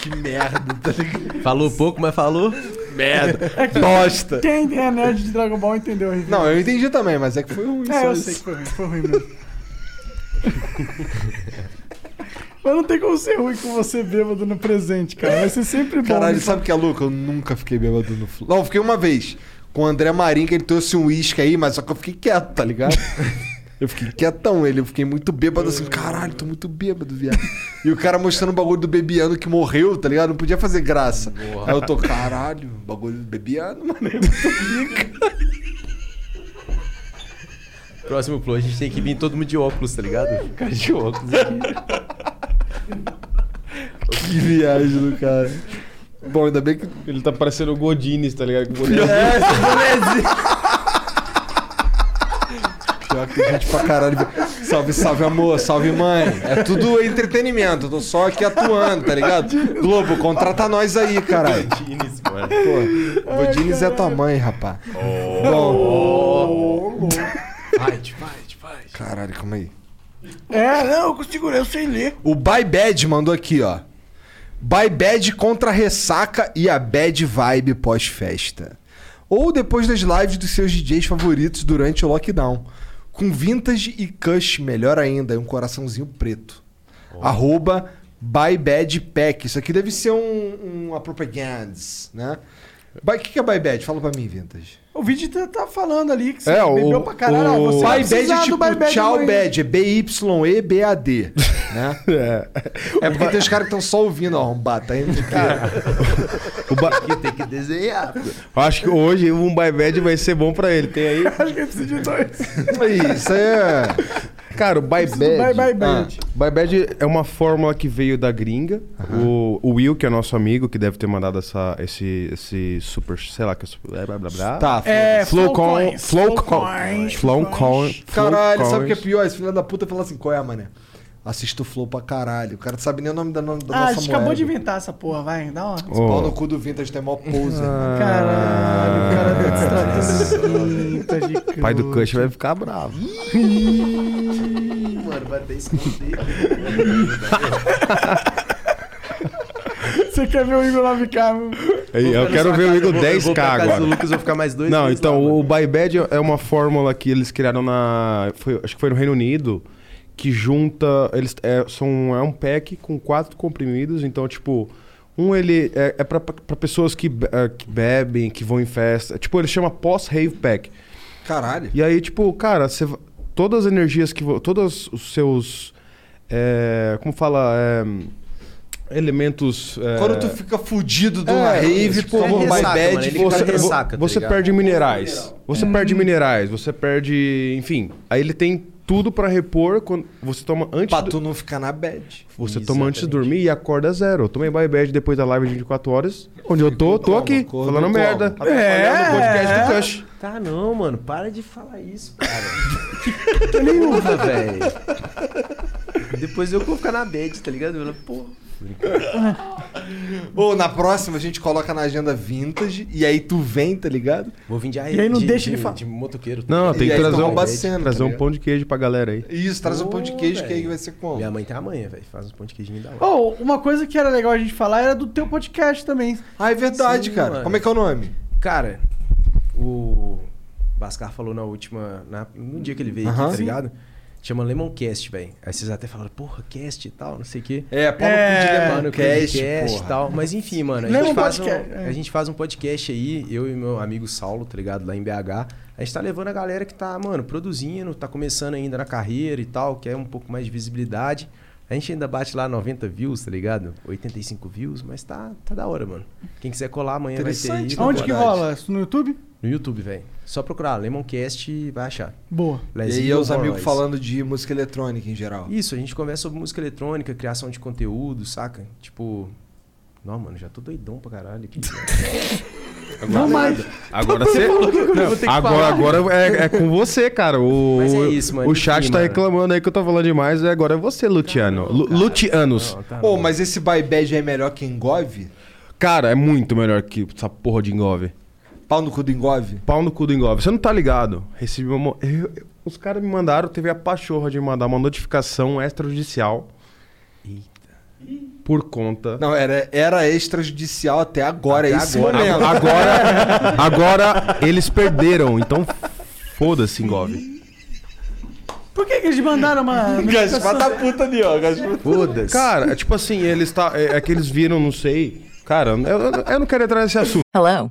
[SPEAKER 2] Que merda, tá ligado?
[SPEAKER 3] Falou pouco, mas falou.
[SPEAKER 2] merda. Bosta.
[SPEAKER 1] É Quem é nerd de Dragon Ball entendeu, Rivi.
[SPEAKER 2] Não, eu entendi também, mas é que foi ruim.
[SPEAKER 1] É,
[SPEAKER 2] só
[SPEAKER 1] eu
[SPEAKER 2] isso.
[SPEAKER 1] sei que foi ruim, foi ruim mesmo. Mas não tem como ser ruim com você bêbado no presente, cara. Vai ser sempre bom.
[SPEAKER 2] Caralho,
[SPEAKER 1] né?
[SPEAKER 2] sabe o que é louco? Eu nunca fiquei bêbado no Flow. Não, eu fiquei uma vez com o André Marinho, que ele trouxe um uísque aí, mas só que eu fiquei quieto, tá ligado? Eu fiquei quietão, ele. Eu fiquei muito bêbado assim. Caralho, tô muito bêbado, viado. E o cara mostrando o bagulho do Bebiano que morreu, tá ligado? Não podia fazer graça. Aí eu tô, caralho, bagulho do Bebiano, mano. é muito rico."
[SPEAKER 3] Próximo flow, a gente tem que vir todo mundo de óculos, tá ligado? Cara de óculos aqui.
[SPEAKER 2] que viagem do cara. Bom, ainda bem que.
[SPEAKER 7] Ele tá parecendo o Godines, tá ligado? Com o bonezinho.
[SPEAKER 2] É. Pior que tem gente pra caralho. Salve, salve, amor, salve, mãe. É tudo entretenimento, eu tô só aqui atuando, tá ligado? Globo, contrata nós aí, caralho.
[SPEAKER 7] Godines, mano.
[SPEAKER 2] Pô, Godines é tua mãe, rapá. Bom.
[SPEAKER 3] Fight, fight, fight.
[SPEAKER 2] Caralho, calma aí.
[SPEAKER 1] É, não, eu consigo ler, eu sei ler.
[SPEAKER 2] O By Bad mandou aqui, ó. By Bad contra a ressaca e a bad vibe pós-festa. Ou depois das lives dos seus DJs favoritos durante o lockdown. Com vintage e cush, melhor ainda, e um coraçãozinho preto. Arroba By Bad Pack. Isso aqui deve ser um, uma propaganda, né? By- O que, que é By Bad? Fala pra mim, vintage.
[SPEAKER 1] O vídeo tá, tá falando ali que você
[SPEAKER 7] É, o-
[SPEAKER 1] bebeu pra caralho.
[SPEAKER 7] o-
[SPEAKER 1] ó, você vai
[SPEAKER 2] By Bad
[SPEAKER 1] precisar
[SPEAKER 2] é
[SPEAKER 1] do
[SPEAKER 2] tipo
[SPEAKER 1] Bye Bad
[SPEAKER 2] tchau
[SPEAKER 1] amanhã.
[SPEAKER 2] bad, é B-Y-E-B-A-D, né?
[SPEAKER 7] É.
[SPEAKER 2] É porque tem os caras que estão só ouvindo, ó, um bata aí.
[SPEAKER 7] O ba...
[SPEAKER 3] Tem que desenhar.
[SPEAKER 7] Acho que hoje um by bad vai ser bom pra ele. Tem aí.
[SPEAKER 1] Acho que eu preciso de dois.
[SPEAKER 2] Isso aí é.
[SPEAKER 7] Cara, o by
[SPEAKER 1] Preciso do Bye
[SPEAKER 7] bad.
[SPEAKER 1] Bye Band.
[SPEAKER 7] By Bad é uma fórmula que veio da gringa. O, o Will, que é nosso amigo, que deve ter mandado essa, esse, esse super. Sei lá, que é super. Blá, blá, blá.
[SPEAKER 2] Tá,
[SPEAKER 1] É,
[SPEAKER 7] Flowcoin. Flowcoin.
[SPEAKER 1] Flowcoins, Flowcoins,
[SPEAKER 7] Flowcoin.
[SPEAKER 2] Caralho, sabe o
[SPEAKER 7] Flowcoins.
[SPEAKER 2] que é pior? Esse filho da puta fala assim, qual é, mané? Assisto o Flow pra caralho. O cara não sabe nem o nome da, nome da
[SPEAKER 1] Ah, a
[SPEAKER 2] nossa
[SPEAKER 1] gente
[SPEAKER 2] moeda.
[SPEAKER 1] acabou de inventar essa porra, vai, dá uma.
[SPEAKER 7] Ô.
[SPEAKER 2] Pau no cu do Vintage, tem mó poser. né?
[SPEAKER 7] Ah.
[SPEAKER 1] Caralho, o cara tá destratando. Tá de
[SPEAKER 7] O pai do Cush vai ficar bravo.
[SPEAKER 3] Mano, vai até esconder.
[SPEAKER 1] Você quer ver o Igor 9K? meu?
[SPEAKER 7] Ei, Eu quero ver o Igor 10k
[SPEAKER 3] O
[SPEAKER 7] agora.
[SPEAKER 3] Lucas vai ficar mais dois.
[SPEAKER 7] Não,
[SPEAKER 3] meses
[SPEAKER 7] então,
[SPEAKER 3] lá, mano.
[SPEAKER 7] o Buy Bad é uma fórmula que eles criaram na. foi- acho que foi no Reino Unido. Que junta. Eles, é, são, é um pack com quatro comprimidos. Então, tipo. Um ele é, é pra, pra pessoas que, be- eh, que bebem, que vão em festa. Tipo, ele chama pós-rave pack.
[SPEAKER 2] Caralho.
[SPEAKER 7] E aí, tipo, cara, você va- todas as energias que. vo- Todos os seus. eh, como fala? Eh, elementos. eh,
[SPEAKER 2] Quando tu fica fudido de uma
[SPEAKER 7] é,
[SPEAKER 2] rave,
[SPEAKER 7] tipo,
[SPEAKER 2] tu toma um
[SPEAKER 3] é
[SPEAKER 2] by
[SPEAKER 3] ressaca, mano,
[SPEAKER 2] bad.
[SPEAKER 3] ele
[SPEAKER 2] fica-
[SPEAKER 7] você,
[SPEAKER 3] fica ressaca, tá
[SPEAKER 7] você
[SPEAKER 3] ligado? Hum.
[SPEAKER 7] perde minerais. Você perde minerais, você perde. Enfim. Aí ele tem tudo pra repor quando você toma antes.
[SPEAKER 2] Pra
[SPEAKER 7] do-
[SPEAKER 2] tu não ficar na bad.
[SPEAKER 7] Você toma antes de dormir e acorda zero. Eu tomei bye bad depois da live de 24 horas. Onde eu tô, tô
[SPEAKER 2] como?
[SPEAKER 7] aqui,
[SPEAKER 2] Acordo
[SPEAKER 7] falando
[SPEAKER 2] como?
[SPEAKER 7] merda.
[SPEAKER 1] É.
[SPEAKER 7] Atrapalhando o podcast do Cush.
[SPEAKER 3] Tá não, mano. Para de falar isso, cara. Porra, velho. Depois eu que vou ficar na bad, tá ligado? Eu, porra.
[SPEAKER 2] Ou na próxima a gente coloca na agenda Vintage e aí tu vem, tá ligado?
[SPEAKER 3] Vou vir de
[SPEAKER 1] E aí não deixa ele
[SPEAKER 3] de,
[SPEAKER 1] falar.
[SPEAKER 3] de motoqueiro. tá
[SPEAKER 7] Não,
[SPEAKER 3] ligado?
[SPEAKER 7] tem
[SPEAKER 2] E
[SPEAKER 7] que
[SPEAKER 2] aí
[SPEAKER 7] trazer
[SPEAKER 2] toma
[SPEAKER 7] um,
[SPEAKER 2] uma cena, tá
[SPEAKER 7] trazer um
[SPEAKER 2] ligado?
[SPEAKER 7] pão de queijo pra galera aí.
[SPEAKER 2] Isso, traz um pão de
[SPEAKER 3] Ô,
[SPEAKER 2] queijo que aí
[SPEAKER 3] velho.
[SPEAKER 2] vai ser como?
[SPEAKER 3] Minha mãe tem amanhã, velho. Faz uns pão de queijinho da hora.
[SPEAKER 1] Oh, uma coisa que era legal a gente falar era do teu podcast também.
[SPEAKER 2] Ah, é verdade,
[SPEAKER 3] Sim,
[SPEAKER 2] cara.
[SPEAKER 3] mano.
[SPEAKER 2] Como é que é o nome?
[SPEAKER 3] Cara, o Bascar falou na última. na- no dia que ele veio
[SPEAKER 2] Aham.
[SPEAKER 3] aqui, tá ligado? Chama Lemoncast, velho. Aí vocês até falaram, porra, cast e tal, não sei o quê.
[SPEAKER 2] É, pau no cu de
[SPEAKER 3] mano,
[SPEAKER 2] Lemoncast,
[SPEAKER 3] podcast
[SPEAKER 2] porra.
[SPEAKER 3] e tal. Mas enfim, mano, a
[SPEAKER 2] Não,
[SPEAKER 3] gente,
[SPEAKER 2] um
[SPEAKER 3] faz um,
[SPEAKER 2] podcast, é.
[SPEAKER 3] a gente faz um podcast aí, eu e meu amigo Saulo, tá ligado? Lá em BH. A gente tá levando a galera que tá, mano, produzindo, tá começando ainda na carreira e tal, quer um pouco mais de visibilidade. A gente ainda bate lá 90 views, tá ligado? 85 views, mas tá, tá da hora, mano. Quem quiser colar amanhã vai ter aí.
[SPEAKER 2] né?
[SPEAKER 3] tá
[SPEAKER 1] Interessante. Onde que rola? No YouTube?
[SPEAKER 3] No YouTube, velho. Só procurar Lemoncast e vai achar.
[SPEAKER 1] Boa.
[SPEAKER 2] e aí é os amigos
[SPEAKER 3] falando.
[SPEAKER 2] falando de música eletrônica em geral.
[SPEAKER 3] Isso, a gente conversa sobre música eletrônica, criação de conteúdo, saca? Tipo. Não, mano, já tô doidão pra caralho aqui.
[SPEAKER 7] Não, mas- Agora
[SPEAKER 3] Agora você
[SPEAKER 7] você-
[SPEAKER 3] falou que eu
[SPEAKER 7] Não,
[SPEAKER 3] vou ter que
[SPEAKER 7] agora,
[SPEAKER 3] falar.
[SPEAKER 7] agora é, é com você, cara. O,
[SPEAKER 3] Mas é isso, mano.
[SPEAKER 7] O chat
[SPEAKER 3] Enfim,
[SPEAKER 7] tá
[SPEAKER 3] mano.
[SPEAKER 7] reclamando aí que eu tô falando demais. e Agora é você, Luciano. Lu-
[SPEAKER 2] Tá,
[SPEAKER 7] Lucianos.
[SPEAKER 2] Pô, mas esse By Bad é melhor que Engove?
[SPEAKER 7] Cara, é muito melhor que essa porra de engove.
[SPEAKER 2] Pau no cu do engove?
[SPEAKER 7] Pau no cu do engove. Você não tá ligado? Recebi uma. mo- eu- eu- os caras me mandaram, teve a pachorra de mandar uma notificação extrajudicial. Eita. Por conta.
[SPEAKER 2] Não, era, era extrajudicial até agora, é esse
[SPEAKER 7] agora.
[SPEAKER 2] momento.
[SPEAKER 7] Agora, agora eles perderam, então foda-se, engove.
[SPEAKER 1] Por que, que eles mandaram uma. notificação?
[SPEAKER 2] puta ali, ó.
[SPEAKER 7] Foda-se. Cara, é tipo assim, eles tá, é, é que eles viram, não sei. Cara, eu, eu- eu não quero entrar nesse assunto.
[SPEAKER 5] Hello,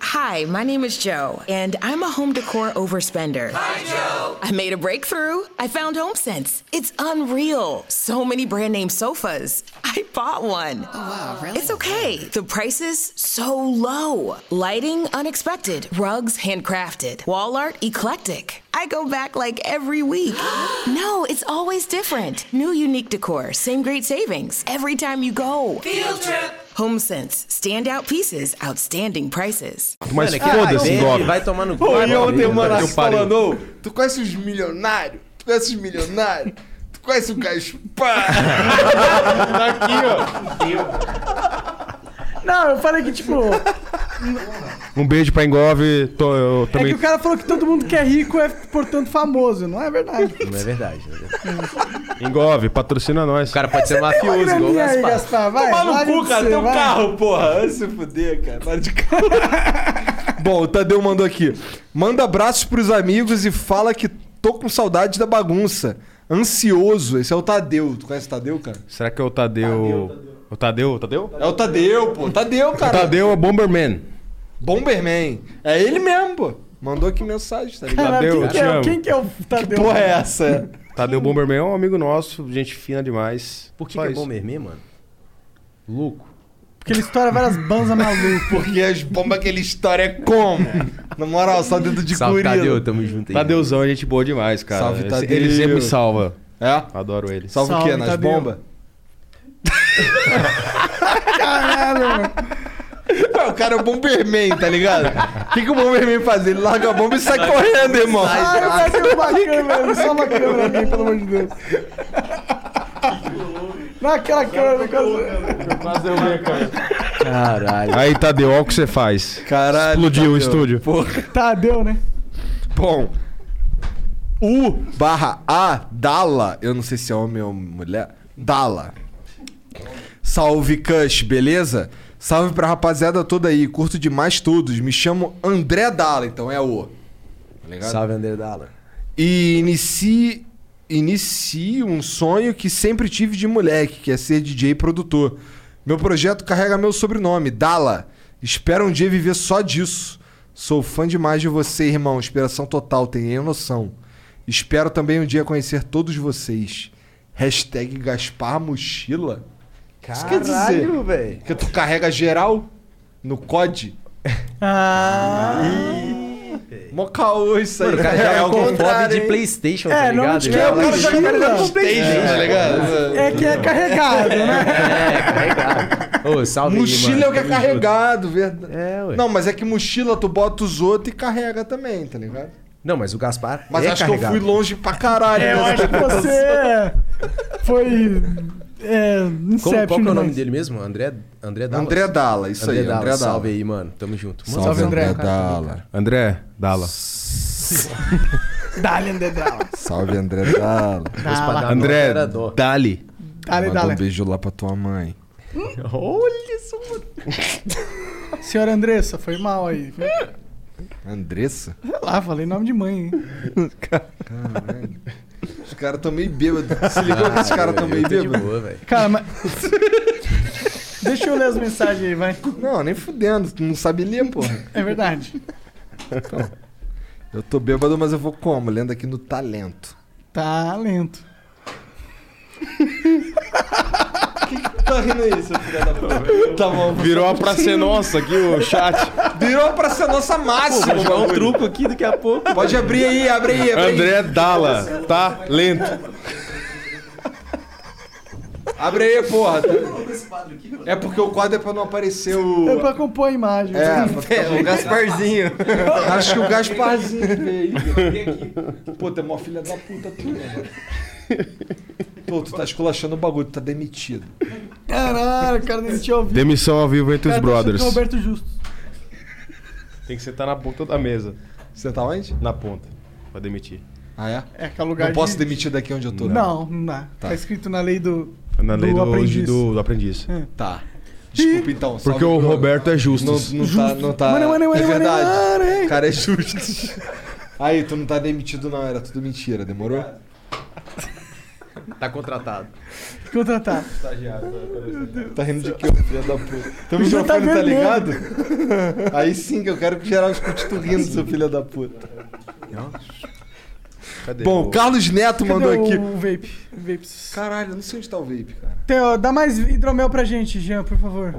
[SPEAKER 12] Hi, my name is Joe, and I'm a home decor overspender. Hi, Joe. I made a breakthrough. I found HomeSense. It's unreal. So many brand name sofas. I bought one. Oh, wow, really? It's okay. The prices so low. Lighting unexpected. Rugs handcrafted. Wall art eclectic. I go back like every week. no, it's always different. New unique decor. Same great savings every time you go. Field trip. HomeSense. Standout pieces. Outstanding prices.
[SPEAKER 7] Mas
[SPEAKER 3] Mano, é que
[SPEAKER 7] foda-se,
[SPEAKER 3] vai bem,
[SPEAKER 7] engove.
[SPEAKER 3] vai tomar no cu,
[SPEAKER 7] Pô,
[SPEAKER 3] vai
[SPEAKER 7] e
[SPEAKER 3] tomar
[SPEAKER 7] ontem,
[SPEAKER 3] no cu,
[SPEAKER 7] mano,
[SPEAKER 3] vai
[SPEAKER 7] eu
[SPEAKER 3] tomar
[SPEAKER 7] parei.
[SPEAKER 3] no cu.
[SPEAKER 4] Ô, tu conhece os milionários? Tu conhece os milionários? Tu conhece o Gaspar?
[SPEAKER 1] Tá aqui, ó. Não, eu falei que, tipo.
[SPEAKER 7] Um beijo pra engove. Tô, eu
[SPEAKER 1] É que
[SPEAKER 7] também.
[SPEAKER 1] o cara falou que todo mundo que é rico é, portanto, famoso. Não é verdade.
[SPEAKER 3] Não é verdade, né?
[SPEAKER 7] Engove, patrocina nós. O
[SPEAKER 3] cara pode ser
[SPEAKER 1] Tem uma graninha aí, Gaspar, vai.
[SPEAKER 4] Toma no
[SPEAKER 1] larga
[SPEAKER 4] cu,
[SPEAKER 1] de
[SPEAKER 4] cara.
[SPEAKER 1] ser,
[SPEAKER 4] Tem um
[SPEAKER 1] vai.
[SPEAKER 4] carro, porra. Vai se fuder, cara. Para de carro.
[SPEAKER 2] Bom, o Tadeu mandou aqui. Manda abraços pros amigos e fala que tô com saudade da bagunça. Ansioso. Esse é o Tadeu. Tu conhece o Tadeu, cara?
[SPEAKER 7] Será que é o Tadeu. O Tadeu, Tadeu?
[SPEAKER 2] É o Tadeu, pô. Tadeu,
[SPEAKER 7] O
[SPEAKER 2] cara.
[SPEAKER 7] Tadeu é Bomberman.
[SPEAKER 2] Bomberman. É ele mesmo, pô. Mandou aqui mensagem, tá ligado?
[SPEAKER 1] Caralho,
[SPEAKER 7] Tadeu, eu
[SPEAKER 1] quem, que
[SPEAKER 7] te
[SPEAKER 1] é,
[SPEAKER 7] amo.
[SPEAKER 1] quem que é o Tadeu?
[SPEAKER 2] Porra, é essa?
[SPEAKER 7] um- Tadeu Bomberman é um amigo nosso, gente fina demais.
[SPEAKER 3] Por que,
[SPEAKER 7] Só
[SPEAKER 3] que é
[SPEAKER 7] isso.
[SPEAKER 3] Bomberman, mano? Louco.
[SPEAKER 1] Porque ele estoura várias banzas malucas.
[SPEAKER 2] Porque as bombas que ele estoura é como? Na moral, só dentro de
[SPEAKER 3] Salve,
[SPEAKER 2] gorila. Tá
[SPEAKER 3] Tadeu, tamo junto aí.
[SPEAKER 7] Tadeuzão é gente boa demais, cara.
[SPEAKER 2] Salve,
[SPEAKER 7] Ele-
[SPEAKER 2] Tadeu.
[SPEAKER 7] Ele sempre me salva.
[SPEAKER 2] É?
[SPEAKER 7] Adoro ele.
[SPEAKER 2] Salve, o quê?
[SPEAKER 1] Salve,
[SPEAKER 2] Nas
[SPEAKER 1] Tadeu.
[SPEAKER 2] bombas?
[SPEAKER 1] Caralho, mano.
[SPEAKER 2] Ué, O cara é o Bomberman, tá ligado? O que, que o Bomberman faz? Ele larga a bomba e sai correndo, irmão.
[SPEAKER 1] Ai, eu quero ter uma câmera, só uma câmera aqui, pelo amor de Deus. Naquela câmera, no caso.
[SPEAKER 7] Fazer o meu, cara.
[SPEAKER 3] Caralho.
[SPEAKER 7] Aí, Tadeu, olha o que você faz.
[SPEAKER 2] Caralho.
[SPEAKER 7] Explodiu o estúdio.
[SPEAKER 1] Tadeu, né?
[SPEAKER 2] Bom. U barra A Dala. Eu não sei se é homem ou mulher. Dala. Salve, Cush, beleza? Salve pra rapaziada toda aí. Curto demais todos. Me chamo André Dala, então é o. Tá ligado?
[SPEAKER 3] Salve, André Dalla.
[SPEAKER 2] E inicie, inicie um sonho que sempre tive de moleque, que é ser DJ e produtor. Meu projeto carrega meu sobrenome, Dala. Espero um dia viver só disso. Sou fã demais de você, irmão. Inspiração total, tenho noção. Espero também um dia conhecer todos vocês. Hashtag Gaspar Mochila. Isso quer dizer
[SPEAKER 3] Caralho, velho.
[SPEAKER 2] que tu carrega geral no COD?
[SPEAKER 1] Ah.
[SPEAKER 2] Mó caô isso aí.
[SPEAKER 3] Mano, o cara
[SPEAKER 2] É
[SPEAKER 3] joga
[SPEAKER 2] o
[SPEAKER 3] com
[SPEAKER 2] contrário,
[SPEAKER 3] fob de
[SPEAKER 2] hein? um
[SPEAKER 3] PlayStation, tá
[SPEAKER 1] É, não,
[SPEAKER 3] ligado?
[SPEAKER 1] tipo,
[SPEAKER 3] Ele
[SPEAKER 1] é, o
[SPEAKER 3] vai lá
[SPEAKER 1] cara
[SPEAKER 3] e
[SPEAKER 1] joga
[SPEAKER 3] joga
[SPEAKER 1] com
[SPEAKER 3] com
[SPEAKER 2] PlayStation, tá ligado?
[SPEAKER 1] É que é carregado, né?
[SPEAKER 3] É, carregado. Ô, salve aí,
[SPEAKER 2] Mochila
[SPEAKER 3] mano.
[SPEAKER 2] é o que é
[SPEAKER 3] Tamo junto.
[SPEAKER 2] carregado, verdade.
[SPEAKER 3] É, ué.
[SPEAKER 2] Não, mas é que mochila tu bota os outros e carrega também, tá ligado?
[SPEAKER 3] Não, mas o Gaspar.
[SPEAKER 2] Mas
[SPEAKER 3] é
[SPEAKER 2] acho
[SPEAKER 3] carregado.
[SPEAKER 2] que eu fui longe pra caralho.
[SPEAKER 3] É, eu
[SPEAKER 2] né?
[SPEAKER 3] acho que
[SPEAKER 1] Você é- foi. É,
[SPEAKER 3] Como,
[SPEAKER 1] Inception.
[SPEAKER 3] qual que é o nome
[SPEAKER 1] demais.
[SPEAKER 3] dele mesmo? André, André Dalla?
[SPEAKER 2] André Dalla, isso aí, André Dalla.
[SPEAKER 3] Salve aí, mano. Tamo junto.
[SPEAKER 2] Salve, André Dalla.
[SPEAKER 7] André, Dala.
[SPEAKER 1] Dali André Dalla.
[SPEAKER 2] Salve, André Dalla.
[SPEAKER 1] Dalla.
[SPEAKER 7] dar André, nó era dó. Dali.
[SPEAKER 1] Dali,
[SPEAKER 2] Manda
[SPEAKER 1] Dalla.
[SPEAKER 2] um beijo lá pra tua mãe.
[SPEAKER 1] Olha isso, mano. Senhora Andressa, foi mal aí. viu?
[SPEAKER 2] Andressa?
[SPEAKER 1] Sei lá, falei nome de mãe, hein?
[SPEAKER 2] Caralho. Os caras tão meio bêbados. Se ligou que tá os caras tão meio bêbados?
[SPEAKER 1] Cara, mas. Deixa eu ler as mensagens aí, vai.
[SPEAKER 2] Não, nem fudendo. Tu não sabe ler, porra.
[SPEAKER 1] É verdade.
[SPEAKER 2] Então, eu tô bêbado, mas eu vou como? Lendo aqui no talento.
[SPEAKER 1] Tá lento.
[SPEAKER 4] Tá rindo aí, seu filho da puta.
[SPEAKER 2] Tá bom.
[SPEAKER 7] Virou uma pra ser nossa aqui o chat.
[SPEAKER 2] Virou pra ser nossa máxima.
[SPEAKER 7] Pô, vou jogar um
[SPEAKER 2] truco
[SPEAKER 3] aqui daqui a pouco.
[SPEAKER 2] Pode abrir aí, abre aí, abre aí.
[SPEAKER 7] André Dala, tá lento.
[SPEAKER 2] Abre aí, porra. tá-
[SPEAKER 3] tá,
[SPEAKER 2] É porque o quadro é pra não aparecer o.
[SPEAKER 1] É pra compor a imagem.
[SPEAKER 2] É, pra ficar
[SPEAKER 1] É,
[SPEAKER 2] bonito. Acho que o Gasparzinho veio aí.
[SPEAKER 1] Vem
[SPEAKER 2] Pô, tu é mó filha da puta tu, né? mano? Pô, tu tá esculachando o bagulho, tu tá demitido.
[SPEAKER 1] Caralho, o cara nem tinha ouvido.
[SPEAKER 7] Demissão ao vivo entre os
[SPEAKER 1] Cara, tá achando que
[SPEAKER 7] brothers.
[SPEAKER 1] é o Roberto Justo.
[SPEAKER 7] Tem que sentar na ponta da mesa.
[SPEAKER 2] Sentar tá onde?
[SPEAKER 7] Na ponta. Pra demitir.
[SPEAKER 2] Ah, é?
[SPEAKER 1] É, que é o lugar
[SPEAKER 2] Não posso
[SPEAKER 1] de-
[SPEAKER 2] demitir daqui onde eu tô. né?
[SPEAKER 1] Não, não dá.
[SPEAKER 2] Tá.
[SPEAKER 1] Tá escrito na lei do. É.
[SPEAKER 7] Na lei do aprendiz. Do, do aprendiz.
[SPEAKER 2] Tá. Desculpa então.
[SPEAKER 7] Porque o Roberto é justo.
[SPEAKER 2] Não, não tá, não tá.
[SPEAKER 1] Mano, mano, mano,
[SPEAKER 2] é
[SPEAKER 1] mano,
[SPEAKER 2] verdade.
[SPEAKER 1] mano, hein?
[SPEAKER 2] O cara é justo. Aí, tu não tá demitido, não. Era tudo mentira, demorou?
[SPEAKER 3] Tá contratado.
[SPEAKER 1] Contratar.
[SPEAKER 2] Tá rindo de que, filha da puta? Teu
[SPEAKER 1] O Ju tá
[SPEAKER 2] microfone tá,
[SPEAKER 1] vermelho.
[SPEAKER 2] ligado? Aí sim que eu quero que geral escute tu rindo, seu filho da puta.
[SPEAKER 7] Cadê
[SPEAKER 2] Bom,
[SPEAKER 7] o-
[SPEAKER 2] Carlos Neto
[SPEAKER 1] Cadê
[SPEAKER 2] mandou
[SPEAKER 1] o
[SPEAKER 2] aqui.
[SPEAKER 1] vape? Vapes.
[SPEAKER 2] Caralho, eu não sei onde tá o vape, cara.
[SPEAKER 1] Teo, dá mais hidromel pra gente, Jean, por favor.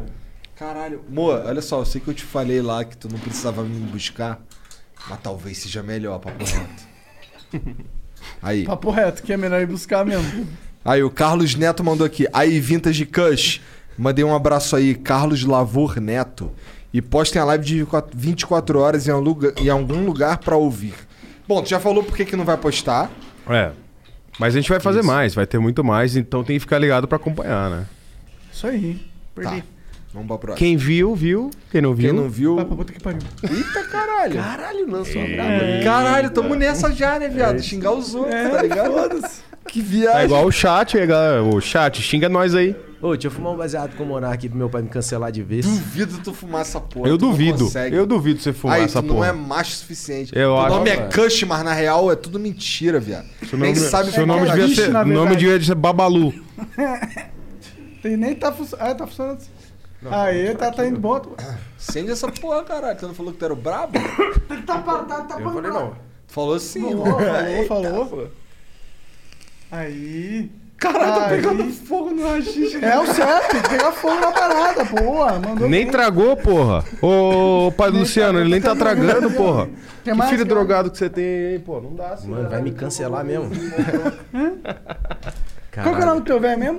[SPEAKER 2] Caralho. Moa, olha só, eu sei que eu te falei lá que tu não precisava me buscar, mas talvez seja melhor, papo reto. Aí.
[SPEAKER 1] Papo reto, que é melhor ir buscar mesmo.
[SPEAKER 2] Aí, o Carlos Neto mandou aqui. Aí, Vintage Cush. Mandei um abraço aí, Carlos Lavor Neto. E postem a live de 24 horas em, um lugar- em algum lugar pra ouvir. Bom, tu já falou por que, que não vai postar.
[SPEAKER 7] É. Mas a gente vai fazer mais, vai ter muito mais, então tem que ficar ligado pra acompanhar, né?
[SPEAKER 1] Isso aí. Perdi.
[SPEAKER 2] Vamos pra próxima.
[SPEAKER 7] Quem viu, viu. Quem não viu.
[SPEAKER 2] Quem não viu.
[SPEAKER 1] Vai pra puta que pariu.
[SPEAKER 2] Eita caralho!
[SPEAKER 3] Caralho, lançou
[SPEAKER 2] É.
[SPEAKER 3] uma braba. aí.
[SPEAKER 2] Caralho, tamo nessa já, né, viado? Xingar os outros,
[SPEAKER 3] É,
[SPEAKER 2] tá ligado? Que viagem.
[SPEAKER 7] É igual o chat, é igual- o chat, xinga nós aí.
[SPEAKER 3] Ô, deixa eu fumar um baseado com o Monar aqui pro meu pai me cancelar de vez.
[SPEAKER 2] Duvido tu fumar essa porra.
[SPEAKER 7] eu
[SPEAKER 2] tu não
[SPEAKER 7] duvido.
[SPEAKER 2] consegue.
[SPEAKER 7] Eu duvido você fumar
[SPEAKER 2] Aí,
[SPEAKER 7] essa
[SPEAKER 2] tu
[SPEAKER 7] porra.
[SPEAKER 2] não é macho o suficiente.
[SPEAKER 7] Eu
[SPEAKER 2] o
[SPEAKER 7] acho-
[SPEAKER 2] nome é
[SPEAKER 7] Não,
[SPEAKER 2] Cush, mas na real é tudo mentira, viado.
[SPEAKER 7] Seu
[SPEAKER 2] Nem
[SPEAKER 7] nome, seu
[SPEAKER 2] sabe o que
[SPEAKER 7] nome
[SPEAKER 2] é
[SPEAKER 7] devia
[SPEAKER 2] Cush.
[SPEAKER 7] ser,
[SPEAKER 1] na
[SPEAKER 7] nome
[SPEAKER 1] verdade.
[SPEAKER 7] devia ser Babalu.
[SPEAKER 1] Tem, nem tá funcionando. Ah, tá funcionando. Aí, tá, tá indo bom.
[SPEAKER 2] Acende essa porra, caralho. Tu não falou que tu era o brabo?
[SPEAKER 1] Tem que tapar, tá, tá
[SPEAKER 3] Eu falei não.
[SPEAKER 2] Tu falou sim, né?
[SPEAKER 1] Falou,
[SPEAKER 2] mano.
[SPEAKER 1] falou, falou. Aí.
[SPEAKER 2] Caralho, tá
[SPEAKER 1] Aí.
[SPEAKER 2] pegando fogo no rachixe.
[SPEAKER 1] É o certo, tem que pegar fogo na parada, boa. Mandou
[SPEAKER 7] Nem
[SPEAKER 1] bem.
[SPEAKER 7] tragou, porra. Ô, pai do Luciano, ele nem tá tragando, porra.
[SPEAKER 1] Quer
[SPEAKER 7] Que
[SPEAKER 1] mais?
[SPEAKER 7] filho
[SPEAKER 1] Quer
[SPEAKER 7] drogado que você tem aí, pô. Não dá, assim.
[SPEAKER 2] é
[SPEAKER 3] Mano, vai me cancelar mesmo.
[SPEAKER 1] Qual que é o nome
[SPEAKER 3] Caralho.
[SPEAKER 1] do teu velho mesmo?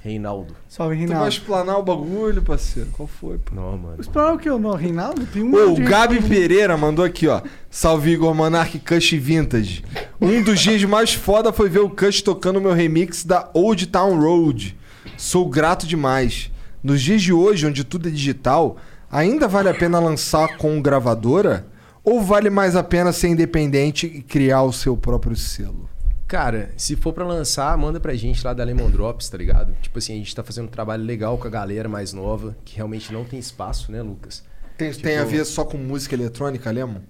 [SPEAKER 3] Reinaldo.
[SPEAKER 1] Salve,
[SPEAKER 2] Tu vai
[SPEAKER 1] Reinaldo.
[SPEAKER 2] explanar o bagulho, parceiro. Qual foi, pô?
[SPEAKER 3] Não, mano.
[SPEAKER 1] Explorar é o que? O Reinaldo? Tem um.
[SPEAKER 2] Ô, o
[SPEAKER 1] de-
[SPEAKER 2] Gabi Pereira mandou aqui, ó. Salve Igor Monark Cush Vintage. Um dos dias mais foda foi ver o Cush tocando meu remix da Old Town Road. Sou grato demais. Nos dias de hoje, onde tudo é digital, ainda vale a pena lançar com gravadora? Ou vale mais a pena ser independente e criar o seu próprio selo?
[SPEAKER 3] Cara, se for pra lançar, manda pra gente lá da Lemon Drops, tá ligado? Tipo assim, a gente tá fazendo um trabalho legal com a galera mais nova, que realmente não tem espaço, né, Lucas?
[SPEAKER 2] Tem,
[SPEAKER 3] Tipo-
[SPEAKER 2] tem a ver só com música eletrônica, Lemon?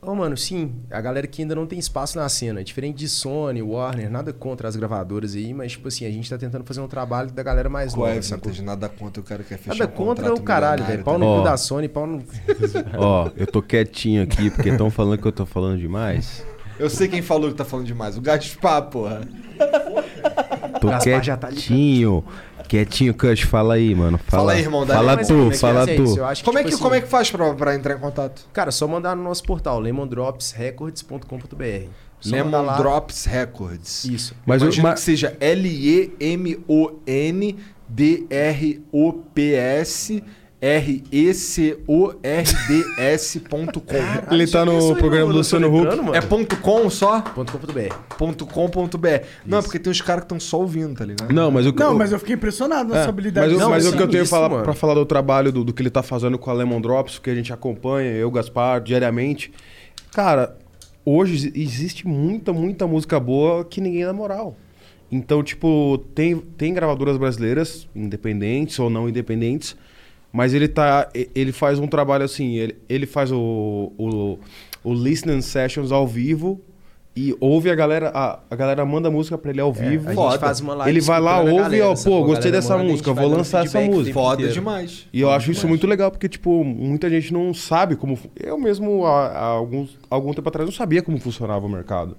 [SPEAKER 3] Ô, mano, sim, a galera que ainda não tem espaço na cena. Diferente de Sony, Warner, nada contra as gravadoras aí, mas, tipo assim, a gente tá tentando fazer um trabalho da galera mais
[SPEAKER 2] Qual é,
[SPEAKER 3] nova, sacou?
[SPEAKER 2] Vintage? Nada contra, o cara quer fechar
[SPEAKER 3] Nada
[SPEAKER 2] um
[SPEAKER 3] contra é
[SPEAKER 2] contrato
[SPEAKER 3] o caralho,
[SPEAKER 2] milionário,
[SPEAKER 3] velho. Pau
[SPEAKER 2] tá
[SPEAKER 3] no
[SPEAKER 7] Ó.
[SPEAKER 3] cu da Sony, pau no.
[SPEAKER 7] Ó, eu tô quietinho aqui porque estão falando que eu tô falando demais.
[SPEAKER 2] Eu sei quem falou que tá falando demais. O Gaspar, porra.
[SPEAKER 7] Tô
[SPEAKER 3] Gaspar já tá ali.
[SPEAKER 7] quietinho. Quietinho, Cush, fala aí, mano. Fala,
[SPEAKER 2] aí, irmão, dá
[SPEAKER 7] Fala
[SPEAKER 2] aí.
[SPEAKER 7] tu,
[SPEAKER 3] Mas como
[SPEAKER 7] fala
[SPEAKER 3] é que é isso?
[SPEAKER 7] tu.
[SPEAKER 3] Eu acho que,
[SPEAKER 2] Como, é
[SPEAKER 3] tipo
[SPEAKER 2] que,
[SPEAKER 3] assim,
[SPEAKER 2] como é que faz pra, pra entrar em contato?
[SPEAKER 3] Cara, só mandar no nosso portal, lemondropsrecords.com.br. Só mandar
[SPEAKER 2] Lemon
[SPEAKER 3] lá.
[SPEAKER 2] Drops Records.
[SPEAKER 3] Isso.
[SPEAKER 7] Mas eu-
[SPEAKER 2] Imagino
[SPEAKER 7] mas-
[SPEAKER 2] que seja L-E-M-O-N D-R-O-P-S R-E-C-O-R-D-S.com.
[SPEAKER 7] Ele tá no Isso aí, programa do Luciano Huck. lembrando, mano.
[SPEAKER 2] É ponto .com só?
[SPEAKER 3] .com.br.
[SPEAKER 2] .com.br. Não, porque tem uns caras que estão só ouvindo, tá ligado?
[SPEAKER 7] Não, mas o que-
[SPEAKER 1] Não, mas eu fiquei impressionado na
[SPEAKER 7] É,
[SPEAKER 1] sua habilidade.
[SPEAKER 7] Mas, o-
[SPEAKER 1] Não, assim,
[SPEAKER 7] mas o que eu tenho
[SPEAKER 1] isso,
[SPEAKER 7] falar-
[SPEAKER 1] mano.
[SPEAKER 7] pra falar do trabalho, do, do que ele tá fazendo com a Lemon Drops, que a gente acompanha, eu, Gaspar, diariamente. Cara, hoje exi- existe muita, muita música boa que ninguém dá moral. Então, tipo, tem, tem gravadoras brasileiras, independentes ou não independentes, mas ele tá. e- Ele faz um trabalho assim, ele, ele faz o, o, o listening sessions ao vivo. E ouve a galera, a, a galera manda a música pra ele ao
[SPEAKER 3] É,
[SPEAKER 7] vivo.
[SPEAKER 3] a gente Foda. faz uma live
[SPEAKER 7] ele vai lá,
[SPEAKER 3] escutando a
[SPEAKER 7] ouve, ó,
[SPEAKER 3] galera, sacou?
[SPEAKER 7] pô,
[SPEAKER 3] A
[SPEAKER 7] gostei
[SPEAKER 3] galera
[SPEAKER 7] dessa
[SPEAKER 3] manda, a gente
[SPEAKER 7] música, eu
[SPEAKER 3] vai
[SPEAKER 7] vou
[SPEAKER 3] dando
[SPEAKER 7] lançar essa
[SPEAKER 3] feedback o
[SPEAKER 7] música.
[SPEAKER 3] tempo Foda inteiro. demais.
[SPEAKER 7] E eu
[SPEAKER 3] Foda
[SPEAKER 7] acho isso
[SPEAKER 3] demais.
[SPEAKER 7] muito legal, porque, tipo, muita gente não sabe como. fu- Eu mesmo, há, há alguns, algum tempo atrás, não sabia como funcionava o mercado.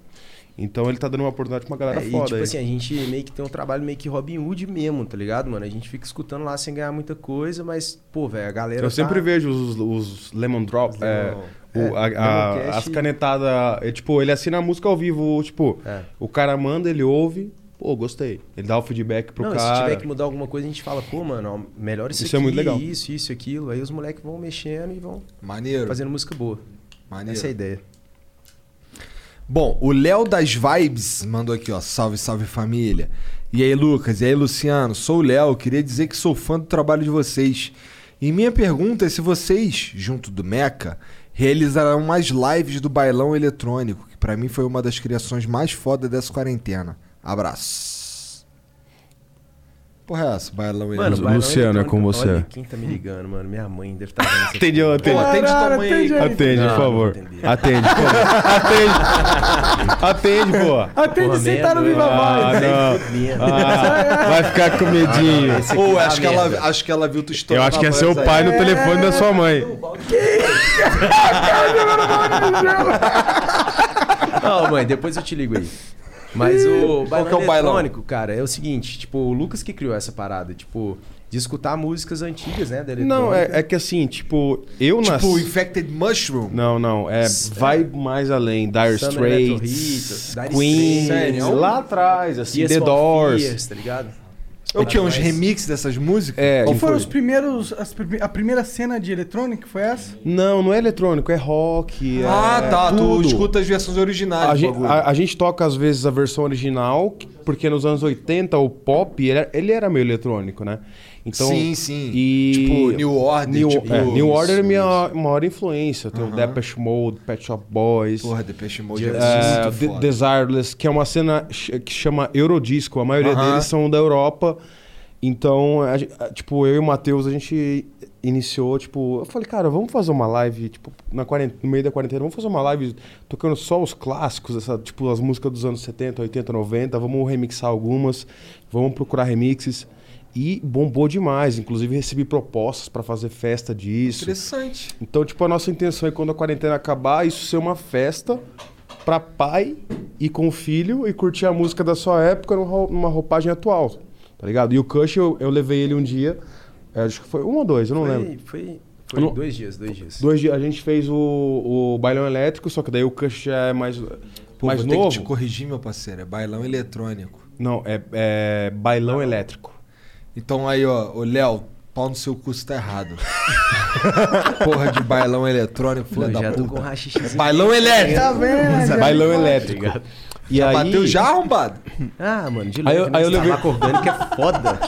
[SPEAKER 7] Então ele tá dando uma oportunidade pra uma galera
[SPEAKER 3] É,
[SPEAKER 7] foda.
[SPEAKER 3] e, tipo
[SPEAKER 7] aí.
[SPEAKER 3] assim, a gente meio que tem um trabalho meio que Robin Hood mesmo, tá ligado, mano? A gente fica escutando lá sem ganhar muita coisa, mas, pô, velho, a galera.
[SPEAKER 7] eu sempre
[SPEAKER 3] tá...
[SPEAKER 7] vejo os, os Lemon Drops. É,
[SPEAKER 3] Lemon-
[SPEAKER 7] o-
[SPEAKER 3] é,
[SPEAKER 7] a- a-
[SPEAKER 3] Lemoncast.
[SPEAKER 7] as canetadas. é, tipo, ele assina a música ao vivo. Tipo,
[SPEAKER 3] É.
[SPEAKER 7] o cara manda, ele ouve. Pô, gostei. Ele dá o feedback pro
[SPEAKER 3] Não,
[SPEAKER 7] cara.
[SPEAKER 3] se tiver que mudar alguma coisa, a gente fala, pô, mano, ó, melhor isso,
[SPEAKER 7] Isso é
[SPEAKER 3] aqui,
[SPEAKER 7] muito legal.
[SPEAKER 3] isso, isso, aquilo. Aí os moleques vão mexendo e vão
[SPEAKER 2] Maneiro.
[SPEAKER 3] fazendo música boa.
[SPEAKER 2] Maneiro.
[SPEAKER 3] Essa é a ideia.
[SPEAKER 2] Bom, o Léo das Vibes mandou aqui, ó. Salve, salve família. E aí, Lucas? E aí, Luciano? Sou o Léo, queria dizer que sou fã do trabalho de vocês. E minha pergunta é se vocês, junto do Meca, realizarão mais lives do bailão eletrônico, que pra mim foi uma das criações mais foda dessa quarentena. Abraço. Porra, é essa, bailão
[SPEAKER 3] Mano,
[SPEAKER 2] eletrônico.
[SPEAKER 3] bailão eletrônico, Olha quem tá me ligando, mano. Minha mãe deve estar vendo.
[SPEAKER 7] é Atende, eu atendo.
[SPEAKER 3] Atende
[SPEAKER 7] Atende, por favor. Atende, por favor. Atende. Atende, pô.
[SPEAKER 1] Atende sem estar no Viva
[SPEAKER 7] Ah,
[SPEAKER 1] Voz.
[SPEAKER 7] não. Ah, vai ficar com medinho.
[SPEAKER 2] Ou acho que, ela, acho que ela viu tu
[SPEAKER 7] tá Eu
[SPEAKER 2] estourando
[SPEAKER 7] acho que é
[SPEAKER 2] a voz
[SPEAKER 7] seu
[SPEAKER 2] aí.
[SPEAKER 7] pai no telefone da sua mãe.
[SPEAKER 3] Não, mãe, depois eu te ligo aí. Mas o
[SPEAKER 2] Qual
[SPEAKER 3] bailão
[SPEAKER 2] que é o bailão?
[SPEAKER 3] eletrônico, cara, é o seguinte, tipo, o Lucas que criou essa parada, tipo, de escutar músicas antigas, né, da eletrônica.
[SPEAKER 7] Não, é, é que assim, tipo, eu
[SPEAKER 3] Tipo,
[SPEAKER 7] nasci...
[SPEAKER 2] Infected Mushroom?
[SPEAKER 7] Não, não. É, vai mais além. Dire
[SPEAKER 3] Summer Electro
[SPEAKER 7] Straits,
[SPEAKER 3] Hits, Dire
[SPEAKER 7] Queen,
[SPEAKER 3] Straits, é um
[SPEAKER 7] lá atrás, assim,
[SPEAKER 3] Tears
[SPEAKER 7] The
[SPEAKER 3] for
[SPEAKER 7] Doors.
[SPEAKER 3] Fears, tá ligado?
[SPEAKER 2] O que? Uns remixes dessas músicas?
[SPEAKER 7] É,
[SPEAKER 1] Qual
[SPEAKER 7] tipo,
[SPEAKER 1] foram os primeiros. as prime- a primeira cena de eletrônica foi essa?
[SPEAKER 7] Não, não é eletrônico, é rock. é
[SPEAKER 2] Ah, tá.
[SPEAKER 7] tudo.
[SPEAKER 2] Tu escuta as versões originais.
[SPEAKER 7] A
[SPEAKER 2] do
[SPEAKER 7] gente,
[SPEAKER 2] bagulho.
[SPEAKER 7] a- a gente toca às vezes a versão original, porque nos anos 80 o pop ele era, ele era meio eletrônico, né?
[SPEAKER 2] Sim, sim.
[SPEAKER 7] E...
[SPEAKER 2] Tipo, New Order,
[SPEAKER 7] New,
[SPEAKER 2] tipo-
[SPEAKER 7] é, New
[SPEAKER 2] Isso,
[SPEAKER 7] Order é minha maior influência. Tem o Depeche Mode, Pet Shop Boys.
[SPEAKER 2] Porra, Depeche Mode é
[SPEAKER 7] é,
[SPEAKER 2] muito
[SPEAKER 7] De-
[SPEAKER 2] foda.
[SPEAKER 7] Desireless, que é uma cena ch- que chama Eurodisco. A maioria
[SPEAKER 2] Aham.
[SPEAKER 7] deles são da Europa. Então, a gen- a- tipo, eu e o Matheus, a gente iniciou, tipo... Eu falei, cara, vamos fazer uma live, tipo, na quarentena, no meio da quarentena. Vamos fazer uma live tocando só os clássicos, essa, tipo, as músicas dos anos 70, 80, 90. Vamos remixar algumas, vamos procurar remixes. E bombou demais. Inclusive, recebi propostas pra fazer festa disso.
[SPEAKER 2] Interessante.
[SPEAKER 7] Então, tipo, a nossa intenção é quando a quarentena acabar, isso ser uma festa pra pai ir com o filho e curtir a música da sua época numa rou- numa roupagem atual, tá ligado? E o Kush, eu, eu levei ele um dia, é, acho que foi um ou dois, eu não
[SPEAKER 3] foi,
[SPEAKER 7] lembro.
[SPEAKER 3] Foi,
[SPEAKER 7] Eu
[SPEAKER 3] foi
[SPEAKER 7] não-
[SPEAKER 3] dois dias, dois dias.
[SPEAKER 7] Dois dias, a gente fez o, o bailão elétrico, só que daí o Kush já é mais,
[SPEAKER 2] Pô,
[SPEAKER 7] mais
[SPEAKER 2] vou ter
[SPEAKER 7] novo.
[SPEAKER 2] que te corrigir, meu parceiro. É bailão eletrônico.
[SPEAKER 7] Não, é, é bailão elétrico.
[SPEAKER 2] Então aí, ó, ô Léo, pau no seu curso tá errado. Porra de bailão eletrônico, filha
[SPEAKER 3] Eu
[SPEAKER 2] da
[SPEAKER 3] já tô com um
[SPEAKER 2] puta.
[SPEAKER 3] rachixizinho.
[SPEAKER 2] Bailão elétrico.
[SPEAKER 3] Tá vendo? Já
[SPEAKER 7] Bailão
[SPEAKER 3] vi,
[SPEAKER 7] elétrico.
[SPEAKER 3] tá ligado?
[SPEAKER 7] E
[SPEAKER 3] Já
[SPEAKER 7] aí...
[SPEAKER 3] bateu já,
[SPEAKER 2] arrombado?
[SPEAKER 3] Ah, mano, de
[SPEAKER 7] Aí
[SPEAKER 3] leve,
[SPEAKER 7] eu- aí eu levei-
[SPEAKER 3] Tabaco orgânico é foda.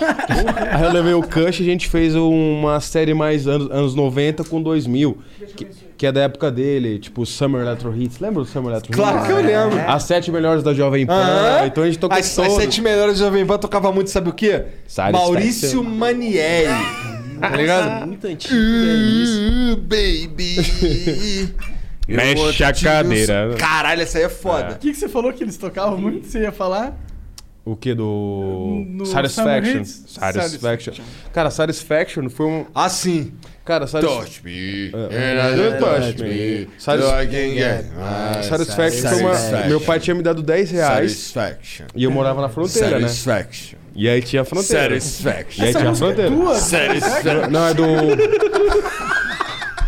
[SPEAKER 7] Aí eu levei o Cush e a gente fez uma série mais anos, anos 90 com 2000, que, que é da época dele, tipo Summer Electro Hits. Lembra do Summer Electro
[SPEAKER 2] Claro
[SPEAKER 7] Hits?
[SPEAKER 2] que eu lembro.
[SPEAKER 7] As sete melhores da Jovem Pan.
[SPEAKER 2] Aham.
[SPEAKER 7] Então a gente tocou Tá,
[SPEAKER 2] As, as sete melhores da Jovem Pan tocava muito, sabe o quê? Maurício Manieri. Tá ligado?
[SPEAKER 3] Muito antigo, é velho.
[SPEAKER 2] Uh, baby. Eu
[SPEAKER 7] Mexe
[SPEAKER 2] vou te
[SPEAKER 7] a
[SPEAKER 2] dizer um-
[SPEAKER 7] cadeira.
[SPEAKER 2] Caralho, essa aí é
[SPEAKER 1] O
[SPEAKER 2] foda.
[SPEAKER 1] que, que você falou que eles tocavam muito? Você ia falar?
[SPEAKER 7] O que? Do.
[SPEAKER 1] No Summer
[SPEAKER 7] Satisfaction.
[SPEAKER 1] Hits?
[SPEAKER 7] Satisfaction. Cara, Satisfaction foi um.
[SPEAKER 2] Ah, sim.
[SPEAKER 7] Cara, Satisfaction.
[SPEAKER 13] Touch me, and I
[SPEAKER 7] É,
[SPEAKER 13] don't
[SPEAKER 7] touch
[SPEAKER 13] touch
[SPEAKER 7] me.
[SPEAKER 13] me,
[SPEAKER 7] Satis- É.
[SPEAKER 13] so I can get
[SPEAKER 2] Ah,
[SPEAKER 13] my
[SPEAKER 7] Satisfaction foi uma.
[SPEAKER 13] satisfaction.
[SPEAKER 7] Meu pai tinha me dado 10 reais.
[SPEAKER 13] Satisfaction.
[SPEAKER 7] E eu morava na fronteira, né?
[SPEAKER 13] Satisfaction.
[SPEAKER 7] E aí tinha a fronteira.
[SPEAKER 13] Satisfaction.
[SPEAKER 7] E aí tinha a fronteira.
[SPEAKER 13] Satisfaction.
[SPEAKER 7] Não, é do.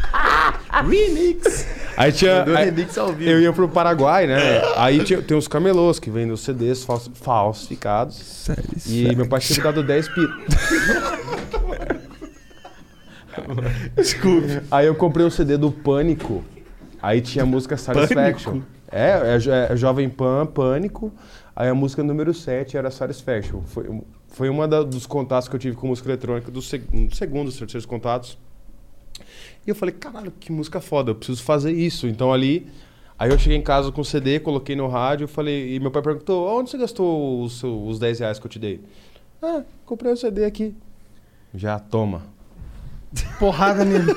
[SPEAKER 3] Remix.
[SPEAKER 7] Aí tinha.
[SPEAKER 3] Mandou
[SPEAKER 7] aí-
[SPEAKER 3] remix ao vivo.
[SPEAKER 7] Eu ia pro Paraguai, né? Aí tinha- tem os camelôs que vendem os CDs falsi- falsificados. e meu pai tinha me dado 10 pila. Desculpe. Aí eu comprei o CD do Pânico. Aí tinha a música Satisfaction. É, é, jo- é Jovem Pan, Pânico. Aí a música número 7 era Satisfaction. Foi, foi um dos contatos que eu tive com música eletrônica, dos seg um dos segundos, terceiros contatos. E eu falei, caralho, que música foda, eu preciso fazer isso. Então ali, aí eu cheguei em casa com o CD, coloquei no rádio, eu falei, e meu pai perguntou, onde você gastou os, seu- os 10 reais que eu te dei? Ah, comprei o CD aqui. Já toma.
[SPEAKER 1] Porrada nele.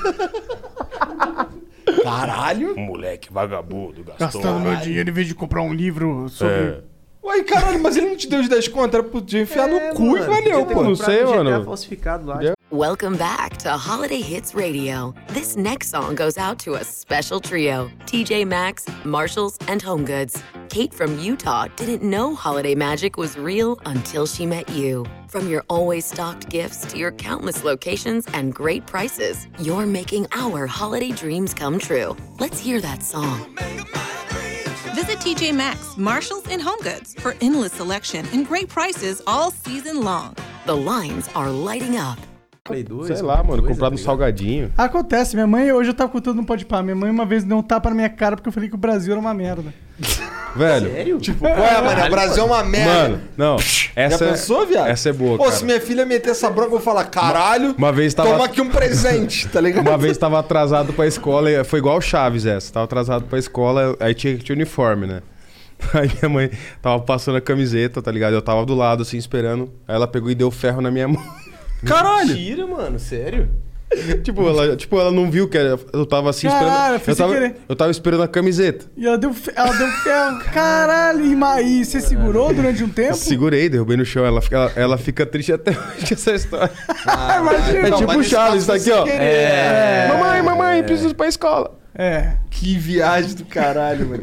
[SPEAKER 7] Caralho! Moleque vagabundo, gastou.
[SPEAKER 1] Gastando meu dinheiro em vez de comprar um livro sobre.
[SPEAKER 7] É.
[SPEAKER 2] Uai, caralho, mas ele não te deu de 10 conto, era pro dia enfiar no cu e valeu, pô.
[SPEAKER 3] falsificado lá.
[SPEAKER 14] Welcome back to Holiday Hits Radio. This next song goes out to a special trio TJ Maxx, Marshalls, and Home Goods. Kate from Utah didn't know holiday magic was real until she met you. From your always stocked gifts to your countless locations and great prices, you're making our holiday dreams come true. Let's hear that song.
[SPEAKER 15] Visit TJ Maxx, Marshalls, and HomeGoods for endless selection and great prices all season long.
[SPEAKER 14] The lines are lighting up.
[SPEAKER 3] Play 2?
[SPEAKER 7] Sei lá, mano,
[SPEAKER 2] tá
[SPEAKER 7] comprado um salgadinho.
[SPEAKER 1] Acontece, minha mãe, hoje eu tava contando no pode pá. Minha mãe uma vez deu um tapa na minha cara porque eu falei que o Brasil era uma merda.
[SPEAKER 7] Velho.
[SPEAKER 2] Tipo, ué, mano, o Brasil é uma merda.
[SPEAKER 7] Mano, não. Essa é-
[SPEAKER 2] pensou, viado?
[SPEAKER 7] Essa é boa,
[SPEAKER 2] Pô,
[SPEAKER 7] cara.
[SPEAKER 2] se minha filha meter essa bronca, eu vou falar, caralho,
[SPEAKER 7] Uma vez tava...
[SPEAKER 2] toma aqui um presente, tá ligado?
[SPEAKER 7] Uma vez tava atrasado pra escola, e- foi igual o Chaves essa. Tava atrasado pra escola, aí tinha que ter uniforme, né? Aí minha mãe tava passando a camiseta, tá ligado? Eu tava do lado, assim, esperando. Aí ela pegou e deu ferro na minha mão.
[SPEAKER 3] Caralho! Mentira, mano, sério?
[SPEAKER 7] tipo, ela, tipo, ela não viu que era- eu tava assim
[SPEAKER 1] Caralho,
[SPEAKER 7] esperando.
[SPEAKER 1] foi
[SPEAKER 7] Eu
[SPEAKER 1] sem
[SPEAKER 7] tava,
[SPEAKER 1] querer.
[SPEAKER 7] eu tava esperando a camiseta.
[SPEAKER 1] E ela deu, fe- ela deu ferro. Caralho, e Maí, você segurou durante um tempo?
[SPEAKER 7] Segurei, derrubei no chão. Ela fica, ela, ela fica triste até hoje essa história.
[SPEAKER 1] Imagina.
[SPEAKER 7] é
[SPEAKER 1] Não,
[SPEAKER 7] tipo
[SPEAKER 1] mas
[SPEAKER 7] o
[SPEAKER 1] isso
[SPEAKER 7] Chaves, tá
[SPEAKER 1] faz
[SPEAKER 7] aqui, ó.
[SPEAKER 1] sem querer. É.
[SPEAKER 7] Mamãe, mamãe,
[SPEAKER 1] É.
[SPEAKER 7] preciso ir pra escola.
[SPEAKER 1] É.
[SPEAKER 2] Que viagem do caralho, mano.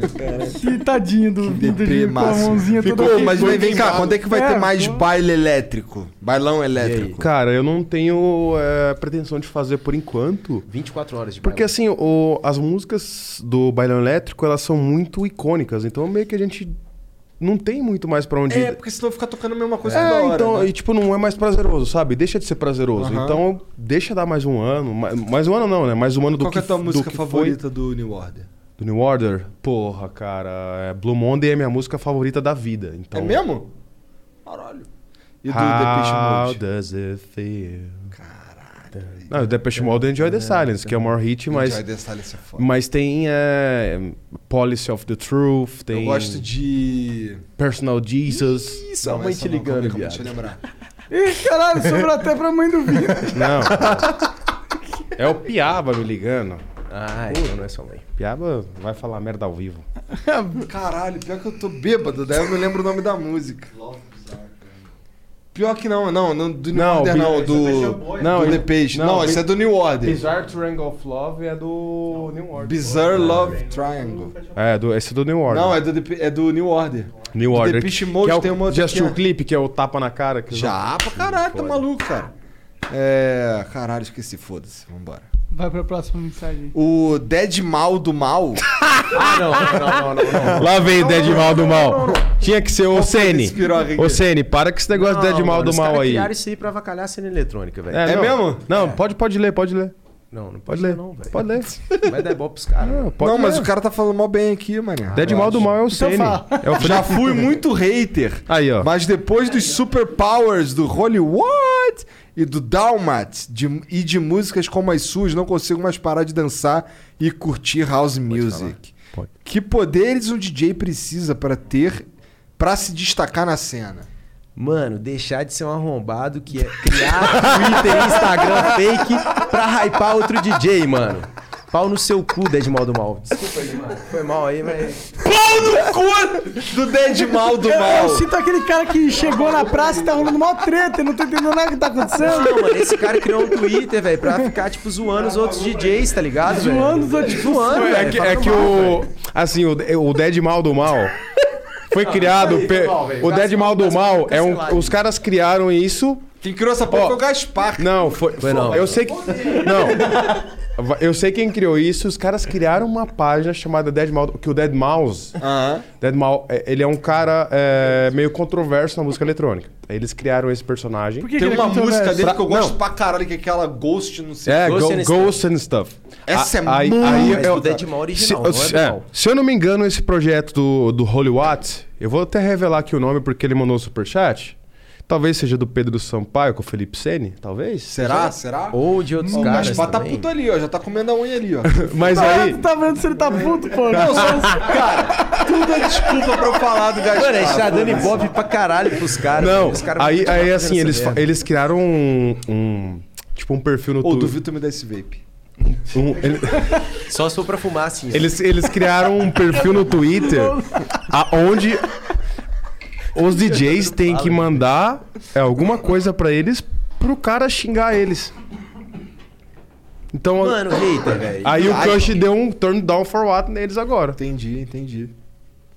[SPEAKER 1] Que tadinho do, do
[SPEAKER 2] Depre,
[SPEAKER 1] com a
[SPEAKER 2] máximo.
[SPEAKER 1] mãozinha
[SPEAKER 2] Ficou,
[SPEAKER 1] toda.
[SPEAKER 2] mas vem, vem cá,
[SPEAKER 1] queimada.
[SPEAKER 2] quando é que vai ter mais baile elétrico? Bailão elétrico.
[SPEAKER 7] Cara, eu não tenho é, pretensão de fazer por enquanto.
[SPEAKER 3] 24 horas de
[SPEAKER 7] Porque assim, o- as músicas do Bailão Elétrico, elas são muito icônicas. Então meio que a gente não tem muito mais pra onde
[SPEAKER 2] É,
[SPEAKER 7] ir.
[SPEAKER 2] porque senão fica tocando a mesma coisa
[SPEAKER 7] É,
[SPEAKER 2] toda hora.
[SPEAKER 7] então,
[SPEAKER 2] né?
[SPEAKER 7] e tipo, não é mais prazeroso, sabe? Deixa de ser prazeroso.
[SPEAKER 2] Aham.
[SPEAKER 7] Então, deixa dar mais um ano. ma- Mais, um ano não, né? Mais um ano do
[SPEAKER 2] Qual que
[SPEAKER 7] que
[SPEAKER 2] é a tua
[SPEAKER 7] do
[SPEAKER 2] música
[SPEAKER 7] que foi.
[SPEAKER 2] favorita do New Order?
[SPEAKER 7] Do New Order? Porra, cara. é, Blue Monday é minha música favorita da vida. Então...
[SPEAKER 2] É mesmo? Caralho. E do Depeche
[SPEAKER 7] How
[SPEAKER 2] Mode?
[SPEAKER 7] does it feel? Caralho. Não, o Depeche Mode é Enjoy the Silence, que é o maior hit, mas...
[SPEAKER 2] Enjoy the Silence é foda.
[SPEAKER 7] Mas tem é, Policy of the Truth, tem...
[SPEAKER 2] Eu gosto de...
[SPEAKER 7] Personal Jesus. Isso,
[SPEAKER 2] Não, essa não, calma aí, calma aí, Deixa eu lembrar.
[SPEAKER 1] Ih, caralho, sobrou até pra mãe do Vini.
[SPEAKER 7] Não. é o Piaba me ligando.
[SPEAKER 3] Ah, então não é sua mãe.
[SPEAKER 7] Piaba vai falar merda ao vivo.
[SPEAKER 2] Caralho, pior que eu tô bêbado, daí eu não lembro o nome da música. Pior que não, não, não do New
[SPEAKER 7] Não,
[SPEAKER 2] Order
[SPEAKER 7] Bi-
[SPEAKER 2] não,
[SPEAKER 7] esse é Pet Shop
[SPEAKER 2] do,
[SPEAKER 7] Boys.
[SPEAKER 2] não,
[SPEAKER 7] Não,
[SPEAKER 2] do
[SPEAKER 7] Bi-
[SPEAKER 2] Depeche. Não,
[SPEAKER 7] não, Bi-
[SPEAKER 2] esse é do New Order.
[SPEAKER 7] Bizarre Triangle of Love é do New Order.
[SPEAKER 2] Bizarre Love Triangle.
[SPEAKER 7] É, do, esse é do New Order.
[SPEAKER 2] Não, é do, Depe- é do New Order.
[SPEAKER 7] New
[SPEAKER 2] do
[SPEAKER 7] Order.
[SPEAKER 2] Depeche Mode
[SPEAKER 7] que é o,
[SPEAKER 2] tem uma outra
[SPEAKER 7] Já assistiu
[SPEAKER 2] que é-
[SPEAKER 7] o clipe, que é o tapa na cara? Que
[SPEAKER 2] Já, pra caralho, tá
[SPEAKER 7] Foda.
[SPEAKER 2] maluco, cara. É. Caralho, esqueci, foda-se, vambora.
[SPEAKER 1] Vai pra próxima mensagem.
[SPEAKER 2] O Dead Mal do Mal.
[SPEAKER 3] ah, não, não, não, não, não.
[SPEAKER 7] Lá vem Dead Mal do Mal. Tinha que ser o Sene.
[SPEAKER 3] piroca aqui?
[SPEAKER 7] O Sene, para com esse negócio de Dead Mal do Mal aí. É
[SPEAKER 3] criaram isso aí pra avacalhar a cena eletrônica, velho.
[SPEAKER 7] não. Não, pode, pode ler, pode ler.
[SPEAKER 3] Não, não
[SPEAKER 7] Pode
[SPEAKER 3] pode,
[SPEAKER 7] ler.
[SPEAKER 3] ler, não, velho.
[SPEAKER 7] Pode ler.
[SPEAKER 3] Vai dar ibope pros caras.
[SPEAKER 7] Não,
[SPEAKER 3] velho.
[SPEAKER 7] pode
[SPEAKER 2] não, mas
[SPEAKER 7] ler.
[SPEAKER 2] o cara tá falando mal bem aqui, mané. Então
[SPEAKER 7] Dead Mal do Mal é o Sene. É o
[SPEAKER 2] Já fui muito hater.
[SPEAKER 7] Aí, ó.
[SPEAKER 2] Mas depois dos superpowers do Hollywood e do Dalmat de- e de músicas como as suas, não consigo mais parar de dançar e curtir house music. Que poderes um DJ precisa pra ter pra se destacar na cena?
[SPEAKER 3] Mano, deixar de ser um arrombado que é criar Twitter e Instagram fake pra hypar outro DJ, mano. Pau no seu cu, Dead Mal do Mal. Desculpa aí, mano. Foi mal aí, mas.
[SPEAKER 2] Pau no cu do Dead Mal do
[SPEAKER 1] Eu,
[SPEAKER 3] Mal.
[SPEAKER 1] eu sinto aquele cara que chegou na praça e tá rolando mal treta, eu não tô entendendo nada que tá acontecendo.
[SPEAKER 3] Não, mano, esse cara criou um Twitter, velho, pra ficar, tipo, zoando os outros DJs, tá ligado? velho?
[SPEAKER 1] Zoando os outros-
[SPEAKER 3] Zoando,
[SPEAKER 7] É
[SPEAKER 3] velho,
[SPEAKER 7] que,
[SPEAKER 3] fala
[SPEAKER 7] é que
[SPEAKER 3] mal,
[SPEAKER 7] o. Assim, o, o Dead Mal do Mal. Foi
[SPEAKER 3] Não,
[SPEAKER 7] criado.
[SPEAKER 3] foi
[SPEAKER 7] pe-
[SPEAKER 3] mal, velho.
[SPEAKER 7] o Dead Mal do Mal é um.
[SPEAKER 3] cancelado.
[SPEAKER 7] Os caras criaram isso.
[SPEAKER 2] Quem criou essa porra foi o Gaspar.
[SPEAKER 7] Não, foi.
[SPEAKER 3] não.
[SPEAKER 7] Eu sei que. Não. Va- Eu sei quem criou isso. Os caras criaram uma página chamada Dead Mouse, que o Dead Mouse,
[SPEAKER 2] Ah.
[SPEAKER 7] Dead Mouse, é- ele é um cara é, meio controverso na música eletrônica. Aí Eles criaram esse personagem.
[SPEAKER 2] Tem
[SPEAKER 1] é
[SPEAKER 2] uma música dele que eu gosto
[SPEAKER 7] Não,
[SPEAKER 2] pra caralho, que é aquela Ghost, não sei
[SPEAKER 7] É,
[SPEAKER 2] Ghost
[SPEAKER 7] Go-
[SPEAKER 2] and
[SPEAKER 7] Ghost, and Stuff.
[SPEAKER 2] Essa é
[SPEAKER 7] A- aí-
[SPEAKER 2] muito-
[SPEAKER 7] aí
[SPEAKER 2] Mas
[SPEAKER 7] eu-
[SPEAKER 2] do Dead Mouse original, não é
[SPEAKER 7] se,
[SPEAKER 2] do Mouse.
[SPEAKER 7] se eu não me engano, esse projeto do, do Holy Watt, eu vou até revelar aqui o nome porque ele mandou o superchat. Talvez seja do Pedro Sampaio com o Felipe Sene, talvez.
[SPEAKER 2] Será? Será?
[SPEAKER 7] Ou de outros
[SPEAKER 2] Ó,
[SPEAKER 7] caras
[SPEAKER 2] O Gaspar tá
[SPEAKER 7] também.
[SPEAKER 2] puto ali, ó. Já tá comendo a unha ali, ó.
[SPEAKER 7] Mas aí-
[SPEAKER 1] Tá vendo se ele tá puto, pô?
[SPEAKER 2] Não, só- um- cara, tudo é desculpa pra eu falar do Gaspar.
[SPEAKER 3] Mano, a gente tá dando ibope pra caralho pros caras.
[SPEAKER 7] Não,
[SPEAKER 3] mano. Os
[SPEAKER 2] é
[SPEAKER 3] caras
[SPEAKER 7] aí,
[SPEAKER 3] vão
[SPEAKER 7] aí
[SPEAKER 3] continuar
[SPEAKER 7] assim,
[SPEAKER 3] fazendo
[SPEAKER 7] eles,
[SPEAKER 3] essa
[SPEAKER 7] fa-
[SPEAKER 3] merda.
[SPEAKER 7] eles criaram um, um- Tipo um perfil no
[SPEAKER 2] Ou
[SPEAKER 7] Twitter.
[SPEAKER 2] duvido tu me dar esse vape.
[SPEAKER 7] Um- ele-
[SPEAKER 3] Só se for pra fumar, assim.
[SPEAKER 7] eles, eles criaram um perfil no Twitter aonde os DJs têm que mandar é, alguma coisa pra eles pro cara xingar eles. Então,
[SPEAKER 3] Mano, hater, velho.
[SPEAKER 7] aí o
[SPEAKER 3] Ai,
[SPEAKER 7] Crush deu um turn down for what neles agora.
[SPEAKER 2] Entendi, entendi.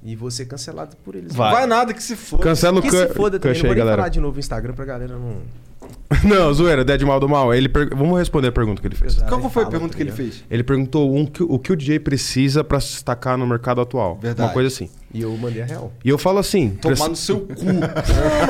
[SPEAKER 3] E você cancelado por eles.
[SPEAKER 7] Vai.
[SPEAKER 3] mano.
[SPEAKER 7] Vai nada, que se foda. Cancela o
[SPEAKER 3] que
[SPEAKER 7] Cru-
[SPEAKER 3] se foda também,
[SPEAKER 7] Crush
[SPEAKER 3] não
[SPEAKER 7] aí,
[SPEAKER 3] vou nem
[SPEAKER 7] galera.
[SPEAKER 3] falar de novo o Instagram pra galera não...
[SPEAKER 7] Não, zoeira, Dead Mal do Mal. Ele per- Vamos responder a pergunta que ele fez.
[SPEAKER 2] Qual que foi a pergunta
[SPEAKER 3] tá
[SPEAKER 2] que ele fez?
[SPEAKER 7] Ele perguntou um que- o que o DJ precisa pra se destacar no mercado atual.
[SPEAKER 2] Verdade.
[SPEAKER 7] Uma coisa assim.
[SPEAKER 3] E eu mandei a real.
[SPEAKER 7] E eu falo assim...
[SPEAKER 3] Tomar no
[SPEAKER 2] seu cu.
[SPEAKER 3] Não,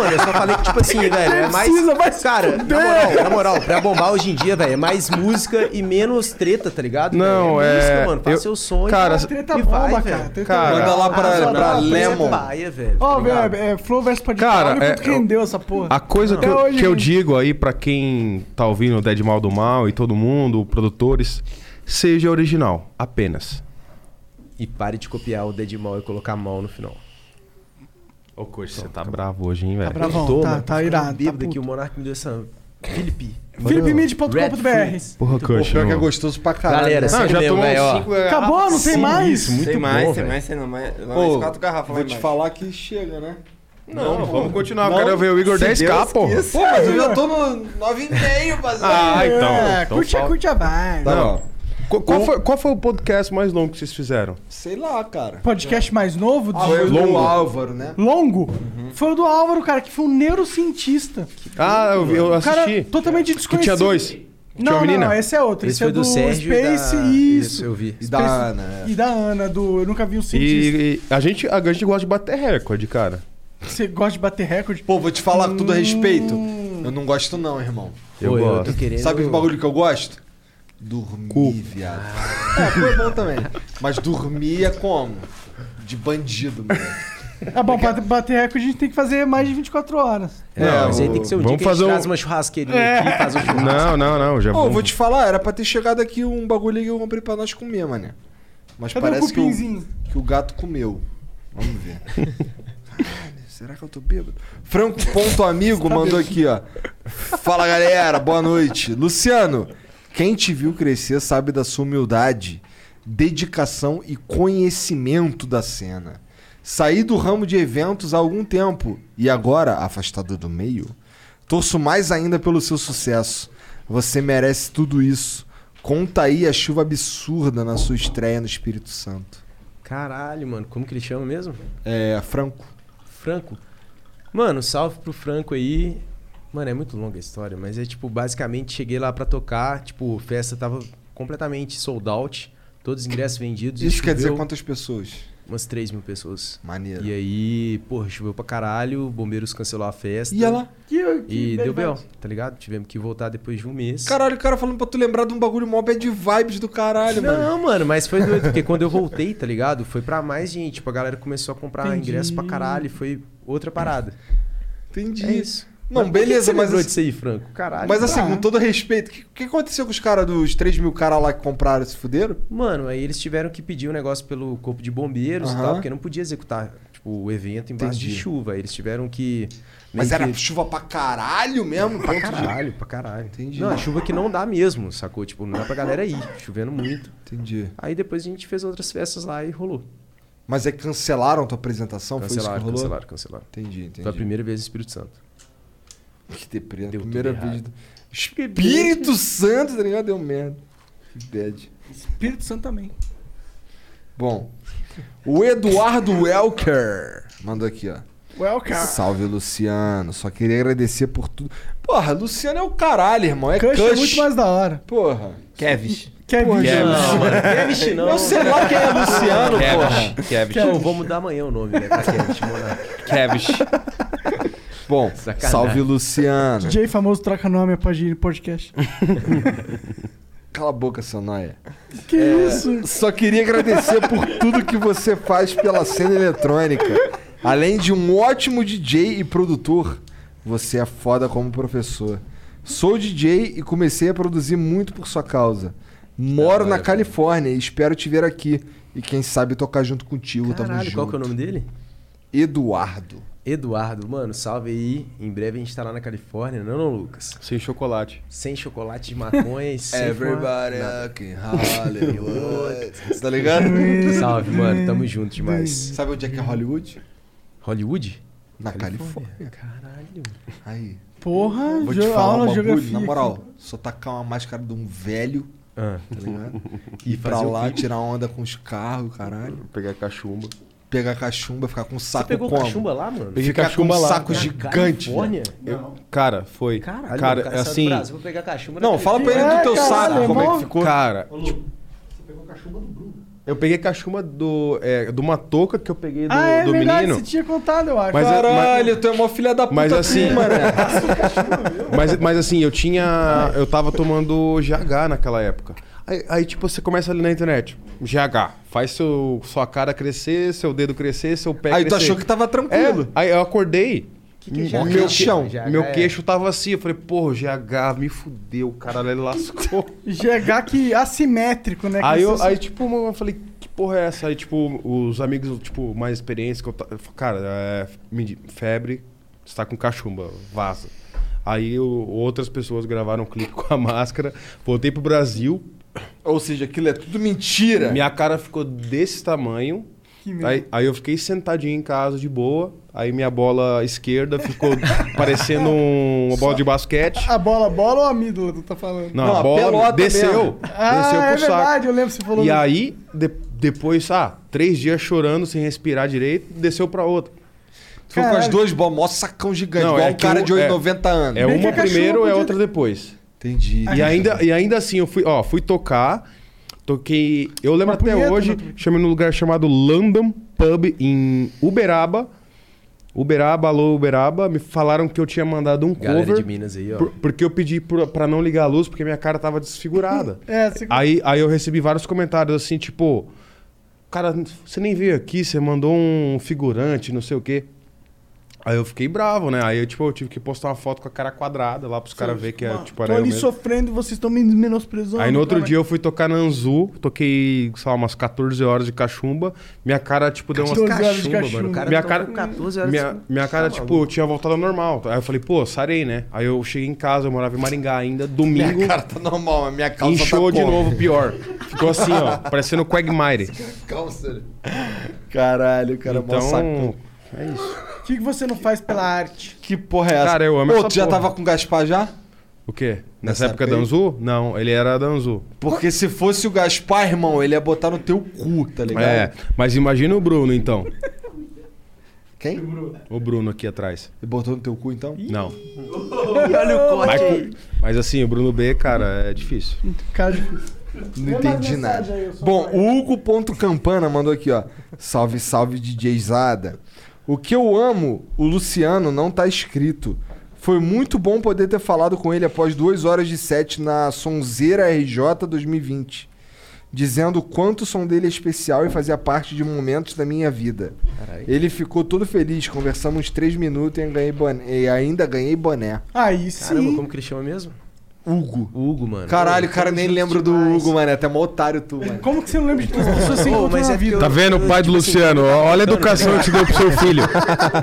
[SPEAKER 3] mano, eu só falei que, tipo assim, velho, é mais.
[SPEAKER 7] Precisa,
[SPEAKER 3] cara, na moral, na moral, pra bombar hoje em dia, velho, é mais música e menos treta, tá ligado?
[SPEAKER 7] Não,
[SPEAKER 3] velho?
[SPEAKER 7] é-
[SPEAKER 3] Música, mano, faz
[SPEAKER 7] eu-
[SPEAKER 3] seu sonho.
[SPEAKER 7] cara,
[SPEAKER 1] treta
[SPEAKER 3] e
[SPEAKER 1] bomba,
[SPEAKER 3] vai,
[SPEAKER 1] cara,
[SPEAKER 3] velho.
[SPEAKER 1] treta
[SPEAKER 7] Cara,
[SPEAKER 2] Manda lá pra-
[SPEAKER 3] Ah,
[SPEAKER 2] pra
[SPEAKER 3] não,
[SPEAKER 2] Lemon.
[SPEAKER 3] treta Paia, velho.
[SPEAKER 1] Ó, velho, é Flow versus Podcast.
[SPEAKER 7] Cara,
[SPEAKER 1] Olha
[SPEAKER 7] é-
[SPEAKER 1] quanto que rendeu essa porra.
[SPEAKER 7] A coisa que
[SPEAKER 1] Até
[SPEAKER 7] eu,
[SPEAKER 1] hoje,
[SPEAKER 7] que eu
[SPEAKER 1] hein?
[SPEAKER 7] digo aí pra quem tá ouvindo o Dead Mal do Mal e todo mundo, produtores, seja original, apenas.
[SPEAKER 3] E pare de copiar o Dead Mal e colocar mal no final.
[SPEAKER 7] Ô, Coxa, você tá bravo hoje, hein, velho?
[SPEAKER 3] Eu
[SPEAKER 1] bravão,
[SPEAKER 3] tô,
[SPEAKER 1] tá-
[SPEAKER 3] mano,
[SPEAKER 1] tá
[SPEAKER 3] tô
[SPEAKER 1] irado,
[SPEAKER 3] ficando
[SPEAKER 1] tá
[SPEAKER 3] Bêbado
[SPEAKER 1] puto.
[SPEAKER 3] aqui, o Monark me deu essa. Felipe.
[SPEAKER 1] Felipemedia.com.br.
[SPEAKER 7] Porra, Coxa.
[SPEAKER 2] Pior que é
[SPEAKER 7] mano.
[SPEAKER 2] gostoso pra caralho.
[SPEAKER 1] né?
[SPEAKER 7] Galera,
[SPEAKER 2] Não,
[SPEAKER 7] sério
[SPEAKER 2] já
[SPEAKER 7] mesmo,
[SPEAKER 2] tomou
[SPEAKER 7] velho, ó.
[SPEAKER 2] uns cinco, é,
[SPEAKER 1] Acabou, não tem
[SPEAKER 2] absurdo.
[SPEAKER 1] mais?
[SPEAKER 7] Isso, muito
[SPEAKER 4] tem
[SPEAKER 7] bom,
[SPEAKER 4] mais, tem
[SPEAKER 7] velho.
[SPEAKER 4] mais, tem não, mais, lá
[SPEAKER 2] Ô,
[SPEAKER 4] mais quatro garrafas
[SPEAKER 2] Vou
[SPEAKER 4] lá
[SPEAKER 2] te
[SPEAKER 4] embaixo.
[SPEAKER 2] falar que chega, né?
[SPEAKER 7] Não,
[SPEAKER 4] pô.
[SPEAKER 7] vamos continuar. Eu quero ver o Igor
[SPEAKER 4] se
[SPEAKER 7] 10K,
[SPEAKER 4] Deus
[SPEAKER 7] pô.
[SPEAKER 4] quis.
[SPEAKER 2] Pô, mas eu já tô no 9,5, parceiro.
[SPEAKER 7] Ah, então.
[SPEAKER 1] É,
[SPEAKER 7] então
[SPEAKER 1] curte,
[SPEAKER 7] fala.
[SPEAKER 1] curte a vibe.
[SPEAKER 7] Tá bom. Qu- Qual, foi, qual foi o podcast mais longo que vocês fizeram?
[SPEAKER 2] Sei lá, cara.
[SPEAKER 1] Podcast mais novo?
[SPEAKER 2] Ah, foi o
[SPEAKER 7] Longo.
[SPEAKER 2] do Álvaro, né?
[SPEAKER 1] Longo?
[SPEAKER 7] Uhum.
[SPEAKER 1] Foi o do Álvaro, cara, que foi um neurocientista.
[SPEAKER 7] Ah, eu, eu
[SPEAKER 1] O cara
[SPEAKER 7] assisti.
[SPEAKER 1] totalmente
[SPEAKER 7] que
[SPEAKER 1] desconhecido.
[SPEAKER 7] tinha dois. Que tinha
[SPEAKER 1] Não,
[SPEAKER 7] uma
[SPEAKER 1] não,
[SPEAKER 7] menina.
[SPEAKER 1] não, esse é outro.
[SPEAKER 3] Esse
[SPEAKER 1] Esse, é
[SPEAKER 3] foi
[SPEAKER 1] do,
[SPEAKER 3] do Sérgio e da-
[SPEAKER 1] Space e isso.
[SPEAKER 3] Isso, eu vi. E
[SPEAKER 2] da
[SPEAKER 1] Space-
[SPEAKER 2] Ana, é.
[SPEAKER 1] E da Ana, do Eu Nunca Vi um Cientista.
[SPEAKER 7] E, e a, gente, a gente gosta de bater recorde, cara.
[SPEAKER 1] Você gosta de bater recorde?
[SPEAKER 2] Pô, vou te falar com todo respeito. Eu não gosto, não, irmão.
[SPEAKER 7] Eu
[SPEAKER 3] Pô, eu
[SPEAKER 7] gosto.
[SPEAKER 3] tô querendo-
[SPEAKER 2] Sabe que bagulho que eu gosto? Dormir,
[SPEAKER 7] Cu.
[SPEAKER 2] viado. É, foi bom também. Mas dormir é como? De bandido, mano.
[SPEAKER 1] Ah, bom, pra bater recorde a gente tem que fazer mais de 24 horas.
[SPEAKER 3] É,
[SPEAKER 7] Não,
[SPEAKER 3] mas aí tem que ser um
[SPEAKER 7] vamos
[SPEAKER 3] dia que a gente
[SPEAKER 7] fazer um- É.
[SPEAKER 3] traz uma churrasqueirinha aqui e faz um churrasco.
[SPEAKER 7] Não, não, não. Já
[SPEAKER 2] Pô,
[SPEAKER 7] vamos-
[SPEAKER 2] vou te falar, era pra ter chegado aqui um bagulho que eu comprei pra nós comer, mané. Mas
[SPEAKER 1] Cadê
[SPEAKER 2] parece
[SPEAKER 1] o
[SPEAKER 2] que, o,
[SPEAKER 1] cupinzinho?
[SPEAKER 2] que o gato comeu. Vamos ver. Caralho, será que eu tô bêbado? Franco.amigo mandou aqui, ó. Fala galera, boa noite. Luciano, quem te viu crescer sabe da sua humildade, dedicação e conhecimento da cena. Saí do ramo de eventos há algum tempo e agora, afastado do meio, torço mais ainda pelo seu sucesso. Você merece tudo isso. Conta aí a chuva absurda na sua estreia no Espírito Santo.
[SPEAKER 3] Caralho, mano, como que ele chama mesmo?
[SPEAKER 2] É, Franco.
[SPEAKER 3] Franco. Mano, salve pro Franco aí. Mano, é muito longa a história, mas é tipo, basicamente cheguei lá pra tocar, tipo, festa tava completamente sold out, todos os ingressos vendidos. e
[SPEAKER 2] Isso quer dizer
[SPEAKER 3] choveu
[SPEAKER 2] quantas pessoas?
[SPEAKER 3] Umas 3 mil pessoas.
[SPEAKER 2] Maneiro.
[SPEAKER 3] E aí, porra, choveu pra caralho, bombeiros cancelou a festa.
[SPEAKER 2] E ela?
[SPEAKER 1] Que,
[SPEAKER 3] E deu B.O.,
[SPEAKER 1] verdade.
[SPEAKER 3] tá ligado? Tivemos que voltar depois de um mês.
[SPEAKER 2] Caralho, o cara falando pra tu lembrar de um bagulho mó bad vibes do caralho, mano.
[SPEAKER 3] Não, mano, mas foi doido, porque quando eu voltei, tá ligado? Foi pra mais gente, tipo, a galera começou a comprar
[SPEAKER 1] Entendi.
[SPEAKER 3] ingresso pra caralho, e foi outra parada.
[SPEAKER 2] Entendi.
[SPEAKER 3] É isso.
[SPEAKER 2] Não,
[SPEAKER 3] por
[SPEAKER 2] beleza,
[SPEAKER 3] que você
[SPEAKER 2] mas
[SPEAKER 3] lembrou
[SPEAKER 2] assim-
[SPEAKER 3] disso aí, Franco? Caralho.
[SPEAKER 2] Mas assim,
[SPEAKER 1] tá.
[SPEAKER 2] com todo respeito, o que, que aconteceu com os caras dos 3 mil caras lá que compraram e se fuderam?
[SPEAKER 3] Mano, aí eles tiveram que pedir um negócio pelo corpo de bombeiros e
[SPEAKER 2] Aham.
[SPEAKER 3] tal, porque não podia executar tipo, o evento embaixo de
[SPEAKER 2] Entendi.
[SPEAKER 3] chuva. Aí Eles tiveram que.
[SPEAKER 2] Mas
[SPEAKER 3] meio
[SPEAKER 2] era
[SPEAKER 3] que-
[SPEAKER 2] chuva pra caralho mesmo?
[SPEAKER 3] pra
[SPEAKER 2] ponto de-
[SPEAKER 3] caralho, pra caralho.
[SPEAKER 2] Entendi.
[SPEAKER 3] Não, é chuva que não dá mesmo, sacou? Tipo, não dá pra galera ir, chovendo muito.
[SPEAKER 2] Entendi.
[SPEAKER 3] Aí depois a gente fez outras festas lá e rolou.
[SPEAKER 2] Mas é que cancelaram tua apresentação? Foi
[SPEAKER 3] Cancelaram,
[SPEAKER 2] isso que rolou?
[SPEAKER 3] cancelaram, cancelaram.
[SPEAKER 2] Entendi, entendi.
[SPEAKER 3] Foi a primeira vez no Espírito Santo.
[SPEAKER 2] Que deprê,
[SPEAKER 3] Deu
[SPEAKER 2] primeira
[SPEAKER 3] tudo
[SPEAKER 2] vez.
[SPEAKER 3] errado.
[SPEAKER 2] Do... Espírito Santo, tá ligado? Deu merda. Que bad.
[SPEAKER 1] Espírito Santo também.
[SPEAKER 2] Bom, o Eduardo Welker mandou aqui, ó.
[SPEAKER 1] Welcome.
[SPEAKER 2] Salve, Luciano. Só queria agradecer por tudo. Porra, Luciano é o caralho, irmão. É
[SPEAKER 1] Cush
[SPEAKER 2] Cush.
[SPEAKER 1] é muito mais da hora.
[SPEAKER 2] Porra.
[SPEAKER 4] Kevis.
[SPEAKER 1] Kevin.
[SPEAKER 3] Não, mano. Kevish não.
[SPEAKER 1] Eu sei lá quem é Luciano, porra.
[SPEAKER 3] Kevish. Kevish. Não, vou mudar amanhã o nome, né? pra Kevish, Monark.
[SPEAKER 2] Kevish. Bom,
[SPEAKER 3] Sacanagem.
[SPEAKER 2] salve Luciano.
[SPEAKER 1] DJ famoso troca nome após ir no podcast.
[SPEAKER 2] Cala a boca, seu Noia.
[SPEAKER 1] Que
[SPEAKER 2] isso? Só queria agradecer por tudo que você faz pela cena eletrônica. Além de um ótimo DJ e produtor, você é foda como professor. Sou DJ e comecei a produzir muito por sua causa. Moro na Califórnia e espero te ver aqui. E quem sabe tocar junto contigo, tamo
[SPEAKER 3] Caralho,
[SPEAKER 2] junto.
[SPEAKER 3] qual que é o nome dele?
[SPEAKER 2] Eduardo.
[SPEAKER 3] Eduardo, mano, salve aí. Em breve a gente tá lá na Califórnia, não, não Lucas?
[SPEAKER 7] Sem chocolate.
[SPEAKER 3] Sem chocolate de maconha e né? sem
[SPEAKER 2] É Everybody fucking Hollywood. Você tá ligado?
[SPEAKER 3] Salve, mano, tamo junto demais.
[SPEAKER 2] Sabe onde é que é Hollywood?
[SPEAKER 3] Hollywood?
[SPEAKER 2] Na Califórnia. Caralho. Aí.
[SPEAKER 1] Porra,
[SPEAKER 7] Ah,
[SPEAKER 2] Vou te
[SPEAKER 1] jo-
[SPEAKER 2] falar
[SPEAKER 1] aula de
[SPEAKER 2] um bagulho,
[SPEAKER 1] geografia
[SPEAKER 2] na
[SPEAKER 1] aqui.
[SPEAKER 2] moral. Só tacar uma máscara de um velho,
[SPEAKER 3] Ah.
[SPEAKER 2] tá ligado?
[SPEAKER 7] E
[SPEAKER 2] Ir pra
[SPEAKER 7] fazer o
[SPEAKER 2] lá,
[SPEAKER 7] quê?
[SPEAKER 2] tirar onda com os carros, caralho.
[SPEAKER 7] Pegar cachumba.
[SPEAKER 2] Pegar cachumba, ficar com um saco
[SPEAKER 3] pegou
[SPEAKER 2] como?
[SPEAKER 3] cachumba lá, mano?
[SPEAKER 2] Peguei
[SPEAKER 7] Ficar
[SPEAKER 2] cachumba
[SPEAKER 7] com um
[SPEAKER 2] lá.
[SPEAKER 7] saco
[SPEAKER 2] Na
[SPEAKER 7] gigante,
[SPEAKER 3] Califórnia?
[SPEAKER 7] Eu- cara, foi.
[SPEAKER 3] Caralho,
[SPEAKER 7] cara,
[SPEAKER 3] o cara saiu do
[SPEAKER 7] assim.
[SPEAKER 3] Brasil pra pegar cachumba
[SPEAKER 7] não,
[SPEAKER 3] naquele
[SPEAKER 7] fala pra
[SPEAKER 3] dia.
[SPEAKER 7] ele do
[SPEAKER 3] É,
[SPEAKER 7] teu
[SPEAKER 3] caralho,
[SPEAKER 7] saco, como é
[SPEAKER 3] irmão.
[SPEAKER 7] que ficou. Cara, tipo, eu peguei cachumba do, é, de uma touca que eu peguei do,
[SPEAKER 1] Ah, é
[SPEAKER 7] do
[SPEAKER 1] verdade,
[SPEAKER 7] menino.
[SPEAKER 1] você tinha contado, eu acho.
[SPEAKER 7] Mas é- Caralho,
[SPEAKER 2] tu é mó filha da
[SPEAKER 7] Mas assim, mas, mas assim, eu tinha. Eu tava tomando GH naquela época. Aí, aí, tipo, você começa ali na internet. GH. Faz seu, sua cara crescer, seu dedo crescer, seu pé
[SPEAKER 2] Aí tu
[SPEAKER 7] crescer.
[SPEAKER 2] achou que tava tranquilo.
[SPEAKER 7] É, aí eu acordei.
[SPEAKER 2] que é GH?
[SPEAKER 7] Meu,
[SPEAKER 2] Queixão.
[SPEAKER 7] que- meu queixo tava assim. Eu falei, porra, GH, me fudeu, caralho, ele lascou.
[SPEAKER 1] GH que assimétrico, né? Que
[SPEAKER 7] Aí, eu,
[SPEAKER 1] você-
[SPEAKER 7] aí, tipo, eu falei, que porra é essa? Aí, tipo, os amigos, tipo, mais experientes que eu ta- eu falei, Cara, é, me di- febre, você tá com cachumba, vaza. Aí eu- outras pessoas gravaram um clipe com a máscara, voltei pro Brasil.
[SPEAKER 2] Ou seja, aquilo é tudo mentira.
[SPEAKER 7] Minha cara ficou desse tamanho.
[SPEAKER 1] Que merda.
[SPEAKER 7] Aí, aí eu fiquei sentadinho em casa de boa. Aí minha bola esquerda ficou parecendo um- uma bola de basquete.
[SPEAKER 1] A bola, bola ou a mídula, tu tá falando?
[SPEAKER 7] Não, a Não, a bola pelota desceu, mesmo.
[SPEAKER 1] Ah,
[SPEAKER 7] desceu
[SPEAKER 1] é
[SPEAKER 7] pro saco.
[SPEAKER 1] verdade, eu lembro que você falou.
[SPEAKER 7] E
[SPEAKER 1] isso.
[SPEAKER 7] aí, de- depois, ah, três dias chorando, sem respirar direito, desceu pra outra.
[SPEAKER 2] Tu ficou com as duas bolas, mó sacão gigante, igual um
[SPEAKER 7] que
[SPEAKER 2] cara
[SPEAKER 7] um-
[SPEAKER 2] de 90 anos.
[SPEAKER 7] É
[SPEAKER 2] Bem que
[SPEAKER 7] uma
[SPEAKER 2] a cachorro
[SPEAKER 7] primeiro, é
[SPEAKER 2] podia-
[SPEAKER 7] outra depois.
[SPEAKER 2] Entendi.
[SPEAKER 7] E ainda, e ainda assim, eu fui, ó, fui tocar, toquei... Eu lembro até
[SPEAKER 1] punheta,
[SPEAKER 7] hoje, chamei num lugar chamado London Pub, em Uberaba. Uberaba, alô Uberaba, me falaram que eu tinha mandado um
[SPEAKER 3] Galera
[SPEAKER 7] cover.
[SPEAKER 3] de Minas aí, ó.
[SPEAKER 7] por- porque eu pedi pro- pra não ligar a luz, porque minha cara tava desfigurada.
[SPEAKER 1] É, você...
[SPEAKER 7] Aí, aí eu recebi vários comentários assim, tipo... Cara, você nem veio aqui, você mandou um figurante, não sei o quê. Aí eu fiquei bravo, né? Aí eu, tipo, eu tive que postar uma foto com a cara quadrada lá pros caras verem que é, tipo,
[SPEAKER 1] Tô
[SPEAKER 7] era eu
[SPEAKER 1] ali
[SPEAKER 7] mesmo.
[SPEAKER 1] sofrendo e vocês estão me menosprezando.
[SPEAKER 7] Aí no outro
[SPEAKER 1] cara.
[SPEAKER 7] dia eu fui tocar na Anzu, toquei, sei lá, umas 14 horas de cachumba. Minha cara, tipo, deu umas
[SPEAKER 3] 14 horas de cachumba, mano. O cara
[SPEAKER 7] Minha
[SPEAKER 3] tá
[SPEAKER 7] cara,
[SPEAKER 3] com 14 horas,
[SPEAKER 7] minha,
[SPEAKER 3] você
[SPEAKER 7] minha
[SPEAKER 3] tá
[SPEAKER 7] cara,
[SPEAKER 3] maluco.
[SPEAKER 7] tipo, eu tinha voltado ao normal. Aí eu falei, pô, sarei, né? Aí eu cheguei em casa, eu morava em Maringá ainda, domingo.
[SPEAKER 2] Minha cara tá normal, mas minha calça
[SPEAKER 7] Inchou
[SPEAKER 2] tá
[SPEAKER 7] de
[SPEAKER 2] como?
[SPEAKER 7] novo, pior. Ficou assim, ó, parecendo Quagmire.
[SPEAKER 2] Calça. né? Caralho, cara, mó
[SPEAKER 7] Então,
[SPEAKER 2] sacão.
[SPEAKER 7] é isso.
[SPEAKER 1] O que, que você não faz pela arte?
[SPEAKER 2] Que porra é essa?
[SPEAKER 7] Cara, eu amo
[SPEAKER 2] Pô,
[SPEAKER 7] essa
[SPEAKER 2] tu já
[SPEAKER 7] porra.
[SPEAKER 2] tava com Gaspar já?
[SPEAKER 7] O quê?
[SPEAKER 2] Nessa
[SPEAKER 7] Nessa época
[SPEAKER 2] época
[SPEAKER 7] da
[SPEAKER 2] aí?
[SPEAKER 7] Anzu? Não, ele era da Anzu.
[SPEAKER 2] Porque se fosse o Gaspar, irmão, ele ia botar no teu cu, tá ligado?
[SPEAKER 7] É, mas imagina o Bruno, então.
[SPEAKER 2] Quem?
[SPEAKER 7] O Bruno aqui atrás.
[SPEAKER 2] Ele botou no teu cu, então?
[SPEAKER 7] Não.
[SPEAKER 1] E olha o corte
[SPEAKER 7] Mas,
[SPEAKER 1] aí.
[SPEAKER 7] mas assim, o Bruno B, cara, é difícil.
[SPEAKER 1] Cara,
[SPEAKER 2] Não
[SPEAKER 1] é
[SPEAKER 2] entendi nada. Bom, o Hugo.campana mandou aqui, ó. Salve, salve, DJ Zada. O que eu amo, o Luciano, não tá escrito. Foi muito bom poder ter falado com ele após duas horas de set na Sonzeira RJ 2020. Dizendo o quanto o som dele é especial e fazia parte de momentos da minha vida. Ele ficou todo feliz, conversamos três minutos e, ganhei boné- e ainda ganhei boné.
[SPEAKER 1] Aí
[SPEAKER 3] Caramba,
[SPEAKER 1] sim.
[SPEAKER 3] como que ele chama mesmo?
[SPEAKER 2] Hugo.
[SPEAKER 3] Hugo, mano.
[SPEAKER 2] Caralho,
[SPEAKER 3] Pô,
[SPEAKER 2] cara,
[SPEAKER 3] tamo
[SPEAKER 2] nem
[SPEAKER 3] junto
[SPEAKER 2] lembro do
[SPEAKER 3] demais.
[SPEAKER 2] Hugo, mano. É Até mó otário tu, mano.
[SPEAKER 1] Como que você não lembra de todas as pessoas assim? que você
[SPEAKER 3] Pô,
[SPEAKER 1] encontrou
[SPEAKER 3] mas
[SPEAKER 1] na
[SPEAKER 3] é
[SPEAKER 1] vida?
[SPEAKER 3] porque
[SPEAKER 7] Tá vendo o
[SPEAKER 2] Tipo
[SPEAKER 7] pai do
[SPEAKER 2] assim, tá
[SPEAKER 7] Luciano? Olha a educação que você deu pro seu filho.
[SPEAKER 2] tá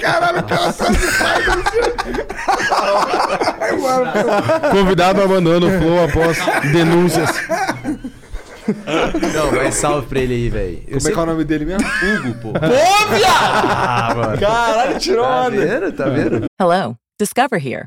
[SPEAKER 7] Convidado abandona o flow após denúncias.
[SPEAKER 3] Não, mas salve pra ele aí, velho.
[SPEAKER 2] Como é que é o nome dele mesmo?
[SPEAKER 3] Hugo, pô.
[SPEAKER 2] Pô,
[SPEAKER 3] Ah, mano.
[SPEAKER 2] Caralho, tirou
[SPEAKER 3] Tá
[SPEAKER 2] onda.
[SPEAKER 3] vendo? Tá vendo?
[SPEAKER 5] Hello, Discover here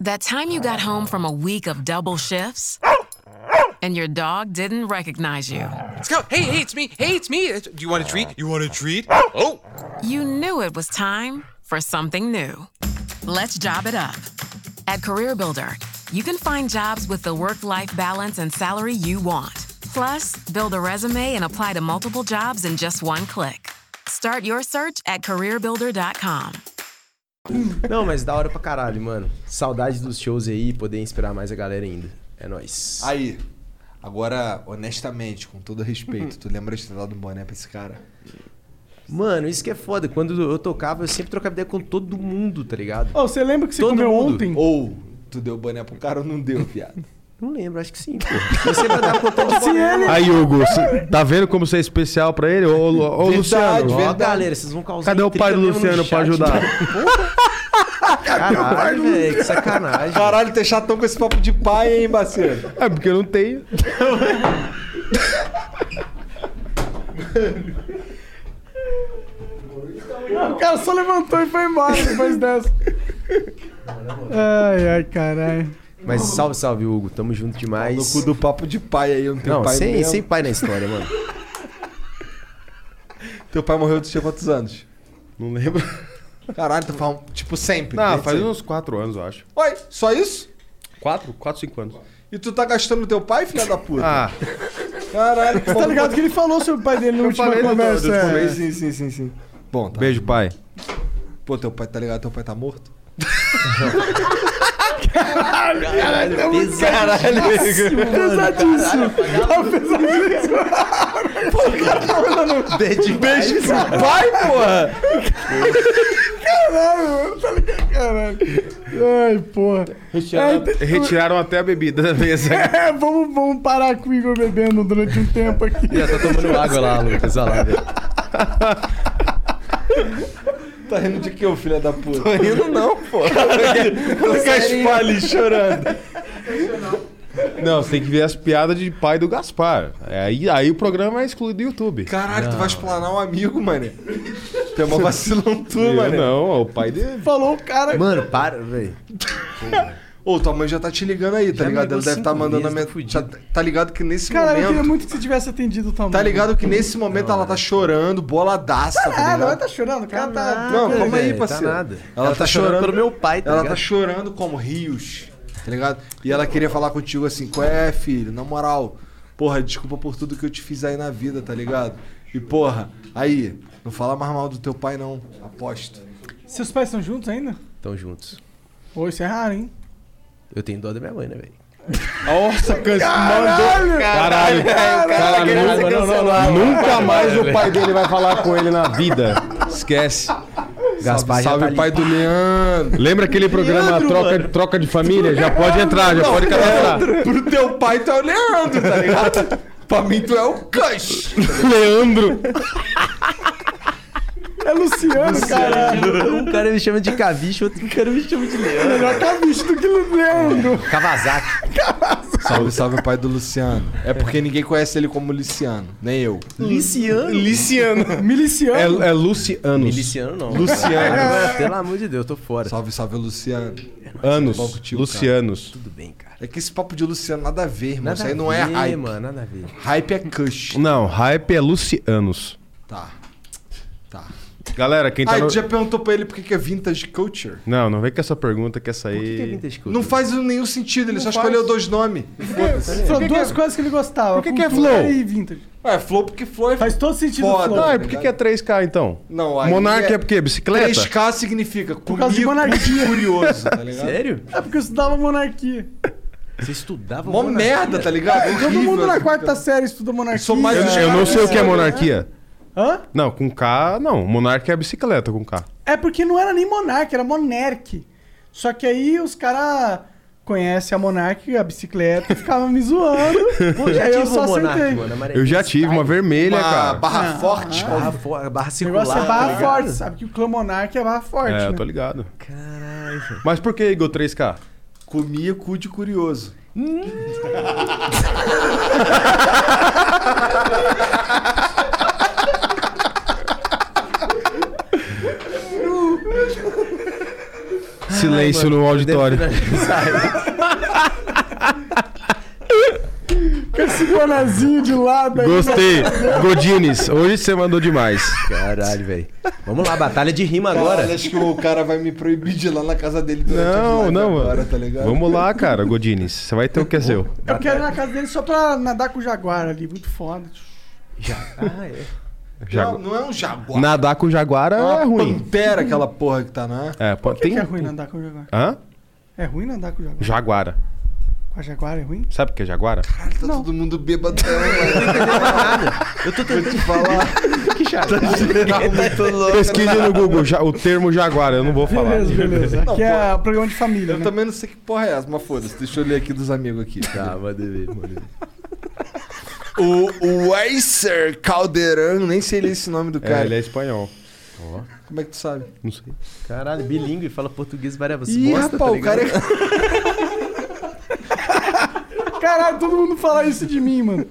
[SPEAKER 16] That time you got home from a week of double shifts and your dog didn't recognize you.
[SPEAKER 17] Let's go. Hey, hey, it's me. Hey, it's me. It's- Do you want a treat? You want a treat? Oh.
[SPEAKER 16] You knew it was time for something new. Let's job it up. At CareerBuilder, you can find jobs with the work life balance and salary you want. Plus, build a resume and apply to multiple jobs in just one click. Start your search at careerbuilder.com.
[SPEAKER 3] Não, mas da hora pra caralho, mano. Saudade dos shows aí, poder inspirar mais a galera ainda. É nóis.
[SPEAKER 2] Aí, agora, honestamente, com todo respeito, tu lembra de ter dado um boné pra esse cara?
[SPEAKER 3] Mano, isso que é foda. Quando eu tocava, eu sempre trocava ideia com todo mundo, tá ligado?
[SPEAKER 1] Ô, você lembra que você comeu ontem?
[SPEAKER 2] Ou tu deu boné pro cara ou não deu, viado?
[SPEAKER 3] Não lembro, acho que sim, pô. Eu sempre andava com todo
[SPEAKER 1] Se ele-
[SPEAKER 7] Aí, Hugo, cê tá vendo como você é especial pra ele? Ô, ô, ô
[SPEAKER 3] Verdade,
[SPEAKER 7] Luciano.
[SPEAKER 3] verdade.
[SPEAKER 7] ó,
[SPEAKER 3] Galera, vocês vão causar
[SPEAKER 7] Cadê o
[SPEAKER 3] intriga
[SPEAKER 7] pai do
[SPEAKER 3] mesmo no
[SPEAKER 7] Luciano pra
[SPEAKER 3] chat,
[SPEAKER 7] ajudar?
[SPEAKER 3] Caralho, velho, que sacanagem.
[SPEAKER 2] Caralho, tu é chatão com esse papo de pai, hein, parceiro?
[SPEAKER 7] É porque eu não tenho.
[SPEAKER 1] O cara só levantou e foi embora depois dessa. Ai, ai, caralho.
[SPEAKER 3] Mas salve, salve, Hugo. Tamo junto demais.
[SPEAKER 2] No cu do papo de pai aí, eu não tenho
[SPEAKER 3] Não,
[SPEAKER 2] pai
[SPEAKER 3] sem-
[SPEAKER 2] mesmo.
[SPEAKER 3] sem pai na história, mano.
[SPEAKER 2] Teu pai morreu, tu tinha quantos anos? Não lembro. Caralho, tu fala, tipo, sempre.
[SPEAKER 7] Não,
[SPEAKER 2] desde
[SPEAKER 7] faz
[SPEAKER 2] sempre.
[SPEAKER 7] uns 4 anos, eu acho.
[SPEAKER 2] Oi, só isso?
[SPEAKER 7] 4? 4, 5 anos.
[SPEAKER 2] E tu tá gastando teu pai, filha da puta?
[SPEAKER 7] Ah.
[SPEAKER 2] Caralho,
[SPEAKER 1] Você tá ligado que ele falou sobre o pai dele na última
[SPEAKER 2] falei no-
[SPEAKER 1] conversa?
[SPEAKER 2] no último
[SPEAKER 1] é.
[SPEAKER 2] mês, sim, sim, sim, sim. Bom, tá.
[SPEAKER 7] Beijo, pai.
[SPEAKER 2] Pô, teu pai tá ligado, teu pai tá morto?
[SPEAKER 1] Caralho,
[SPEAKER 2] Caralho,
[SPEAKER 1] tá muito
[SPEAKER 2] pesadíssimo,
[SPEAKER 1] pesadíssimo,
[SPEAKER 2] mano.
[SPEAKER 1] Pesadíssimo. Tá pesadíssimo. Pô, o cara tá falando.
[SPEAKER 3] Beijo,
[SPEAKER 1] beijo
[SPEAKER 2] pro pai, porra.
[SPEAKER 1] Caralho, mano, tá ligado? Caralho. Ai, porra.
[SPEAKER 7] Retiraram,
[SPEAKER 1] Ai, tem-
[SPEAKER 7] retiraram até a bebida da mesa.
[SPEAKER 1] É, vamos, vamos parar com o Igor bebendo durante um tempo aqui.
[SPEAKER 7] Já tá tomando água lá, Lucas. Olha lá, né? velho.
[SPEAKER 2] Tá rindo de que, ô filha da puta?
[SPEAKER 7] Tô rindo não,
[SPEAKER 2] pô.
[SPEAKER 7] Lucas Pali
[SPEAKER 2] chorando.
[SPEAKER 7] Não, você tem que ver as piadas de pai do Gaspar. Aí, aí o programa é excluído do YouTube.
[SPEAKER 2] Caralho, tu vai explanar um amigo, mano. Tu é mó
[SPEAKER 7] uma
[SPEAKER 2] vacilão tu, mano.
[SPEAKER 7] Não, é o pai dele.
[SPEAKER 1] Falou o cara.
[SPEAKER 3] Mano, para, velho.
[SPEAKER 2] Ô, tua mãe já tá te ligando aí,
[SPEAKER 1] Já
[SPEAKER 2] tá
[SPEAKER 1] me ligou
[SPEAKER 2] ligado? Ela deve
[SPEAKER 1] cinco
[SPEAKER 2] estar mandando a
[SPEAKER 1] vezes,
[SPEAKER 2] mensagem. Tá ligado que nesse
[SPEAKER 1] Cara, eu queria
[SPEAKER 2] momento.
[SPEAKER 1] muito que você tivesse atendido também.
[SPEAKER 2] Tá ligado que nesse momento ela tá chorando, boladaça,
[SPEAKER 1] Ah,
[SPEAKER 2] tá
[SPEAKER 1] não, ela
[SPEAKER 2] ligado?
[SPEAKER 1] tá chorando, o cara tá.
[SPEAKER 2] Não, calma aí,
[SPEAKER 3] velho, tá
[SPEAKER 2] parceiro.
[SPEAKER 3] nada.
[SPEAKER 2] Ela, tá, chorando
[SPEAKER 3] pelo meu pai, tá
[SPEAKER 2] Ela
[SPEAKER 3] ligado?
[SPEAKER 2] tá chorando como rios, tá ligado? E ela queria falar contigo assim, qual é, filho? Na moral, porra, desculpa por tudo que eu te fiz aí na vida, tá ligado? E porra, aí, não fala mais mal do teu pai não, aposto.
[SPEAKER 1] Seus pais estão juntos ainda?
[SPEAKER 3] Tamo juntos.
[SPEAKER 1] Pô, isso é raro, hein?
[SPEAKER 3] Eu tenho dó da minha mãe, né, velho?
[SPEAKER 7] Nossa,
[SPEAKER 1] Caralho! é,
[SPEAKER 7] Caralho, caralho, caralho,
[SPEAKER 3] querendo ser
[SPEAKER 7] nunca-
[SPEAKER 3] cancelado.
[SPEAKER 7] nunca mais
[SPEAKER 3] Caralho.
[SPEAKER 7] o pai dele vai falar com ele na vida. Esquece. salve,
[SPEAKER 3] Gaspar já
[SPEAKER 7] salve
[SPEAKER 3] tá
[SPEAKER 7] o pai
[SPEAKER 3] ali.
[SPEAKER 7] do Leandro. Lembra aquele programa
[SPEAKER 2] Leandro,
[SPEAKER 7] troca,
[SPEAKER 2] mano.
[SPEAKER 7] troca de Família? Já pode entrar, já
[SPEAKER 2] Não,
[SPEAKER 7] pode cadastrar.
[SPEAKER 2] Leandro, Pro teu pai tu é o Leandro, tá ligado? pra mim tu é o Cush.
[SPEAKER 7] Leandro.
[SPEAKER 1] É Luciano, caralho.
[SPEAKER 3] Um cara me chama de Cavicho, outro cara me chama de Leandro.
[SPEAKER 1] Melhor cabicho do que Leandro.
[SPEAKER 3] Kawasaki.
[SPEAKER 2] Salve, salve o pai do Luciano. É porque ninguém conhece ele como Luciano, nem eu.
[SPEAKER 3] Liciano?
[SPEAKER 7] Hum. Liciano.
[SPEAKER 1] Miliciano.
[SPEAKER 7] É, é Lucianos.
[SPEAKER 3] Miliciano não.
[SPEAKER 7] Luciano.
[SPEAKER 3] É, Pelo amor de Deus, eu tô fora.
[SPEAKER 2] Salve, salve, Luciano.
[SPEAKER 7] Anos.
[SPEAKER 2] Bom contigo,
[SPEAKER 7] Lucianos.
[SPEAKER 3] Tudo bem, cara.
[SPEAKER 2] É que esse papo de Luciano nada a ver, irmão.
[SPEAKER 3] Nada
[SPEAKER 2] Isso aí
[SPEAKER 3] a
[SPEAKER 2] não é
[SPEAKER 3] ver,
[SPEAKER 2] hype.
[SPEAKER 3] mano, nada a ver.
[SPEAKER 2] Hype é cush.
[SPEAKER 7] Não, hype é Lucianos.
[SPEAKER 2] Tá. Tá.
[SPEAKER 7] Galera, quem tá
[SPEAKER 2] Aí
[SPEAKER 7] no...
[SPEAKER 2] já perguntou pra ele por que que é vintage culture?
[SPEAKER 7] Não, não vem com essa pergunta que essa
[SPEAKER 3] é
[SPEAKER 7] aí...
[SPEAKER 2] Não faz nenhum sentido, ele
[SPEAKER 1] Não
[SPEAKER 2] só
[SPEAKER 1] faz.
[SPEAKER 2] escolheu dois nomes.
[SPEAKER 3] é
[SPEAKER 7] é
[SPEAKER 2] Foda-se.
[SPEAKER 1] São duas coisas que ele gostava.
[SPEAKER 7] Por que que é
[SPEAKER 1] cultura
[SPEAKER 7] flow?
[SPEAKER 1] E vintage.
[SPEAKER 2] É, flow porque flow é
[SPEAKER 1] Faz todo sentido
[SPEAKER 2] Foda.
[SPEAKER 1] flow.
[SPEAKER 7] Não,
[SPEAKER 2] tá
[SPEAKER 7] e por que
[SPEAKER 2] ligado?
[SPEAKER 7] que é 3K então?
[SPEAKER 2] Não, aí
[SPEAKER 7] Monarca é, porque bicicleta?
[SPEAKER 2] 3K significa é comigo
[SPEAKER 1] causa de monarquia.
[SPEAKER 2] curioso, tá ligado?
[SPEAKER 3] Sério?
[SPEAKER 1] É porque eu estudava monarquia. É,
[SPEAKER 3] Você estudava
[SPEAKER 2] Mó merda, tá ligado?
[SPEAKER 1] Todo
[SPEAKER 2] Horrível
[SPEAKER 1] mundo na
[SPEAKER 2] essa
[SPEAKER 1] quarta série estuda monarquia.
[SPEAKER 2] sou mais
[SPEAKER 7] Eu, eu não sei o que
[SPEAKER 2] né?
[SPEAKER 7] é monarquia.
[SPEAKER 1] Hã?
[SPEAKER 7] Não, com K, não. Monarca é bicicleta com K.
[SPEAKER 1] É porque não era nem Monark, era Monark. Só que aí os caras conhecem a Monark, a bicicleta, e ficavam me zoando.
[SPEAKER 3] Pô, já
[SPEAKER 1] aí É, eu
[SPEAKER 3] tive
[SPEAKER 1] só
[SPEAKER 3] um Monark,
[SPEAKER 1] acertei.
[SPEAKER 3] mano. amarelo.
[SPEAKER 7] Eu já tive uma vermelha,
[SPEAKER 2] é Uma
[SPEAKER 7] cara.
[SPEAKER 2] barra
[SPEAKER 1] Não.
[SPEAKER 2] forte. qual-
[SPEAKER 3] Barra, fo- barra
[SPEAKER 1] O
[SPEAKER 3] circular.
[SPEAKER 1] negócio é
[SPEAKER 3] tá
[SPEAKER 1] barra
[SPEAKER 3] ligado?
[SPEAKER 1] forte, sabe? Que o clã Monark é barra forte.
[SPEAKER 7] É,
[SPEAKER 1] né?
[SPEAKER 7] eu tô ligado.
[SPEAKER 3] Caralho.
[SPEAKER 7] Mas por que Igor 3K?
[SPEAKER 2] Comia cu de curioso.
[SPEAKER 7] Silêncio no auditório.
[SPEAKER 1] Com esse bonazinho de lado aí.
[SPEAKER 7] Gostei. Godines, hoje você mandou demais.
[SPEAKER 3] Caralho, velho. Vamos lá, batalha de rima agora.
[SPEAKER 2] Acho que o cara vai me proibir de ir lá na casa dele durante a
[SPEAKER 7] Não,
[SPEAKER 2] live
[SPEAKER 7] não.
[SPEAKER 2] agora, tá ligado?
[SPEAKER 7] Vamos lá, cara, Godines. Você vai ter o que é seu.
[SPEAKER 1] Eu quero ir na casa dele só pra nadar com o jaguar ali. Muito foda.
[SPEAKER 3] Ah, é.
[SPEAKER 7] Jagu-
[SPEAKER 2] Não, não é um jaguar.
[SPEAKER 7] Nadar com jaguara é ruim.
[SPEAKER 2] Pantera, aquela porra que tá na.
[SPEAKER 7] É, pô,
[SPEAKER 1] Por que,
[SPEAKER 7] tem...
[SPEAKER 1] que é ruim nadar com o jaguar?
[SPEAKER 7] Hã?
[SPEAKER 1] É ruim nadar com o jaguar?
[SPEAKER 7] Jaguara.
[SPEAKER 1] Com a jaguar é ruim?
[SPEAKER 7] Sabe o que é jaguara?
[SPEAKER 2] Tá todo mundo bêbadão, velho. Não entendeu nada.
[SPEAKER 3] Eu tô
[SPEAKER 2] tentando te falar. Tá
[SPEAKER 3] que chato.
[SPEAKER 7] Tá
[SPEAKER 2] muito louco. né?
[SPEAKER 7] Pesquise no Google ja- o termo jaguara, eu não vou falar.
[SPEAKER 2] Beleza, beleza.
[SPEAKER 1] Que é o programa de família.
[SPEAKER 2] Eu
[SPEAKER 1] né?
[SPEAKER 2] também não sei que porra é essa, mas foda-se. Deixa eu ler aqui dos amigos aqui. Tá, manda ver, manda ver. O Weiser Caldeirão, nem sei ler esse nome do cara.
[SPEAKER 7] É, ele é espanhol.
[SPEAKER 2] Como é que tu sabe?
[SPEAKER 7] Não sei.
[SPEAKER 3] Caralho, bilíngue, fala português tá variável.
[SPEAKER 2] Ih, rapaz, o cara é-
[SPEAKER 1] Caralho, todo mundo fala isso de mim, mano.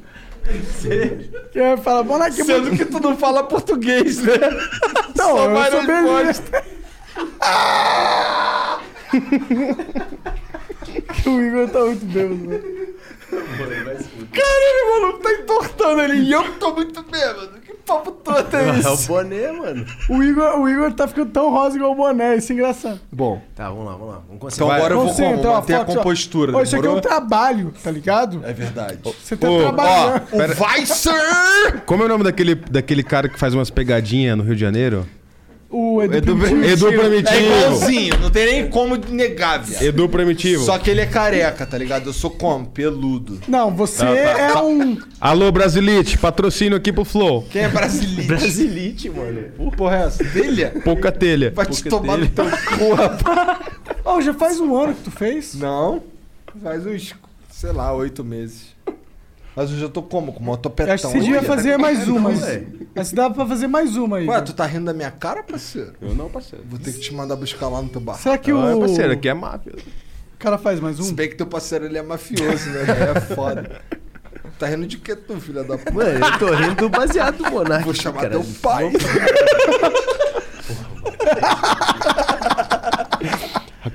[SPEAKER 1] Quer falar, bora aqui,
[SPEAKER 2] Sendo que tu não fala português, né?
[SPEAKER 1] Não,
[SPEAKER 2] Só vai
[SPEAKER 1] eu sou
[SPEAKER 2] nas
[SPEAKER 1] beleza. o Igor tá muito bêbado, mano.
[SPEAKER 2] Caralho, o maluco tá entortando ali. E eu tô muito bêbado. Que papo todo é
[SPEAKER 3] É o
[SPEAKER 2] isso?
[SPEAKER 3] boné, mano.
[SPEAKER 1] O Igor, o Igor tá ficando tão rosa igual o boné, isso é engraçado.
[SPEAKER 2] Bom.
[SPEAKER 3] Tá, vamos lá, vamos lá. Vamos
[SPEAKER 2] Então agora eu vou
[SPEAKER 1] Concentra,
[SPEAKER 2] como?
[SPEAKER 1] ó,
[SPEAKER 2] Manter a
[SPEAKER 1] foco, ó.
[SPEAKER 2] compostura, né,
[SPEAKER 1] Ó, Isso aqui é um
[SPEAKER 2] demorou?
[SPEAKER 1] trabalho, tá ligado?
[SPEAKER 2] É verdade.
[SPEAKER 1] Você tá
[SPEAKER 7] Ô,
[SPEAKER 1] trabalhando.
[SPEAKER 7] ó, pera-
[SPEAKER 2] Weiser!
[SPEAKER 7] Como é o nome daquele, daquele cara que faz umas pegadinhas no Rio de Janeiro?
[SPEAKER 1] O Edu,
[SPEAKER 7] Edu-
[SPEAKER 1] Primitivo.
[SPEAKER 7] Edu Primitivo.
[SPEAKER 2] É igualzinho, não tem nem como negar, viado.
[SPEAKER 7] Edu Primitivo.
[SPEAKER 2] Só que ele é careca, tá ligado? Eu sou como? Peludo.
[SPEAKER 1] Não, você
[SPEAKER 7] Tá, tá,
[SPEAKER 1] é
[SPEAKER 7] tá.
[SPEAKER 1] um.
[SPEAKER 7] Alô, Brasilite, patrocínio aqui pro Flow.
[SPEAKER 2] Quem é brasilite?
[SPEAKER 3] Brasilite, mano.
[SPEAKER 2] Por porra é essa? Telha?
[SPEAKER 7] Pouca telha.
[SPEAKER 2] Vai te tomar no teu cu, rapaz.
[SPEAKER 1] Ó, já faz um ano que tu fez?
[SPEAKER 2] Não. Faz uns, sei lá, oito meses. Mas eu já tô como? Com motopetão.
[SPEAKER 7] um
[SPEAKER 1] Acho que você devia
[SPEAKER 2] Olha,
[SPEAKER 1] fazer
[SPEAKER 7] né?
[SPEAKER 2] tá
[SPEAKER 1] mais
[SPEAKER 2] com
[SPEAKER 7] Então,
[SPEAKER 1] uma.
[SPEAKER 2] cara,
[SPEAKER 1] Mas
[SPEAKER 7] é.
[SPEAKER 2] velho.
[SPEAKER 1] mas se dava pra fazer mais uma aí. né?
[SPEAKER 2] Ué, tu tá rindo da minha cara, parceiro?
[SPEAKER 7] Eu não, parceiro.
[SPEAKER 2] Vou ter que te mandar buscar lá no teu bar.
[SPEAKER 1] Será que o-
[SPEAKER 7] parceiro, aqui é máfia.
[SPEAKER 1] O cara faz mais um?
[SPEAKER 2] Se bem que teu parceiro ele é mafioso, né? velho? É foda. Tá rindo de que tu, filha da puta?
[SPEAKER 3] Mano, eu tô rindo do baseado do Monark.
[SPEAKER 2] Vou chamar
[SPEAKER 3] caralho.
[SPEAKER 2] teu pai.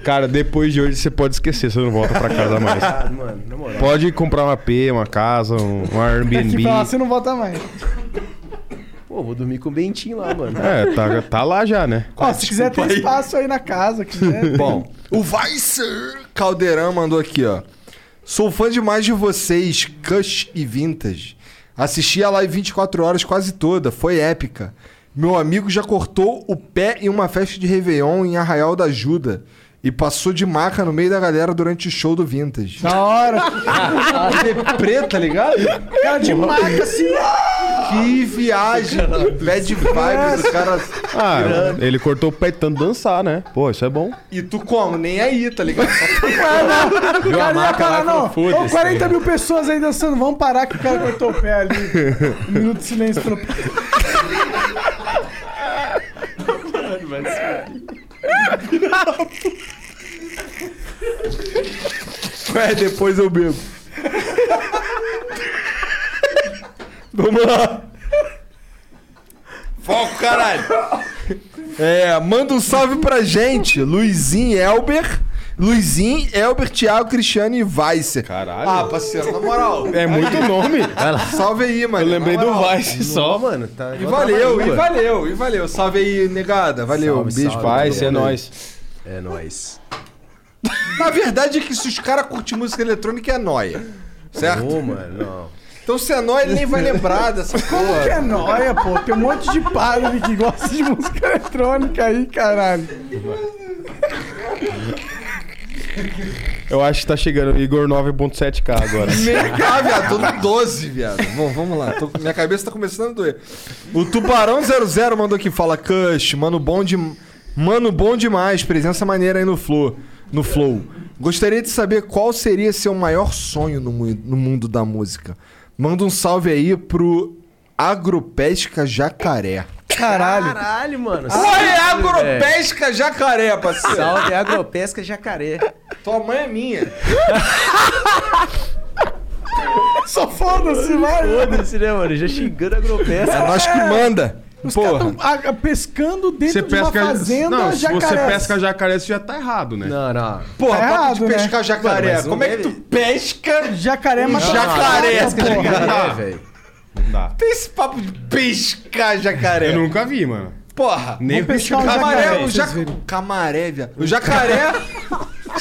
[SPEAKER 7] Cara, depois de hoje você pode esquecer, você não volta pra casa mais.
[SPEAKER 3] Obrigado, mano, na moral.
[SPEAKER 7] Pode comprar uma P, uma casa, um, um Airbnb.
[SPEAKER 1] Aqui pra lá você não volta mais.
[SPEAKER 3] Pô, vou dormir com o Bentinho lá, mano.
[SPEAKER 7] É, tá, tá lá já, né?
[SPEAKER 1] Ó, se quiser tem espaço aí na casa, quiser.
[SPEAKER 2] Bom, o Weiser Caldeirão mandou aqui, ó. Sou fã demais de vocês, Cush e Vintage. Assisti a live 24 horas quase toda, foi épica. Meu amigo já cortou o pé em uma festa de Réveillon em Arraial da Ajuda e passou de maca no meio da galera durante o show do Vintage.
[SPEAKER 1] Da hora.
[SPEAKER 2] Preta, tá ligado?
[SPEAKER 1] Cara de marca assim.
[SPEAKER 2] Que viagem! Bad vibes, o cara.
[SPEAKER 7] Ah, ele cortou o pé de tanto dançar, né? Pô, isso é bom.
[SPEAKER 2] E tu como? Nem
[SPEAKER 1] É
[SPEAKER 2] aí, tá
[SPEAKER 1] O
[SPEAKER 2] ligado?
[SPEAKER 7] a
[SPEAKER 1] cara não ia
[SPEAKER 7] marca lá
[SPEAKER 1] parar,
[SPEAKER 7] e falou,
[SPEAKER 1] não.
[SPEAKER 7] "Foda-se, né?"
[SPEAKER 1] Ô, 40 mil pessoas aí dançando. Vamos parar que o cara cortou o pé ali. Um minuto de silêncio pelo pé.
[SPEAKER 2] É, depois eu bebo. Vamos lá. Foco, caralho. É, manda um salve pra gente. Luizinho Elber. Luizinho, Elber, Thiago, Cristiano e Weiser.
[SPEAKER 7] Caralho.
[SPEAKER 2] Ah, parceiro, na moral.
[SPEAKER 7] É muito nome. Vai lá.
[SPEAKER 2] Salve aí, mano.
[SPEAKER 7] Eu lembrei
[SPEAKER 2] na
[SPEAKER 7] do
[SPEAKER 2] moral.
[SPEAKER 7] Vice só.
[SPEAKER 3] mano. Tá
[SPEAKER 2] E valeu, e valeu, e valeu. Salve aí, negada. Valeu.
[SPEAKER 3] Salve,
[SPEAKER 2] um beijo
[SPEAKER 3] salve,
[SPEAKER 2] pra
[SPEAKER 3] vai,
[SPEAKER 2] todo
[SPEAKER 3] cê é
[SPEAKER 2] mundo aí.
[SPEAKER 7] nóis.
[SPEAKER 3] É nóis.
[SPEAKER 2] Na verdade é que se os caras curtem música eletrônica é nóia. Certo?
[SPEAKER 3] Ô, mano, não.
[SPEAKER 2] Então se é nóia, ele nem vai lembrar dessa
[SPEAKER 1] Como
[SPEAKER 2] porra.
[SPEAKER 1] que é nóia, pô? Tem um monte de padre que gosta de música eletrônica aí, caralho.
[SPEAKER 7] Eu acho que tá chegando Igor 9.7k agora.
[SPEAKER 2] Nem cá, ah, viado. Tô no 12, viado. Bom, vamos lá. Tô- minha cabeça tá começando a doer. O Tubarão 00 mandou aqui. Fala, Cush, mano bom de... Mano bom demais. Presença maneira aí no flow. No flow. Gostaria de saber qual seria seu maior sonho no, mu- no mundo da música. Manda um salve aí pro Agropesca Jacaré.
[SPEAKER 1] Caralho.
[SPEAKER 3] Caralho, mano.
[SPEAKER 2] Olha,
[SPEAKER 3] Salve,
[SPEAKER 2] Agropesca Jacaré,
[SPEAKER 3] velho.
[SPEAKER 2] parceiro.
[SPEAKER 3] Salve, Agropesca Jacaré.
[SPEAKER 18] Tua mãe é minha.
[SPEAKER 1] Só foda-se, vai.
[SPEAKER 3] Foda-se, né, mano? Já xingando a agropeça.
[SPEAKER 1] É nós que manda.
[SPEAKER 3] Os
[SPEAKER 1] Porra. Tão, a- a- pescando dentro
[SPEAKER 7] Você
[SPEAKER 1] de uma
[SPEAKER 7] pesca-
[SPEAKER 1] fazenda
[SPEAKER 7] Não, se você
[SPEAKER 1] jacaré.
[SPEAKER 7] pesca jacaré, isso já tá errado, né?
[SPEAKER 3] Não, não.
[SPEAKER 2] Porra,
[SPEAKER 1] Tá
[SPEAKER 2] papo de
[SPEAKER 1] errado, né?
[SPEAKER 2] pescar jacaré.
[SPEAKER 7] Cara, mas não
[SPEAKER 2] Como é que
[SPEAKER 7] deve-
[SPEAKER 2] tu pesca
[SPEAKER 1] jacaré é
[SPEAKER 2] mas jacaré?
[SPEAKER 7] Jacaré,
[SPEAKER 2] Porra.
[SPEAKER 7] velho. Não dá.
[SPEAKER 2] Tem esse papo de pescar jacaré.
[SPEAKER 7] Eu nunca vi, mano.
[SPEAKER 2] Porra.
[SPEAKER 7] Nem
[SPEAKER 2] Vamos
[SPEAKER 7] pescar um
[SPEAKER 2] camaré,
[SPEAKER 7] jacaré,
[SPEAKER 2] o
[SPEAKER 7] vocês
[SPEAKER 2] jac...
[SPEAKER 7] verem.
[SPEAKER 2] Camaré, viado. O jacaré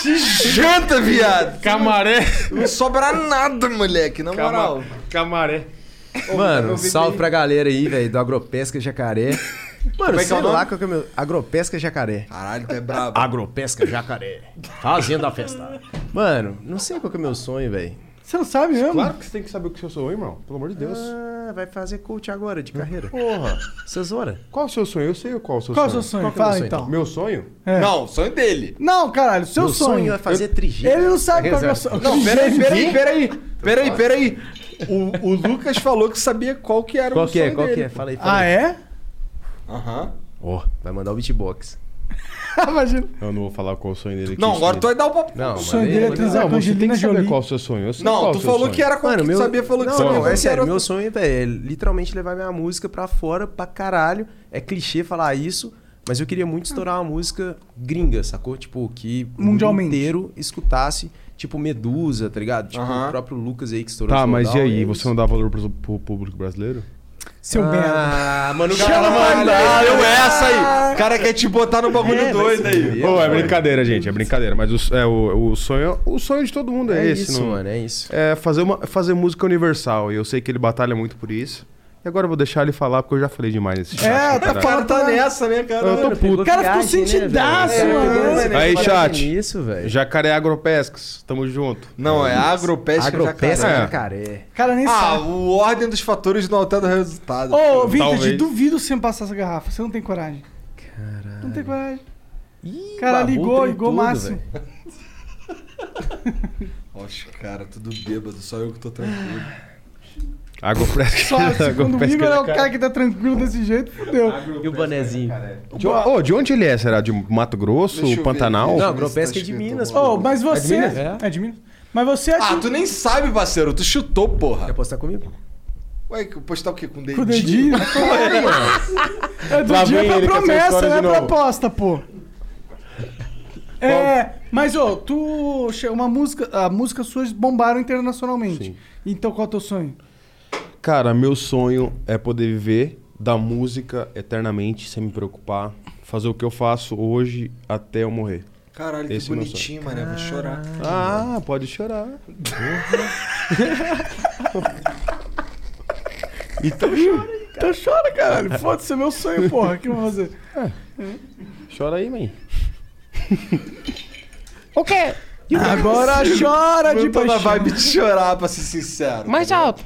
[SPEAKER 2] te janta, viado.
[SPEAKER 7] Camaré.
[SPEAKER 2] Não sobra nada, moleque, na
[SPEAKER 7] Cama-
[SPEAKER 2] moral.
[SPEAKER 7] Camaré.
[SPEAKER 3] Mano, salve pra galera aí, velho, do Agropesca Jacaré. Mano,
[SPEAKER 2] Como é que é
[SPEAKER 3] sei
[SPEAKER 2] o nome?
[SPEAKER 3] lá qual que é o meu... Agropesca Jacaré.
[SPEAKER 2] Caralho, tu é brabo.
[SPEAKER 3] Agropesca Jacaré. Fazendo a festa. Mano, não sei qual que é o meu sonho, velho.
[SPEAKER 1] Você não sabe mesmo?
[SPEAKER 7] Claro que você tem que saber o que seu sonho, irmão. Pelo amor de Deus.
[SPEAKER 3] Ah, vai fazer coach agora, de carreira.
[SPEAKER 7] Porra.
[SPEAKER 3] Cesora.
[SPEAKER 7] Qual o seu sonho? Eu sei qual o seu
[SPEAKER 1] Qual o
[SPEAKER 7] sonho.
[SPEAKER 1] seu sonho?
[SPEAKER 7] que é o meu
[SPEAKER 1] Fala, então.
[SPEAKER 7] Meu sonho?
[SPEAKER 1] É.
[SPEAKER 2] Não, o sonho dele.
[SPEAKER 1] Não, caralho, seu
[SPEAKER 7] Meu
[SPEAKER 1] sonho.
[SPEAKER 7] sonho é fazer
[SPEAKER 3] trigêmeo.
[SPEAKER 1] Ele não sabe qual é o meu sonho.
[SPEAKER 2] Não, peraí, peraí,
[SPEAKER 1] Trigêmeo?
[SPEAKER 2] peraí. Peraí, peraí. O, o Lucas falou que sabia qual que era
[SPEAKER 3] Qual
[SPEAKER 2] o
[SPEAKER 3] que é?
[SPEAKER 2] sonho
[SPEAKER 3] Qual que
[SPEAKER 2] dele.
[SPEAKER 3] é? Fala aí, fala
[SPEAKER 1] Ah,
[SPEAKER 3] aí.
[SPEAKER 1] é?
[SPEAKER 2] Aham.
[SPEAKER 3] Ó, vai mandar o beatbox.
[SPEAKER 1] Imagina.
[SPEAKER 7] Eu não vou falar qual o sonho dele.
[SPEAKER 2] Não, agora tu vai dar o papo.
[SPEAKER 3] Não,
[SPEAKER 7] O
[SPEAKER 3] mas
[SPEAKER 7] sonho
[SPEAKER 3] aí-
[SPEAKER 7] dele é transar
[SPEAKER 3] Não,
[SPEAKER 7] com
[SPEAKER 3] mas
[SPEAKER 7] você tem que saber
[SPEAKER 3] Angelina
[SPEAKER 7] qual o seu sonho. Eu sei
[SPEAKER 2] Não,
[SPEAKER 7] qual
[SPEAKER 2] tu
[SPEAKER 7] o seu
[SPEAKER 2] falou
[SPEAKER 7] sonho.
[SPEAKER 2] que era qual
[SPEAKER 3] Mano,
[SPEAKER 2] que
[SPEAKER 3] meu...
[SPEAKER 2] tu sabia, falou que
[SPEAKER 3] não,
[SPEAKER 2] sabia.
[SPEAKER 3] Não,
[SPEAKER 2] qual
[SPEAKER 3] é
[SPEAKER 2] que
[SPEAKER 3] sério,
[SPEAKER 2] era
[SPEAKER 3] meu
[SPEAKER 2] outro.
[SPEAKER 3] sonho, velho, é literalmente levar minha música pra fora, pra caralho. É clichê falar isso, mas eu queria muito estourar uma música gringa, sacou? Tipo, que o mundo
[SPEAKER 1] Mundialmente.
[SPEAKER 3] inteiro escutasse, tipo Medusa, tá ligado? Tipo, o próprio Lucas aí que estourou
[SPEAKER 7] Tá,
[SPEAKER 3] Slowdown,
[SPEAKER 7] mas e
[SPEAKER 3] é
[SPEAKER 7] aí?
[SPEAKER 3] isso.
[SPEAKER 7] Você não dá valor pro, pro público brasileiro?
[SPEAKER 1] Seu
[SPEAKER 3] ah,
[SPEAKER 1] merda.
[SPEAKER 3] Mano,
[SPEAKER 2] Chama
[SPEAKER 3] Gavassi.
[SPEAKER 2] pra
[SPEAKER 7] Ah,
[SPEAKER 2] andar,
[SPEAKER 7] é.
[SPEAKER 2] eu essa aí. O cara quer te botar no
[SPEAKER 3] É,
[SPEAKER 2] bagulho doido aí.
[SPEAKER 7] Ô, é brincadeira, gente, é brincadeira. Mas o, é, o, o sonho, o sonho de todo mundo é,
[SPEAKER 3] É
[SPEAKER 7] esse,
[SPEAKER 3] isso,
[SPEAKER 7] não-
[SPEAKER 3] mano, é isso.
[SPEAKER 7] É fazer, uma, fazer música universal. E eu sei que ele batalha muito por isso. E agora eu vou deixar ele falar, porque eu já falei demais nesse chat.
[SPEAKER 1] É, tá
[SPEAKER 7] cara.
[SPEAKER 1] falando
[SPEAKER 2] Tá nessa, né, cara?
[SPEAKER 7] Eu tô
[SPEAKER 2] Mano,
[SPEAKER 7] puto.
[SPEAKER 1] O cara ficou sentidaço, mano.
[SPEAKER 2] né?
[SPEAKER 3] né,
[SPEAKER 7] Aí, chat.
[SPEAKER 3] Isso, velho.
[SPEAKER 7] Jacaré Agropescas, tamo junto.
[SPEAKER 2] Não, é agropesca
[SPEAKER 3] Agropesca
[SPEAKER 2] jacaré.
[SPEAKER 3] é jacaré.
[SPEAKER 1] Cara, nem
[SPEAKER 2] Ah,
[SPEAKER 1] sabe.
[SPEAKER 2] o ordem dos fatores não altera o resultado.
[SPEAKER 1] Ô,
[SPEAKER 2] Cara,
[SPEAKER 1] Vintage,
[SPEAKER 2] talvez.
[SPEAKER 1] duvido você me passar essa garrafa. Você não tem coragem. Caralho. Não tem coragem.
[SPEAKER 3] Ih,
[SPEAKER 1] Cara,
[SPEAKER 3] barbudo
[SPEAKER 1] ligou,
[SPEAKER 3] em
[SPEAKER 1] ligou
[SPEAKER 3] tudo,
[SPEAKER 1] máximo.
[SPEAKER 3] velho.
[SPEAKER 2] Oxe, cara, tudo bêbado, só eu que tô tranquilo.
[SPEAKER 7] Agropescas.
[SPEAKER 1] Só se quando o
[SPEAKER 7] Agropescas
[SPEAKER 1] Igor é o
[SPEAKER 7] jacaré.
[SPEAKER 1] cara que tá tranquilo desse jeito, fudeu.
[SPEAKER 3] E o bonezinho.
[SPEAKER 7] De, ô, de onde ele é? Será de Mato Grosso,
[SPEAKER 2] Deixa eu
[SPEAKER 7] Pantanal?
[SPEAKER 2] ver
[SPEAKER 3] Não,
[SPEAKER 2] aqui.
[SPEAKER 3] Agropesca é de Minas, pô.
[SPEAKER 1] Ô, mas você.
[SPEAKER 3] É de Minas?
[SPEAKER 1] É de Minas. Mas você acha.
[SPEAKER 2] Ah, tu nem sabe, parceiro, tu chutou, porra.
[SPEAKER 3] Quer apostar comigo?
[SPEAKER 2] Ué, que postar o quê? Com dedinho?
[SPEAKER 1] Com o dedinho? É do
[SPEAKER 7] Lá
[SPEAKER 1] dia
[SPEAKER 7] vem
[SPEAKER 1] pra
[SPEAKER 7] ele com essa
[SPEAKER 1] promessa,
[SPEAKER 7] história
[SPEAKER 1] não é
[SPEAKER 7] de novo.
[SPEAKER 1] proposta, pô. É, mas ô, tu. che- Uma música. A música suas bombaram internacionalmente. Então qual é o teu sonho?
[SPEAKER 7] Cara, meu sonho é poder viver da música eternamente, sem me preocupar. Fazer o que eu faço hoje até eu morrer.
[SPEAKER 2] Caralho, que
[SPEAKER 7] Esse é meu
[SPEAKER 2] bonitinho, mano. Eu vou chorar.
[SPEAKER 7] Ah, pode chorar. então chora,
[SPEAKER 1] Então chora, caralho. Foda-se, é meu sonho, porra. O que eu vou fazer?
[SPEAKER 7] chora aí, mãe.
[SPEAKER 1] Agora chora de
[SPEAKER 2] Eu tô na
[SPEAKER 1] paixão.
[SPEAKER 2] vibe de chorar, pra ser sincero.
[SPEAKER 1] Mais alto.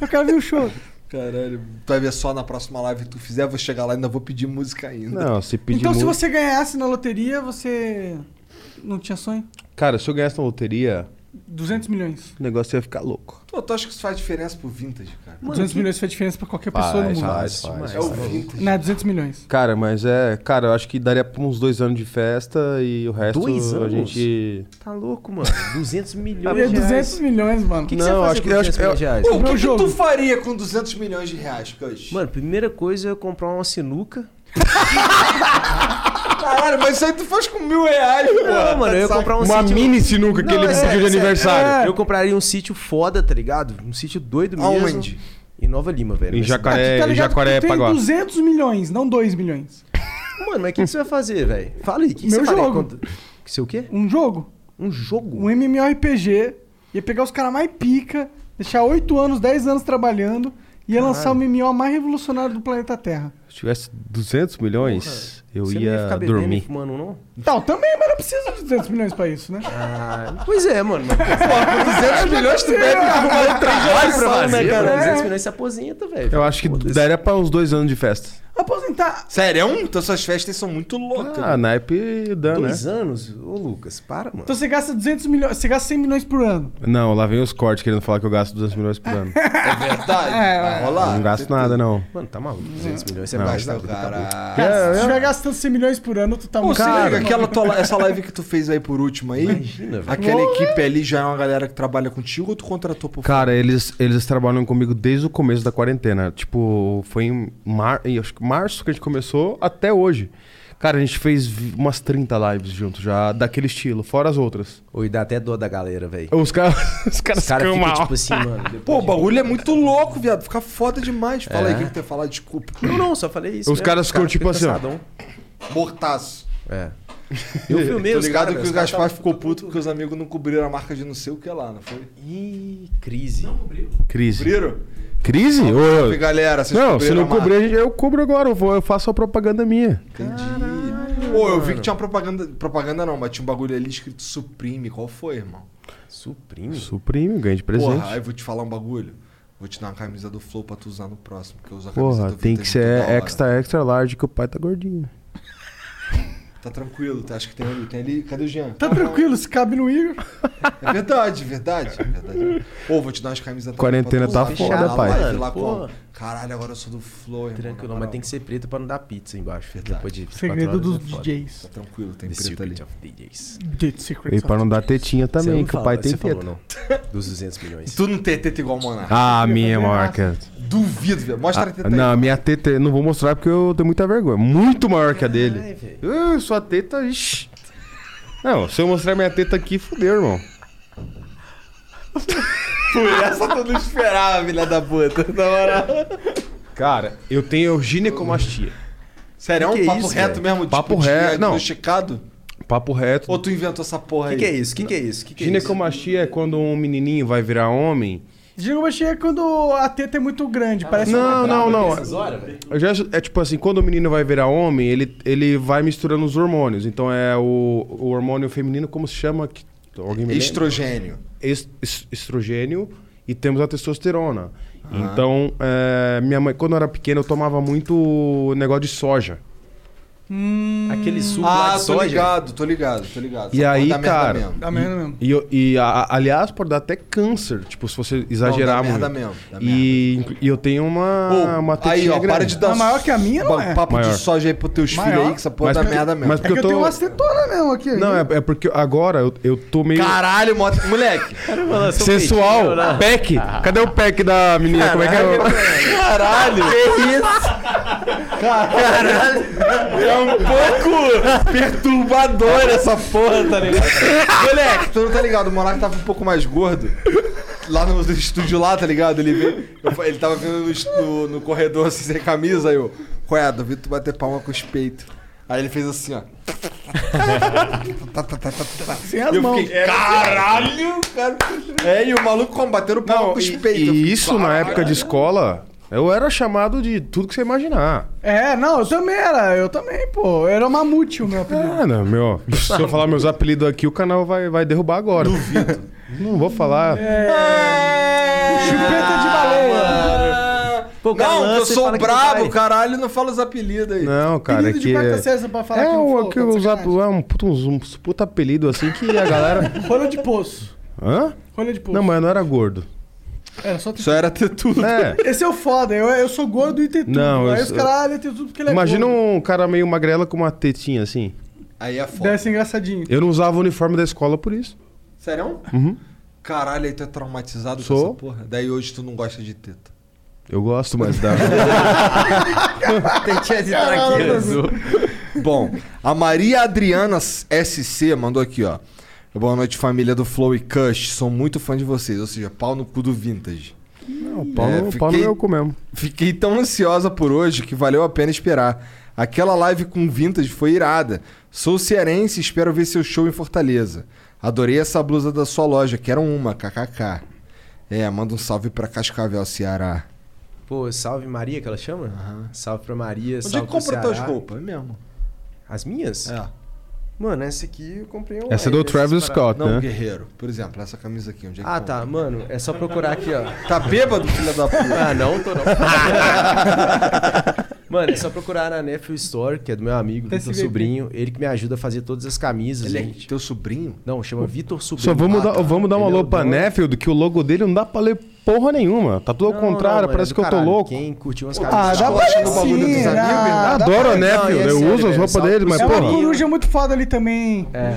[SPEAKER 1] eu quero ver o show.
[SPEAKER 2] Caralho, tu vai ver só na próxima live que tu fizer, eu vou chegar lá e ainda vou pedir música ainda.
[SPEAKER 7] Não, se pedir
[SPEAKER 1] então se
[SPEAKER 7] mu-
[SPEAKER 1] você ganhasse na loteria, você. Não tinha sonho?
[SPEAKER 7] Cara, se eu ganhasse na loteria,
[SPEAKER 1] 200 milhões.
[SPEAKER 7] o negócio ia ficar louco.
[SPEAKER 2] Pô, tu acha que isso faz diferença pro vintage, cara?
[SPEAKER 1] 200 milhões faz diferença pra qualquer pessoa no
[SPEAKER 7] Faz,
[SPEAKER 1] mundo.
[SPEAKER 7] faz, faz,
[SPEAKER 2] É o
[SPEAKER 7] faz.
[SPEAKER 2] vintage.
[SPEAKER 1] Não, 200 milhões.
[SPEAKER 7] Cara, mas é... Cara, eu acho que daria pra uns dois anos de festa e o resto
[SPEAKER 3] Dois
[SPEAKER 7] a
[SPEAKER 3] anos?
[SPEAKER 7] gente...
[SPEAKER 3] Tá louco, mano. 200 milhões
[SPEAKER 1] E é
[SPEAKER 3] de
[SPEAKER 1] 200
[SPEAKER 3] reais.
[SPEAKER 1] milhões, mano.
[SPEAKER 3] O que, que
[SPEAKER 7] Não,
[SPEAKER 3] você ia fazer
[SPEAKER 7] acho que-
[SPEAKER 3] com
[SPEAKER 7] acho que-
[SPEAKER 3] 200 milhões de reais?
[SPEAKER 2] Pô, o que, que
[SPEAKER 1] jogo.
[SPEAKER 2] tu faria com 200 milhões de reais, Cush?
[SPEAKER 3] Mano, primeira coisa é eu comprar uma sinuca.
[SPEAKER 2] Caralho, mas isso aí tu faz com mil reais, Tá pô.
[SPEAKER 3] Não, mano, eu ia comprar um
[SPEAKER 7] Uma
[SPEAKER 3] sítio...
[SPEAKER 7] mini sinuca que
[SPEAKER 3] Não,
[SPEAKER 7] ele
[SPEAKER 3] é
[SPEAKER 7] me
[SPEAKER 3] sério,
[SPEAKER 7] pediu de
[SPEAKER 3] sério.
[SPEAKER 7] aniversário.
[SPEAKER 2] é.
[SPEAKER 3] Eu compraria um sítio foda, tá ligado? Um sítio doido mesmo.
[SPEAKER 2] Aonde?
[SPEAKER 3] Em Nova Lima, velho.
[SPEAKER 7] Em
[SPEAKER 3] Mas-
[SPEAKER 7] Jacaré,
[SPEAKER 1] tá
[SPEAKER 7] em Jacaré,
[SPEAKER 1] que tem
[SPEAKER 7] Paguá.
[SPEAKER 1] 200 milhões, não 2 milhões.
[SPEAKER 3] Mano, mas o que, que você vai fazer, velho? Fala aí, o que, que
[SPEAKER 1] Meu
[SPEAKER 3] você faria
[SPEAKER 1] jogo.
[SPEAKER 3] com- Que Seu o quê?
[SPEAKER 1] Um jogo,
[SPEAKER 3] Um jogo?
[SPEAKER 1] um MMORPG, ia pegar os caras mais pica, deixar 8 anos, 10 anos trabalhando, ia lançar o MMO mais revolucionário do planeta Terra.
[SPEAKER 7] Se tivesse 200 milhões, eu
[SPEAKER 3] Você
[SPEAKER 7] ia,
[SPEAKER 3] não ia ficar bebendo e
[SPEAKER 7] dormir.
[SPEAKER 3] fumando, não?
[SPEAKER 1] Tal, também, mas não precisa de 200 milhões pra isso, né?
[SPEAKER 3] Ah, pois é, mano. Mas
[SPEAKER 2] Com 200 milhões tu deve arrumar outra
[SPEAKER 3] trabalho pra
[SPEAKER 2] geração,
[SPEAKER 3] fazer,
[SPEAKER 2] né,
[SPEAKER 3] mano.
[SPEAKER 2] cara?
[SPEAKER 3] 200 milhões se aposenta, velho.
[SPEAKER 7] Eu acho que daria pra uns dois anos de festa.
[SPEAKER 1] aposentar.
[SPEAKER 2] Sério, é um? Então suas festas são muito loucas. né?
[SPEAKER 7] Ah, naipe dá,
[SPEAKER 3] Dois
[SPEAKER 7] né?
[SPEAKER 3] anos? Ô, Lucas, para, mano.
[SPEAKER 1] Então você gasta 200 milhões, você gasta 100 milhões por ano.
[SPEAKER 7] Não, lá vem os cortes querendo falar que eu gasto 200 milhões por ano.
[SPEAKER 2] Verdade.
[SPEAKER 1] É,
[SPEAKER 2] vai rolar.
[SPEAKER 7] não gasto nada, não.
[SPEAKER 3] Mano, tá maluco. 200 milhões, você
[SPEAKER 7] Não.
[SPEAKER 3] basta.
[SPEAKER 7] Não,
[SPEAKER 2] tá Caralho.
[SPEAKER 1] Cara, se estiver gastando 100 milhões por ano, tu tá
[SPEAKER 2] Pô,
[SPEAKER 1] muito
[SPEAKER 2] você liga,
[SPEAKER 1] bem, mano.
[SPEAKER 2] aquela tua- essa live que tu fez aí por último aí? Imagina,
[SPEAKER 7] velho.
[SPEAKER 2] Aquela
[SPEAKER 7] Porra.
[SPEAKER 2] equipe ali já é uma galera que trabalha contigo ou tu contratou por
[SPEAKER 7] Cara, eles, eles trabalham comigo desde o começo da quarentena. Tipo, foi em, mar, em acho que março que a gente começou até hoje. Cara, a gente fez vi- umas 30 lives junto já, daquele estilo, fora as outras.
[SPEAKER 3] Oi, dá até dor da galera, velho.
[SPEAKER 7] Os caras os caras
[SPEAKER 3] Os caras
[SPEAKER 7] ficam
[SPEAKER 3] ficam
[SPEAKER 7] mal.
[SPEAKER 3] tipo assim, mano. depois
[SPEAKER 2] Pô, o
[SPEAKER 3] de- um
[SPEAKER 2] bagulho é muito louco, viado. Fica foda demais. Fala
[SPEAKER 3] É.
[SPEAKER 2] aí o que que tu ia falar, desculpa.
[SPEAKER 3] Não, não, só falei isso. né?
[SPEAKER 7] Os
[SPEAKER 3] mesmo.
[SPEAKER 7] caras ficam tipo assim, ó.
[SPEAKER 3] cansadão.
[SPEAKER 2] Mortaço.
[SPEAKER 3] É. Eu filmei
[SPEAKER 2] Tô
[SPEAKER 3] os
[SPEAKER 2] ligado
[SPEAKER 3] caras,
[SPEAKER 2] que
[SPEAKER 3] os
[SPEAKER 2] o
[SPEAKER 3] caras
[SPEAKER 2] Gaspar
[SPEAKER 3] tavam-
[SPEAKER 2] ficou puto porque os amigos não cobriram a marca de não sei o que lá, não foi?
[SPEAKER 3] Ih, crise. Não cobriu.
[SPEAKER 7] Crise.
[SPEAKER 2] Cobriram?
[SPEAKER 7] Crise?
[SPEAKER 2] Salve,
[SPEAKER 7] Ô,
[SPEAKER 2] salve, galera, vocês
[SPEAKER 7] Não, se
[SPEAKER 2] cobriram
[SPEAKER 7] não
[SPEAKER 2] a marca.
[SPEAKER 7] cobrir, a gente- eu cubro agora, eu, vou, eu faço a propaganda minha.
[SPEAKER 2] Entendi. Pô, eu vi que tinha uma propaganda. Propaganda não, mas tinha um bagulho ali escrito suprime. Qual foi, irmão?
[SPEAKER 3] Suprime?
[SPEAKER 7] Suprime, ganho de presente.
[SPEAKER 2] Porra, aí eu vou te falar um bagulho. Vou te dar uma camisa do Flow pra tu usar no próximo, porque eu uso a camisa
[SPEAKER 7] Porra,
[SPEAKER 2] do
[SPEAKER 7] tem
[SPEAKER 2] Vintage
[SPEAKER 7] que
[SPEAKER 2] muito da
[SPEAKER 7] ser
[SPEAKER 2] hora.
[SPEAKER 7] extra, extra large que o pai tá gordinho.
[SPEAKER 2] Tá tranquilo, tá? Acho que tem ali. Tem ali. Cadê o Jean?
[SPEAKER 1] Tá tranquilo, se cabe no Igor.
[SPEAKER 2] É verdade, verdade. é verdade. Pô, vou te dar umas camisas também
[SPEAKER 7] Quarentena
[SPEAKER 2] pra tu
[SPEAKER 7] tá
[SPEAKER 2] usar.
[SPEAKER 7] foda,
[SPEAKER 2] Lá,
[SPEAKER 7] pai.
[SPEAKER 2] lá,
[SPEAKER 3] Mano,
[SPEAKER 2] lá,
[SPEAKER 3] porra.
[SPEAKER 2] com- Caralho, agora eu sou do Flow, irmão.
[SPEAKER 3] Tranquilo, mas tem que ser preto pra não dar pizza embaixo. Depois de 24
[SPEAKER 1] Segredo
[SPEAKER 3] horas,
[SPEAKER 1] dos
[SPEAKER 3] é foda.
[SPEAKER 1] DJs.
[SPEAKER 2] Tá tranquilo, tem
[SPEAKER 3] The
[SPEAKER 2] preto ali.
[SPEAKER 3] Secret of DJs.
[SPEAKER 1] The Secret
[SPEAKER 7] E pra não dar tetinha
[SPEAKER 3] Você
[SPEAKER 7] também,
[SPEAKER 3] não
[SPEAKER 7] que
[SPEAKER 3] fala,
[SPEAKER 7] o pai tem
[SPEAKER 3] você falou,
[SPEAKER 7] teta.
[SPEAKER 3] não. Dos 200 milhões.
[SPEAKER 2] Tu não tem teta igual o Monark.
[SPEAKER 7] Ah, minha marca.
[SPEAKER 2] Duvido, velho. Mostra a teta
[SPEAKER 7] Ah,
[SPEAKER 2] aí.
[SPEAKER 7] não, a minha teta eu não vou mostrar porque eu tenho muita vergonha. Muito maior que a dele. Ah, sua teta, ixi. Não, se eu mostrar minha teta aqui, fudeu, irmão.
[SPEAKER 2] Por essa tu não esperava, filha da puta. Na moral.
[SPEAKER 7] Cara, eu tenho ginecomastia.
[SPEAKER 2] Sério, é um
[SPEAKER 7] Que que é
[SPEAKER 2] papo
[SPEAKER 7] isso,
[SPEAKER 2] reto
[SPEAKER 7] velho?
[SPEAKER 2] mesmo?
[SPEAKER 7] Papo
[SPEAKER 2] de-
[SPEAKER 7] reto,
[SPEAKER 2] de-
[SPEAKER 7] não.
[SPEAKER 2] diagnosticado?
[SPEAKER 7] Papo reto.
[SPEAKER 2] Ou tu inventou essa porra aí?
[SPEAKER 3] Que que é isso? Que que é isso? Que que é
[SPEAKER 7] Ginecomastia é quando um menininho vai virar homem.
[SPEAKER 1] Ginecomastia é quando a teta é muito grande, parece
[SPEAKER 7] Não, não, não. Eu já- é tipo assim, quando o menino vai virar homem, ele, ele vai misturando os hormônios. Então é o, o hormônio feminino, como se chama? Que- Alguém me lembra?
[SPEAKER 2] Estrogênio.
[SPEAKER 7] Est- es- estrogênio e temos a testosterona. Então, é, minha mãe, quando eu era pequena, eu tomava muito negócio de soja.
[SPEAKER 3] Aquele suco lá
[SPEAKER 2] Ah,
[SPEAKER 3] de
[SPEAKER 2] tô
[SPEAKER 3] soja.
[SPEAKER 2] ligado, tô ligado, tô ligado.
[SPEAKER 7] E
[SPEAKER 2] Essa
[SPEAKER 7] aí,
[SPEAKER 2] porra dá merda
[SPEAKER 7] cara.
[SPEAKER 2] mesmo.
[SPEAKER 7] E, eu- e a- a- aliás, pode dar até câncer, tipo, se você exagerar
[SPEAKER 2] Não, dá merda
[SPEAKER 7] muito.
[SPEAKER 2] mesmo, dá
[SPEAKER 7] E, inclu- e eu tenho uma,
[SPEAKER 2] Pô,
[SPEAKER 7] uma tetinha
[SPEAKER 2] aí, ó, para
[SPEAKER 7] grande.
[SPEAKER 2] de dar
[SPEAKER 1] Ah, maior que a minha não
[SPEAKER 2] ba-
[SPEAKER 1] é.
[SPEAKER 2] papo
[SPEAKER 7] Maior.
[SPEAKER 2] de soja aí pros teus
[SPEAKER 1] Maior?
[SPEAKER 2] filhos aí, que essa porra
[SPEAKER 7] Mas
[SPEAKER 2] dá
[SPEAKER 7] porque-
[SPEAKER 2] merda mesmo.
[SPEAKER 7] mas
[SPEAKER 1] É que eu, tenho umas tetonas mesmo aqui.
[SPEAKER 7] Não, é, é porque agora eu, eu tô meio.
[SPEAKER 2] Caralho, um mo- moleque.
[SPEAKER 7] Sensual, pack. Cadê o pack da menina? Como é que é?
[SPEAKER 2] Caralho. Que isso? Caralho. É um pouco perturbador essa porra, tá ligado? Moleque, tu não tá ligado? O Monark tava um pouco mais gordo. Lá no estúdio lá, tá ligado? Ele veio, eu fa- ele tava vindo no, est- no- no corredor assim, sem camisa, aí eu... Qual é, duvido tu bater palma com os peitos. Aí ele fez assim, ó. Tá, tá, tá, tá, tá.
[SPEAKER 1] Sem as
[SPEAKER 2] E eu
[SPEAKER 1] mãos.
[SPEAKER 2] fiquei, caralho, cara. É, e o maluco combatendo palma com os peitos. Eu
[SPEAKER 7] E
[SPEAKER 2] fiquei,
[SPEAKER 7] isso na época de escola, eu era chamado de tudo que você imaginar.
[SPEAKER 1] É, não, eu também era, eu também, pô. Eu era mamute o meu apelido.
[SPEAKER 7] Ah, não, meu. Se eu falar meus apelidos aqui, o canal vai, vai derrubar agora. Duvido. Não vou
[SPEAKER 1] É,
[SPEAKER 7] falar.
[SPEAKER 1] Chupeta de baleia.
[SPEAKER 3] Pô, o cara
[SPEAKER 2] É, Não, que eu
[SPEAKER 3] lança e
[SPEAKER 2] sou
[SPEAKER 3] fala que
[SPEAKER 2] brabo,
[SPEAKER 3] vai.
[SPEAKER 2] caralho, não fala os apelidos aí.
[SPEAKER 7] Não, cara, é
[SPEAKER 1] Apelido de
[SPEAKER 7] que...
[SPEAKER 1] quarta César pra falar
[SPEAKER 7] é,
[SPEAKER 1] que eu
[SPEAKER 7] o-
[SPEAKER 1] falo,
[SPEAKER 7] que
[SPEAKER 1] tá de
[SPEAKER 7] os ap-
[SPEAKER 1] sacanagem.
[SPEAKER 7] é um puta, uns, uns puta apelido assim que a galera...
[SPEAKER 1] Rolha de poço.
[SPEAKER 7] Hã?
[SPEAKER 1] Rolha de poço.
[SPEAKER 7] Não, mas eu não era gordo.
[SPEAKER 1] Era É, só
[SPEAKER 2] Só era ter tudo.
[SPEAKER 7] É.
[SPEAKER 1] Esse é o foda, eu, eu sou gordo e tem tudo.
[SPEAKER 7] Não, eu
[SPEAKER 1] Aí os
[SPEAKER 7] sou-
[SPEAKER 1] caras, ah, ele tem tudo porque ele é
[SPEAKER 7] Imagina
[SPEAKER 1] gordo.
[SPEAKER 7] um cara meio magrela com uma tetinha assim.
[SPEAKER 2] Aí é foda.
[SPEAKER 1] Deve ser engraçadinho.
[SPEAKER 7] Eu não usava o uniforme da escola por isso.
[SPEAKER 2] Sério?
[SPEAKER 7] Uhum.
[SPEAKER 2] Caralho, aí tu é traumatizado com
[SPEAKER 7] Sou.
[SPEAKER 2] essa porra. Daí hoje tu não gosta de teta.
[SPEAKER 7] Eu gosto, mas dá.
[SPEAKER 4] Tetinha de traqueiro.
[SPEAKER 2] né? Bom, a Maria Adriana SC mandou aqui, ó. Boa noite, família do Flow e Cush. Sou muito fã de vocês, ou seja, pau no cu do Vintage.
[SPEAKER 7] Não, pau,
[SPEAKER 2] É,
[SPEAKER 7] no, pau no
[SPEAKER 2] fiquei-
[SPEAKER 7] meu cu mesmo.
[SPEAKER 2] Fiquei tão ansiosa por hoje que valeu a pena esperar. Aquela live com vintage foi irada. Sou cearense e espero ver seu show em Fortaleza. Adorei essa blusa da sua loja, quero uma, kkk. É, manda um salve pra Cascavel, Ceará.
[SPEAKER 3] Pô, salve Maria, que ela chama? Salve pra Maria,
[SPEAKER 2] Onde é
[SPEAKER 3] salve
[SPEAKER 2] que
[SPEAKER 3] pro
[SPEAKER 2] compra tuas
[SPEAKER 3] Ceará.
[SPEAKER 2] roupas? É mesmo?
[SPEAKER 3] As minhas?
[SPEAKER 2] É.
[SPEAKER 3] Mano, essa aqui eu comprei um online.
[SPEAKER 7] Essa é do
[SPEAKER 3] dessas
[SPEAKER 7] Travis
[SPEAKER 3] paradas.
[SPEAKER 7] Scott,
[SPEAKER 2] Não,
[SPEAKER 7] né?
[SPEAKER 2] guerreiro. Por exemplo, essa camisa aqui, onde é que Tá
[SPEAKER 3] Ah,
[SPEAKER 2] compra?
[SPEAKER 3] tá, mano, é só procurar aqui, ó.
[SPEAKER 2] Tá bêbado, filha da puta?
[SPEAKER 3] Ah, não, tô não. Mano, é só procurar na Nephew Store, que é do meu amigo,
[SPEAKER 19] Até
[SPEAKER 3] Vitor
[SPEAKER 19] se vê aqui.
[SPEAKER 3] Sobrinho. Ele que me ajuda a fazer todas as camisas.
[SPEAKER 2] Ele é
[SPEAKER 3] teu sobrinho? Não, chama Vitor Sobrinho.
[SPEAKER 7] Só vamos, dar, vamos dar uma
[SPEAKER 3] Ele é o
[SPEAKER 7] alô pra
[SPEAKER 3] dono.
[SPEAKER 7] Neffield, que o logo dele não dá pra ler porra nenhuma. Tá tudo ao
[SPEAKER 3] Não, não,
[SPEAKER 7] contrário,
[SPEAKER 3] mano,
[SPEAKER 7] parece
[SPEAKER 3] é do
[SPEAKER 7] que eu tô
[SPEAKER 3] caralho.
[SPEAKER 7] louco.
[SPEAKER 3] Quem curtiu umas
[SPEAKER 7] Pô,
[SPEAKER 3] camisas
[SPEAKER 7] ah, dá pra ler sim, ah, adoro o Neffield,
[SPEAKER 3] Não, e é
[SPEAKER 7] eu
[SPEAKER 3] sério,
[SPEAKER 7] uso as
[SPEAKER 3] velho,
[SPEAKER 7] roupas
[SPEAKER 3] salve
[SPEAKER 7] dele,
[SPEAKER 3] pro
[SPEAKER 7] mas,
[SPEAKER 3] Sobrinho.
[SPEAKER 1] É Uma coruja muito foda ali também.
[SPEAKER 3] É.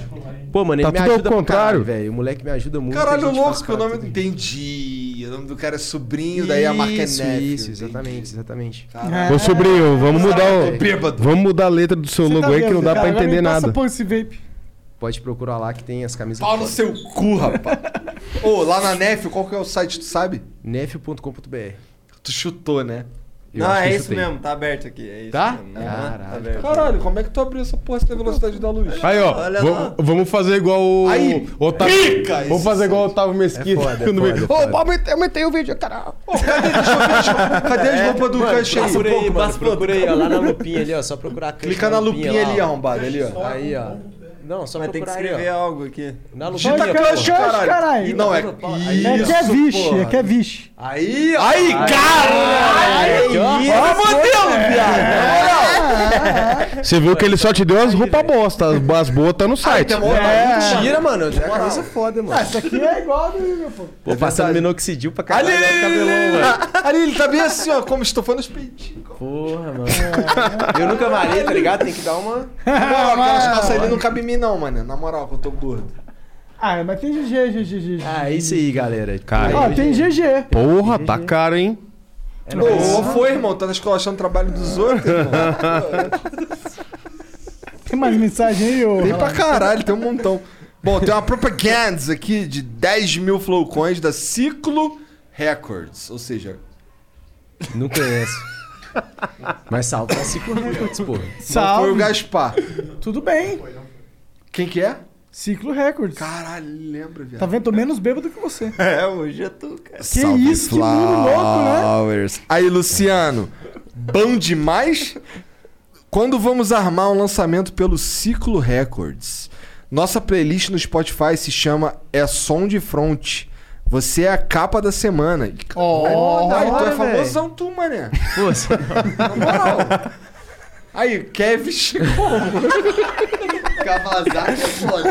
[SPEAKER 3] Pô, mano, ele
[SPEAKER 7] Tá
[SPEAKER 3] me
[SPEAKER 7] tudo ao
[SPEAKER 3] ajuda pra
[SPEAKER 7] contrário.
[SPEAKER 3] caralho, velho. O moleque me ajuda muito. a
[SPEAKER 2] Caralho,
[SPEAKER 3] gente
[SPEAKER 2] louco
[SPEAKER 3] faz
[SPEAKER 2] que o
[SPEAKER 3] parada
[SPEAKER 2] nome. Entendi. O nome do cara é sobrinho, daí a marca é
[SPEAKER 3] Isso,
[SPEAKER 2] Neve.
[SPEAKER 3] isso, exatamente, exatamente.
[SPEAKER 7] Ô sobrinho, vamos mudar
[SPEAKER 2] Tô
[SPEAKER 7] o.
[SPEAKER 2] bêbado.
[SPEAKER 7] Vamos mudar a letra do seu logo aí que não dá pra entender nada.
[SPEAKER 3] Pode procurar lá que tem as camisas.
[SPEAKER 2] Pau no seu cu, rapaz. Ô, lá na Nef, qual que é o site, tu sabe?
[SPEAKER 3] Nef.com.br.
[SPEAKER 2] Tu chutou, né?
[SPEAKER 4] Não, é isso mesmo, tá aberto aqui. É isso
[SPEAKER 2] Tá?
[SPEAKER 4] mesmo. Aham,
[SPEAKER 2] Caralho.
[SPEAKER 4] tá aberto.
[SPEAKER 2] Caralho, como é que tu abriu essa porra se tem velocidade da luz?
[SPEAKER 7] Aí, ó,
[SPEAKER 2] Olha
[SPEAKER 7] vam-
[SPEAKER 2] lá.
[SPEAKER 7] vamos fazer igual o.
[SPEAKER 2] Aí,
[SPEAKER 7] o Otávio.
[SPEAKER 2] pica
[SPEAKER 7] vamos
[SPEAKER 2] esse
[SPEAKER 7] fazer igual o Otávio Mesquita.
[SPEAKER 2] foda, é
[SPEAKER 7] quando
[SPEAKER 2] foda,
[SPEAKER 7] vem.
[SPEAKER 2] é
[SPEAKER 7] Ô,
[SPEAKER 2] foda.
[SPEAKER 7] Bob, eu aumentei o vídeo, caralho.
[SPEAKER 2] Cadê as roupas do
[SPEAKER 3] É, Mano,
[SPEAKER 2] cachê?
[SPEAKER 3] Procura aí, passa procura aí, ó, lá na lupinha ali, ó. Só procurar a cancha
[SPEAKER 2] tá Clica na lupinha ali,
[SPEAKER 3] ó.
[SPEAKER 2] arrombado, ali, ó.
[SPEAKER 3] Aí, ó. Não, só
[SPEAKER 4] Mas tem que
[SPEAKER 3] procurar
[SPEAKER 4] escrever
[SPEAKER 3] aí, ó.
[SPEAKER 4] algo aqui.
[SPEAKER 3] Na
[SPEAKER 4] Digita
[SPEAKER 3] lupinha,
[SPEAKER 4] Crush,
[SPEAKER 3] porra.
[SPEAKER 4] Crush, caralho.
[SPEAKER 3] Não, é...
[SPEAKER 1] É que é vixe, é que é vixe.
[SPEAKER 3] Aí, ó.
[SPEAKER 2] Aí,
[SPEAKER 3] caralho!
[SPEAKER 1] Ó, modelo,
[SPEAKER 3] É.
[SPEAKER 7] É. Você viu que ele só te deu as roupas boas, tá? As boas tá no site.
[SPEAKER 3] É. Mentira, mano. É uma coisa foda, mano.
[SPEAKER 1] Essa aqui é igual do meu pô.
[SPEAKER 3] Pô, passando minoxidil pra caralho.
[SPEAKER 2] É Ali,
[SPEAKER 3] olha o cabelão, mano.
[SPEAKER 2] Ali, ele tá bem assim, ó, como estofando os peitinhos.
[SPEAKER 3] Porra, mano. Eu nunca malhei, tá ligado? Tem que dar uma...
[SPEAKER 2] Não, aquelas
[SPEAKER 3] tá
[SPEAKER 1] Mano.
[SPEAKER 2] calças ali não cabem em mim, não, mano. Na moral, que eu tô gordo.
[SPEAKER 1] Ah, mas tem GG, GG, GG.
[SPEAKER 3] Ah, é isso aí, galera.
[SPEAKER 7] Cara,
[SPEAKER 1] Ó, tem GG.
[SPEAKER 7] Porra, tá caro, hein?
[SPEAKER 3] É
[SPEAKER 2] Ô, foi, irmão. Tá escolachando o trabalho dos outros, irmão.
[SPEAKER 1] Tem mais mensagem aí, ô?
[SPEAKER 2] Tem pra caralho, tem um montão. Bom, tem uma propaganda aqui de 10 mil flowcoins da Ciclo Records. Ou seja,
[SPEAKER 3] Não conheço. Mas salve pra Cico Records, pô.
[SPEAKER 2] não foi o Gaspar.
[SPEAKER 1] Tudo bem.
[SPEAKER 2] Quem que é?
[SPEAKER 1] Ciclo Records.
[SPEAKER 2] Caralho, lembra, viado.
[SPEAKER 1] Tá vendo? Tô menos bêbado que você.
[SPEAKER 4] É, hoje eu tô, cara.
[SPEAKER 1] Que isso, que mundo louco, né?
[SPEAKER 2] né? Aí, Luciano, bom demais? Quando vamos armar um lançamento pelo Ciclo Records? Nossa playlist no Spotify se chama É Som de Front. Você é a capa da semana.
[SPEAKER 1] Ó,
[SPEAKER 2] Aí, tu
[SPEAKER 1] hora,
[SPEAKER 2] é famosão, tu, mané. Na moral. Aí, Kevin chegou. Cavazaki é foda.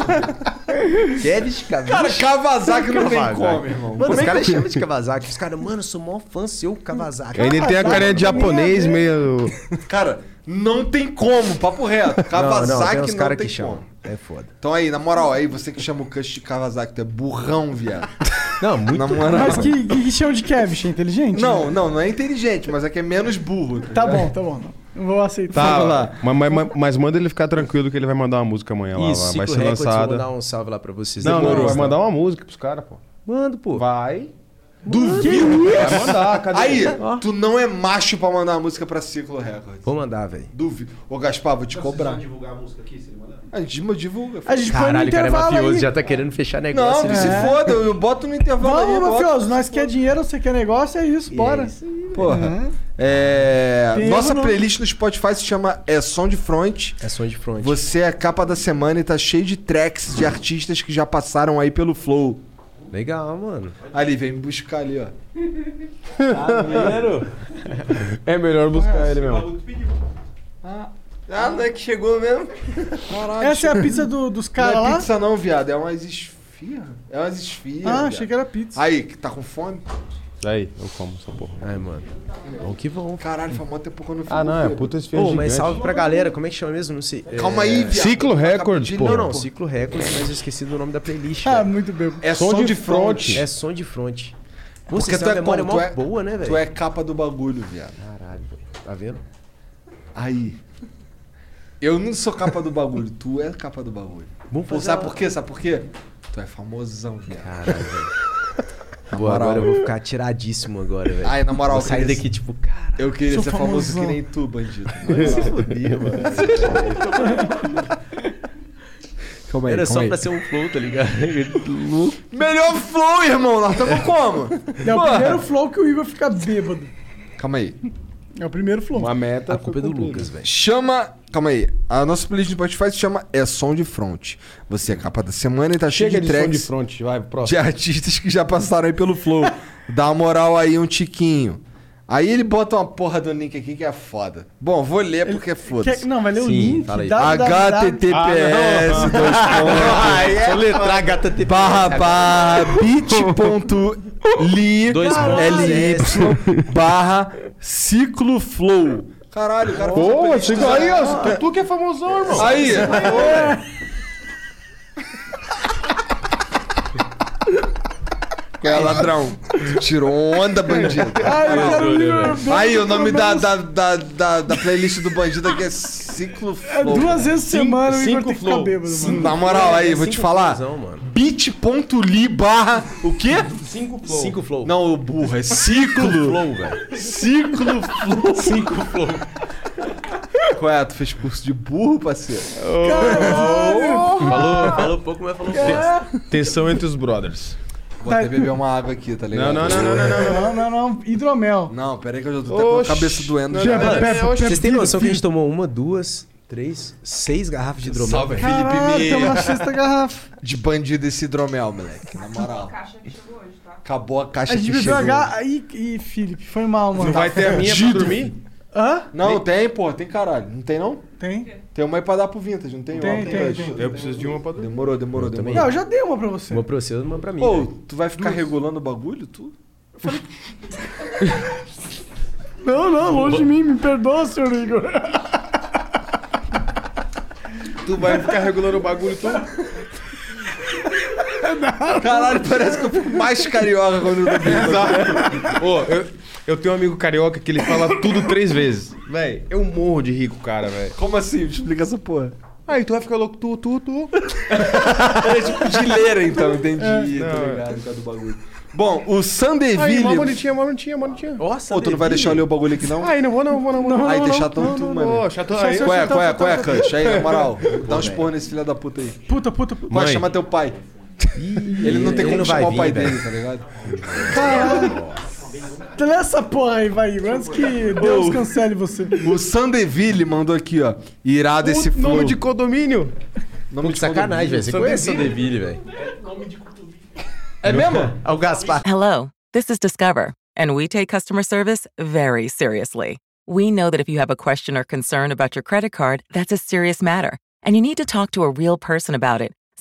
[SPEAKER 3] Kevin Cavazaki.
[SPEAKER 2] Cara, Kawasaki não tem como, irmão.
[SPEAKER 3] Mano, os
[SPEAKER 2] Como é
[SPEAKER 3] caras
[SPEAKER 2] que-
[SPEAKER 3] chamam de Kawasaki. Os caras, mano, eu sou mó fã seu Kawasaki.
[SPEAKER 7] Ele tem a carinha de japonês, meio.
[SPEAKER 2] Cara, não tem como, papo reto. Kawasaki não,
[SPEAKER 3] não, tem uns cara
[SPEAKER 2] tem
[SPEAKER 3] que
[SPEAKER 2] como.
[SPEAKER 3] chamam. É foda.
[SPEAKER 2] Então aí, na moral, aí você que chama o Cush de Kawasaki, tu é burrão, viado.
[SPEAKER 3] Não, muito
[SPEAKER 2] Na moral.
[SPEAKER 1] Mas que, que, que chão de Kevish, é inteligente?
[SPEAKER 2] Não, não, não é inteligente, mas é que é menos burro.
[SPEAKER 1] Tá bom, tá bom. Não vou aceitar.
[SPEAKER 7] Tá, mas, mas- mas- mas manda ele ficar tranquilo que ele vai mandar uma música amanhã lá.
[SPEAKER 3] Isso,
[SPEAKER 7] lá, vai ser
[SPEAKER 3] Cico Records, vou
[SPEAKER 7] lançada.
[SPEAKER 3] mandar um salve lá pra vocês.
[SPEAKER 7] Não, não,
[SPEAKER 3] Demorou.
[SPEAKER 7] vai mandar uma música pros caras, pô.
[SPEAKER 3] Manda, pô.
[SPEAKER 7] Vai.
[SPEAKER 2] Duvido.
[SPEAKER 7] Vai mandar, cadê?
[SPEAKER 2] Aí, tu não é macho pra mandar uma música pra Ciclo Record.
[SPEAKER 3] Vou mandar, velho.
[SPEAKER 2] Duvido. Ô, Gaspar, vou te cobrar.
[SPEAKER 19] divulgar a
[SPEAKER 7] um
[SPEAKER 19] música aqui, se ele mandar?
[SPEAKER 2] A gente divulga.
[SPEAKER 1] A gente põe no
[SPEAKER 3] Caralho, o cara é
[SPEAKER 1] intervalo
[SPEAKER 3] mafioso,
[SPEAKER 1] aí.
[SPEAKER 3] já tá querendo fechar
[SPEAKER 2] Não,
[SPEAKER 3] negócio.
[SPEAKER 2] que se foda, eu eu boto no intervalo aí. eu
[SPEAKER 1] Vamos,
[SPEAKER 2] boto.
[SPEAKER 1] mafioso. Nós quer dinheiro, você quer negócio, é isso. Bora.
[SPEAKER 2] Porra.
[SPEAKER 1] Uhum.
[SPEAKER 2] É,
[SPEAKER 1] Tem
[SPEAKER 2] nossa
[SPEAKER 1] erro, não.
[SPEAKER 2] playlist no Spotify se chama É Som de Front.
[SPEAKER 3] É som de front.
[SPEAKER 2] Você é a capa da semana e tá cheio de tracks de artistas que já passaram aí pelo Flow.
[SPEAKER 3] Legal, mano.
[SPEAKER 2] Ali, vem me buscar ali, ó.
[SPEAKER 7] É melhor buscar ele mesmo.
[SPEAKER 4] Ah,
[SPEAKER 2] né,
[SPEAKER 4] não é que chegou mesmo?
[SPEAKER 2] Caralho.
[SPEAKER 1] Essa é a pizza do- dos
[SPEAKER 2] Não
[SPEAKER 1] caras
[SPEAKER 2] é
[SPEAKER 1] lá?
[SPEAKER 2] pizza não, viado. É umas esfirras. É umas esfirras.
[SPEAKER 1] Ah,
[SPEAKER 2] viado.
[SPEAKER 1] achei que era pizza.
[SPEAKER 2] Aí, que tá com fome?
[SPEAKER 7] Aí, eu como essa porra.
[SPEAKER 3] Ai, mano. Bom que bom.
[SPEAKER 2] Caralho, foi mó tempo que eu não fiz.
[SPEAKER 7] Ah, não, é puta esfirra
[SPEAKER 3] Ô, mas
[SPEAKER 7] gigante.
[SPEAKER 3] salve pra galera, como é que chama mesmo? Não sei. É,
[SPEAKER 2] Calma aí, viado.
[SPEAKER 7] Ciclo Records, pô.
[SPEAKER 3] Não, não, Ciclo Records, mas eu esqueci do nome da playlist.
[SPEAKER 1] Ah,
[SPEAKER 3] velho.
[SPEAKER 1] muito bem.
[SPEAKER 2] É som,
[SPEAKER 7] Som de
[SPEAKER 2] de front.
[SPEAKER 7] front.
[SPEAKER 3] É som de front. Pô,
[SPEAKER 2] Porque
[SPEAKER 3] Você
[SPEAKER 2] tu
[SPEAKER 3] tem uma
[SPEAKER 2] é,
[SPEAKER 3] memória
[SPEAKER 2] como? Tu
[SPEAKER 3] mó
[SPEAKER 2] é
[SPEAKER 3] boa, né, velho?
[SPEAKER 2] Tu é capa do bagulho, viado.
[SPEAKER 3] Caralho, velho. Tá vendo?
[SPEAKER 2] Aí. Eu não sou capa do bagulho, tu é capa do bagulho.
[SPEAKER 3] Vamos
[SPEAKER 2] Pô,
[SPEAKER 3] fazer
[SPEAKER 2] sabe
[SPEAKER 3] uma-
[SPEAKER 2] por quê? Sabe por quê? Tu é famosão, viado.
[SPEAKER 3] Caralho, velho.
[SPEAKER 2] Na
[SPEAKER 3] Pô,
[SPEAKER 2] moral,
[SPEAKER 3] agora eu vou ficar tiradíssimo agora, velho.
[SPEAKER 2] Ai, na moral,
[SPEAKER 3] vou sair
[SPEAKER 2] Cris.
[SPEAKER 3] daqui, tipo, cara.
[SPEAKER 2] eu queria
[SPEAKER 1] Sou
[SPEAKER 2] ser famoso que
[SPEAKER 1] famosão.
[SPEAKER 2] nem tu, bandido. Calma aí,
[SPEAKER 3] Era só
[SPEAKER 2] calma
[SPEAKER 3] pra
[SPEAKER 2] aí.
[SPEAKER 3] ser um flow, tá ligado? Louco.
[SPEAKER 2] Melhor flow, irmão! Nós estamos como?
[SPEAKER 1] É o
[SPEAKER 2] Porra.
[SPEAKER 1] primeiro flow que o Igor fica bêbado.
[SPEAKER 2] Calma aí.
[SPEAKER 1] É o primeiro flow. Tá
[SPEAKER 7] Uma meta.
[SPEAKER 3] A culpa é do Lucas, velho.
[SPEAKER 2] Chama. Calma aí. A nossa playlist do Spotify se chama É Som de Front. Você é capa da semana e tá cheio
[SPEAKER 7] Chega
[SPEAKER 2] de
[SPEAKER 7] de som de
[SPEAKER 2] tracks
[SPEAKER 7] front, vai,
[SPEAKER 2] de
[SPEAKER 7] próximo.
[SPEAKER 2] artistas que já passaram aí pelo Flow. Dá uma moral aí, um tiquinho. Aí ele bota uma porra do link aqui que é foda. Bom, vou ler porque é foda.
[SPEAKER 1] quer- não, vai ler o link,
[SPEAKER 2] fala aí.
[SPEAKER 1] www. Ah,
[SPEAKER 2] https dois pontos.
[SPEAKER 1] Vou letrar
[SPEAKER 2] https. é Barra barra bit.ly ly barra cicloflow. Caralho, cara. um
[SPEAKER 7] Boa,
[SPEAKER 2] foi
[SPEAKER 7] chegou aí, ó.
[SPEAKER 2] pesquisar.
[SPEAKER 7] Tu, tu que é famosão, irmão.
[SPEAKER 2] Aí. Qual é, ladrão? Tirou onda, bandido.
[SPEAKER 13] Ai, eu quero o livro aberto,
[SPEAKER 2] Aí, o nome
[SPEAKER 13] pelo
[SPEAKER 2] da,
[SPEAKER 13] menos.
[SPEAKER 2] da, da, da, da playlist do bandido aqui é Ciclo
[SPEAKER 1] É
[SPEAKER 2] Flow.
[SPEAKER 1] duas vezes por semana o Igor
[SPEAKER 2] Cinco
[SPEAKER 1] tem que ficar
[SPEAKER 2] Flow.
[SPEAKER 1] bêbado,
[SPEAKER 2] Sim,
[SPEAKER 1] mano.
[SPEAKER 2] Na moral, aí, vou te falar.
[SPEAKER 3] é um
[SPEAKER 2] Bit.ly barra o quê?
[SPEAKER 3] Cinco flow. Cinco flow.
[SPEAKER 2] Não, o burro, é ciclo.
[SPEAKER 3] flow, velho.
[SPEAKER 2] Ciclo flow.
[SPEAKER 3] Cinco flow.
[SPEAKER 2] Qual é? Tu fez curso de burro, parceiro?
[SPEAKER 3] Falou, falou pouco, mas falou pouco.
[SPEAKER 7] Tensão entre os brothers.
[SPEAKER 2] Vou até beber uma água aqui, tá ligado?
[SPEAKER 7] Não, não, não, não, não, não,
[SPEAKER 1] Não, não, não. Hidromel.
[SPEAKER 2] Não, pera aí que eu já tô até com a cabeça doendo. já.
[SPEAKER 3] Vocês têm noção que a gente tomou uma, duas, três, seis garrafas de hidromel?
[SPEAKER 2] Salve,
[SPEAKER 3] velho?
[SPEAKER 2] Felipe
[SPEAKER 1] Caralho,
[SPEAKER 2] Meia.
[SPEAKER 1] tamo na sexta garrafa.
[SPEAKER 2] De bandido esse hidromel, moleque. Na moral. Acabou a caixa
[SPEAKER 1] A gente
[SPEAKER 2] que
[SPEAKER 1] bebeu
[SPEAKER 2] chegou.
[SPEAKER 1] H. Aí, Ih, Felipe, foi mal, mano.
[SPEAKER 2] Não vai ter a minha pra
[SPEAKER 1] tá Fudido.
[SPEAKER 2] dormir?
[SPEAKER 1] Hã?
[SPEAKER 2] Não, tem, pô, tem caralho. Não tem, não?
[SPEAKER 1] Tem.
[SPEAKER 2] Tem uma aí pra dar pro Vintage, não tem?
[SPEAKER 1] Tem,
[SPEAKER 2] uma pro
[SPEAKER 1] tem,
[SPEAKER 2] Vintage?
[SPEAKER 1] tem.
[SPEAKER 7] Eu preciso de uma pra dormir.
[SPEAKER 2] Demorou, demorou, demorou.
[SPEAKER 1] Não, eu já dei uma pra você.
[SPEAKER 3] Uma pra você, uma pra mim.
[SPEAKER 2] Pô,
[SPEAKER 3] velho.
[SPEAKER 2] tu vai ficar regulando o bagulho, tu?
[SPEAKER 1] Não, não, longe de mim, me perdoa, senhor Igor.
[SPEAKER 7] Tu vai ficar regulando o bagulho todo.
[SPEAKER 2] Caralho, parece que eu fico mais carioca quando eu bebo.
[SPEAKER 7] Exato. Ô, eu, eu tenho um amigo carioca que ele fala tudo três vezes. Véi, eu morro de rico, cara, velho.
[SPEAKER 2] Como assim? Explica essa porra.
[SPEAKER 7] Aí tu vai ficar louco, tu, tu, tu.
[SPEAKER 2] É tipo gileira, então, entendi.
[SPEAKER 7] É.
[SPEAKER 2] tá
[SPEAKER 7] Não,
[SPEAKER 2] ligado, por causa do bagulho. Bom, o Sandeville...
[SPEAKER 7] Aí, mó bonitinha, mó bonitinha, mó bonitinha.
[SPEAKER 3] Nossa,
[SPEAKER 2] Pô, tu não vai deixar eu ler o bagulho aqui, não?
[SPEAKER 7] Aí, não vou não, vou não, vou não.
[SPEAKER 2] aí
[SPEAKER 7] não,
[SPEAKER 2] tem
[SPEAKER 7] não,
[SPEAKER 2] chatão
[SPEAKER 7] não,
[SPEAKER 2] tu,
[SPEAKER 7] não,
[SPEAKER 2] mano.
[SPEAKER 7] não, chatão aí.
[SPEAKER 2] Qual é, qual é, qual é, Cush? Aí, na moral, dá uns
[SPEAKER 7] velho.
[SPEAKER 2] porra nesse filho da puta aí.
[SPEAKER 1] Puta, puta, puta.
[SPEAKER 2] Vai
[SPEAKER 7] Mãe.
[SPEAKER 2] chamar teu pai. Ele não tem
[SPEAKER 3] ele
[SPEAKER 2] como
[SPEAKER 3] não vai
[SPEAKER 2] chamar o
[SPEAKER 3] vir,
[SPEAKER 2] pai
[SPEAKER 3] velho.
[SPEAKER 2] dele, tá ligado?
[SPEAKER 1] Caralho. Lê essa porra aí, vai, Igor. Antes que Deus
[SPEAKER 2] Ô.
[SPEAKER 1] cancele você.
[SPEAKER 2] O Sandeville mandou aqui, ó. Irado esse
[SPEAKER 7] O
[SPEAKER 2] flow.
[SPEAKER 7] nome de condomínio?
[SPEAKER 2] Nome de
[SPEAKER 3] Sacanagem, velho. Você
[SPEAKER 2] condomínio.
[SPEAKER 3] conhece o Deville, velho.
[SPEAKER 2] É mesmo?
[SPEAKER 3] É o Gaspar.
[SPEAKER 5] Hello, this is Discover, and we take customer service very seriously. We know that if you have a question or concern about your credit card, that's a serious matter, and you need to talk to a real person about it.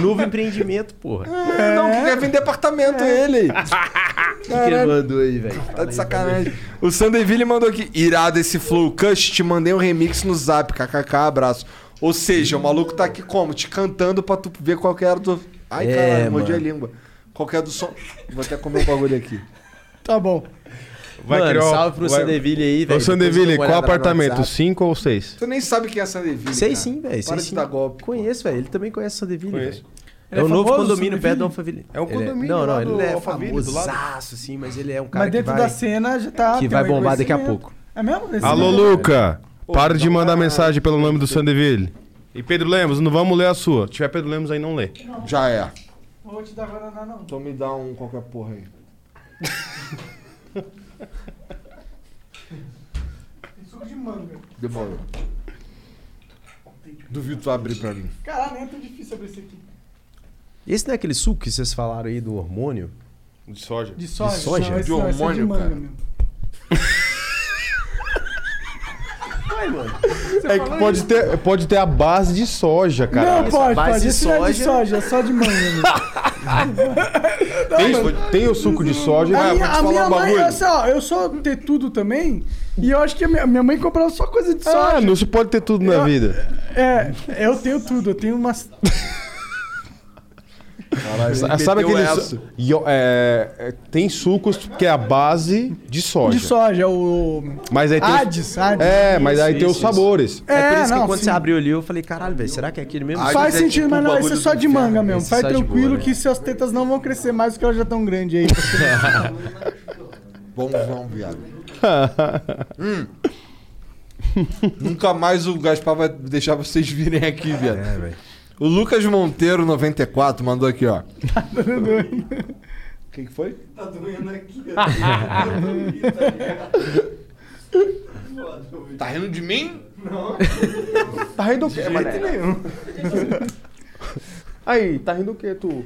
[SPEAKER 3] Novo empreendimento, porra.
[SPEAKER 2] É, Não, que quer vender apartamento ele.
[SPEAKER 3] O que que ele mandou aí, velho?
[SPEAKER 2] Tá de sacanagem. O Sandeville mandou aqui. Irado esse flow. Cush, te mandei um remix no zap. KKK, abraço. Ou seja, o maluco tá aqui como? Te cantando pra tu ver qual que era do. Ai,
[SPEAKER 3] É,
[SPEAKER 2] caralho, mordi a
[SPEAKER 3] mano.
[SPEAKER 2] língua. Qual que é do som? Vou até comer um bagulho aqui.
[SPEAKER 1] Tá bom.
[SPEAKER 7] Vai
[SPEAKER 3] Mano,
[SPEAKER 7] criar um-
[SPEAKER 3] salve pro
[SPEAKER 7] vai-
[SPEAKER 3] Sandeville aí, velho.
[SPEAKER 7] Ô, Sandeville,
[SPEAKER 3] Depois dá
[SPEAKER 7] qual
[SPEAKER 3] uma olhada lá no
[SPEAKER 7] apartamento?
[SPEAKER 3] WhatsApp.
[SPEAKER 7] Cinco ou seis?
[SPEAKER 2] Tu nem sabe quem é Sandeville.
[SPEAKER 3] Sei
[SPEAKER 2] cara.
[SPEAKER 3] sim, velho. Sei
[SPEAKER 2] Para
[SPEAKER 3] sim.
[SPEAKER 2] de dar golpe.
[SPEAKER 3] Conheço, velho. Ele também conhece Sandeville,
[SPEAKER 7] Conheço.
[SPEAKER 3] velho.
[SPEAKER 1] Ele
[SPEAKER 3] É um
[SPEAKER 1] é
[SPEAKER 3] novo
[SPEAKER 1] famoso,
[SPEAKER 3] condomínio perto do
[SPEAKER 1] Sandeville?
[SPEAKER 3] Alphaville.
[SPEAKER 7] É um
[SPEAKER 3] Ele
[SPEAKER 7] condomínio
[SPEAKER 3] Não,
[SPEAKER 7] lá
[SPEAKER 3] não,
[SPEAKER 7] do
[SPEAKER 3] ele é
[SPEAKER 7] Alphaville, do lado.
[SPEAKER 3] famosaço, sim, mas ele é um cara
[SPEAKER 1] Mas dentro
[SPEAKER 3] que vai...
[SPEAKER 1] da cena já
[SPEAKER 7] Ah,
[SPEAKER 1] tá.
[SPEAKER 3] que
[SPEAKER 1] tem
[SPEAKER 3] vai
[SPEAKER 1] um
[SPEAKER 3] bombar daqui a
[SPEAKER 1] reconhecimento.
[SPEAKER 3] pouco.
[SPEAKER 1] É mesmo? Nesse
[SPEAKER 7] Alô,
[SPEAKER 1] nível?
[SPEAKER 7] Luca. Para de mandar mensagem pelo nome do Sandeville. E Pedro Lemos, não vamos ler a sua. Se tiver Pedro Lemos aí, não lê.
[SPEAKER 2] Já é.
[SPEAKER 1] Vou te dar guaraná, não.
[SPEAKER 2] Então me dá um qualquer porra aí.
[SPEAKER 1] Suco de manga.
[SPEAKER 2] Demorou. Duvido tu abrir pra mim.
[SPEAKER 1] Caralho, nem é tão difícil abrir isso aqui.
[SPEAKER 3] Esse não é aquele suco que vocês falaram aí do hormônio?
[SPEAKER 7] De soja.
[SPEAKER 1] De soja?
[SPEAKER 3] soja?
[SPEAKER 1] Não, esse
[SPEAKER 2] De
[SPEAKER 1] não, esse é
[SPEAKER 2] hormônio,
[SPEAKER 1] manga
[SPEAKER 2] cara.
[SPEAKER 1] mesmo.
[SPEAKER 3] Ai, mano.
[SPEAKER 7] É que pode ter, pode ter a base de soja, cara.
[SPEAKER 1] Não, pode,
[SPEAKER 3] base
[SPEAKER 1] pode.
[SPEAKER 3] de
[SPEAKER 1] Esse não é de
[SPEAKER 3] soja.
[SPEAKER 1] soja, é só de manga. mesmo.
[SPEAKER 7] tem, tem o suco de soja.
[SPEAKER 1] a
[SPEAKER 7] Ah,
[SPEAKER 1] minha,
[SPEAKER 7] vou te falar
[SPEAKER 1] a minha
[SPEAKER 7] um
[SPEAKER 1] mãe,
[SPEAKER 7] bagulho.
[SPEAKER 1] assim, ó, eu sou ter tudo também, e eu acho que a minha, minha mãe comprava só coisa de soja.
[SPEAKER 7] Ah, não se pode ter tudo na vida.
[SPEAKER 1] É, eu tenho tudo, eu tenho umas.
[SPEAKER 7] Sa- Sabe
[SPEAKER 2] meteu
[SPEAKER 7] aquele.
[SPEAKER 2] essa.
[SPEAKER 7] su- Yo- é, é, tem sucos que é a base de soja.
[SPEAKER 1] De soja, o.
[SPEAKER 7] Mas aí tem. os-
[SPEAKER 1] Hades, Hades.
[SPEAKER 7] É, mas aí
[SPEAKER 3] Isso,
[SPEAKER 7] tem os
[SPEAKER 3] isso,
[SPEAKER 7] sabores.
[SPEAKER 3] É, por
[SPEAKER 1] É,
[SPEAKER 3] isso
[SPEAKER 1] não,
[SPEAKER 3] que quando
[SPEAKER 1] sim.
[SPEAKER 3] você abriu ali, eu falei, caralho, velho, será que é aquele mesmo?
[SPEAKER 2] Ai,
[SPEAKER 3] suco?
[SPEAKER 1] Faz
[SPEAKER 2] mas é
[SPEAKER 1] sentido,
[SPEAKER 2] tipo
[SPEAKER 1] mas
[SPEAKER 2] o
[SPEAKER 1] não,
[SPEAKER 2] bagulho
[SPEAKER 1] esse é
[SPEAKER 2] do
[SPEAKER 1] só de
[SPEAKER 2] inferno,
[SPEAKER 1] manga mesmo.
[SPEAKER 3] esse
[SPEAKER 1] Faz
[SPEAKER 3] só de
[SPEAKER 1] tranquilo
[SPEAKER 3] boa, né?
[SPEAKER 1] que suas tetas não vão crescer mais porque elas já estão grandes aí.
[SPEAKER 2] Bonzão, viado. Hum. Nunca mais o Gaspar vai deixar vocês virem aqui,
[SPEAKER 19] É,
[SPEAKER 2] viado. o Lucas Monteiro, 94, mandou aqui, ó. O que, que foi?
[SPEAKER 4] Tá doendo aqui. ó.
[SPEAKER 2] Tá rindo de mim?
[SPEAKER 4] Não.
[SPEAKER 19] Tá rindo do quê,
[SPEAKER 4] De jeito
[SPEAKER 19] mané?
[SPEAKER 4] nenhum.
[SPEAKER 19] Aí, tá rindo o quê, tu?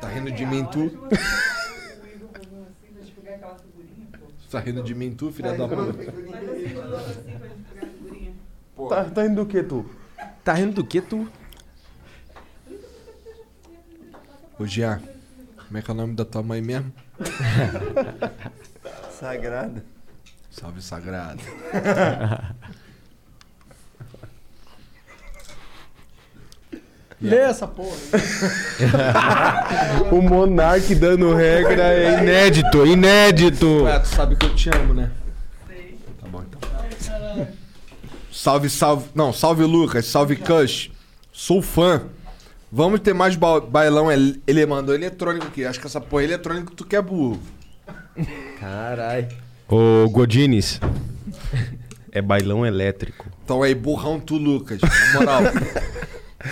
[SPEAKER 2] Tá rindo de mim, tu? Tá rindo de mim, tu, filha da puta?
[SPEAKER 19] Tá, tá rindo do quê, tu?
[SPEAKER 3] Tá rindo do quê, tu?
[SPEAKER 2] Ô, Jean, como é que é o nome da tua mãe mesmo?
[SPEAKER 4] Sagrado.
[SPEAKER 2] Salve, sagrado.
[SPEAKER 1] Lê essa porra.
[SPEAKER 19] o Monark dando regra é inédito, inédito.
[SPEAKER 2] Ué, tu sabe que eu te amo, né? Tá bom, então. Salve, salve. Não, salve Lucas, salve Cush. Sou fã. Vamos ter mais ba- bailão. el- Ele mandou eletrônico aqui. Acho que essa porra é eletrônico tu quer burro.
[SPEAKER 3] Caralho.
[SPEAKER 19] Ô, Godines. É bailão elétrico.
[SPEAKER 2] Então aí, burrão tu, Lucas. Na moral.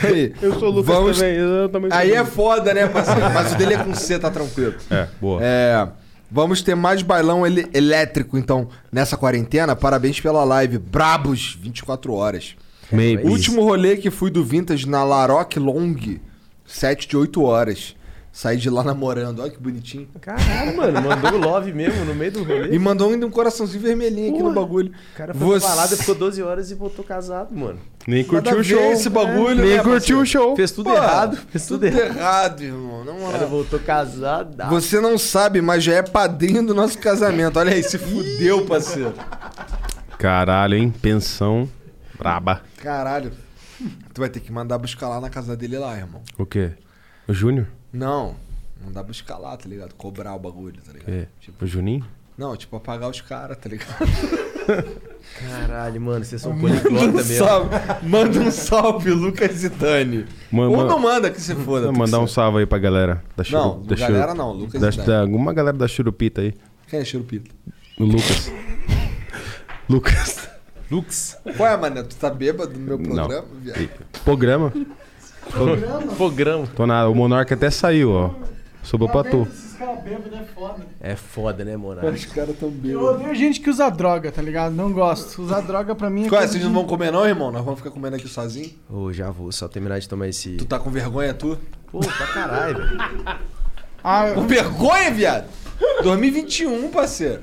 [SPEAKER 2] Aí,
[SPEAKER 19] Eu sou o Lucas
[SPEAKER 2] vamos-
[SPEAKER 19] também. Eu também sou
[SPEAKER 2] Aí é
[SPEAKER 19] Lucas.
[SPEAKER 2] foda, né, parceiro? Mas o dele é com C, tá tranquilo.
[SPEAKER 19] É, boa.
[SPEAKER 2] É, vamos ter mais bailão ele- elétrico, então, nessa quarentena. Parabéns pela live. Brabos, 24 horas.
[SPEAKER 19] Maybe.
[SPEAKER 2] É Último rolê que fui do Vintage na Laroque Long, 7 de 8 horas. Saí de lá namorando. Olha que bonitinho.
[SPEAKER 3] Caralho, mano, mandou o love mesmo no meio do rolê.
[SPEAKER 2] E mandou ainda um coraçãozinho vermelhinho aqui no bagulho.
[SPEAKER 3] O cara foi
[SPEAKER 2] Você-
[SPEAKER 3] pra balada, ficou 12 horas e voltou casado, mano.
[SPEAKER 19] Nem
[SPEAKER 2] Nada a ver esse bagulho, né, parceiro?
[SPEAKER 3] Fez tudo
[SPEAKER 2] Pô,
[SPEAKER 3] errado. Fez tudo,
[SPEAKER 2] tudo errado, irmão. Não
[SPEAKER 3] O cara voltou casado.
[SPEAKER 2] Você não sabe, mas já é padrinho do nosso casamento. Olha aí, se fudeu, parceiro.
[SPEAKER 19] Caralho, hein? Pensão braba.
[SPEAKER 2] Caralho. Tu vai ter que mandar buscar lá na casa dele lá, irmão.
[SPEAKER 19] O quê? O Júnior?
[SPEAKER 2] Não. Mandar buscar lá, tá ligado? Cobrar o bagulho, tá ligado?
[SPEAKER 19] É. O Juninho?
[SPEAKER 2] Não, tipo, apagar os caras, tá ligado?
[SPEAKER 3] Caralho, mano, vocês são
[SPEAKER 2] Manda um
[SPEAKER 3] poliglota mesmo.
[SPEAKER 2] salve. Manda um salve, Lucas e Dani.
[SPEAKER 19] Ma-
[SPEAKER 2] Ou
[SPEAKER 19] ma-
[SPEAKER 2] não manda, que se foda. tem que
[SPEAKER 19] mandar um
[SPEAKER 2] ser.
[SPEAKER 19] salve aí pra galera da churu-
[SPEAKER 2] Não,
[SPEAKER 19] da
[SPEAKER 2] galera
[SPEAKER 19] churu-
[SPEAKER 2] não, Lucas
[SPEAKER 19] da-
[SPEAKER 2] e Dani.
[SPEAKER 19] da- Alguma galera da Churupita aí.
[SPEAKER 2] Quem é Churupita?
[SPEAKER 19] O Lucas. Lucas.
[SPEAKER 3] Lux.
[SPEAKER 2] Qual é, mané? Tu tá bêbado no meu programa,
[SPEAKER 19] não.
[SPEAKER 2] viado?
[SPEAKER 19] Programa?
[SPEAKER 1] Programa?
[SPEAKER 3] Programa.
[SPEAKER 19] Tô nada. O Monarca até saiu, ó. Sobrou pra tu.
[SPEAKER 1] Tá Esses caras bêbados é foda.
[SPEAKER 3] É foda, né, Monarca?
[SPEAKER 2] Os caras tão
[SPEAKER 1] Eu
[SPEAKER 2] bêbados.
[SPEAKER 1] odeio gente que usa droga, tá ligado? Não gosto. Usar droga pra mim é.
[SPEAKER 2] Qual é?
[SPEAKER 1] coisa
[SPEAKER 2] Vocês
[SPEAKER 1] de-
[SPEAKER 2] não vão comer não, irmão? Nós vamos ficar comendo aqui sozinho?
[SPEAKER 3] Ô, já vou, só terminar de tomar esse.
[SPEAKER 2] Tu tá com vergonha, tu?
[SPEAKER 3] Pô, pra caralho, velho.
[SPEAKER 1] Ah,
[SPEAKER 2] Com vergonha, viado? 2021, parceiro.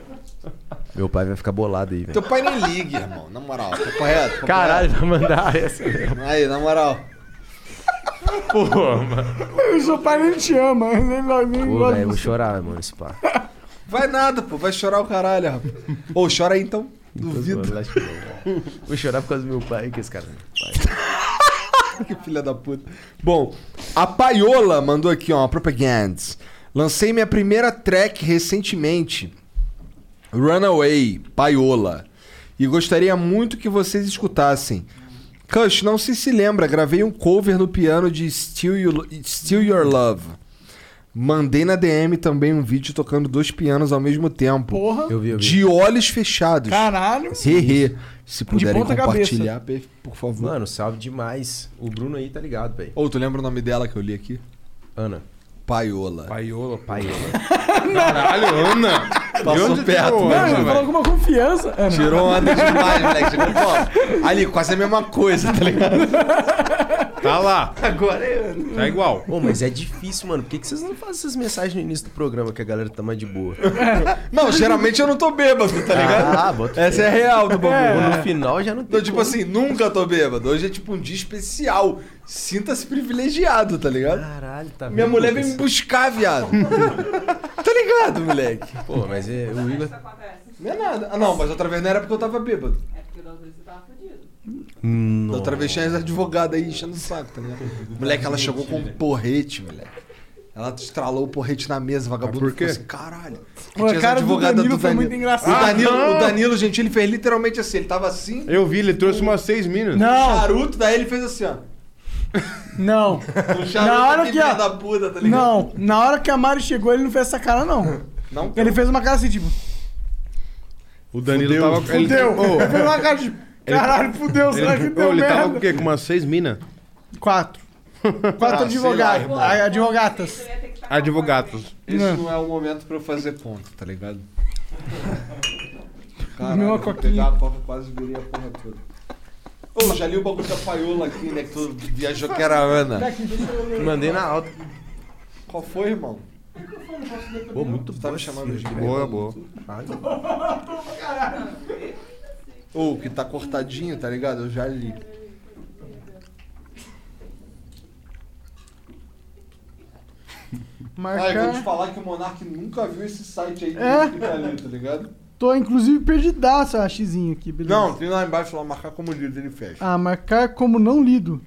[SPEAKER 3] Meu pai vai ficar bolado aí, velho.
[SPEAKER 2] Teu pai nem liga, irmão. Na moral, tá correto? Tá
[SPEAKER 3] Caralho, vai mandar essa.
[SPEAKER 2] correto? Aí, na moral.
[SPEAKER 3] Pô, mano.
[SPEAKER 1] O seu pai nem te ama, eu nem, nem
[SPEAKER 3] Pô,
[SPEAKER 1] gosto.
[SPEAKER 3] velho, eu vou chorar, mano, esse pá.
[SPEAKER 2] Vai nada, pô. Vai chorar o caralho, rapaz. Ou chora aí então. Duvido.
[SPEAKER 3] Tô zoando, acho que não. Vou chorar por causa do meu pai, que esse cara.
[SPEAKER 2] que filha da puta. Bom, a Paiola mandou aqui, ó, uma propaganda. Lancei minha primeira track recentemente. Runaway, Paiola. E gostaria muito que vocês escutassem. Cush, não sei se lembra, gravei um cover no piano de Still, You- Still Your Love. Mandei na DM também um vídeo tocando dois pianos ao mesmo tempo.
[SPEAKER 1] Porra.
[SPEAKER 3] Eu vi, eu vi.
[SPEAKER 2] De olhos fechados.
[SPEAKER 1] Caralho.
[SPEAKER 2] Hehe. Se puderem
[SPEAKER 1] ponta cabeça.
[SPEAKER 2] compartilhar, pe- por favor.
[SPEAKER 3] Mano, salve demais. O Bruno aí tá ligado, velho.
[SPEAKER 2] Ou tu lembra o nome dela que eu li aqui?
[SPEAKER 3] Ana.
[SPEAKER 2] Paiola.
[SPEAKER 19] Paiola,
[SPEAKER 3] Pai,
[SPEAKER 19] Caralho, Ana. De
[SPEAKER 2] Passou
[SPEAKER 19] onde
[SPEAKER 2] perto, né,
[SPEAKER 19] tirou
[SPEAKER 2] mano,
[SPEAKER 19] essa,
[SPEAKER 1] Mano,
[SPEAKER 19] velho?
[SPEAKER 1] falou com uma confiança. É, não.
[SPEAKER 2] Tirou onda demais, moleque. Tirou pó. Ali, quase a mesma coisa, tá ligado?
[SPEAKER 19] Tá lá.
[SPEAKER 4] Agora é ano.
[SPEAKER 19] Tá igual.
[SPEAKER 3] Pô, mas é difícil, mano. Por que, que vocês não fazem essas mensagens no início do programa que a galera tá mais de boa?
[SPEAKER 2] Não, geralmente eu não tô bêbado, tá ligado?
[SPEAKER 3] Ah, bota.
[SPEAKER 2] Essa é a real do bagulho.
[SPEAKER 3] Pô, No final já não tem.
[SPEAKER 2] Então, tipo assim, nunca tô bêbado. Hoje é tipo um dia especial. Sinta-se privilegiado, tá ligado?
[SPEAKER 3] Caralho, tá
[SPEAKER 2] Minha
[SPEAKER 3] vendo,
[SPEAKER 2] mulher vem me
[SPEAKER 3] Lucas?
[SPEAKER 2] buscar, viado. tá ligado, moleque?
[SPEAKER 3] Pô, mas é, o Igor.
[SPEAKER 2] Não é nada. Ah, não, mas outra vez não era porque eu tava bêbado. Da outra vez tinha as advogadas aí enchendo o saco, tá ligado? Moleque, ela chegou com um porrete, moleque. Ela estralou o porrete na mesa, vagabundo.
[SPEAKER 19] por quê?
[SPEAKER 2] ficou assim, caralho.
[SPEAKER 1] Pô, a
[SPEAKER 2] Tinha as
[SPEAKER 1] cara do
[SPEAKER 2] advogadas
[SPEAKER 1] Danilo foi muito engraçada.
[SPEAKER 2] O
[SPEAKER 1] Ah,
[SPEAKER 2] Danilo,
[SPEAKER 19] não!
[SPEAKER 2] o Danilo, gente, ele fez literalmente assim. Ele tava assim,
[SPEAKER 19] Eu vi, ele trouxe umas seis minas.
[SPEAKER 1] Não,
[SPEAKER 2] charuto, daí ele fez assim, ó.
[SPEAKER 1] não.
[SPEAKER 2] O
[SPEAKER 1] Na hora
[SPEAKER 2] aqui,
[SPEAKER 1] que a-
[SPEAKER 2] filha da puta, tá ligado?
[SPEAKER 1] Não, na hora que a Mari chegou, ele não fez essa cara, não.
[SPEAKER 2] Não?
[SPEAKER 1] Ele fez uma cara assim, tipo.
[SPEAKER 7] O Danilo
[SPEAKER 1] Fudeu,
[SPEAKER 7] tava. ele-
[SPEAKER 1] fudeu.
[SPEAKER 7] Ô,
[SPEAKER 1] Foi uma cara de-
[SPEAKER 7] ele-
[SPEAKER 1] Caralho, fudeu, será
[SPEAKER 7] ele-
[SPEAKER 1] que deu
[SPEAKER 7] ô, Ele tava
[SPEAKER 1] merda?
[SPEAKER 7] com o quê? Com umas seis minas?
[SPEAKER 1] Quatro. Quatro
[SPEAKER 7] Ah, sei lá,
[SPEAKER 1] advogados.
[SPEAKER 7] irmão.
[SPEAKER 1] Ah, advogatas.
[SPEAKER 7] Advogados.
[SPEAKER 2] Esse não. é o momento pra eu fazer ponto, tá ligado? Caralho,
[SPEAKER 1] Meu
[SPEAKER 2] eu vou
[SPEAKER 1] coquinha.
[SPEAKER 2] pegar a coca, quase virei a porra toda. Ô, já li o bagulho da paiola aqui, né? Que tu viajou que era a Ana.
[SPEAKER 1] Tá aqui, deixa eu ler.
[SPEAKER 2] Mandei na alta. Qual foi, irmão? Pô, muito bom. Tava chamando de né?
[SPEAKER 7] Boa, boa.
[SPEAKER 2] Ô, que tá cortadinho, tá ligado? Eu já li. Cara, Ah, eu vou te falar que o Monark nunca viu esse site aí
[SPEAKER 1] É?
[SPEAKER 2] que tá ali, tá ligado?
[SPEAKER 1] Tô inclusive perdidaço, a xizinho aqui, beleza?
[SPEAKER 2] Não, tem lá embaixo lá, marcar como líder, ele fecha.
[SPEAKER 1] Ah, marcar como não lido.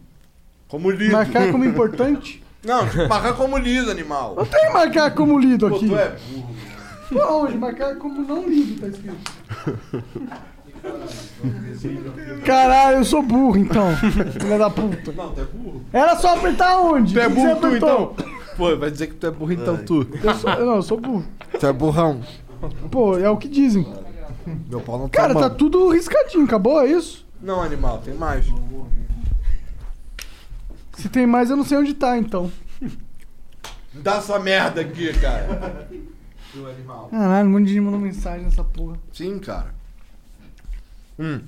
[SPEAKER 2] Como lido.
[SPEAKER 1] Marcar como importante?
[SPEAKER 2] Não, marcar como lido, animal.
[SPEAKER 1] Não tem marcar como lido aqui.
[SPEAKER 2] Pô, tu é burro.
[SPEAKER 1] Pô, onde? Marcar como não lido, tá escrito. Caralho, eu sou burro então. Filha da puta.
[SPEAKER 2] Não, tu é burro.
[SPEAKER 1] Era só apertar onde?
[SPEAKER 2] Tu é
[SPEAKER 1] O que que
[SPEAKER 2] burro,
[SPEAKER 1] você
[SPEAKER 2] tu,
[SPEAKER 1] apertou?
[SPEAKER 2] Pô, vai dizer que tu é burro então, tu.
[SPEAKER 1] Eu sou, não, eu sou burro.
[SPEAKER 2] Tu é burrão.
[SPEAKER 1] Pô, é o que dizem.
[SPEAKER 2] Meu pau não tá
[SPEAKER 1] Cara, tá
[SPEAKER 2] mano.
[SPEAKER 1] tudo riscadinho, acabou, é isso?
[SPEAKER 2] Não, animal, tem mais.
[SPEAKER 1] Se tem mais, eu não sei onde tá então.
[SPEAKER 2] Dá essa merda aqui, cara. Do animal.
[SPEAKER 1] Caralho, um monte de gente mandou mensagem nessa porra.
[SPEAKER 2] Sim, cara. Hum.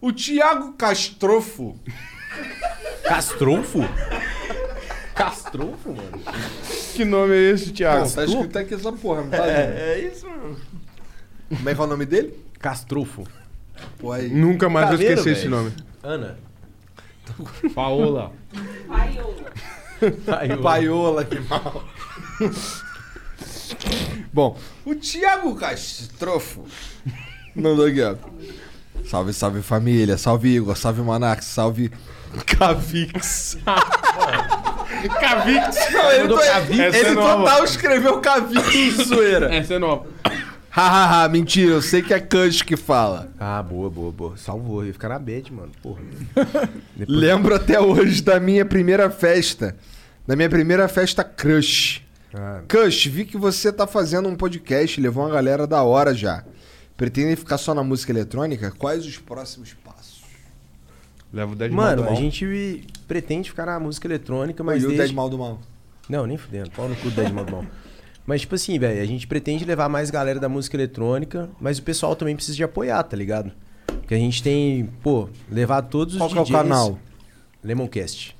[SPEAKER 2] O Thiago Castrofo.
[SPEAKER 7] Castrofo?
[SPEAKER 2] Castrofo, mano?
[SPEAKER 7] Que nome é esse, Thiago?
[SPEAKER 2] Não, tá escrito aqui essa porra, não tá ali.
[SPEAKER 4] É, é isso, mano.
[SPEAKER 2] Como é que é o nome dele?
[SPEAKER 7] Castrofo.
[SPEAKER 2] Pô, aí.
[SPEAKER 7] Nunca mais vou
[SPEAKER 3] Caveiro,
[SPEAKER 7] esquecer esse
[SPEAKER 3] velho.
[SPEAKER 7] nome.
[SPEAKER 3] Ana.
[SPEAKER 7] Paola.
[SPEAKER 3] Paiola.
[SPEAKER 2] Paiola, animal. Bom, o Thiago Castrofo mandou aqui, ó. Salve, salve família, salve Igor, salve Monark, salve Cavix.
[SPEAKER 1] Tá.
[SPEAKER 7] Cavix.
[SPEAKER 2] Não, ele,
[SPEAKER 7] Mandou
[SPEAKER 2] to-
[SPEAKER 7] Cavix. Essa
[SPEAKER 2] ele
[SPEAKER 7] é nova.
[SPEAKER 2] total escreveu Cavix, zoeira.
[SPEAKER 7] Essa é nova.
[SPEAKER 2] Hahaha, mentira, eu sei que é Cush que fala.
[SPEAKER 3] Ah, boa, boa, boa. Salvou. Eu ia ficar na bad, mano. Porra.
[SPEAKER 2] Lembro até hoje da minha primeira festa. Da minha primeira festa crush. Cush, vi que você tá fazendo um podcast, levou uma galera da hora já. Pretendem ficar só na música eletrônica? Quais os próximos passos?
[SPEAKER 7] Leva o Dead
[SPEAKER 3] Mano,
[SPEAKER 7] Mal do
[SPEAKER 3] a
[SPEAKER 7] Mal.
[SPEAKER 3] gente pretende ficar na música eletrônica, mas.
[SPEAKER 2] Mas e o
[SPEAKER 3] desde-
[SPEAKER 2] Dead Mal do Mal?
[SPEAKER 3] Não, nem fudendo. Pau no cu do Dead Mal do Mal. Mas, tipo assim, velho, a gente pretende levar mais galera da música eletrônica, mas o pessoal também precisa de apoiar, tá ligado? Porque a gente tem, pô, levar todos os
[SPEAKER 2] Qual que é o
[SPEAKER 3] DJs.
[SPEAKER 2] canal?
[SPEAKER 3] Lemoncast.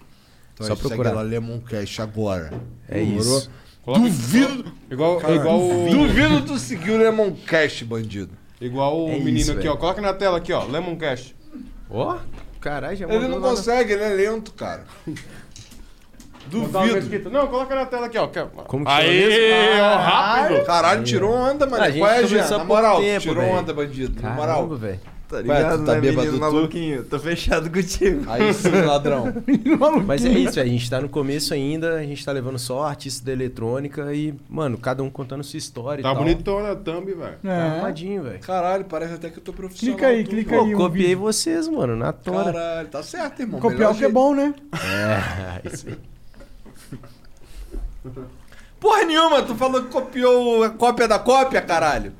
[SPEAKER 2] Então
[SPEAKER 3] Só
[SPEAKER 2] segue
[SPEAKER 3] procurar.
[SPEAKER 2] lá, Lemoncast agora.
[SPEAKER 3] É
[SPEAKER 2] Demorou?
[SPEAKER 3] isso.
[SPEAKER 2] Duvido.
[SPEAKER 7] Igual,
[SPEAKER 2] Cara,
[SPEAKER 7] igual o-
[SPEAKER 2] Duvido tu seguir o Lemoncast, bandido.
[SPEAKER 7] Igual o
[SPEAKER 2] É
[SPEAKER 7] menino
[SPEAKER 2] isso,
[SPEAKER 7] aqui,
[SPEAKER 2] velho.
[SPEAKER 7] ó. Coloca na tela aqui, ó. Lemoncast.
[SPEAKER 3] Ó. Caralho, já
[SPEAKER 2] Ele não consegue, ele é lento, cara. Duvido.
[SPEAKER 7] Não, coloca na tela aqui, ó. que-
[SPEAKER 2] Como que chama
[SPEAKER 7] Aí,
[SPEAKER 2] mesmo?
[SPEAKER 1] Ah,
[SPEAKER 7] ó, rápido.
[SPEAKER 2] Caralho, tirou onda, mano. Qual é, Jean? Na moral, tirou onda, bandido. Na moral.
[SPEAKER 4] Tá
[SPEAKER 2] Ué,
[SPEAKER 4] ligado,
[SPEAKER 2] tu tá
[SPEAKER 4] né,
[SPEAKER 2] bêbado
[SPEAKER 4] menino
[SPEAKER 2] tu?
[SPEAKER 4] maluquinho? Tô fechado contigo.
[SPEAKER 2] Aí sim, ladrão.
[SPEAKER 3] Mas é isso, a gente tá no começo ainda, a gente tá levando só artista da eletrônica e, mano, cada um contando sua história
[SPEAKER 7] Tá
[SPEAKER 3] e tal.
[SPEAKER 7] bonitona a thumb, velho.
[SPEAKER 1] É.
[SPEAKER 3] Tá arrumadinho, velho.
[SPEAKER 2] Caralho, parece até que eu tô profissional. tudo,
[SPEAKER 3] Pô,
[SPEAKER 1] um
[SPEAKER 2] mano.
[SPEAKER 3] copiei vocês, mano, na tora.
[SPEAKER 2] Caralho, tá certo, irmão.
[SPEAKER 1] Copiar o que é bom, né?
[SPEAKER 3] É, isso aí.
[SPEAKER 2] Porra nenhuma, tu falou que copiou a cópia da cópia, caralho.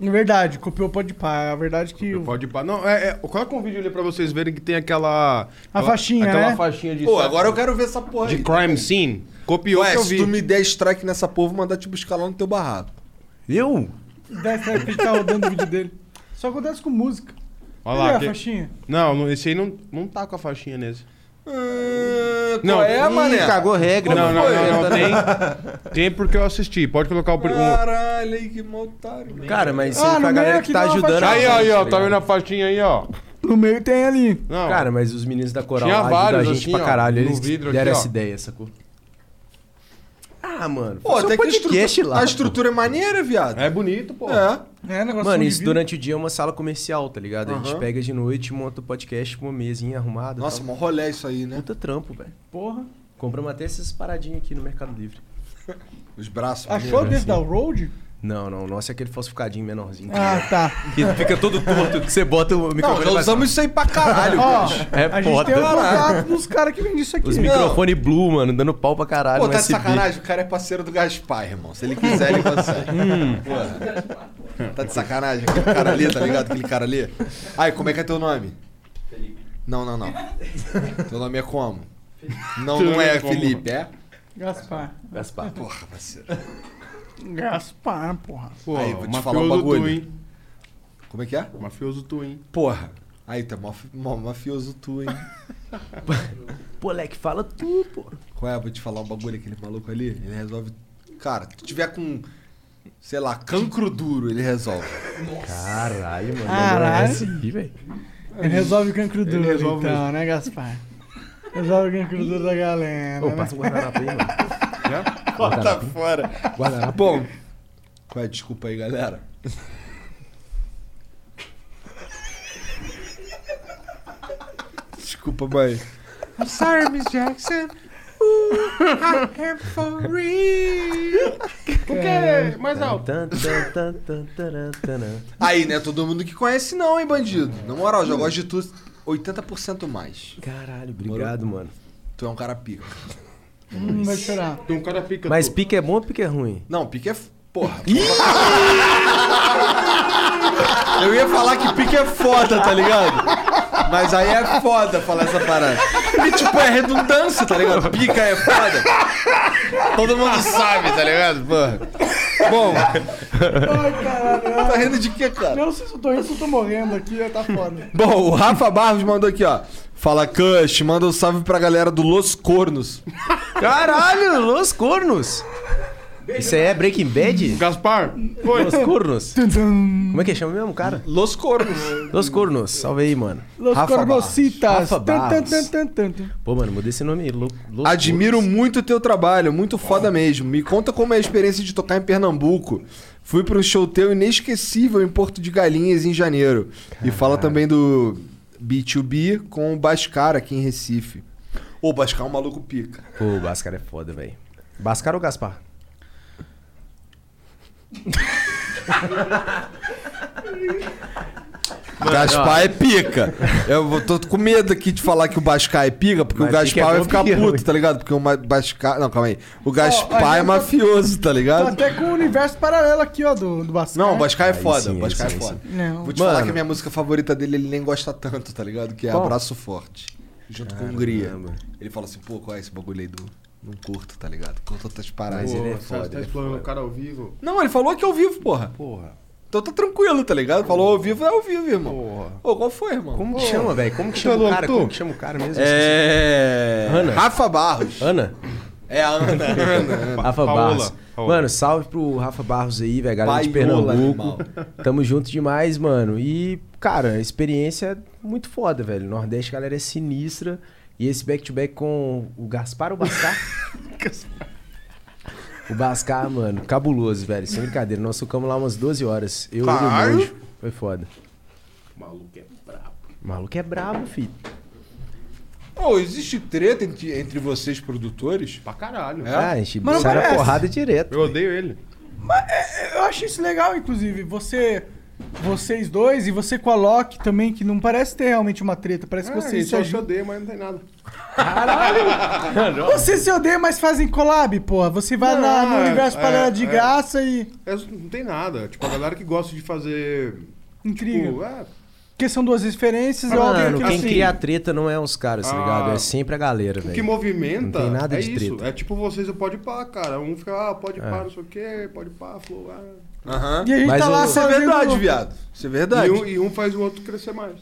[SPEAKER 1] Na É verdade, copiou pode pá. A verdade que. o-
[SPEAKER 7] Pode ir pra... Não, é, é, coloca um vídeo ali pra vocês verem que tem aquela...
[SPEAKER 1] A
[SPEAKER 7] aquela-
[SPEAKER 1] faixinha,
[SPEAKER 7] Aquela
[SPEAKER 1] né?
[SPEAKER 7] faixinha de...
[SPEAKER 2] Pô, agora eu quero ver essa porra
[SPEAKER 7] De
[SPEAKER 2] aí.
[SPEAKER 7] crime scene. Copiou
[SPEAKER 2] Ué,
[SPEAKER 7] que eu
[SPEAKER 2] se
[SPEAKER 7] vi.
[SPEAKER 2] tu me der strike nessa porra, vou mandar te buscar lá no teu barraco.
[SPEAKER 3] Eu?
[SPEAKER 1] Desce aí, porque tá rodando o vídeo dele. Só acontece com música.
[SPEAKER 7] Olha lá.
[SPEAKER 1] Cadê
[SPEAKER 7] que-
[SPEAKER 1] a faixinha?
[SPEAKER 7] Não, não, esse aí não, não tá com a faixinha nesse. Hum,
[SPEAKER 2] não, é, mané?
[SPEAKER 3] né?
[SPEAKER 7] Não,
[SPEAKER 2] Como
[SPEAKER 7] não,
[SPEAKER 2] foi?
[SPEAKER 7] não, não, tem. Tem porque eu assisti. Pode colocar o... pri- um-
[SPEAKER 2] Caralho, aí que mal otário. né?
[SPEAKER 3] Cara, mas
[SPEAKER 2] Ah,
[SPEAKER 3] sempre
[SPEAKER 2] no
[SPEAKER 3] pra
[SPEAKER 2] meio
[SPEAKER 3] galera
[SPEAKER 2] aqui
[SPEAKER 3] que tá
[SPEAKER 2] dá uma
[SPEAKER 3] ajudando.
[SPEAKER 2] faixinha.
[SPEAKER 7] Aí, aí, ó.
[SPEAKER 3] tá
[SPEAKER 7] Tá
[SPEAKER 3] ligado?
[SPEAKER 7] vendo a faixinha aí, ó?
[SPEAKER 1] No meio tem ali.
[SPEAKER 7] Não.
[SPEAKER 3] Cara, mas os meninos da Coral
[SPEAKER 7] Tinha
[SPEAKER 3] lá ajudam a
[SPEAKER 7] vários,
[SPEAKER 3] gente
[SPEAKER 7] assim,
[SPEAKER 3] pra
[SPEAKER 7] ó,
[SPEAKER 3] caralho.
[SPEAKER 7] no
[SPEAKER 3] Eles
[SPEAKER 7] vidro aqui, ó.
[SPEAKER 3] deram essa ideia, sacou? Ah, mano.
[SPEAKER 2] Pô,
[SPEAKER 3] faz um
[SPEAKER 2] até que a
[SPEAKER 3] podcast
[SPEAKER 2] estrutura,
[SPEAKER 3] lá,
[SPEAKER 2] a
[SPEAKER 3] pô.
[SPEAKER 2] estrutura é maneira, viado.
[SPEAKER 7] É bonito, pô.
[SPEAKER 2] É.
[SPEAKER 1] É, negócio
[SPEAKER 3] Mano,
[SPEAKER 1] de
[SPEAKER 3] isso
[SPEAKER 1] vidro.
[SPEAKER 3] durante o dia é uma sala comercial, tá ligado? A gente
[SPEAKER 2] Aham.
[SPEAKER 3] pega de noite, monta o podcast com uma mesinha arrumada.
[SPEAKER 2] Nossa, mó rolê isso aí, né?
[SPEAKER 3] Puta trampo, velho.
[SPEAKER 1] Porra.
[SPEAKER 3] Compramos até essas paradinhas aqui no Mercado Livre.
[SPEAKER 2] Os braços.
[SPEAKER 1] Achou
[SPEAKER 3] maneiro,
[SPEAKER 1] desse
[SPEAKER 3] assim.
[SPEAKER 1] da Road?
[SPEAKER 3] Não, não. O nosso é aquele falsificadinho menorzinho.
[SPEAKER 1] Ah,
[SPEAKER 3] que-
[SPEAKER 1] tá.
[SPEAKER 3] Que fica todo torto, que você bota o microfone... e
[SPEAKER 2] já
[SPEAKER 3] vai-
[SPEAKER 2] usamos isso aí pra caralho,
[SPEAKER 3] Ó,
[SPEAKER 2] bicho.
[SPEAKER 3] É
[SPEAKER 1] A gente tem um
[SPEAKER 3] foda.
[SPEAKER 1] contato dos caras que vendem isso aqui.
[SPEAKER 3] Os microfone blue, mano, dando pau pra caralho.
[SPEAKER 2] Pô,
[SPEAKER 3] no
[SPEAKER 2] tá de
[SPEAKER 3] USB.
[SPEAKER 2] sacanagem? O cara é parceiro do Gaspar, irmão. Se ele quiser, ele consegue.
[SPEAKER 3] Hum.
[SPEAKER 2] Porra. Tá de sacanagem aquele cara ali, tá ligado? Aquele cara ali. Ai, como é que é teu nome? Felipe. Não, não, não. Teu nome é como? Não,
[SPEAKER 1] Teu
[SPEAKER 2] não é
[SPEAKER 1] nome é como?
[SPEAKER 2] Felipe, é?
[SPEAKER 1] Gaspar.
[SPEAKER 3] Gaspar.
[SPEAKER 2] Porra, parceiro.
[SPEAKER 1] Gaspar, porra.
[SPEAKER 2] aí, vou te falar um
[SPEAKER 7] mafioso
[SPEAKER 2] bagulho.
[SPEAKER 7] tu, hein?
[SPEAKER 2] Como é que é?
[SPEAKER 7] Mafioso tu, hein?
[SPEAKER 2] Porra. Aí, tá mó, mó mafioso tu, hein?
[SPEAKER 3] Pô, Leque, fala tu, pô.
[SPEAKER 2] Qual é? Vou te falar um bagulho, aquele maluco ali, ele resolve. Cara, se tu tiver com, sei lá, cancro duro, ele resolve.
[SPEAKER 3] Caralho, mano.
[SPEAKER 1] Caralho.
[SPEAKER 3] Essa aí, velho.
[SPEAKER 1] Ele resolve o cancro
[SPEAKER 3] Ele
[SPEAKER 1] duro, então,
[SPEAKER 3] resolve mesmo.
[SPEAKER 1] né, Gaspar? Resolve o cancro duro da galera.
[SPEAKER 2] Ô,
[SPEAKER 1] né?
[SPEAKER 2] passa um guardanapo aí, mano.
[SPEAKER 1] Já?
[SPEAKER 2] Né? Bota fora. Bom, qual é? Desculpa aí, galera. Desculpa, mãe.
[SPEAKER 13] I'm sorry, Miss Jackson. Ooh, I am for real.
[SPEAKER 2] Caralho.
[SPEAKER 13] Mais alto.
[SPEAKER 2] Aí, né? Todo mundo que conhece, não, hein, bandido? Na moral, já gosto de tu 80% mais.
[SPEAKER 3] Caralho, obrigado, mano.
[SPEAKER 2] Tu é um cara pica.
[SPEAKER 1] Hum, vai chorar.
[SPEAKER 7] Tem um cara pica.
[SPEAKER 3] Mas pique é bom ou pique é ruim?
[SPEAKER 2] Não, pique é. f- Porra. Eu ia falar que pique é foda, tá ligado? Mas aí é foda falar essa parada. E tipo, é redundância, tá ligado? Pica é foda. Todo mundo sabe, tá ligado? Porra. Bom. Tá rindo de quê, cara?
[SPEAKER 1] Não, se eu tô rindo, se eu tô morrendo aqui, tá foda.
[SPEAKER 2] Bom, o Rafa Barros mandou aqui, ó. Fala, Cush, manda um salve pra galera do Los Cornos.
[SPEAKER 3] Caralho, Los Cornos. Isso aí é Breaking Bad?
[SPEAKER 7] Gaspar,
[SPEAKER 3] Los Cornos. Como é que chama mesmo, cara?
[SPEAKER 2] Los Cornos.
[SPEAKER 3] Los Cornos, salve aí, mano.
[SPEAKER 1] Los
[SPEAKER 3] Rafa
[SPEAKER 1] Cornocitas.
[SPEAKER 3] Barros. Rafa Barros.
[SPEAKER 1] Tan, tan, tan, tan, tan.
[SPEAKER 3] Pô, mano, mudei esse nome aí. Lo- Los
[SPEAKER 2] Admiro muito o teu trabalho, muito foda mesmo. Me conta como é a experiência de tocar em Pernambuco. Fui para um show teu inesquecível em Porto de Galinhas, em janeiro. E fala também do B2B com o Bascar aqui em Recife. Ô, o Bascar é um maluco pica.
[SPEAKER 3] Pô, o Bascar é foda, velho. Bascar ou Gaspar?
[SPEAKER 2] Gaspar é pica. Eu vou- tô com medo aqui de falar que o Bascar é pica, porque
[SPEAKER 3] Mas
[SPEAKER 2] o
[SPEAKER 3] pica é
[SPEAKER 2] Gaspar vai
[SPEAKER 3] bom,
[SPEAKER 2] ficar
[SPEAKER 3] pica é ruim.
[SPEAKER 2] puto, tá ligado? Porque o Ma- Bascar. Não, calma aí. O Gaspar
[SPEAKER 1] Ó, a
[SPEAKER 2] é
[SPEAKER 1] gente tá-
[SPEAKER 2] mafioso, tá
[SPEAKER 1] Tô
[SPEAKER 2] ligado?
[SPEAKER 1] até com o universo paralelo aqui, ó, do, do Bascar.
[SPEAKER 2] Não, o Bascar é
[SPEAKER 1] Aí
[SPEAKER 2] foda.
[SPEAKER 1] sim,
[SPEAKER 2] o
[SPEAKER 1] aí
[SPEAKER 2] Bascar
[SPEAKER 1] sim,
[SPEAKER 2] é
[SPEAKER 1] aí
[SPEAKER 2] foda.
[SPEAKER 1] sim. Não.
[SPEAKER 2] Vou te falar
[SPEAKER 1] Mano.
[SPEAKER 2] que a minha música favorita dele ele nem gosta tanto, tá ligado? Que é
[SPEAKER 1] Qual?
[SPEAKER 2] Abraço Forte. Junto com
[SPEAKER 3] Caramba.
[SPEAKER 2] Hungria. Ele fala assim, pô, qual é esse bagulho aí do. Não curto, tá ligado? Curto outras paradas. é
[SPEAKER 7] Pô,
[SPEAKER 2] Pô,
[SPEAKER 7] você tá explorando o cara ao vivo.
[SPEAKER 2] Não, ele falou que é ao vivo, porra.
[SPEAKER 7] Porra.
[SPEAKER 2] Então tá tranquilo, tá ligado? Falou ao vivo, é ao vivo, irmão. Porra. Ô, qual foi, irmão?
[SPEAKER 3] Como que é,
[SPEAKER 2] Porra.
[SPEAKER 3] chama, velho? Como que
[SPEAKER 2] Tu é
[SPEAKER 3] chama o
[SPEAKER 2] louco,
[SPEAKER 3] cara?
[SPEAKER 2] tu?
[SPEAKER 3] Como que chama o cara mesmo?
[SPEAKER 2] É.
[SPEAKER 3] Ana.
[SPEAKER 2] Rafa Barros.
[SPEAKER 3] Ana?
[SPEAKER 2] É a Ana. Ana, Ana.
[SPEAKER 3] Rafa
[SPEAKER 2] Paola.
[SPEAKER 3] Barros.
[SPEAKER 2] Paola.
[SPEAKER 3] Mano, salve pro Rafa Barros aí, velho. Galera de
[SPEAKER 2] Paiola,
[SPEAKER 3] Pernambuco.
[SPEAKER 2] animal.
[SPEAKER 3] Tamo junto demais, mano. E, cara, a experiência é muito foda, velho. Nordeste, a galera é sinistra. E esse back-to-back com o Gaspar ou Bascar? o Bascar, mano, cabuloso, velho. Sem brincadeira. Nós tocamos lá umas 12 horas. Eu e o
[SPEAKER 7] Caralho.
[SPEAKER 3] Monjo. Foi foda.
[SPEAKER 7] O maluco é brabo.
[SPEAKER 3] O maluco é brabo, filho.
[SPEAKER 2] Ô, existe treta entre, entre vocês, produtores? É? Pra
[SPEAKER 7] caralho.
[SPEAKER 3] Ah, a gente sai na porrada direto.
[SPEAKER 7] Eu odeio ele.
[SPEAKER 1] Eu acho isso legal, inclusive. Você. Vocês dois e você com a Loki também, que não parece ter realmente uma treta. Parece que
[SPEAKER 7] Ah,
[SPEAKER 1] vocês
[SPEAKER 7] isso
[SPEAKER 1] se
[SPEAKER 7] eu
[SPEAKER 1] ajudam.
[SPEAKER 7] te odeio, mas não tem nada.
[SPEAKER 1] Vocês se odeiam, mas fazem collab, porra. Você vai lá no
[SPEAKER 7] é-
[SPEAKER 1] universo
[SPEAKER 7] é-
[SPEAKER 1] paralelo de
[SPEAKER 7] é-
[SPEAKER 1] graça e.
[SPEAKER 7] é, não tem nada. Tipo, a galera que gosta de fazer.
[SPEAKER 1] Intriga.
[SPEAKER 7] Tipo, é,
[SPEAKER 1] Porque são duas referências. eu
[SPEAKER 3] Mano,
[SPEAKER 1] que
[SPEAKER 3] quem
[SPEAKER 1] assim,
[SPEAKER 3] cria a treta não é os caras, tá
[SPEAKER 7] Ah,
[SPEAKER 3] ligado? É sempre a galera,
[SPEAKER 7] o
[SPEAKER 3] velho.
[SPEAKER 7] que movimenta
[SPEAKER 3] Não tem nada
[SPEAKER 7] é
[SPEAKER 3] de
[SPEAKER 7] isso.
[SPEAKER 3] treta.
[SPEAKER 7] É tipo vocês, o pode pá, cara. Um fica, ah, pode
[SPEAKER 3] É.
[SPEAKER 7] pá, não sei o quê, pode pá, flow. Ah.
[SPEAKER 2] Aham.
[SPEAKER 1] E a gente tá lá
[SPEAKER 2] Isso é
[SPEAKER 1] fazendo-
[SPEAKER 2] verdade, viado. Isso é verdade.
[SPEAKER 7] E um, e um faz o outro crescer mais.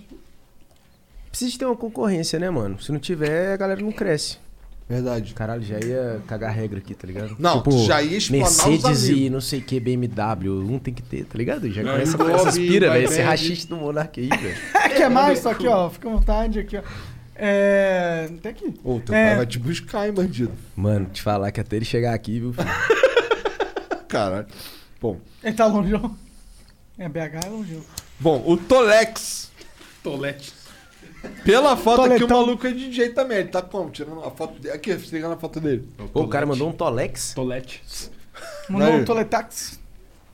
[SPEAKER 3] Precisa de ter uma concorrência, né, mano? Se não tiver, a galera não cresce.
[SPEAKER 2] Verdade.
[SPEAKER 3] Caralho, já ia cagar regra aqui, tá ligado?
[SPEAKER 2] Não, tu já ia explanar os
[SPEAKER 3] Mercedes e
[SPEAKER 2] amigos.
[SPEAKER 3] não sei o que, BMW, um tem que ter, tá ligado? Já
[SPEAKER 2] Não,
[SPEAKER 3] começa com
[SPEAKER 2] envolve,
[SPEAKER 3] essas pira,
[SPEAKER 2] vai
[SPEAKER 3] velho. Esse
[SPEAKER 2] bem.
[SPEAKER 3] rachiste do Monark aí, velho.
[SPEAKER 1] É, quer mais? Só aqui, ó. Fica à vontade aqui, ó. É. Até aqui.
[SPEAKER 2] Ô, teu
[SPEAKER 1] É.
[SPEAKER 2] pai vai te buscar, hein, bandido.
[SPEAKER 3] Mano, te falar que até ele chegar aqui, viu? filho?
[SPEAKER 2] Caralho. Bom.
[SPEAKER 1] Ele tá longe, ó. É, BH é longe.
[SPEAKER 2] Bom, o Tolex.
[SPEAKER 7] Tolete.
[SPEAKER 2] Pela foto aqui, o
[SPEAKER 1] Toletão.
[SPEAKER 2] maluco é DJ também. Ele tá como? Tirando a foto dele. Aqui, se ligar na foto dele.
[SPEAKER 3] Pô, o cara mandou um Tolex?
[SPEAKER 7] Tolete.
[SPEAKER 1] Mandou
[SPEAKER 2] Daí.
[SPEAKER 1] um Toletax.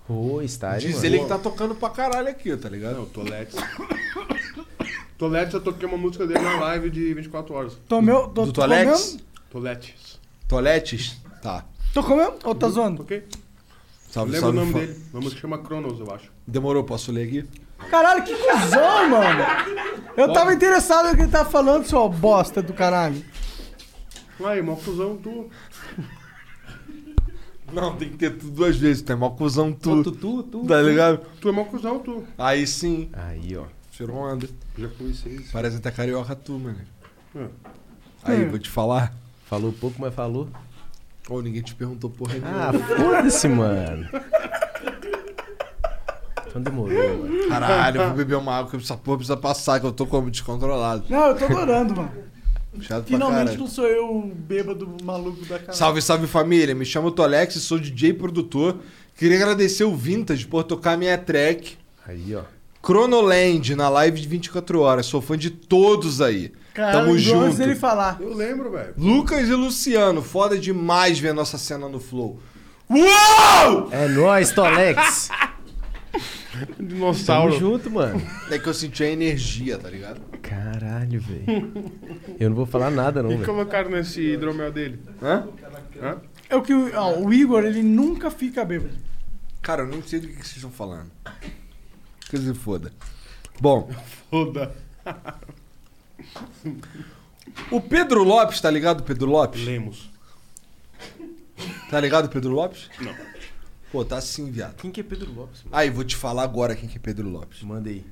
[SPEAKER 3] Ô, style,
[SPEAKER 2] Diz
[SPEAKER 3] mano.
[SPEAKER 2] ele que tá tocando pra caralho aqui, tá ligado? Não,
[SPEAKER 19] Tolete. Tolete, eu toquei uma música dele na live de 24 horas.
[SPEAKER 1] Tomeu,
[SPEAKER 2] Do, do
[SPEAKER 1] tô
[SPEAKER 2] Tolex?
[SPEAKER 1] comendo?
[SPEAKER 19] Toletes.
[SPEAKER 2] Toletes? Tá.
[SPEAKER 1] Tô comendo ou
[SPEAKER 7] Uhum.
[SPEAKER 1] tá zoando?
[SPEAKER 2] Salve,
[SPEAKER 19] Lembra o
[SPEAKER 2] salve,
[SPEAKER 19] nome
[SPEAKER 2] fa-
[SPEAKER 19] dele. Uma música que chama Cronos, eu acho.
[SPEAKER 2] Demorou, posso ler aqui?
[SPEAKER 1] Caralho, que cuzão, mano. Eu tava interessado no que ele tava falando, seu bosta do caralho.
[SPEAKER 19] Aí, mó cuzão tu.
[SPEAKER 2] Não, tem que ter tudo duas vezes, tem mó cuzão tu.
[SPEAKER 19] Tu, tu, tu.
[SPEAKER 2] Tá ligado?
[SPEAKER 19] Tu é mó cuzão tu.
[SPEAKER 2] Aí sim. Aí, ó. Tirou onda.
[SPEAKER 19] Já comecei isso.
[SPEAKER 2] Parece até carioca tu, mano.
[SPEAKER 19] É.
[SPEAKER 2] Aí,
[SPEAKER 1] Hum.
[SPEAKER 19] É.
[SPEAKER 2] vou te falar.
[SPEAKER 3] Hum. Falou pouco, mas falou.
[SPEAKER 2] Ô, ninguém te perguntou porra
[SPEAKER 3] Ah,
[SPEAKER 2] nenhuma.
[SPEAKER 3] foda-se, mano. Então demorou, mano.
[SPEAKER 2] Caralho, eu vou beber uma água que essa porra precisa passar, que eu tô como descontrolado.
[SPEAKER 1] Não, eu tô adorando, mano.
[SPEAKER 2] Chato pra
[SPEAKER 1] Finalmente
[SPEAKER 2] caralho.
[SPEAKER 1] não sou eu o bêbado maluco da cara.
[SPEAKER 2] Salve, salve família. Me chamo Tolex, sou DJ e produtor. Queria agradecer o Vintage por tocar minha track.
[SPEAKER 3] Aí, ó.
[SPEAKER 2] Cronoland na live de 24 horas. Sou fã de todos aí. Tamo junto.
[SPEAKER 1] ele falar.
[SPEAKER 19] Eu lembro, velho.
[SPEAKER 2] Lucas e Luciano, foda demais ver nossa cena no Flow. Uou!
[SPEAKER 3] É nóis, Tolex.
[SPEAKER 19] Dinossauro.
[SPEAKER 3] Tamo junto, mano.
[SPEAKER 2] É que eu senti a energia, tá ligado?
[SPEAKER 3] Caralho, velho. Eu não vou falar nada, não,
[SPEAKER 19] O que
[SPEAKER 3] velho.
[SPEAKER 19] colocaram nesse hidromel dele?
[SPEAKER 2] Hã?
[SPEAKER 19] Hã?
[SPEAKER 1] É o que o, ó, o Igor, ele nunca fica bêbado.
[SPEAKER 2] Cara, eu não sei do que que vocês estão falando. Que se foda. Bom,
[SPEAKER 19] Foda.
[SPEAKER 2] o Pedro Lopes, tá ligado, Pedro Lopes?
[SPEAKER 19] Lemos.
[SPEAKER 2] Tá ligado, Pedro Lopes?
[SPEAKER 19] Não.
[SPEAKER 2] Pô, tá sim, viado.
[SPEAKER 3] Quem que é Pedro Lopes?
[SPEAKER 2] Aí, vou te falar agora quem que é Pedro Lopes.
[SPEAKER 3] Manda aí.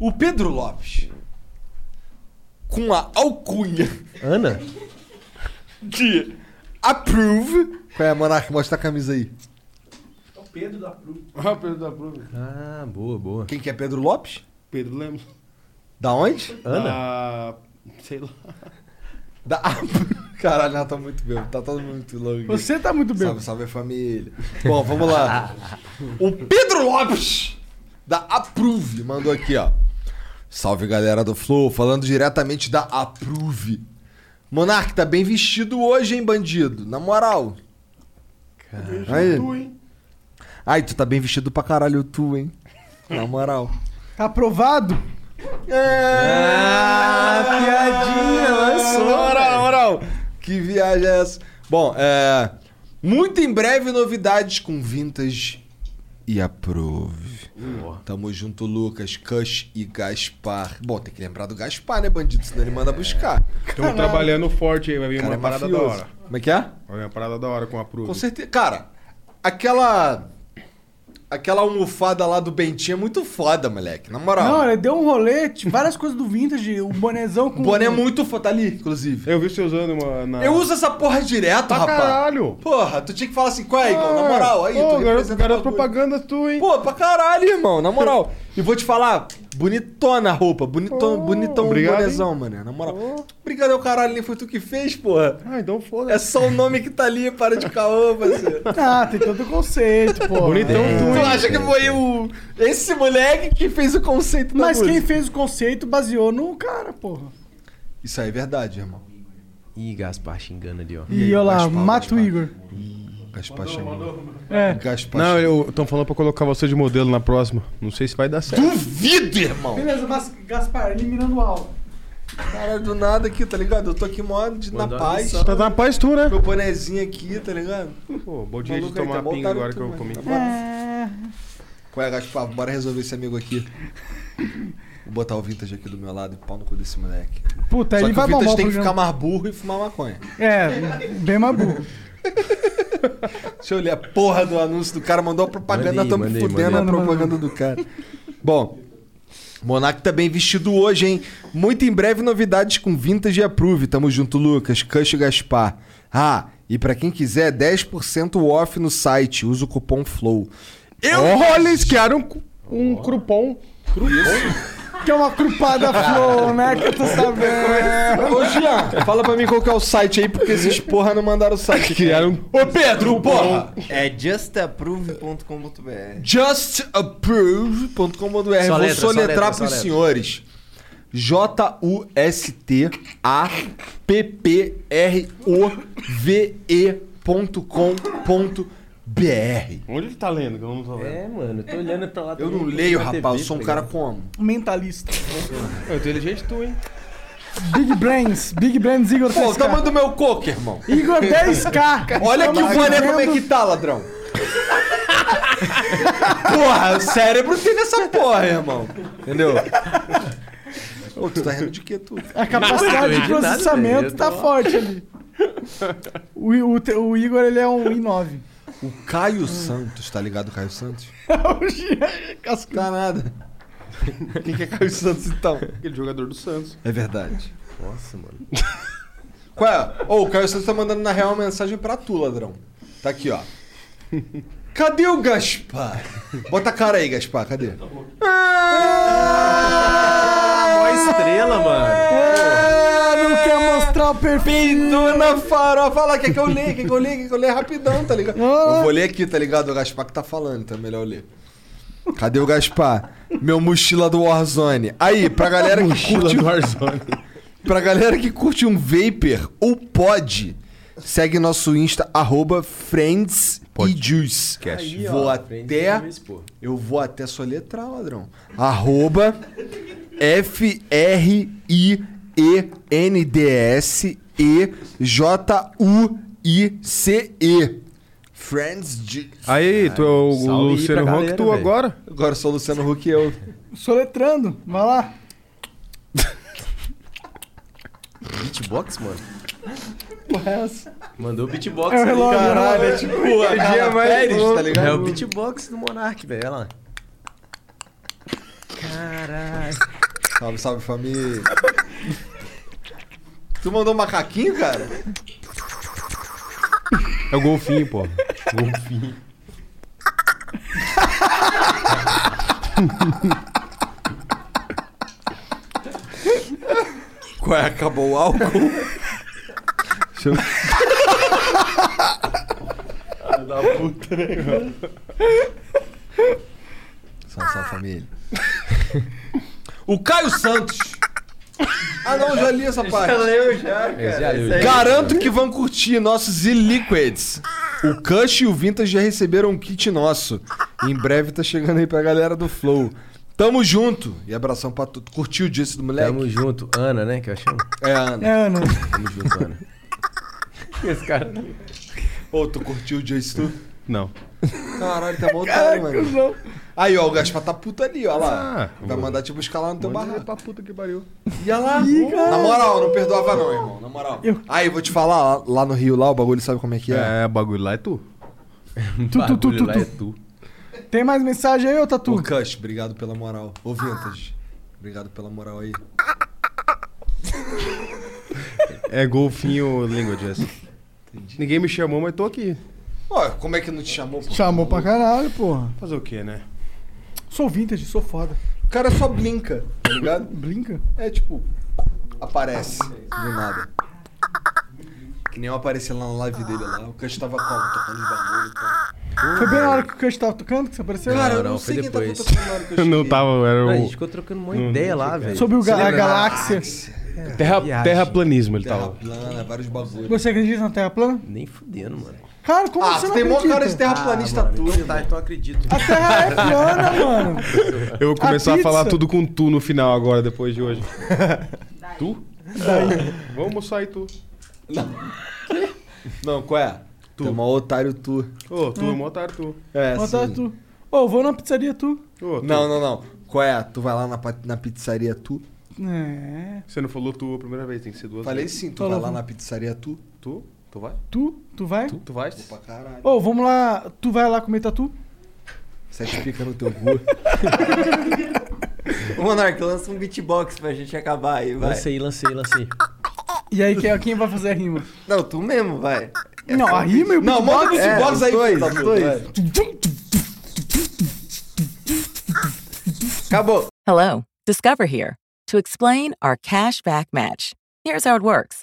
[SPEAKER 2] O Pedro Lopes, com a alcunha
[SPEAKER 3] Ana?
[SPEAKER 2] de Approve. Qual é, Monark? Mostra a camisa aí.
[SPEAKER 19] Pedro da Pru. Ah, Pedro da Pru.
[SPEAKER 3] Ah, boa, boa.
[SPEAKER 2] Quem que é Pedro Lopes?
[SPEAKER 19] Pedro Lemos.
[SPEAKER 2] Da onde?
[SPEAKER 19] Ah, sei lá.
[SPEAKER 2] Da... Caralho, não, tá muito bem. Tá todo mundo muito longe.
[SPEAKER 1] Você tá muito bêbado.
[SPEAKER 2] Salve, salve família. Bom, vamos lá. O Pedro Lopes, da Approve, mandou aqui, ó. Salve galera do Flow, falando diretamente da Approve. Monark, tá bem vestido hoje, hein, bandido? Na moral. Aí. é
[SPEAKER 19] Tu, hein?
[SPEAKER 2] Ai, tu tá bem vestido pra caralho, tu, hein? Na moral.
[SPEAKER 1] Tá Aprovado?
[SPEAKER 2] Ah, piadinha, lançou. Moral, moral. Que viagem é essa? Bom, é. Muito em breve novidades com vintage e aprove. Tamo junto, Lucas, Cush e Gaspar. Bom, tem que lembrar do Gaspar, né, bandido? Senão ele manda buscar.
[SPEAKER 19] Estamos trabalhando forte aí, vai vir
[SPEAKER 2] Cara,
[SPEAKER 19] uma
[SPEAKER 2] é
[SPEAKER 19] parada da
[SPEAKER 2] mafioso.
[SPEAKER 19] hora.
[SPEAKER 2] Como é que é?
[SPEAKER 19] Vai vir uma parada da hora com a Pru.
[SPEAKER 2] Com certeza. Cara, aquela. Aquela almofada lá do Bentinho é muito foda, moleque. Na moral.
[SPEAKER 1] Não, ele deu um rolê, tipo, várias coisas do vintage, o bonezão com...
[SPEAKER 2] O boné é muito foda. Tá ali, inclusive.
[SPEAKER 19] Eu vi você usando uma. Na...
[SPEAKER 2] Eu uso essa porra direto,
[SPEAKER 19] Pra
[SPEAKER 2] rapaz.
[SPEAKER 19] caralho. Ah,
[SPEAKER 2] Porra, tu tinha que falar assim, qual é, Igor? Na moral, aí,
[SPEAKER 19] Pô,
[SPEAKER 2] tu
[SPEAKER 19] garoto-
[SPEAKER 2] representa
[SPEAKER 19] garoto
[SPEAKER 2] o bagulho.
[SPEAKER 19] propaganda tu, hein?
[SPEAKER 2] Pô, pra caralho, irmão, na moral. E vou te falar, bonitona a roupa, bonitão, bonitão um
[SPEAKER 19] obrigado,
[SPEAKER 2] bonezão, mano. Na moral. Obrigado ao caralho, nem foi tu que fez, porra.
[SPEAKER 19] Ah, então foda.
[SPEAKER 2] É só o nome que tá ali, para de caô, parceiro.
[SPEAKER 1] Ah, tem todo o conceito, pô.
[SPEAKER 19] Bonitão tu,
[SPEAKER 2] Tu
[SPEAKER 19] hein?
[SPEAKER 2] acha que foi o... esse moleque que fez o conceito da
[SPEAKER 1] Mas
[SPEAKER 2] música?
[SPEAKER 1] quem fez o conceito baseou no cara, porra.
[SPEAKER 2] Isso aí é verdade, irmão.
[SPEAKER 3] Ih, Gaspar xingando ali, ó.
[SPEAKER 1] E olha lá, mata o Igor.
[SPEAKER 2] Gaspar chamou.
[SPEAKER 1] É.
[SPEAKER 2] Gaspar
[SPEAKER 19] Não, eu estão falando pra colocar você de modelo na próxima. Não sei se vai dar certo.
[SPEAKER 2] Duvido, irmão.
[SPEAKER 1] Beleza, mas Gaspar, eliminando o alvo.
[SPEAKER 2] Cara, do nada aqui, tá ligado? Eu tô aqui mó de, na
[SPEAKER 3] Mandou
[SPEAKER 2] paz.
[SPEAKER 3] uma missão.
[SPEAKER 19] Tá na paz tu, né?
[SPEAKER 2] Meu bonezinho aqui, tá ligado?
[SPEAKER 19] Pô, bom dia de
[SPEAKER 2] Maluco aí,
[SPEAKER 19] tomar
[SPEAKER 2] tá
[SPEAKER 19] pinga
[SPEAKER 2] voltado
[SPEAKER 19] agora que
[SPEAKER 2] tudo,
[SPEAKER 19] eu comi.
[SPEAKER 2] mano. Qual é, Gaspar? Bora resolver esse amigo aqui. Vou botar o vintage aqui do meu lado e pau no cu desse moleque.
[SPEAKER 1] Puta,
[SPEAKER 2] Só
[SPEAKER 1] ele
[SPEAKER 2] que o
[SPEAKER 1] vai bombar
[SPEAKER 2] vintage
[SPEAKER 1] o
[SPEAKER 2] tem que
[SPEAKER 1] programa.
[SPEAKER 2] ficar mais burro e fumar maconha.
[SPEAKER 1] É, bem mais burro.
[SPEAKER 2] Deixa eu ler a porra do anúncio do cara, mandou a propaganda,
[SPEAKER 3] Mandei,
[SPEAKER 2] tamo
[SPEAKER 3] mandei,
[SPEAKER 2] fudendo a
[SPEAKER 1] mandei.
[SPEAKER 2] propaganda do cara. Bom, Monark tá bem vestido hoje, hein? Muito em breve novidades com Vintage e Approve. Tamo junto, Lucas, Cush e Gaspar. Ah, e pra quem quiser, 10% off no site. Usa o cupom FLOW. Eu...
[SPEAKER 19] Olha, eles criaram um, cu- um crupom.
[SPEAKER 1] Que é uma culpada flow, né? Que eu tô sabendo.
[SPEAKER 2] Ô, Jean, fala pra mim qual que é o site aí, porque esses porra não mandaram o site.
[SPEAKER 19] Criaram um
[SPEAKER 2] Ô, Pedro, porra!
[SPEAKER 4] É justapprove.com.br.
[SPEAKER 2] justapprove.com.br.
[SPEAKER 3] Só
[SPEAKER 2] Vou
[SPEAKER 3] letra, só letra,
[SPEAKER 2] soletrar
[SPEAKER 3] só
[SPEAKER 2] para os
[SPEAKER 3] letra.
[SPEAKER 2] senhores. J-U-S-T-A-P-P-R-O-V-E.com.br. BR.
[SPEAKER 19] Onde ele tá lendo? Que eu não tô lendo.
[SPEAKER 11] É, mano, eu tô olhando pra lá
[SPEAKER 2] Eu
[SPEAKER 11] também,
[SPEAKER 2] não
[SPEAKER 11] tô
[SPEAKER 2] leio,
[SPEAKER 11] na TV,
[SPEAKER 2] rapaz, eu sou um
[SPEAKER 11] tá
[SPEAKER 2] cara
[SPEAKER 11] ligado?
[SPEAKER 2] como?
[SPEAKER 1] Mentalista.
[SPEAKER 19] Eu tô inteligente tu, hein?
[SPEAKER 1] Big Brains, Big Brains Igor
[SPEAKER 2] Pô, o
[SPEAKER 1] 10K.
[SPEAKER 2] tamanho do meu coco, irmão.
[SPEAKER 1] Igor 10K.
[SPEAKER 2] Olha que
[SPEAKER 1] Estamos
[SPEAKER 2] folha como é
[SPEAKER 1] vendo-
[SPEAKER 2] que tá, ladrão. porra, o cérebro tem nessa porra, irmão. Entendeu? Ô, tu tá rindo de quê, tu?
[SPEAKER 1] A capacidade de processamento tá forte ali. O, I- o te- o Igor, ele é um i9.
[SPEAKER 2] O Caio Santos, tá ligado, Caio Santos?
[SPEAKER 1] Tá
[SPEAKER 2] nada. Quem que é Caio Santos, então?
[SPEAKER 19] Aquele jogador do Santos.
[SPEAKER 2] É verdade.
[SPEAKER 19] Nossa, mano.
[SPEAKER 2] Qual é? Ô, o Caio Santos tá mandando na real uma mensagem pra tu, ladrão. Tá aqui, ó. Cadê o Gaspar? Bota a cara aí, Gaspar, cadê? Mó
[SPEAKER 3] estrela, mano.
[SPEAKER 2] É, não quer mostrar o perfil. na farofa. Lá, quer que eu leia? Quer que eu leia? Quer que eu leia rapidão, tá ligado?
[SPEAKER 1] Ah.
[SPEAKER 2] Eu vou ler aqui, tá ligado? O Gaspar que tá falando, então é melhor eu ler. Cadê o Gaspar? Meu mochila do Warzone. Aí, pra galera que
[SPEAKER 19] Mochila
[SPEAKER 2] curte...
[SPEAKER 19] do Warzone.
[SPEAKER 2] pra galera que curte um vapor ou pod, segue nosso Insta, arroba friends e juice.
[SPEAKER 3] Aí, ó,
[SPEAKER 2] vou
[SPEAKER 3] Friends
[SPEAKER 2] até...
[SPEAKER 3] e Juice, pô.
[SPEAKER 2] Eu vou até soletrar, ladrão. Arroba F-R-I-E-N-D-S-E-J-U-I-C-E. Friends de...
[SPEAKER 19] Aí, tu é o Luciano Huck, tu agora?
[SPEAKER 2] Agora sou o Luciano Huck e eu.
[SPEAKER 1] Soletrando, vai lá.
[SPEAKER 3] Beatbox, mano?
[SPEAKER 1] Porra, é essa?
[SPEAKER 3] Mandou beatbox
[SPEAKER 1] É o
[SPEAKER 3] tá
[SPEAKER 1] relógio,
[SPEAKER 3] ligado?
[SPEAKER 1] Caralho, é tipo
[SPEAKER 3] Pô,
[SPEAKER 1] a
[SPEAKER 3] é
[SPEAKER 1] Carla
[SPEAKER 3] mais
[SPEAKER 1] Pérez,
[SPEAKER 3] louco.
[SPEAKER 1] tá ligado?
[SPEAKER 3] É o beatbox do Monark, velho. Olha lá. Caralho.
[SPEAKER 2] Salve, salve, família. tu mandou um macaquinho, cara?
[SPEAKER 19] É o golfinho, pô. golfinho.
[SPEAKER 2] Qual é? Acabou o álcool?
[SPEAKER 19] Deixa eu...
[SPEAKER 13] da puta, né, mano?
[SPEAKER 2] Salve, salve, família. o Caio Santos. Ah, não, já li essa parte.
[SPEAKER 4] Já leu, já, cara.
[SPEAKER 3] É,
[SPEAKER 2] Eu já li.
[SPEAKER 4] Essa aí-
[SPEAKER 2] Garanto que vão curtir nossos e-liquids. O Cush e o Vintage já receberam um kit nosso. Em breve tá chegando aí pra galera do Flow. Tamo junto. E abração pra tu. Curtiu o dia do moleque?
[SPEAKER 3] Tamo junto. Ana, né? Que eu chamo.
[SPEAKER 2] É, Ana.
[SPEAKER 1] É, Ana.
[SPEAKER 3] Tamo junto, Ana.
[SPEAKER 2] Esse cara. tá- Ô, tu curtiu o Jace tu?
[SPEAKER 19] Não.
[SPEAKER 2] Caralho, tá voltando, mano. Aí, ó, o Gaspar tá puto ali, ó lá.
[SPEAKER 19] Ah,
[SPEAKER 2] Vai mandar te buscar lá no teu
[SPEAKER 19] Manda
[SPEAKER 2] barraco.
[SPEAKER 1] é
[SPEAKER 19] pra puta que pariu.
[SPEAKER 2] Ia lá. Na moral, não perdoava não, irmão. Na moral. Aí, vou te falar, lá, lá no Rio, lá, o bagulho sabe como é que é?
[SPEAKER 19] É, bagulho lá é tu.
[SPEAKER 1] Tu, tu, tu, tu, tu. Tem mais mensagem aí, ô Tatu?
[SPEAKER 2] Ô, Cush, obrigado pela moral. Ô, Vintage, obrigado pela moral aí.
[SPEAKER 19] É golfinho língua, Jess. Ninguém me chamou, mas tô aqui.
[SPEAKER 2] Ó, como é que não te chamou? pô?
[SPEAKER 1] Chamou pra caralho, porra.
[SPEAKER 19] Fazer o quê, né?
[SPEAKER 1] Sou vintage, sou foda.
[SPEAKER 2] O cara só blinca, tá ligado?
[SPEAKER 1] Blinca?
[SPEAKER 2] É tipo, aparece do nada. Que nem eu apareci lá na live dele lá. O Cush tava como? Tocando os bagulho e tal.
[SPEAKER 1] Foi bem na hora que o Cush tava tocando que você apareceu?
[SPEAKER 2] Cara, eu
[SPEAKER 3] Não,
[SPEAKER 2] não,
[SPEAKER 3] não,
[SPEAKER 2] sei
[SPEAKER 3] foi
[SPEAKER 2] quem tava
[SPEAKER 3] depois.
[SPEAKER 2] tocando na hora que eu cheguei.
[SPEAKER 19] Não tava, era
[SPEAKER 3] Não, a
[SPEAKER 19] o...
[SPEAKER 3] gente ficou trocando uma ideia lá, velho.
[SPEAKER 1] Hum. Sobre o
[SPEAKER 3] Você
[SPEAKER 1] ga- a
[SPEAKER 3] lembra?
[SPEAKER 1] galáxia.
[SPEAKER 19] É, Terra, terraplanismo
[SPEAKER 3] tá
[SPEAKER 19] ele tá
[SPEAKER 2] Terra
[SPEAKER 19] tava.
[SPEAKER 2] plana, vários bagulhos.
[SPEAKER 1] Você acredita na Terra plana?
[SPEAKER 3] Nem fudendo, mano.
[SPEAKER 1] Cara, como
[SPEAKER 2] Ah,
[SPEAKER 1] você
[SPEAKER 2] tu
[SPEAKER 1] não
[SPEAKER 2] tem mó
[SPEAKER 1] acredita?
[SPEAKER 2] cara de terraplanista
[SPEAKER 3] Ah, mano,
[SPEAKER 2] tu,
[SPEAKER 3] então tá,
[SPEAKER 2] irmão.
[SPEAKER 3] então acredito.
[SPEAKER 1] A Terra é plana, mano.
[SPEAKER 19] Eu vou começar a,
[SPEAKER 1] pizza.
[SPEAKER 19] falar tudo com tu no final agora, depois de hoje. tu? Vamos almoçar aí tu.
[SPEAKER 2] Não, qual é? Tu. é um otário tu.
[SPEAKER 19] Ô, tu, hum. otário tu.
[SPEAKER 2] É,
[SPEAKER 1] Mas tá
[SPEAKER 2] sim.
[SPEAKER 1] tu. Ô, vou na pizzaria tu.
[SPEAKER 19] Ô, tu.
[SPEAKER 2] Não, não, não. Qual é? Tu vai lá na, pa- na pizzaria tu?
[SPEAKER 1] É.
[SPEAKER 19] Você não falou tu a primeira vez, tem que ser duas
[SPEAKER 2] Falei
[SPEAKER 19] vezes.
[SPEAKER 2] sim, tu
[SPEAKER 1] Falou.
[SPEAKER 2] vai lá na pizzaria tu?
[SPEAKER 19] Tu? Tu vai?
[SPEAKER 1] Tu? Tu vai?
[SPEAKER 19] Tu vai?
[SPEAKER 2] Opa, caralho.
[SPEAKER 1] Ô, vamos lá. Tu vai lá comer tatu?
[SPEAKER 2] Sete pica no teu cu.
[SPEAKER 4] Ô, Monark, lança um beatbox pra gente acabar aí, vai.
[SPEAKER 3] Lancei, lancei, lancei.
[SPEAKER 1] E aí, quem, é, quem vai fazer a rima?
[SPEAKER 4] Não, tu mesmo, vai.
[SPEAKER 1] Não, a rima e o
[SPEAKER 2] Não,
[SPEAKER 1] beatbox-
[SPEAKER 2] manda o beatbox
[SPEAKER 4] É,
[SPEAKER 2] aí,
[SPEAKER 4] os dois,
[SPEAKER 2] filho da
[SPEAKER 4] os
[SPEAKER 2] puta,
[SPEAKER 4] dois.
[SPEAKER 2] vai.
[SPEAKER 4] Acabou.
[SPEAKER 5] Hello, Discover here to explain our cash back match. Here's how it works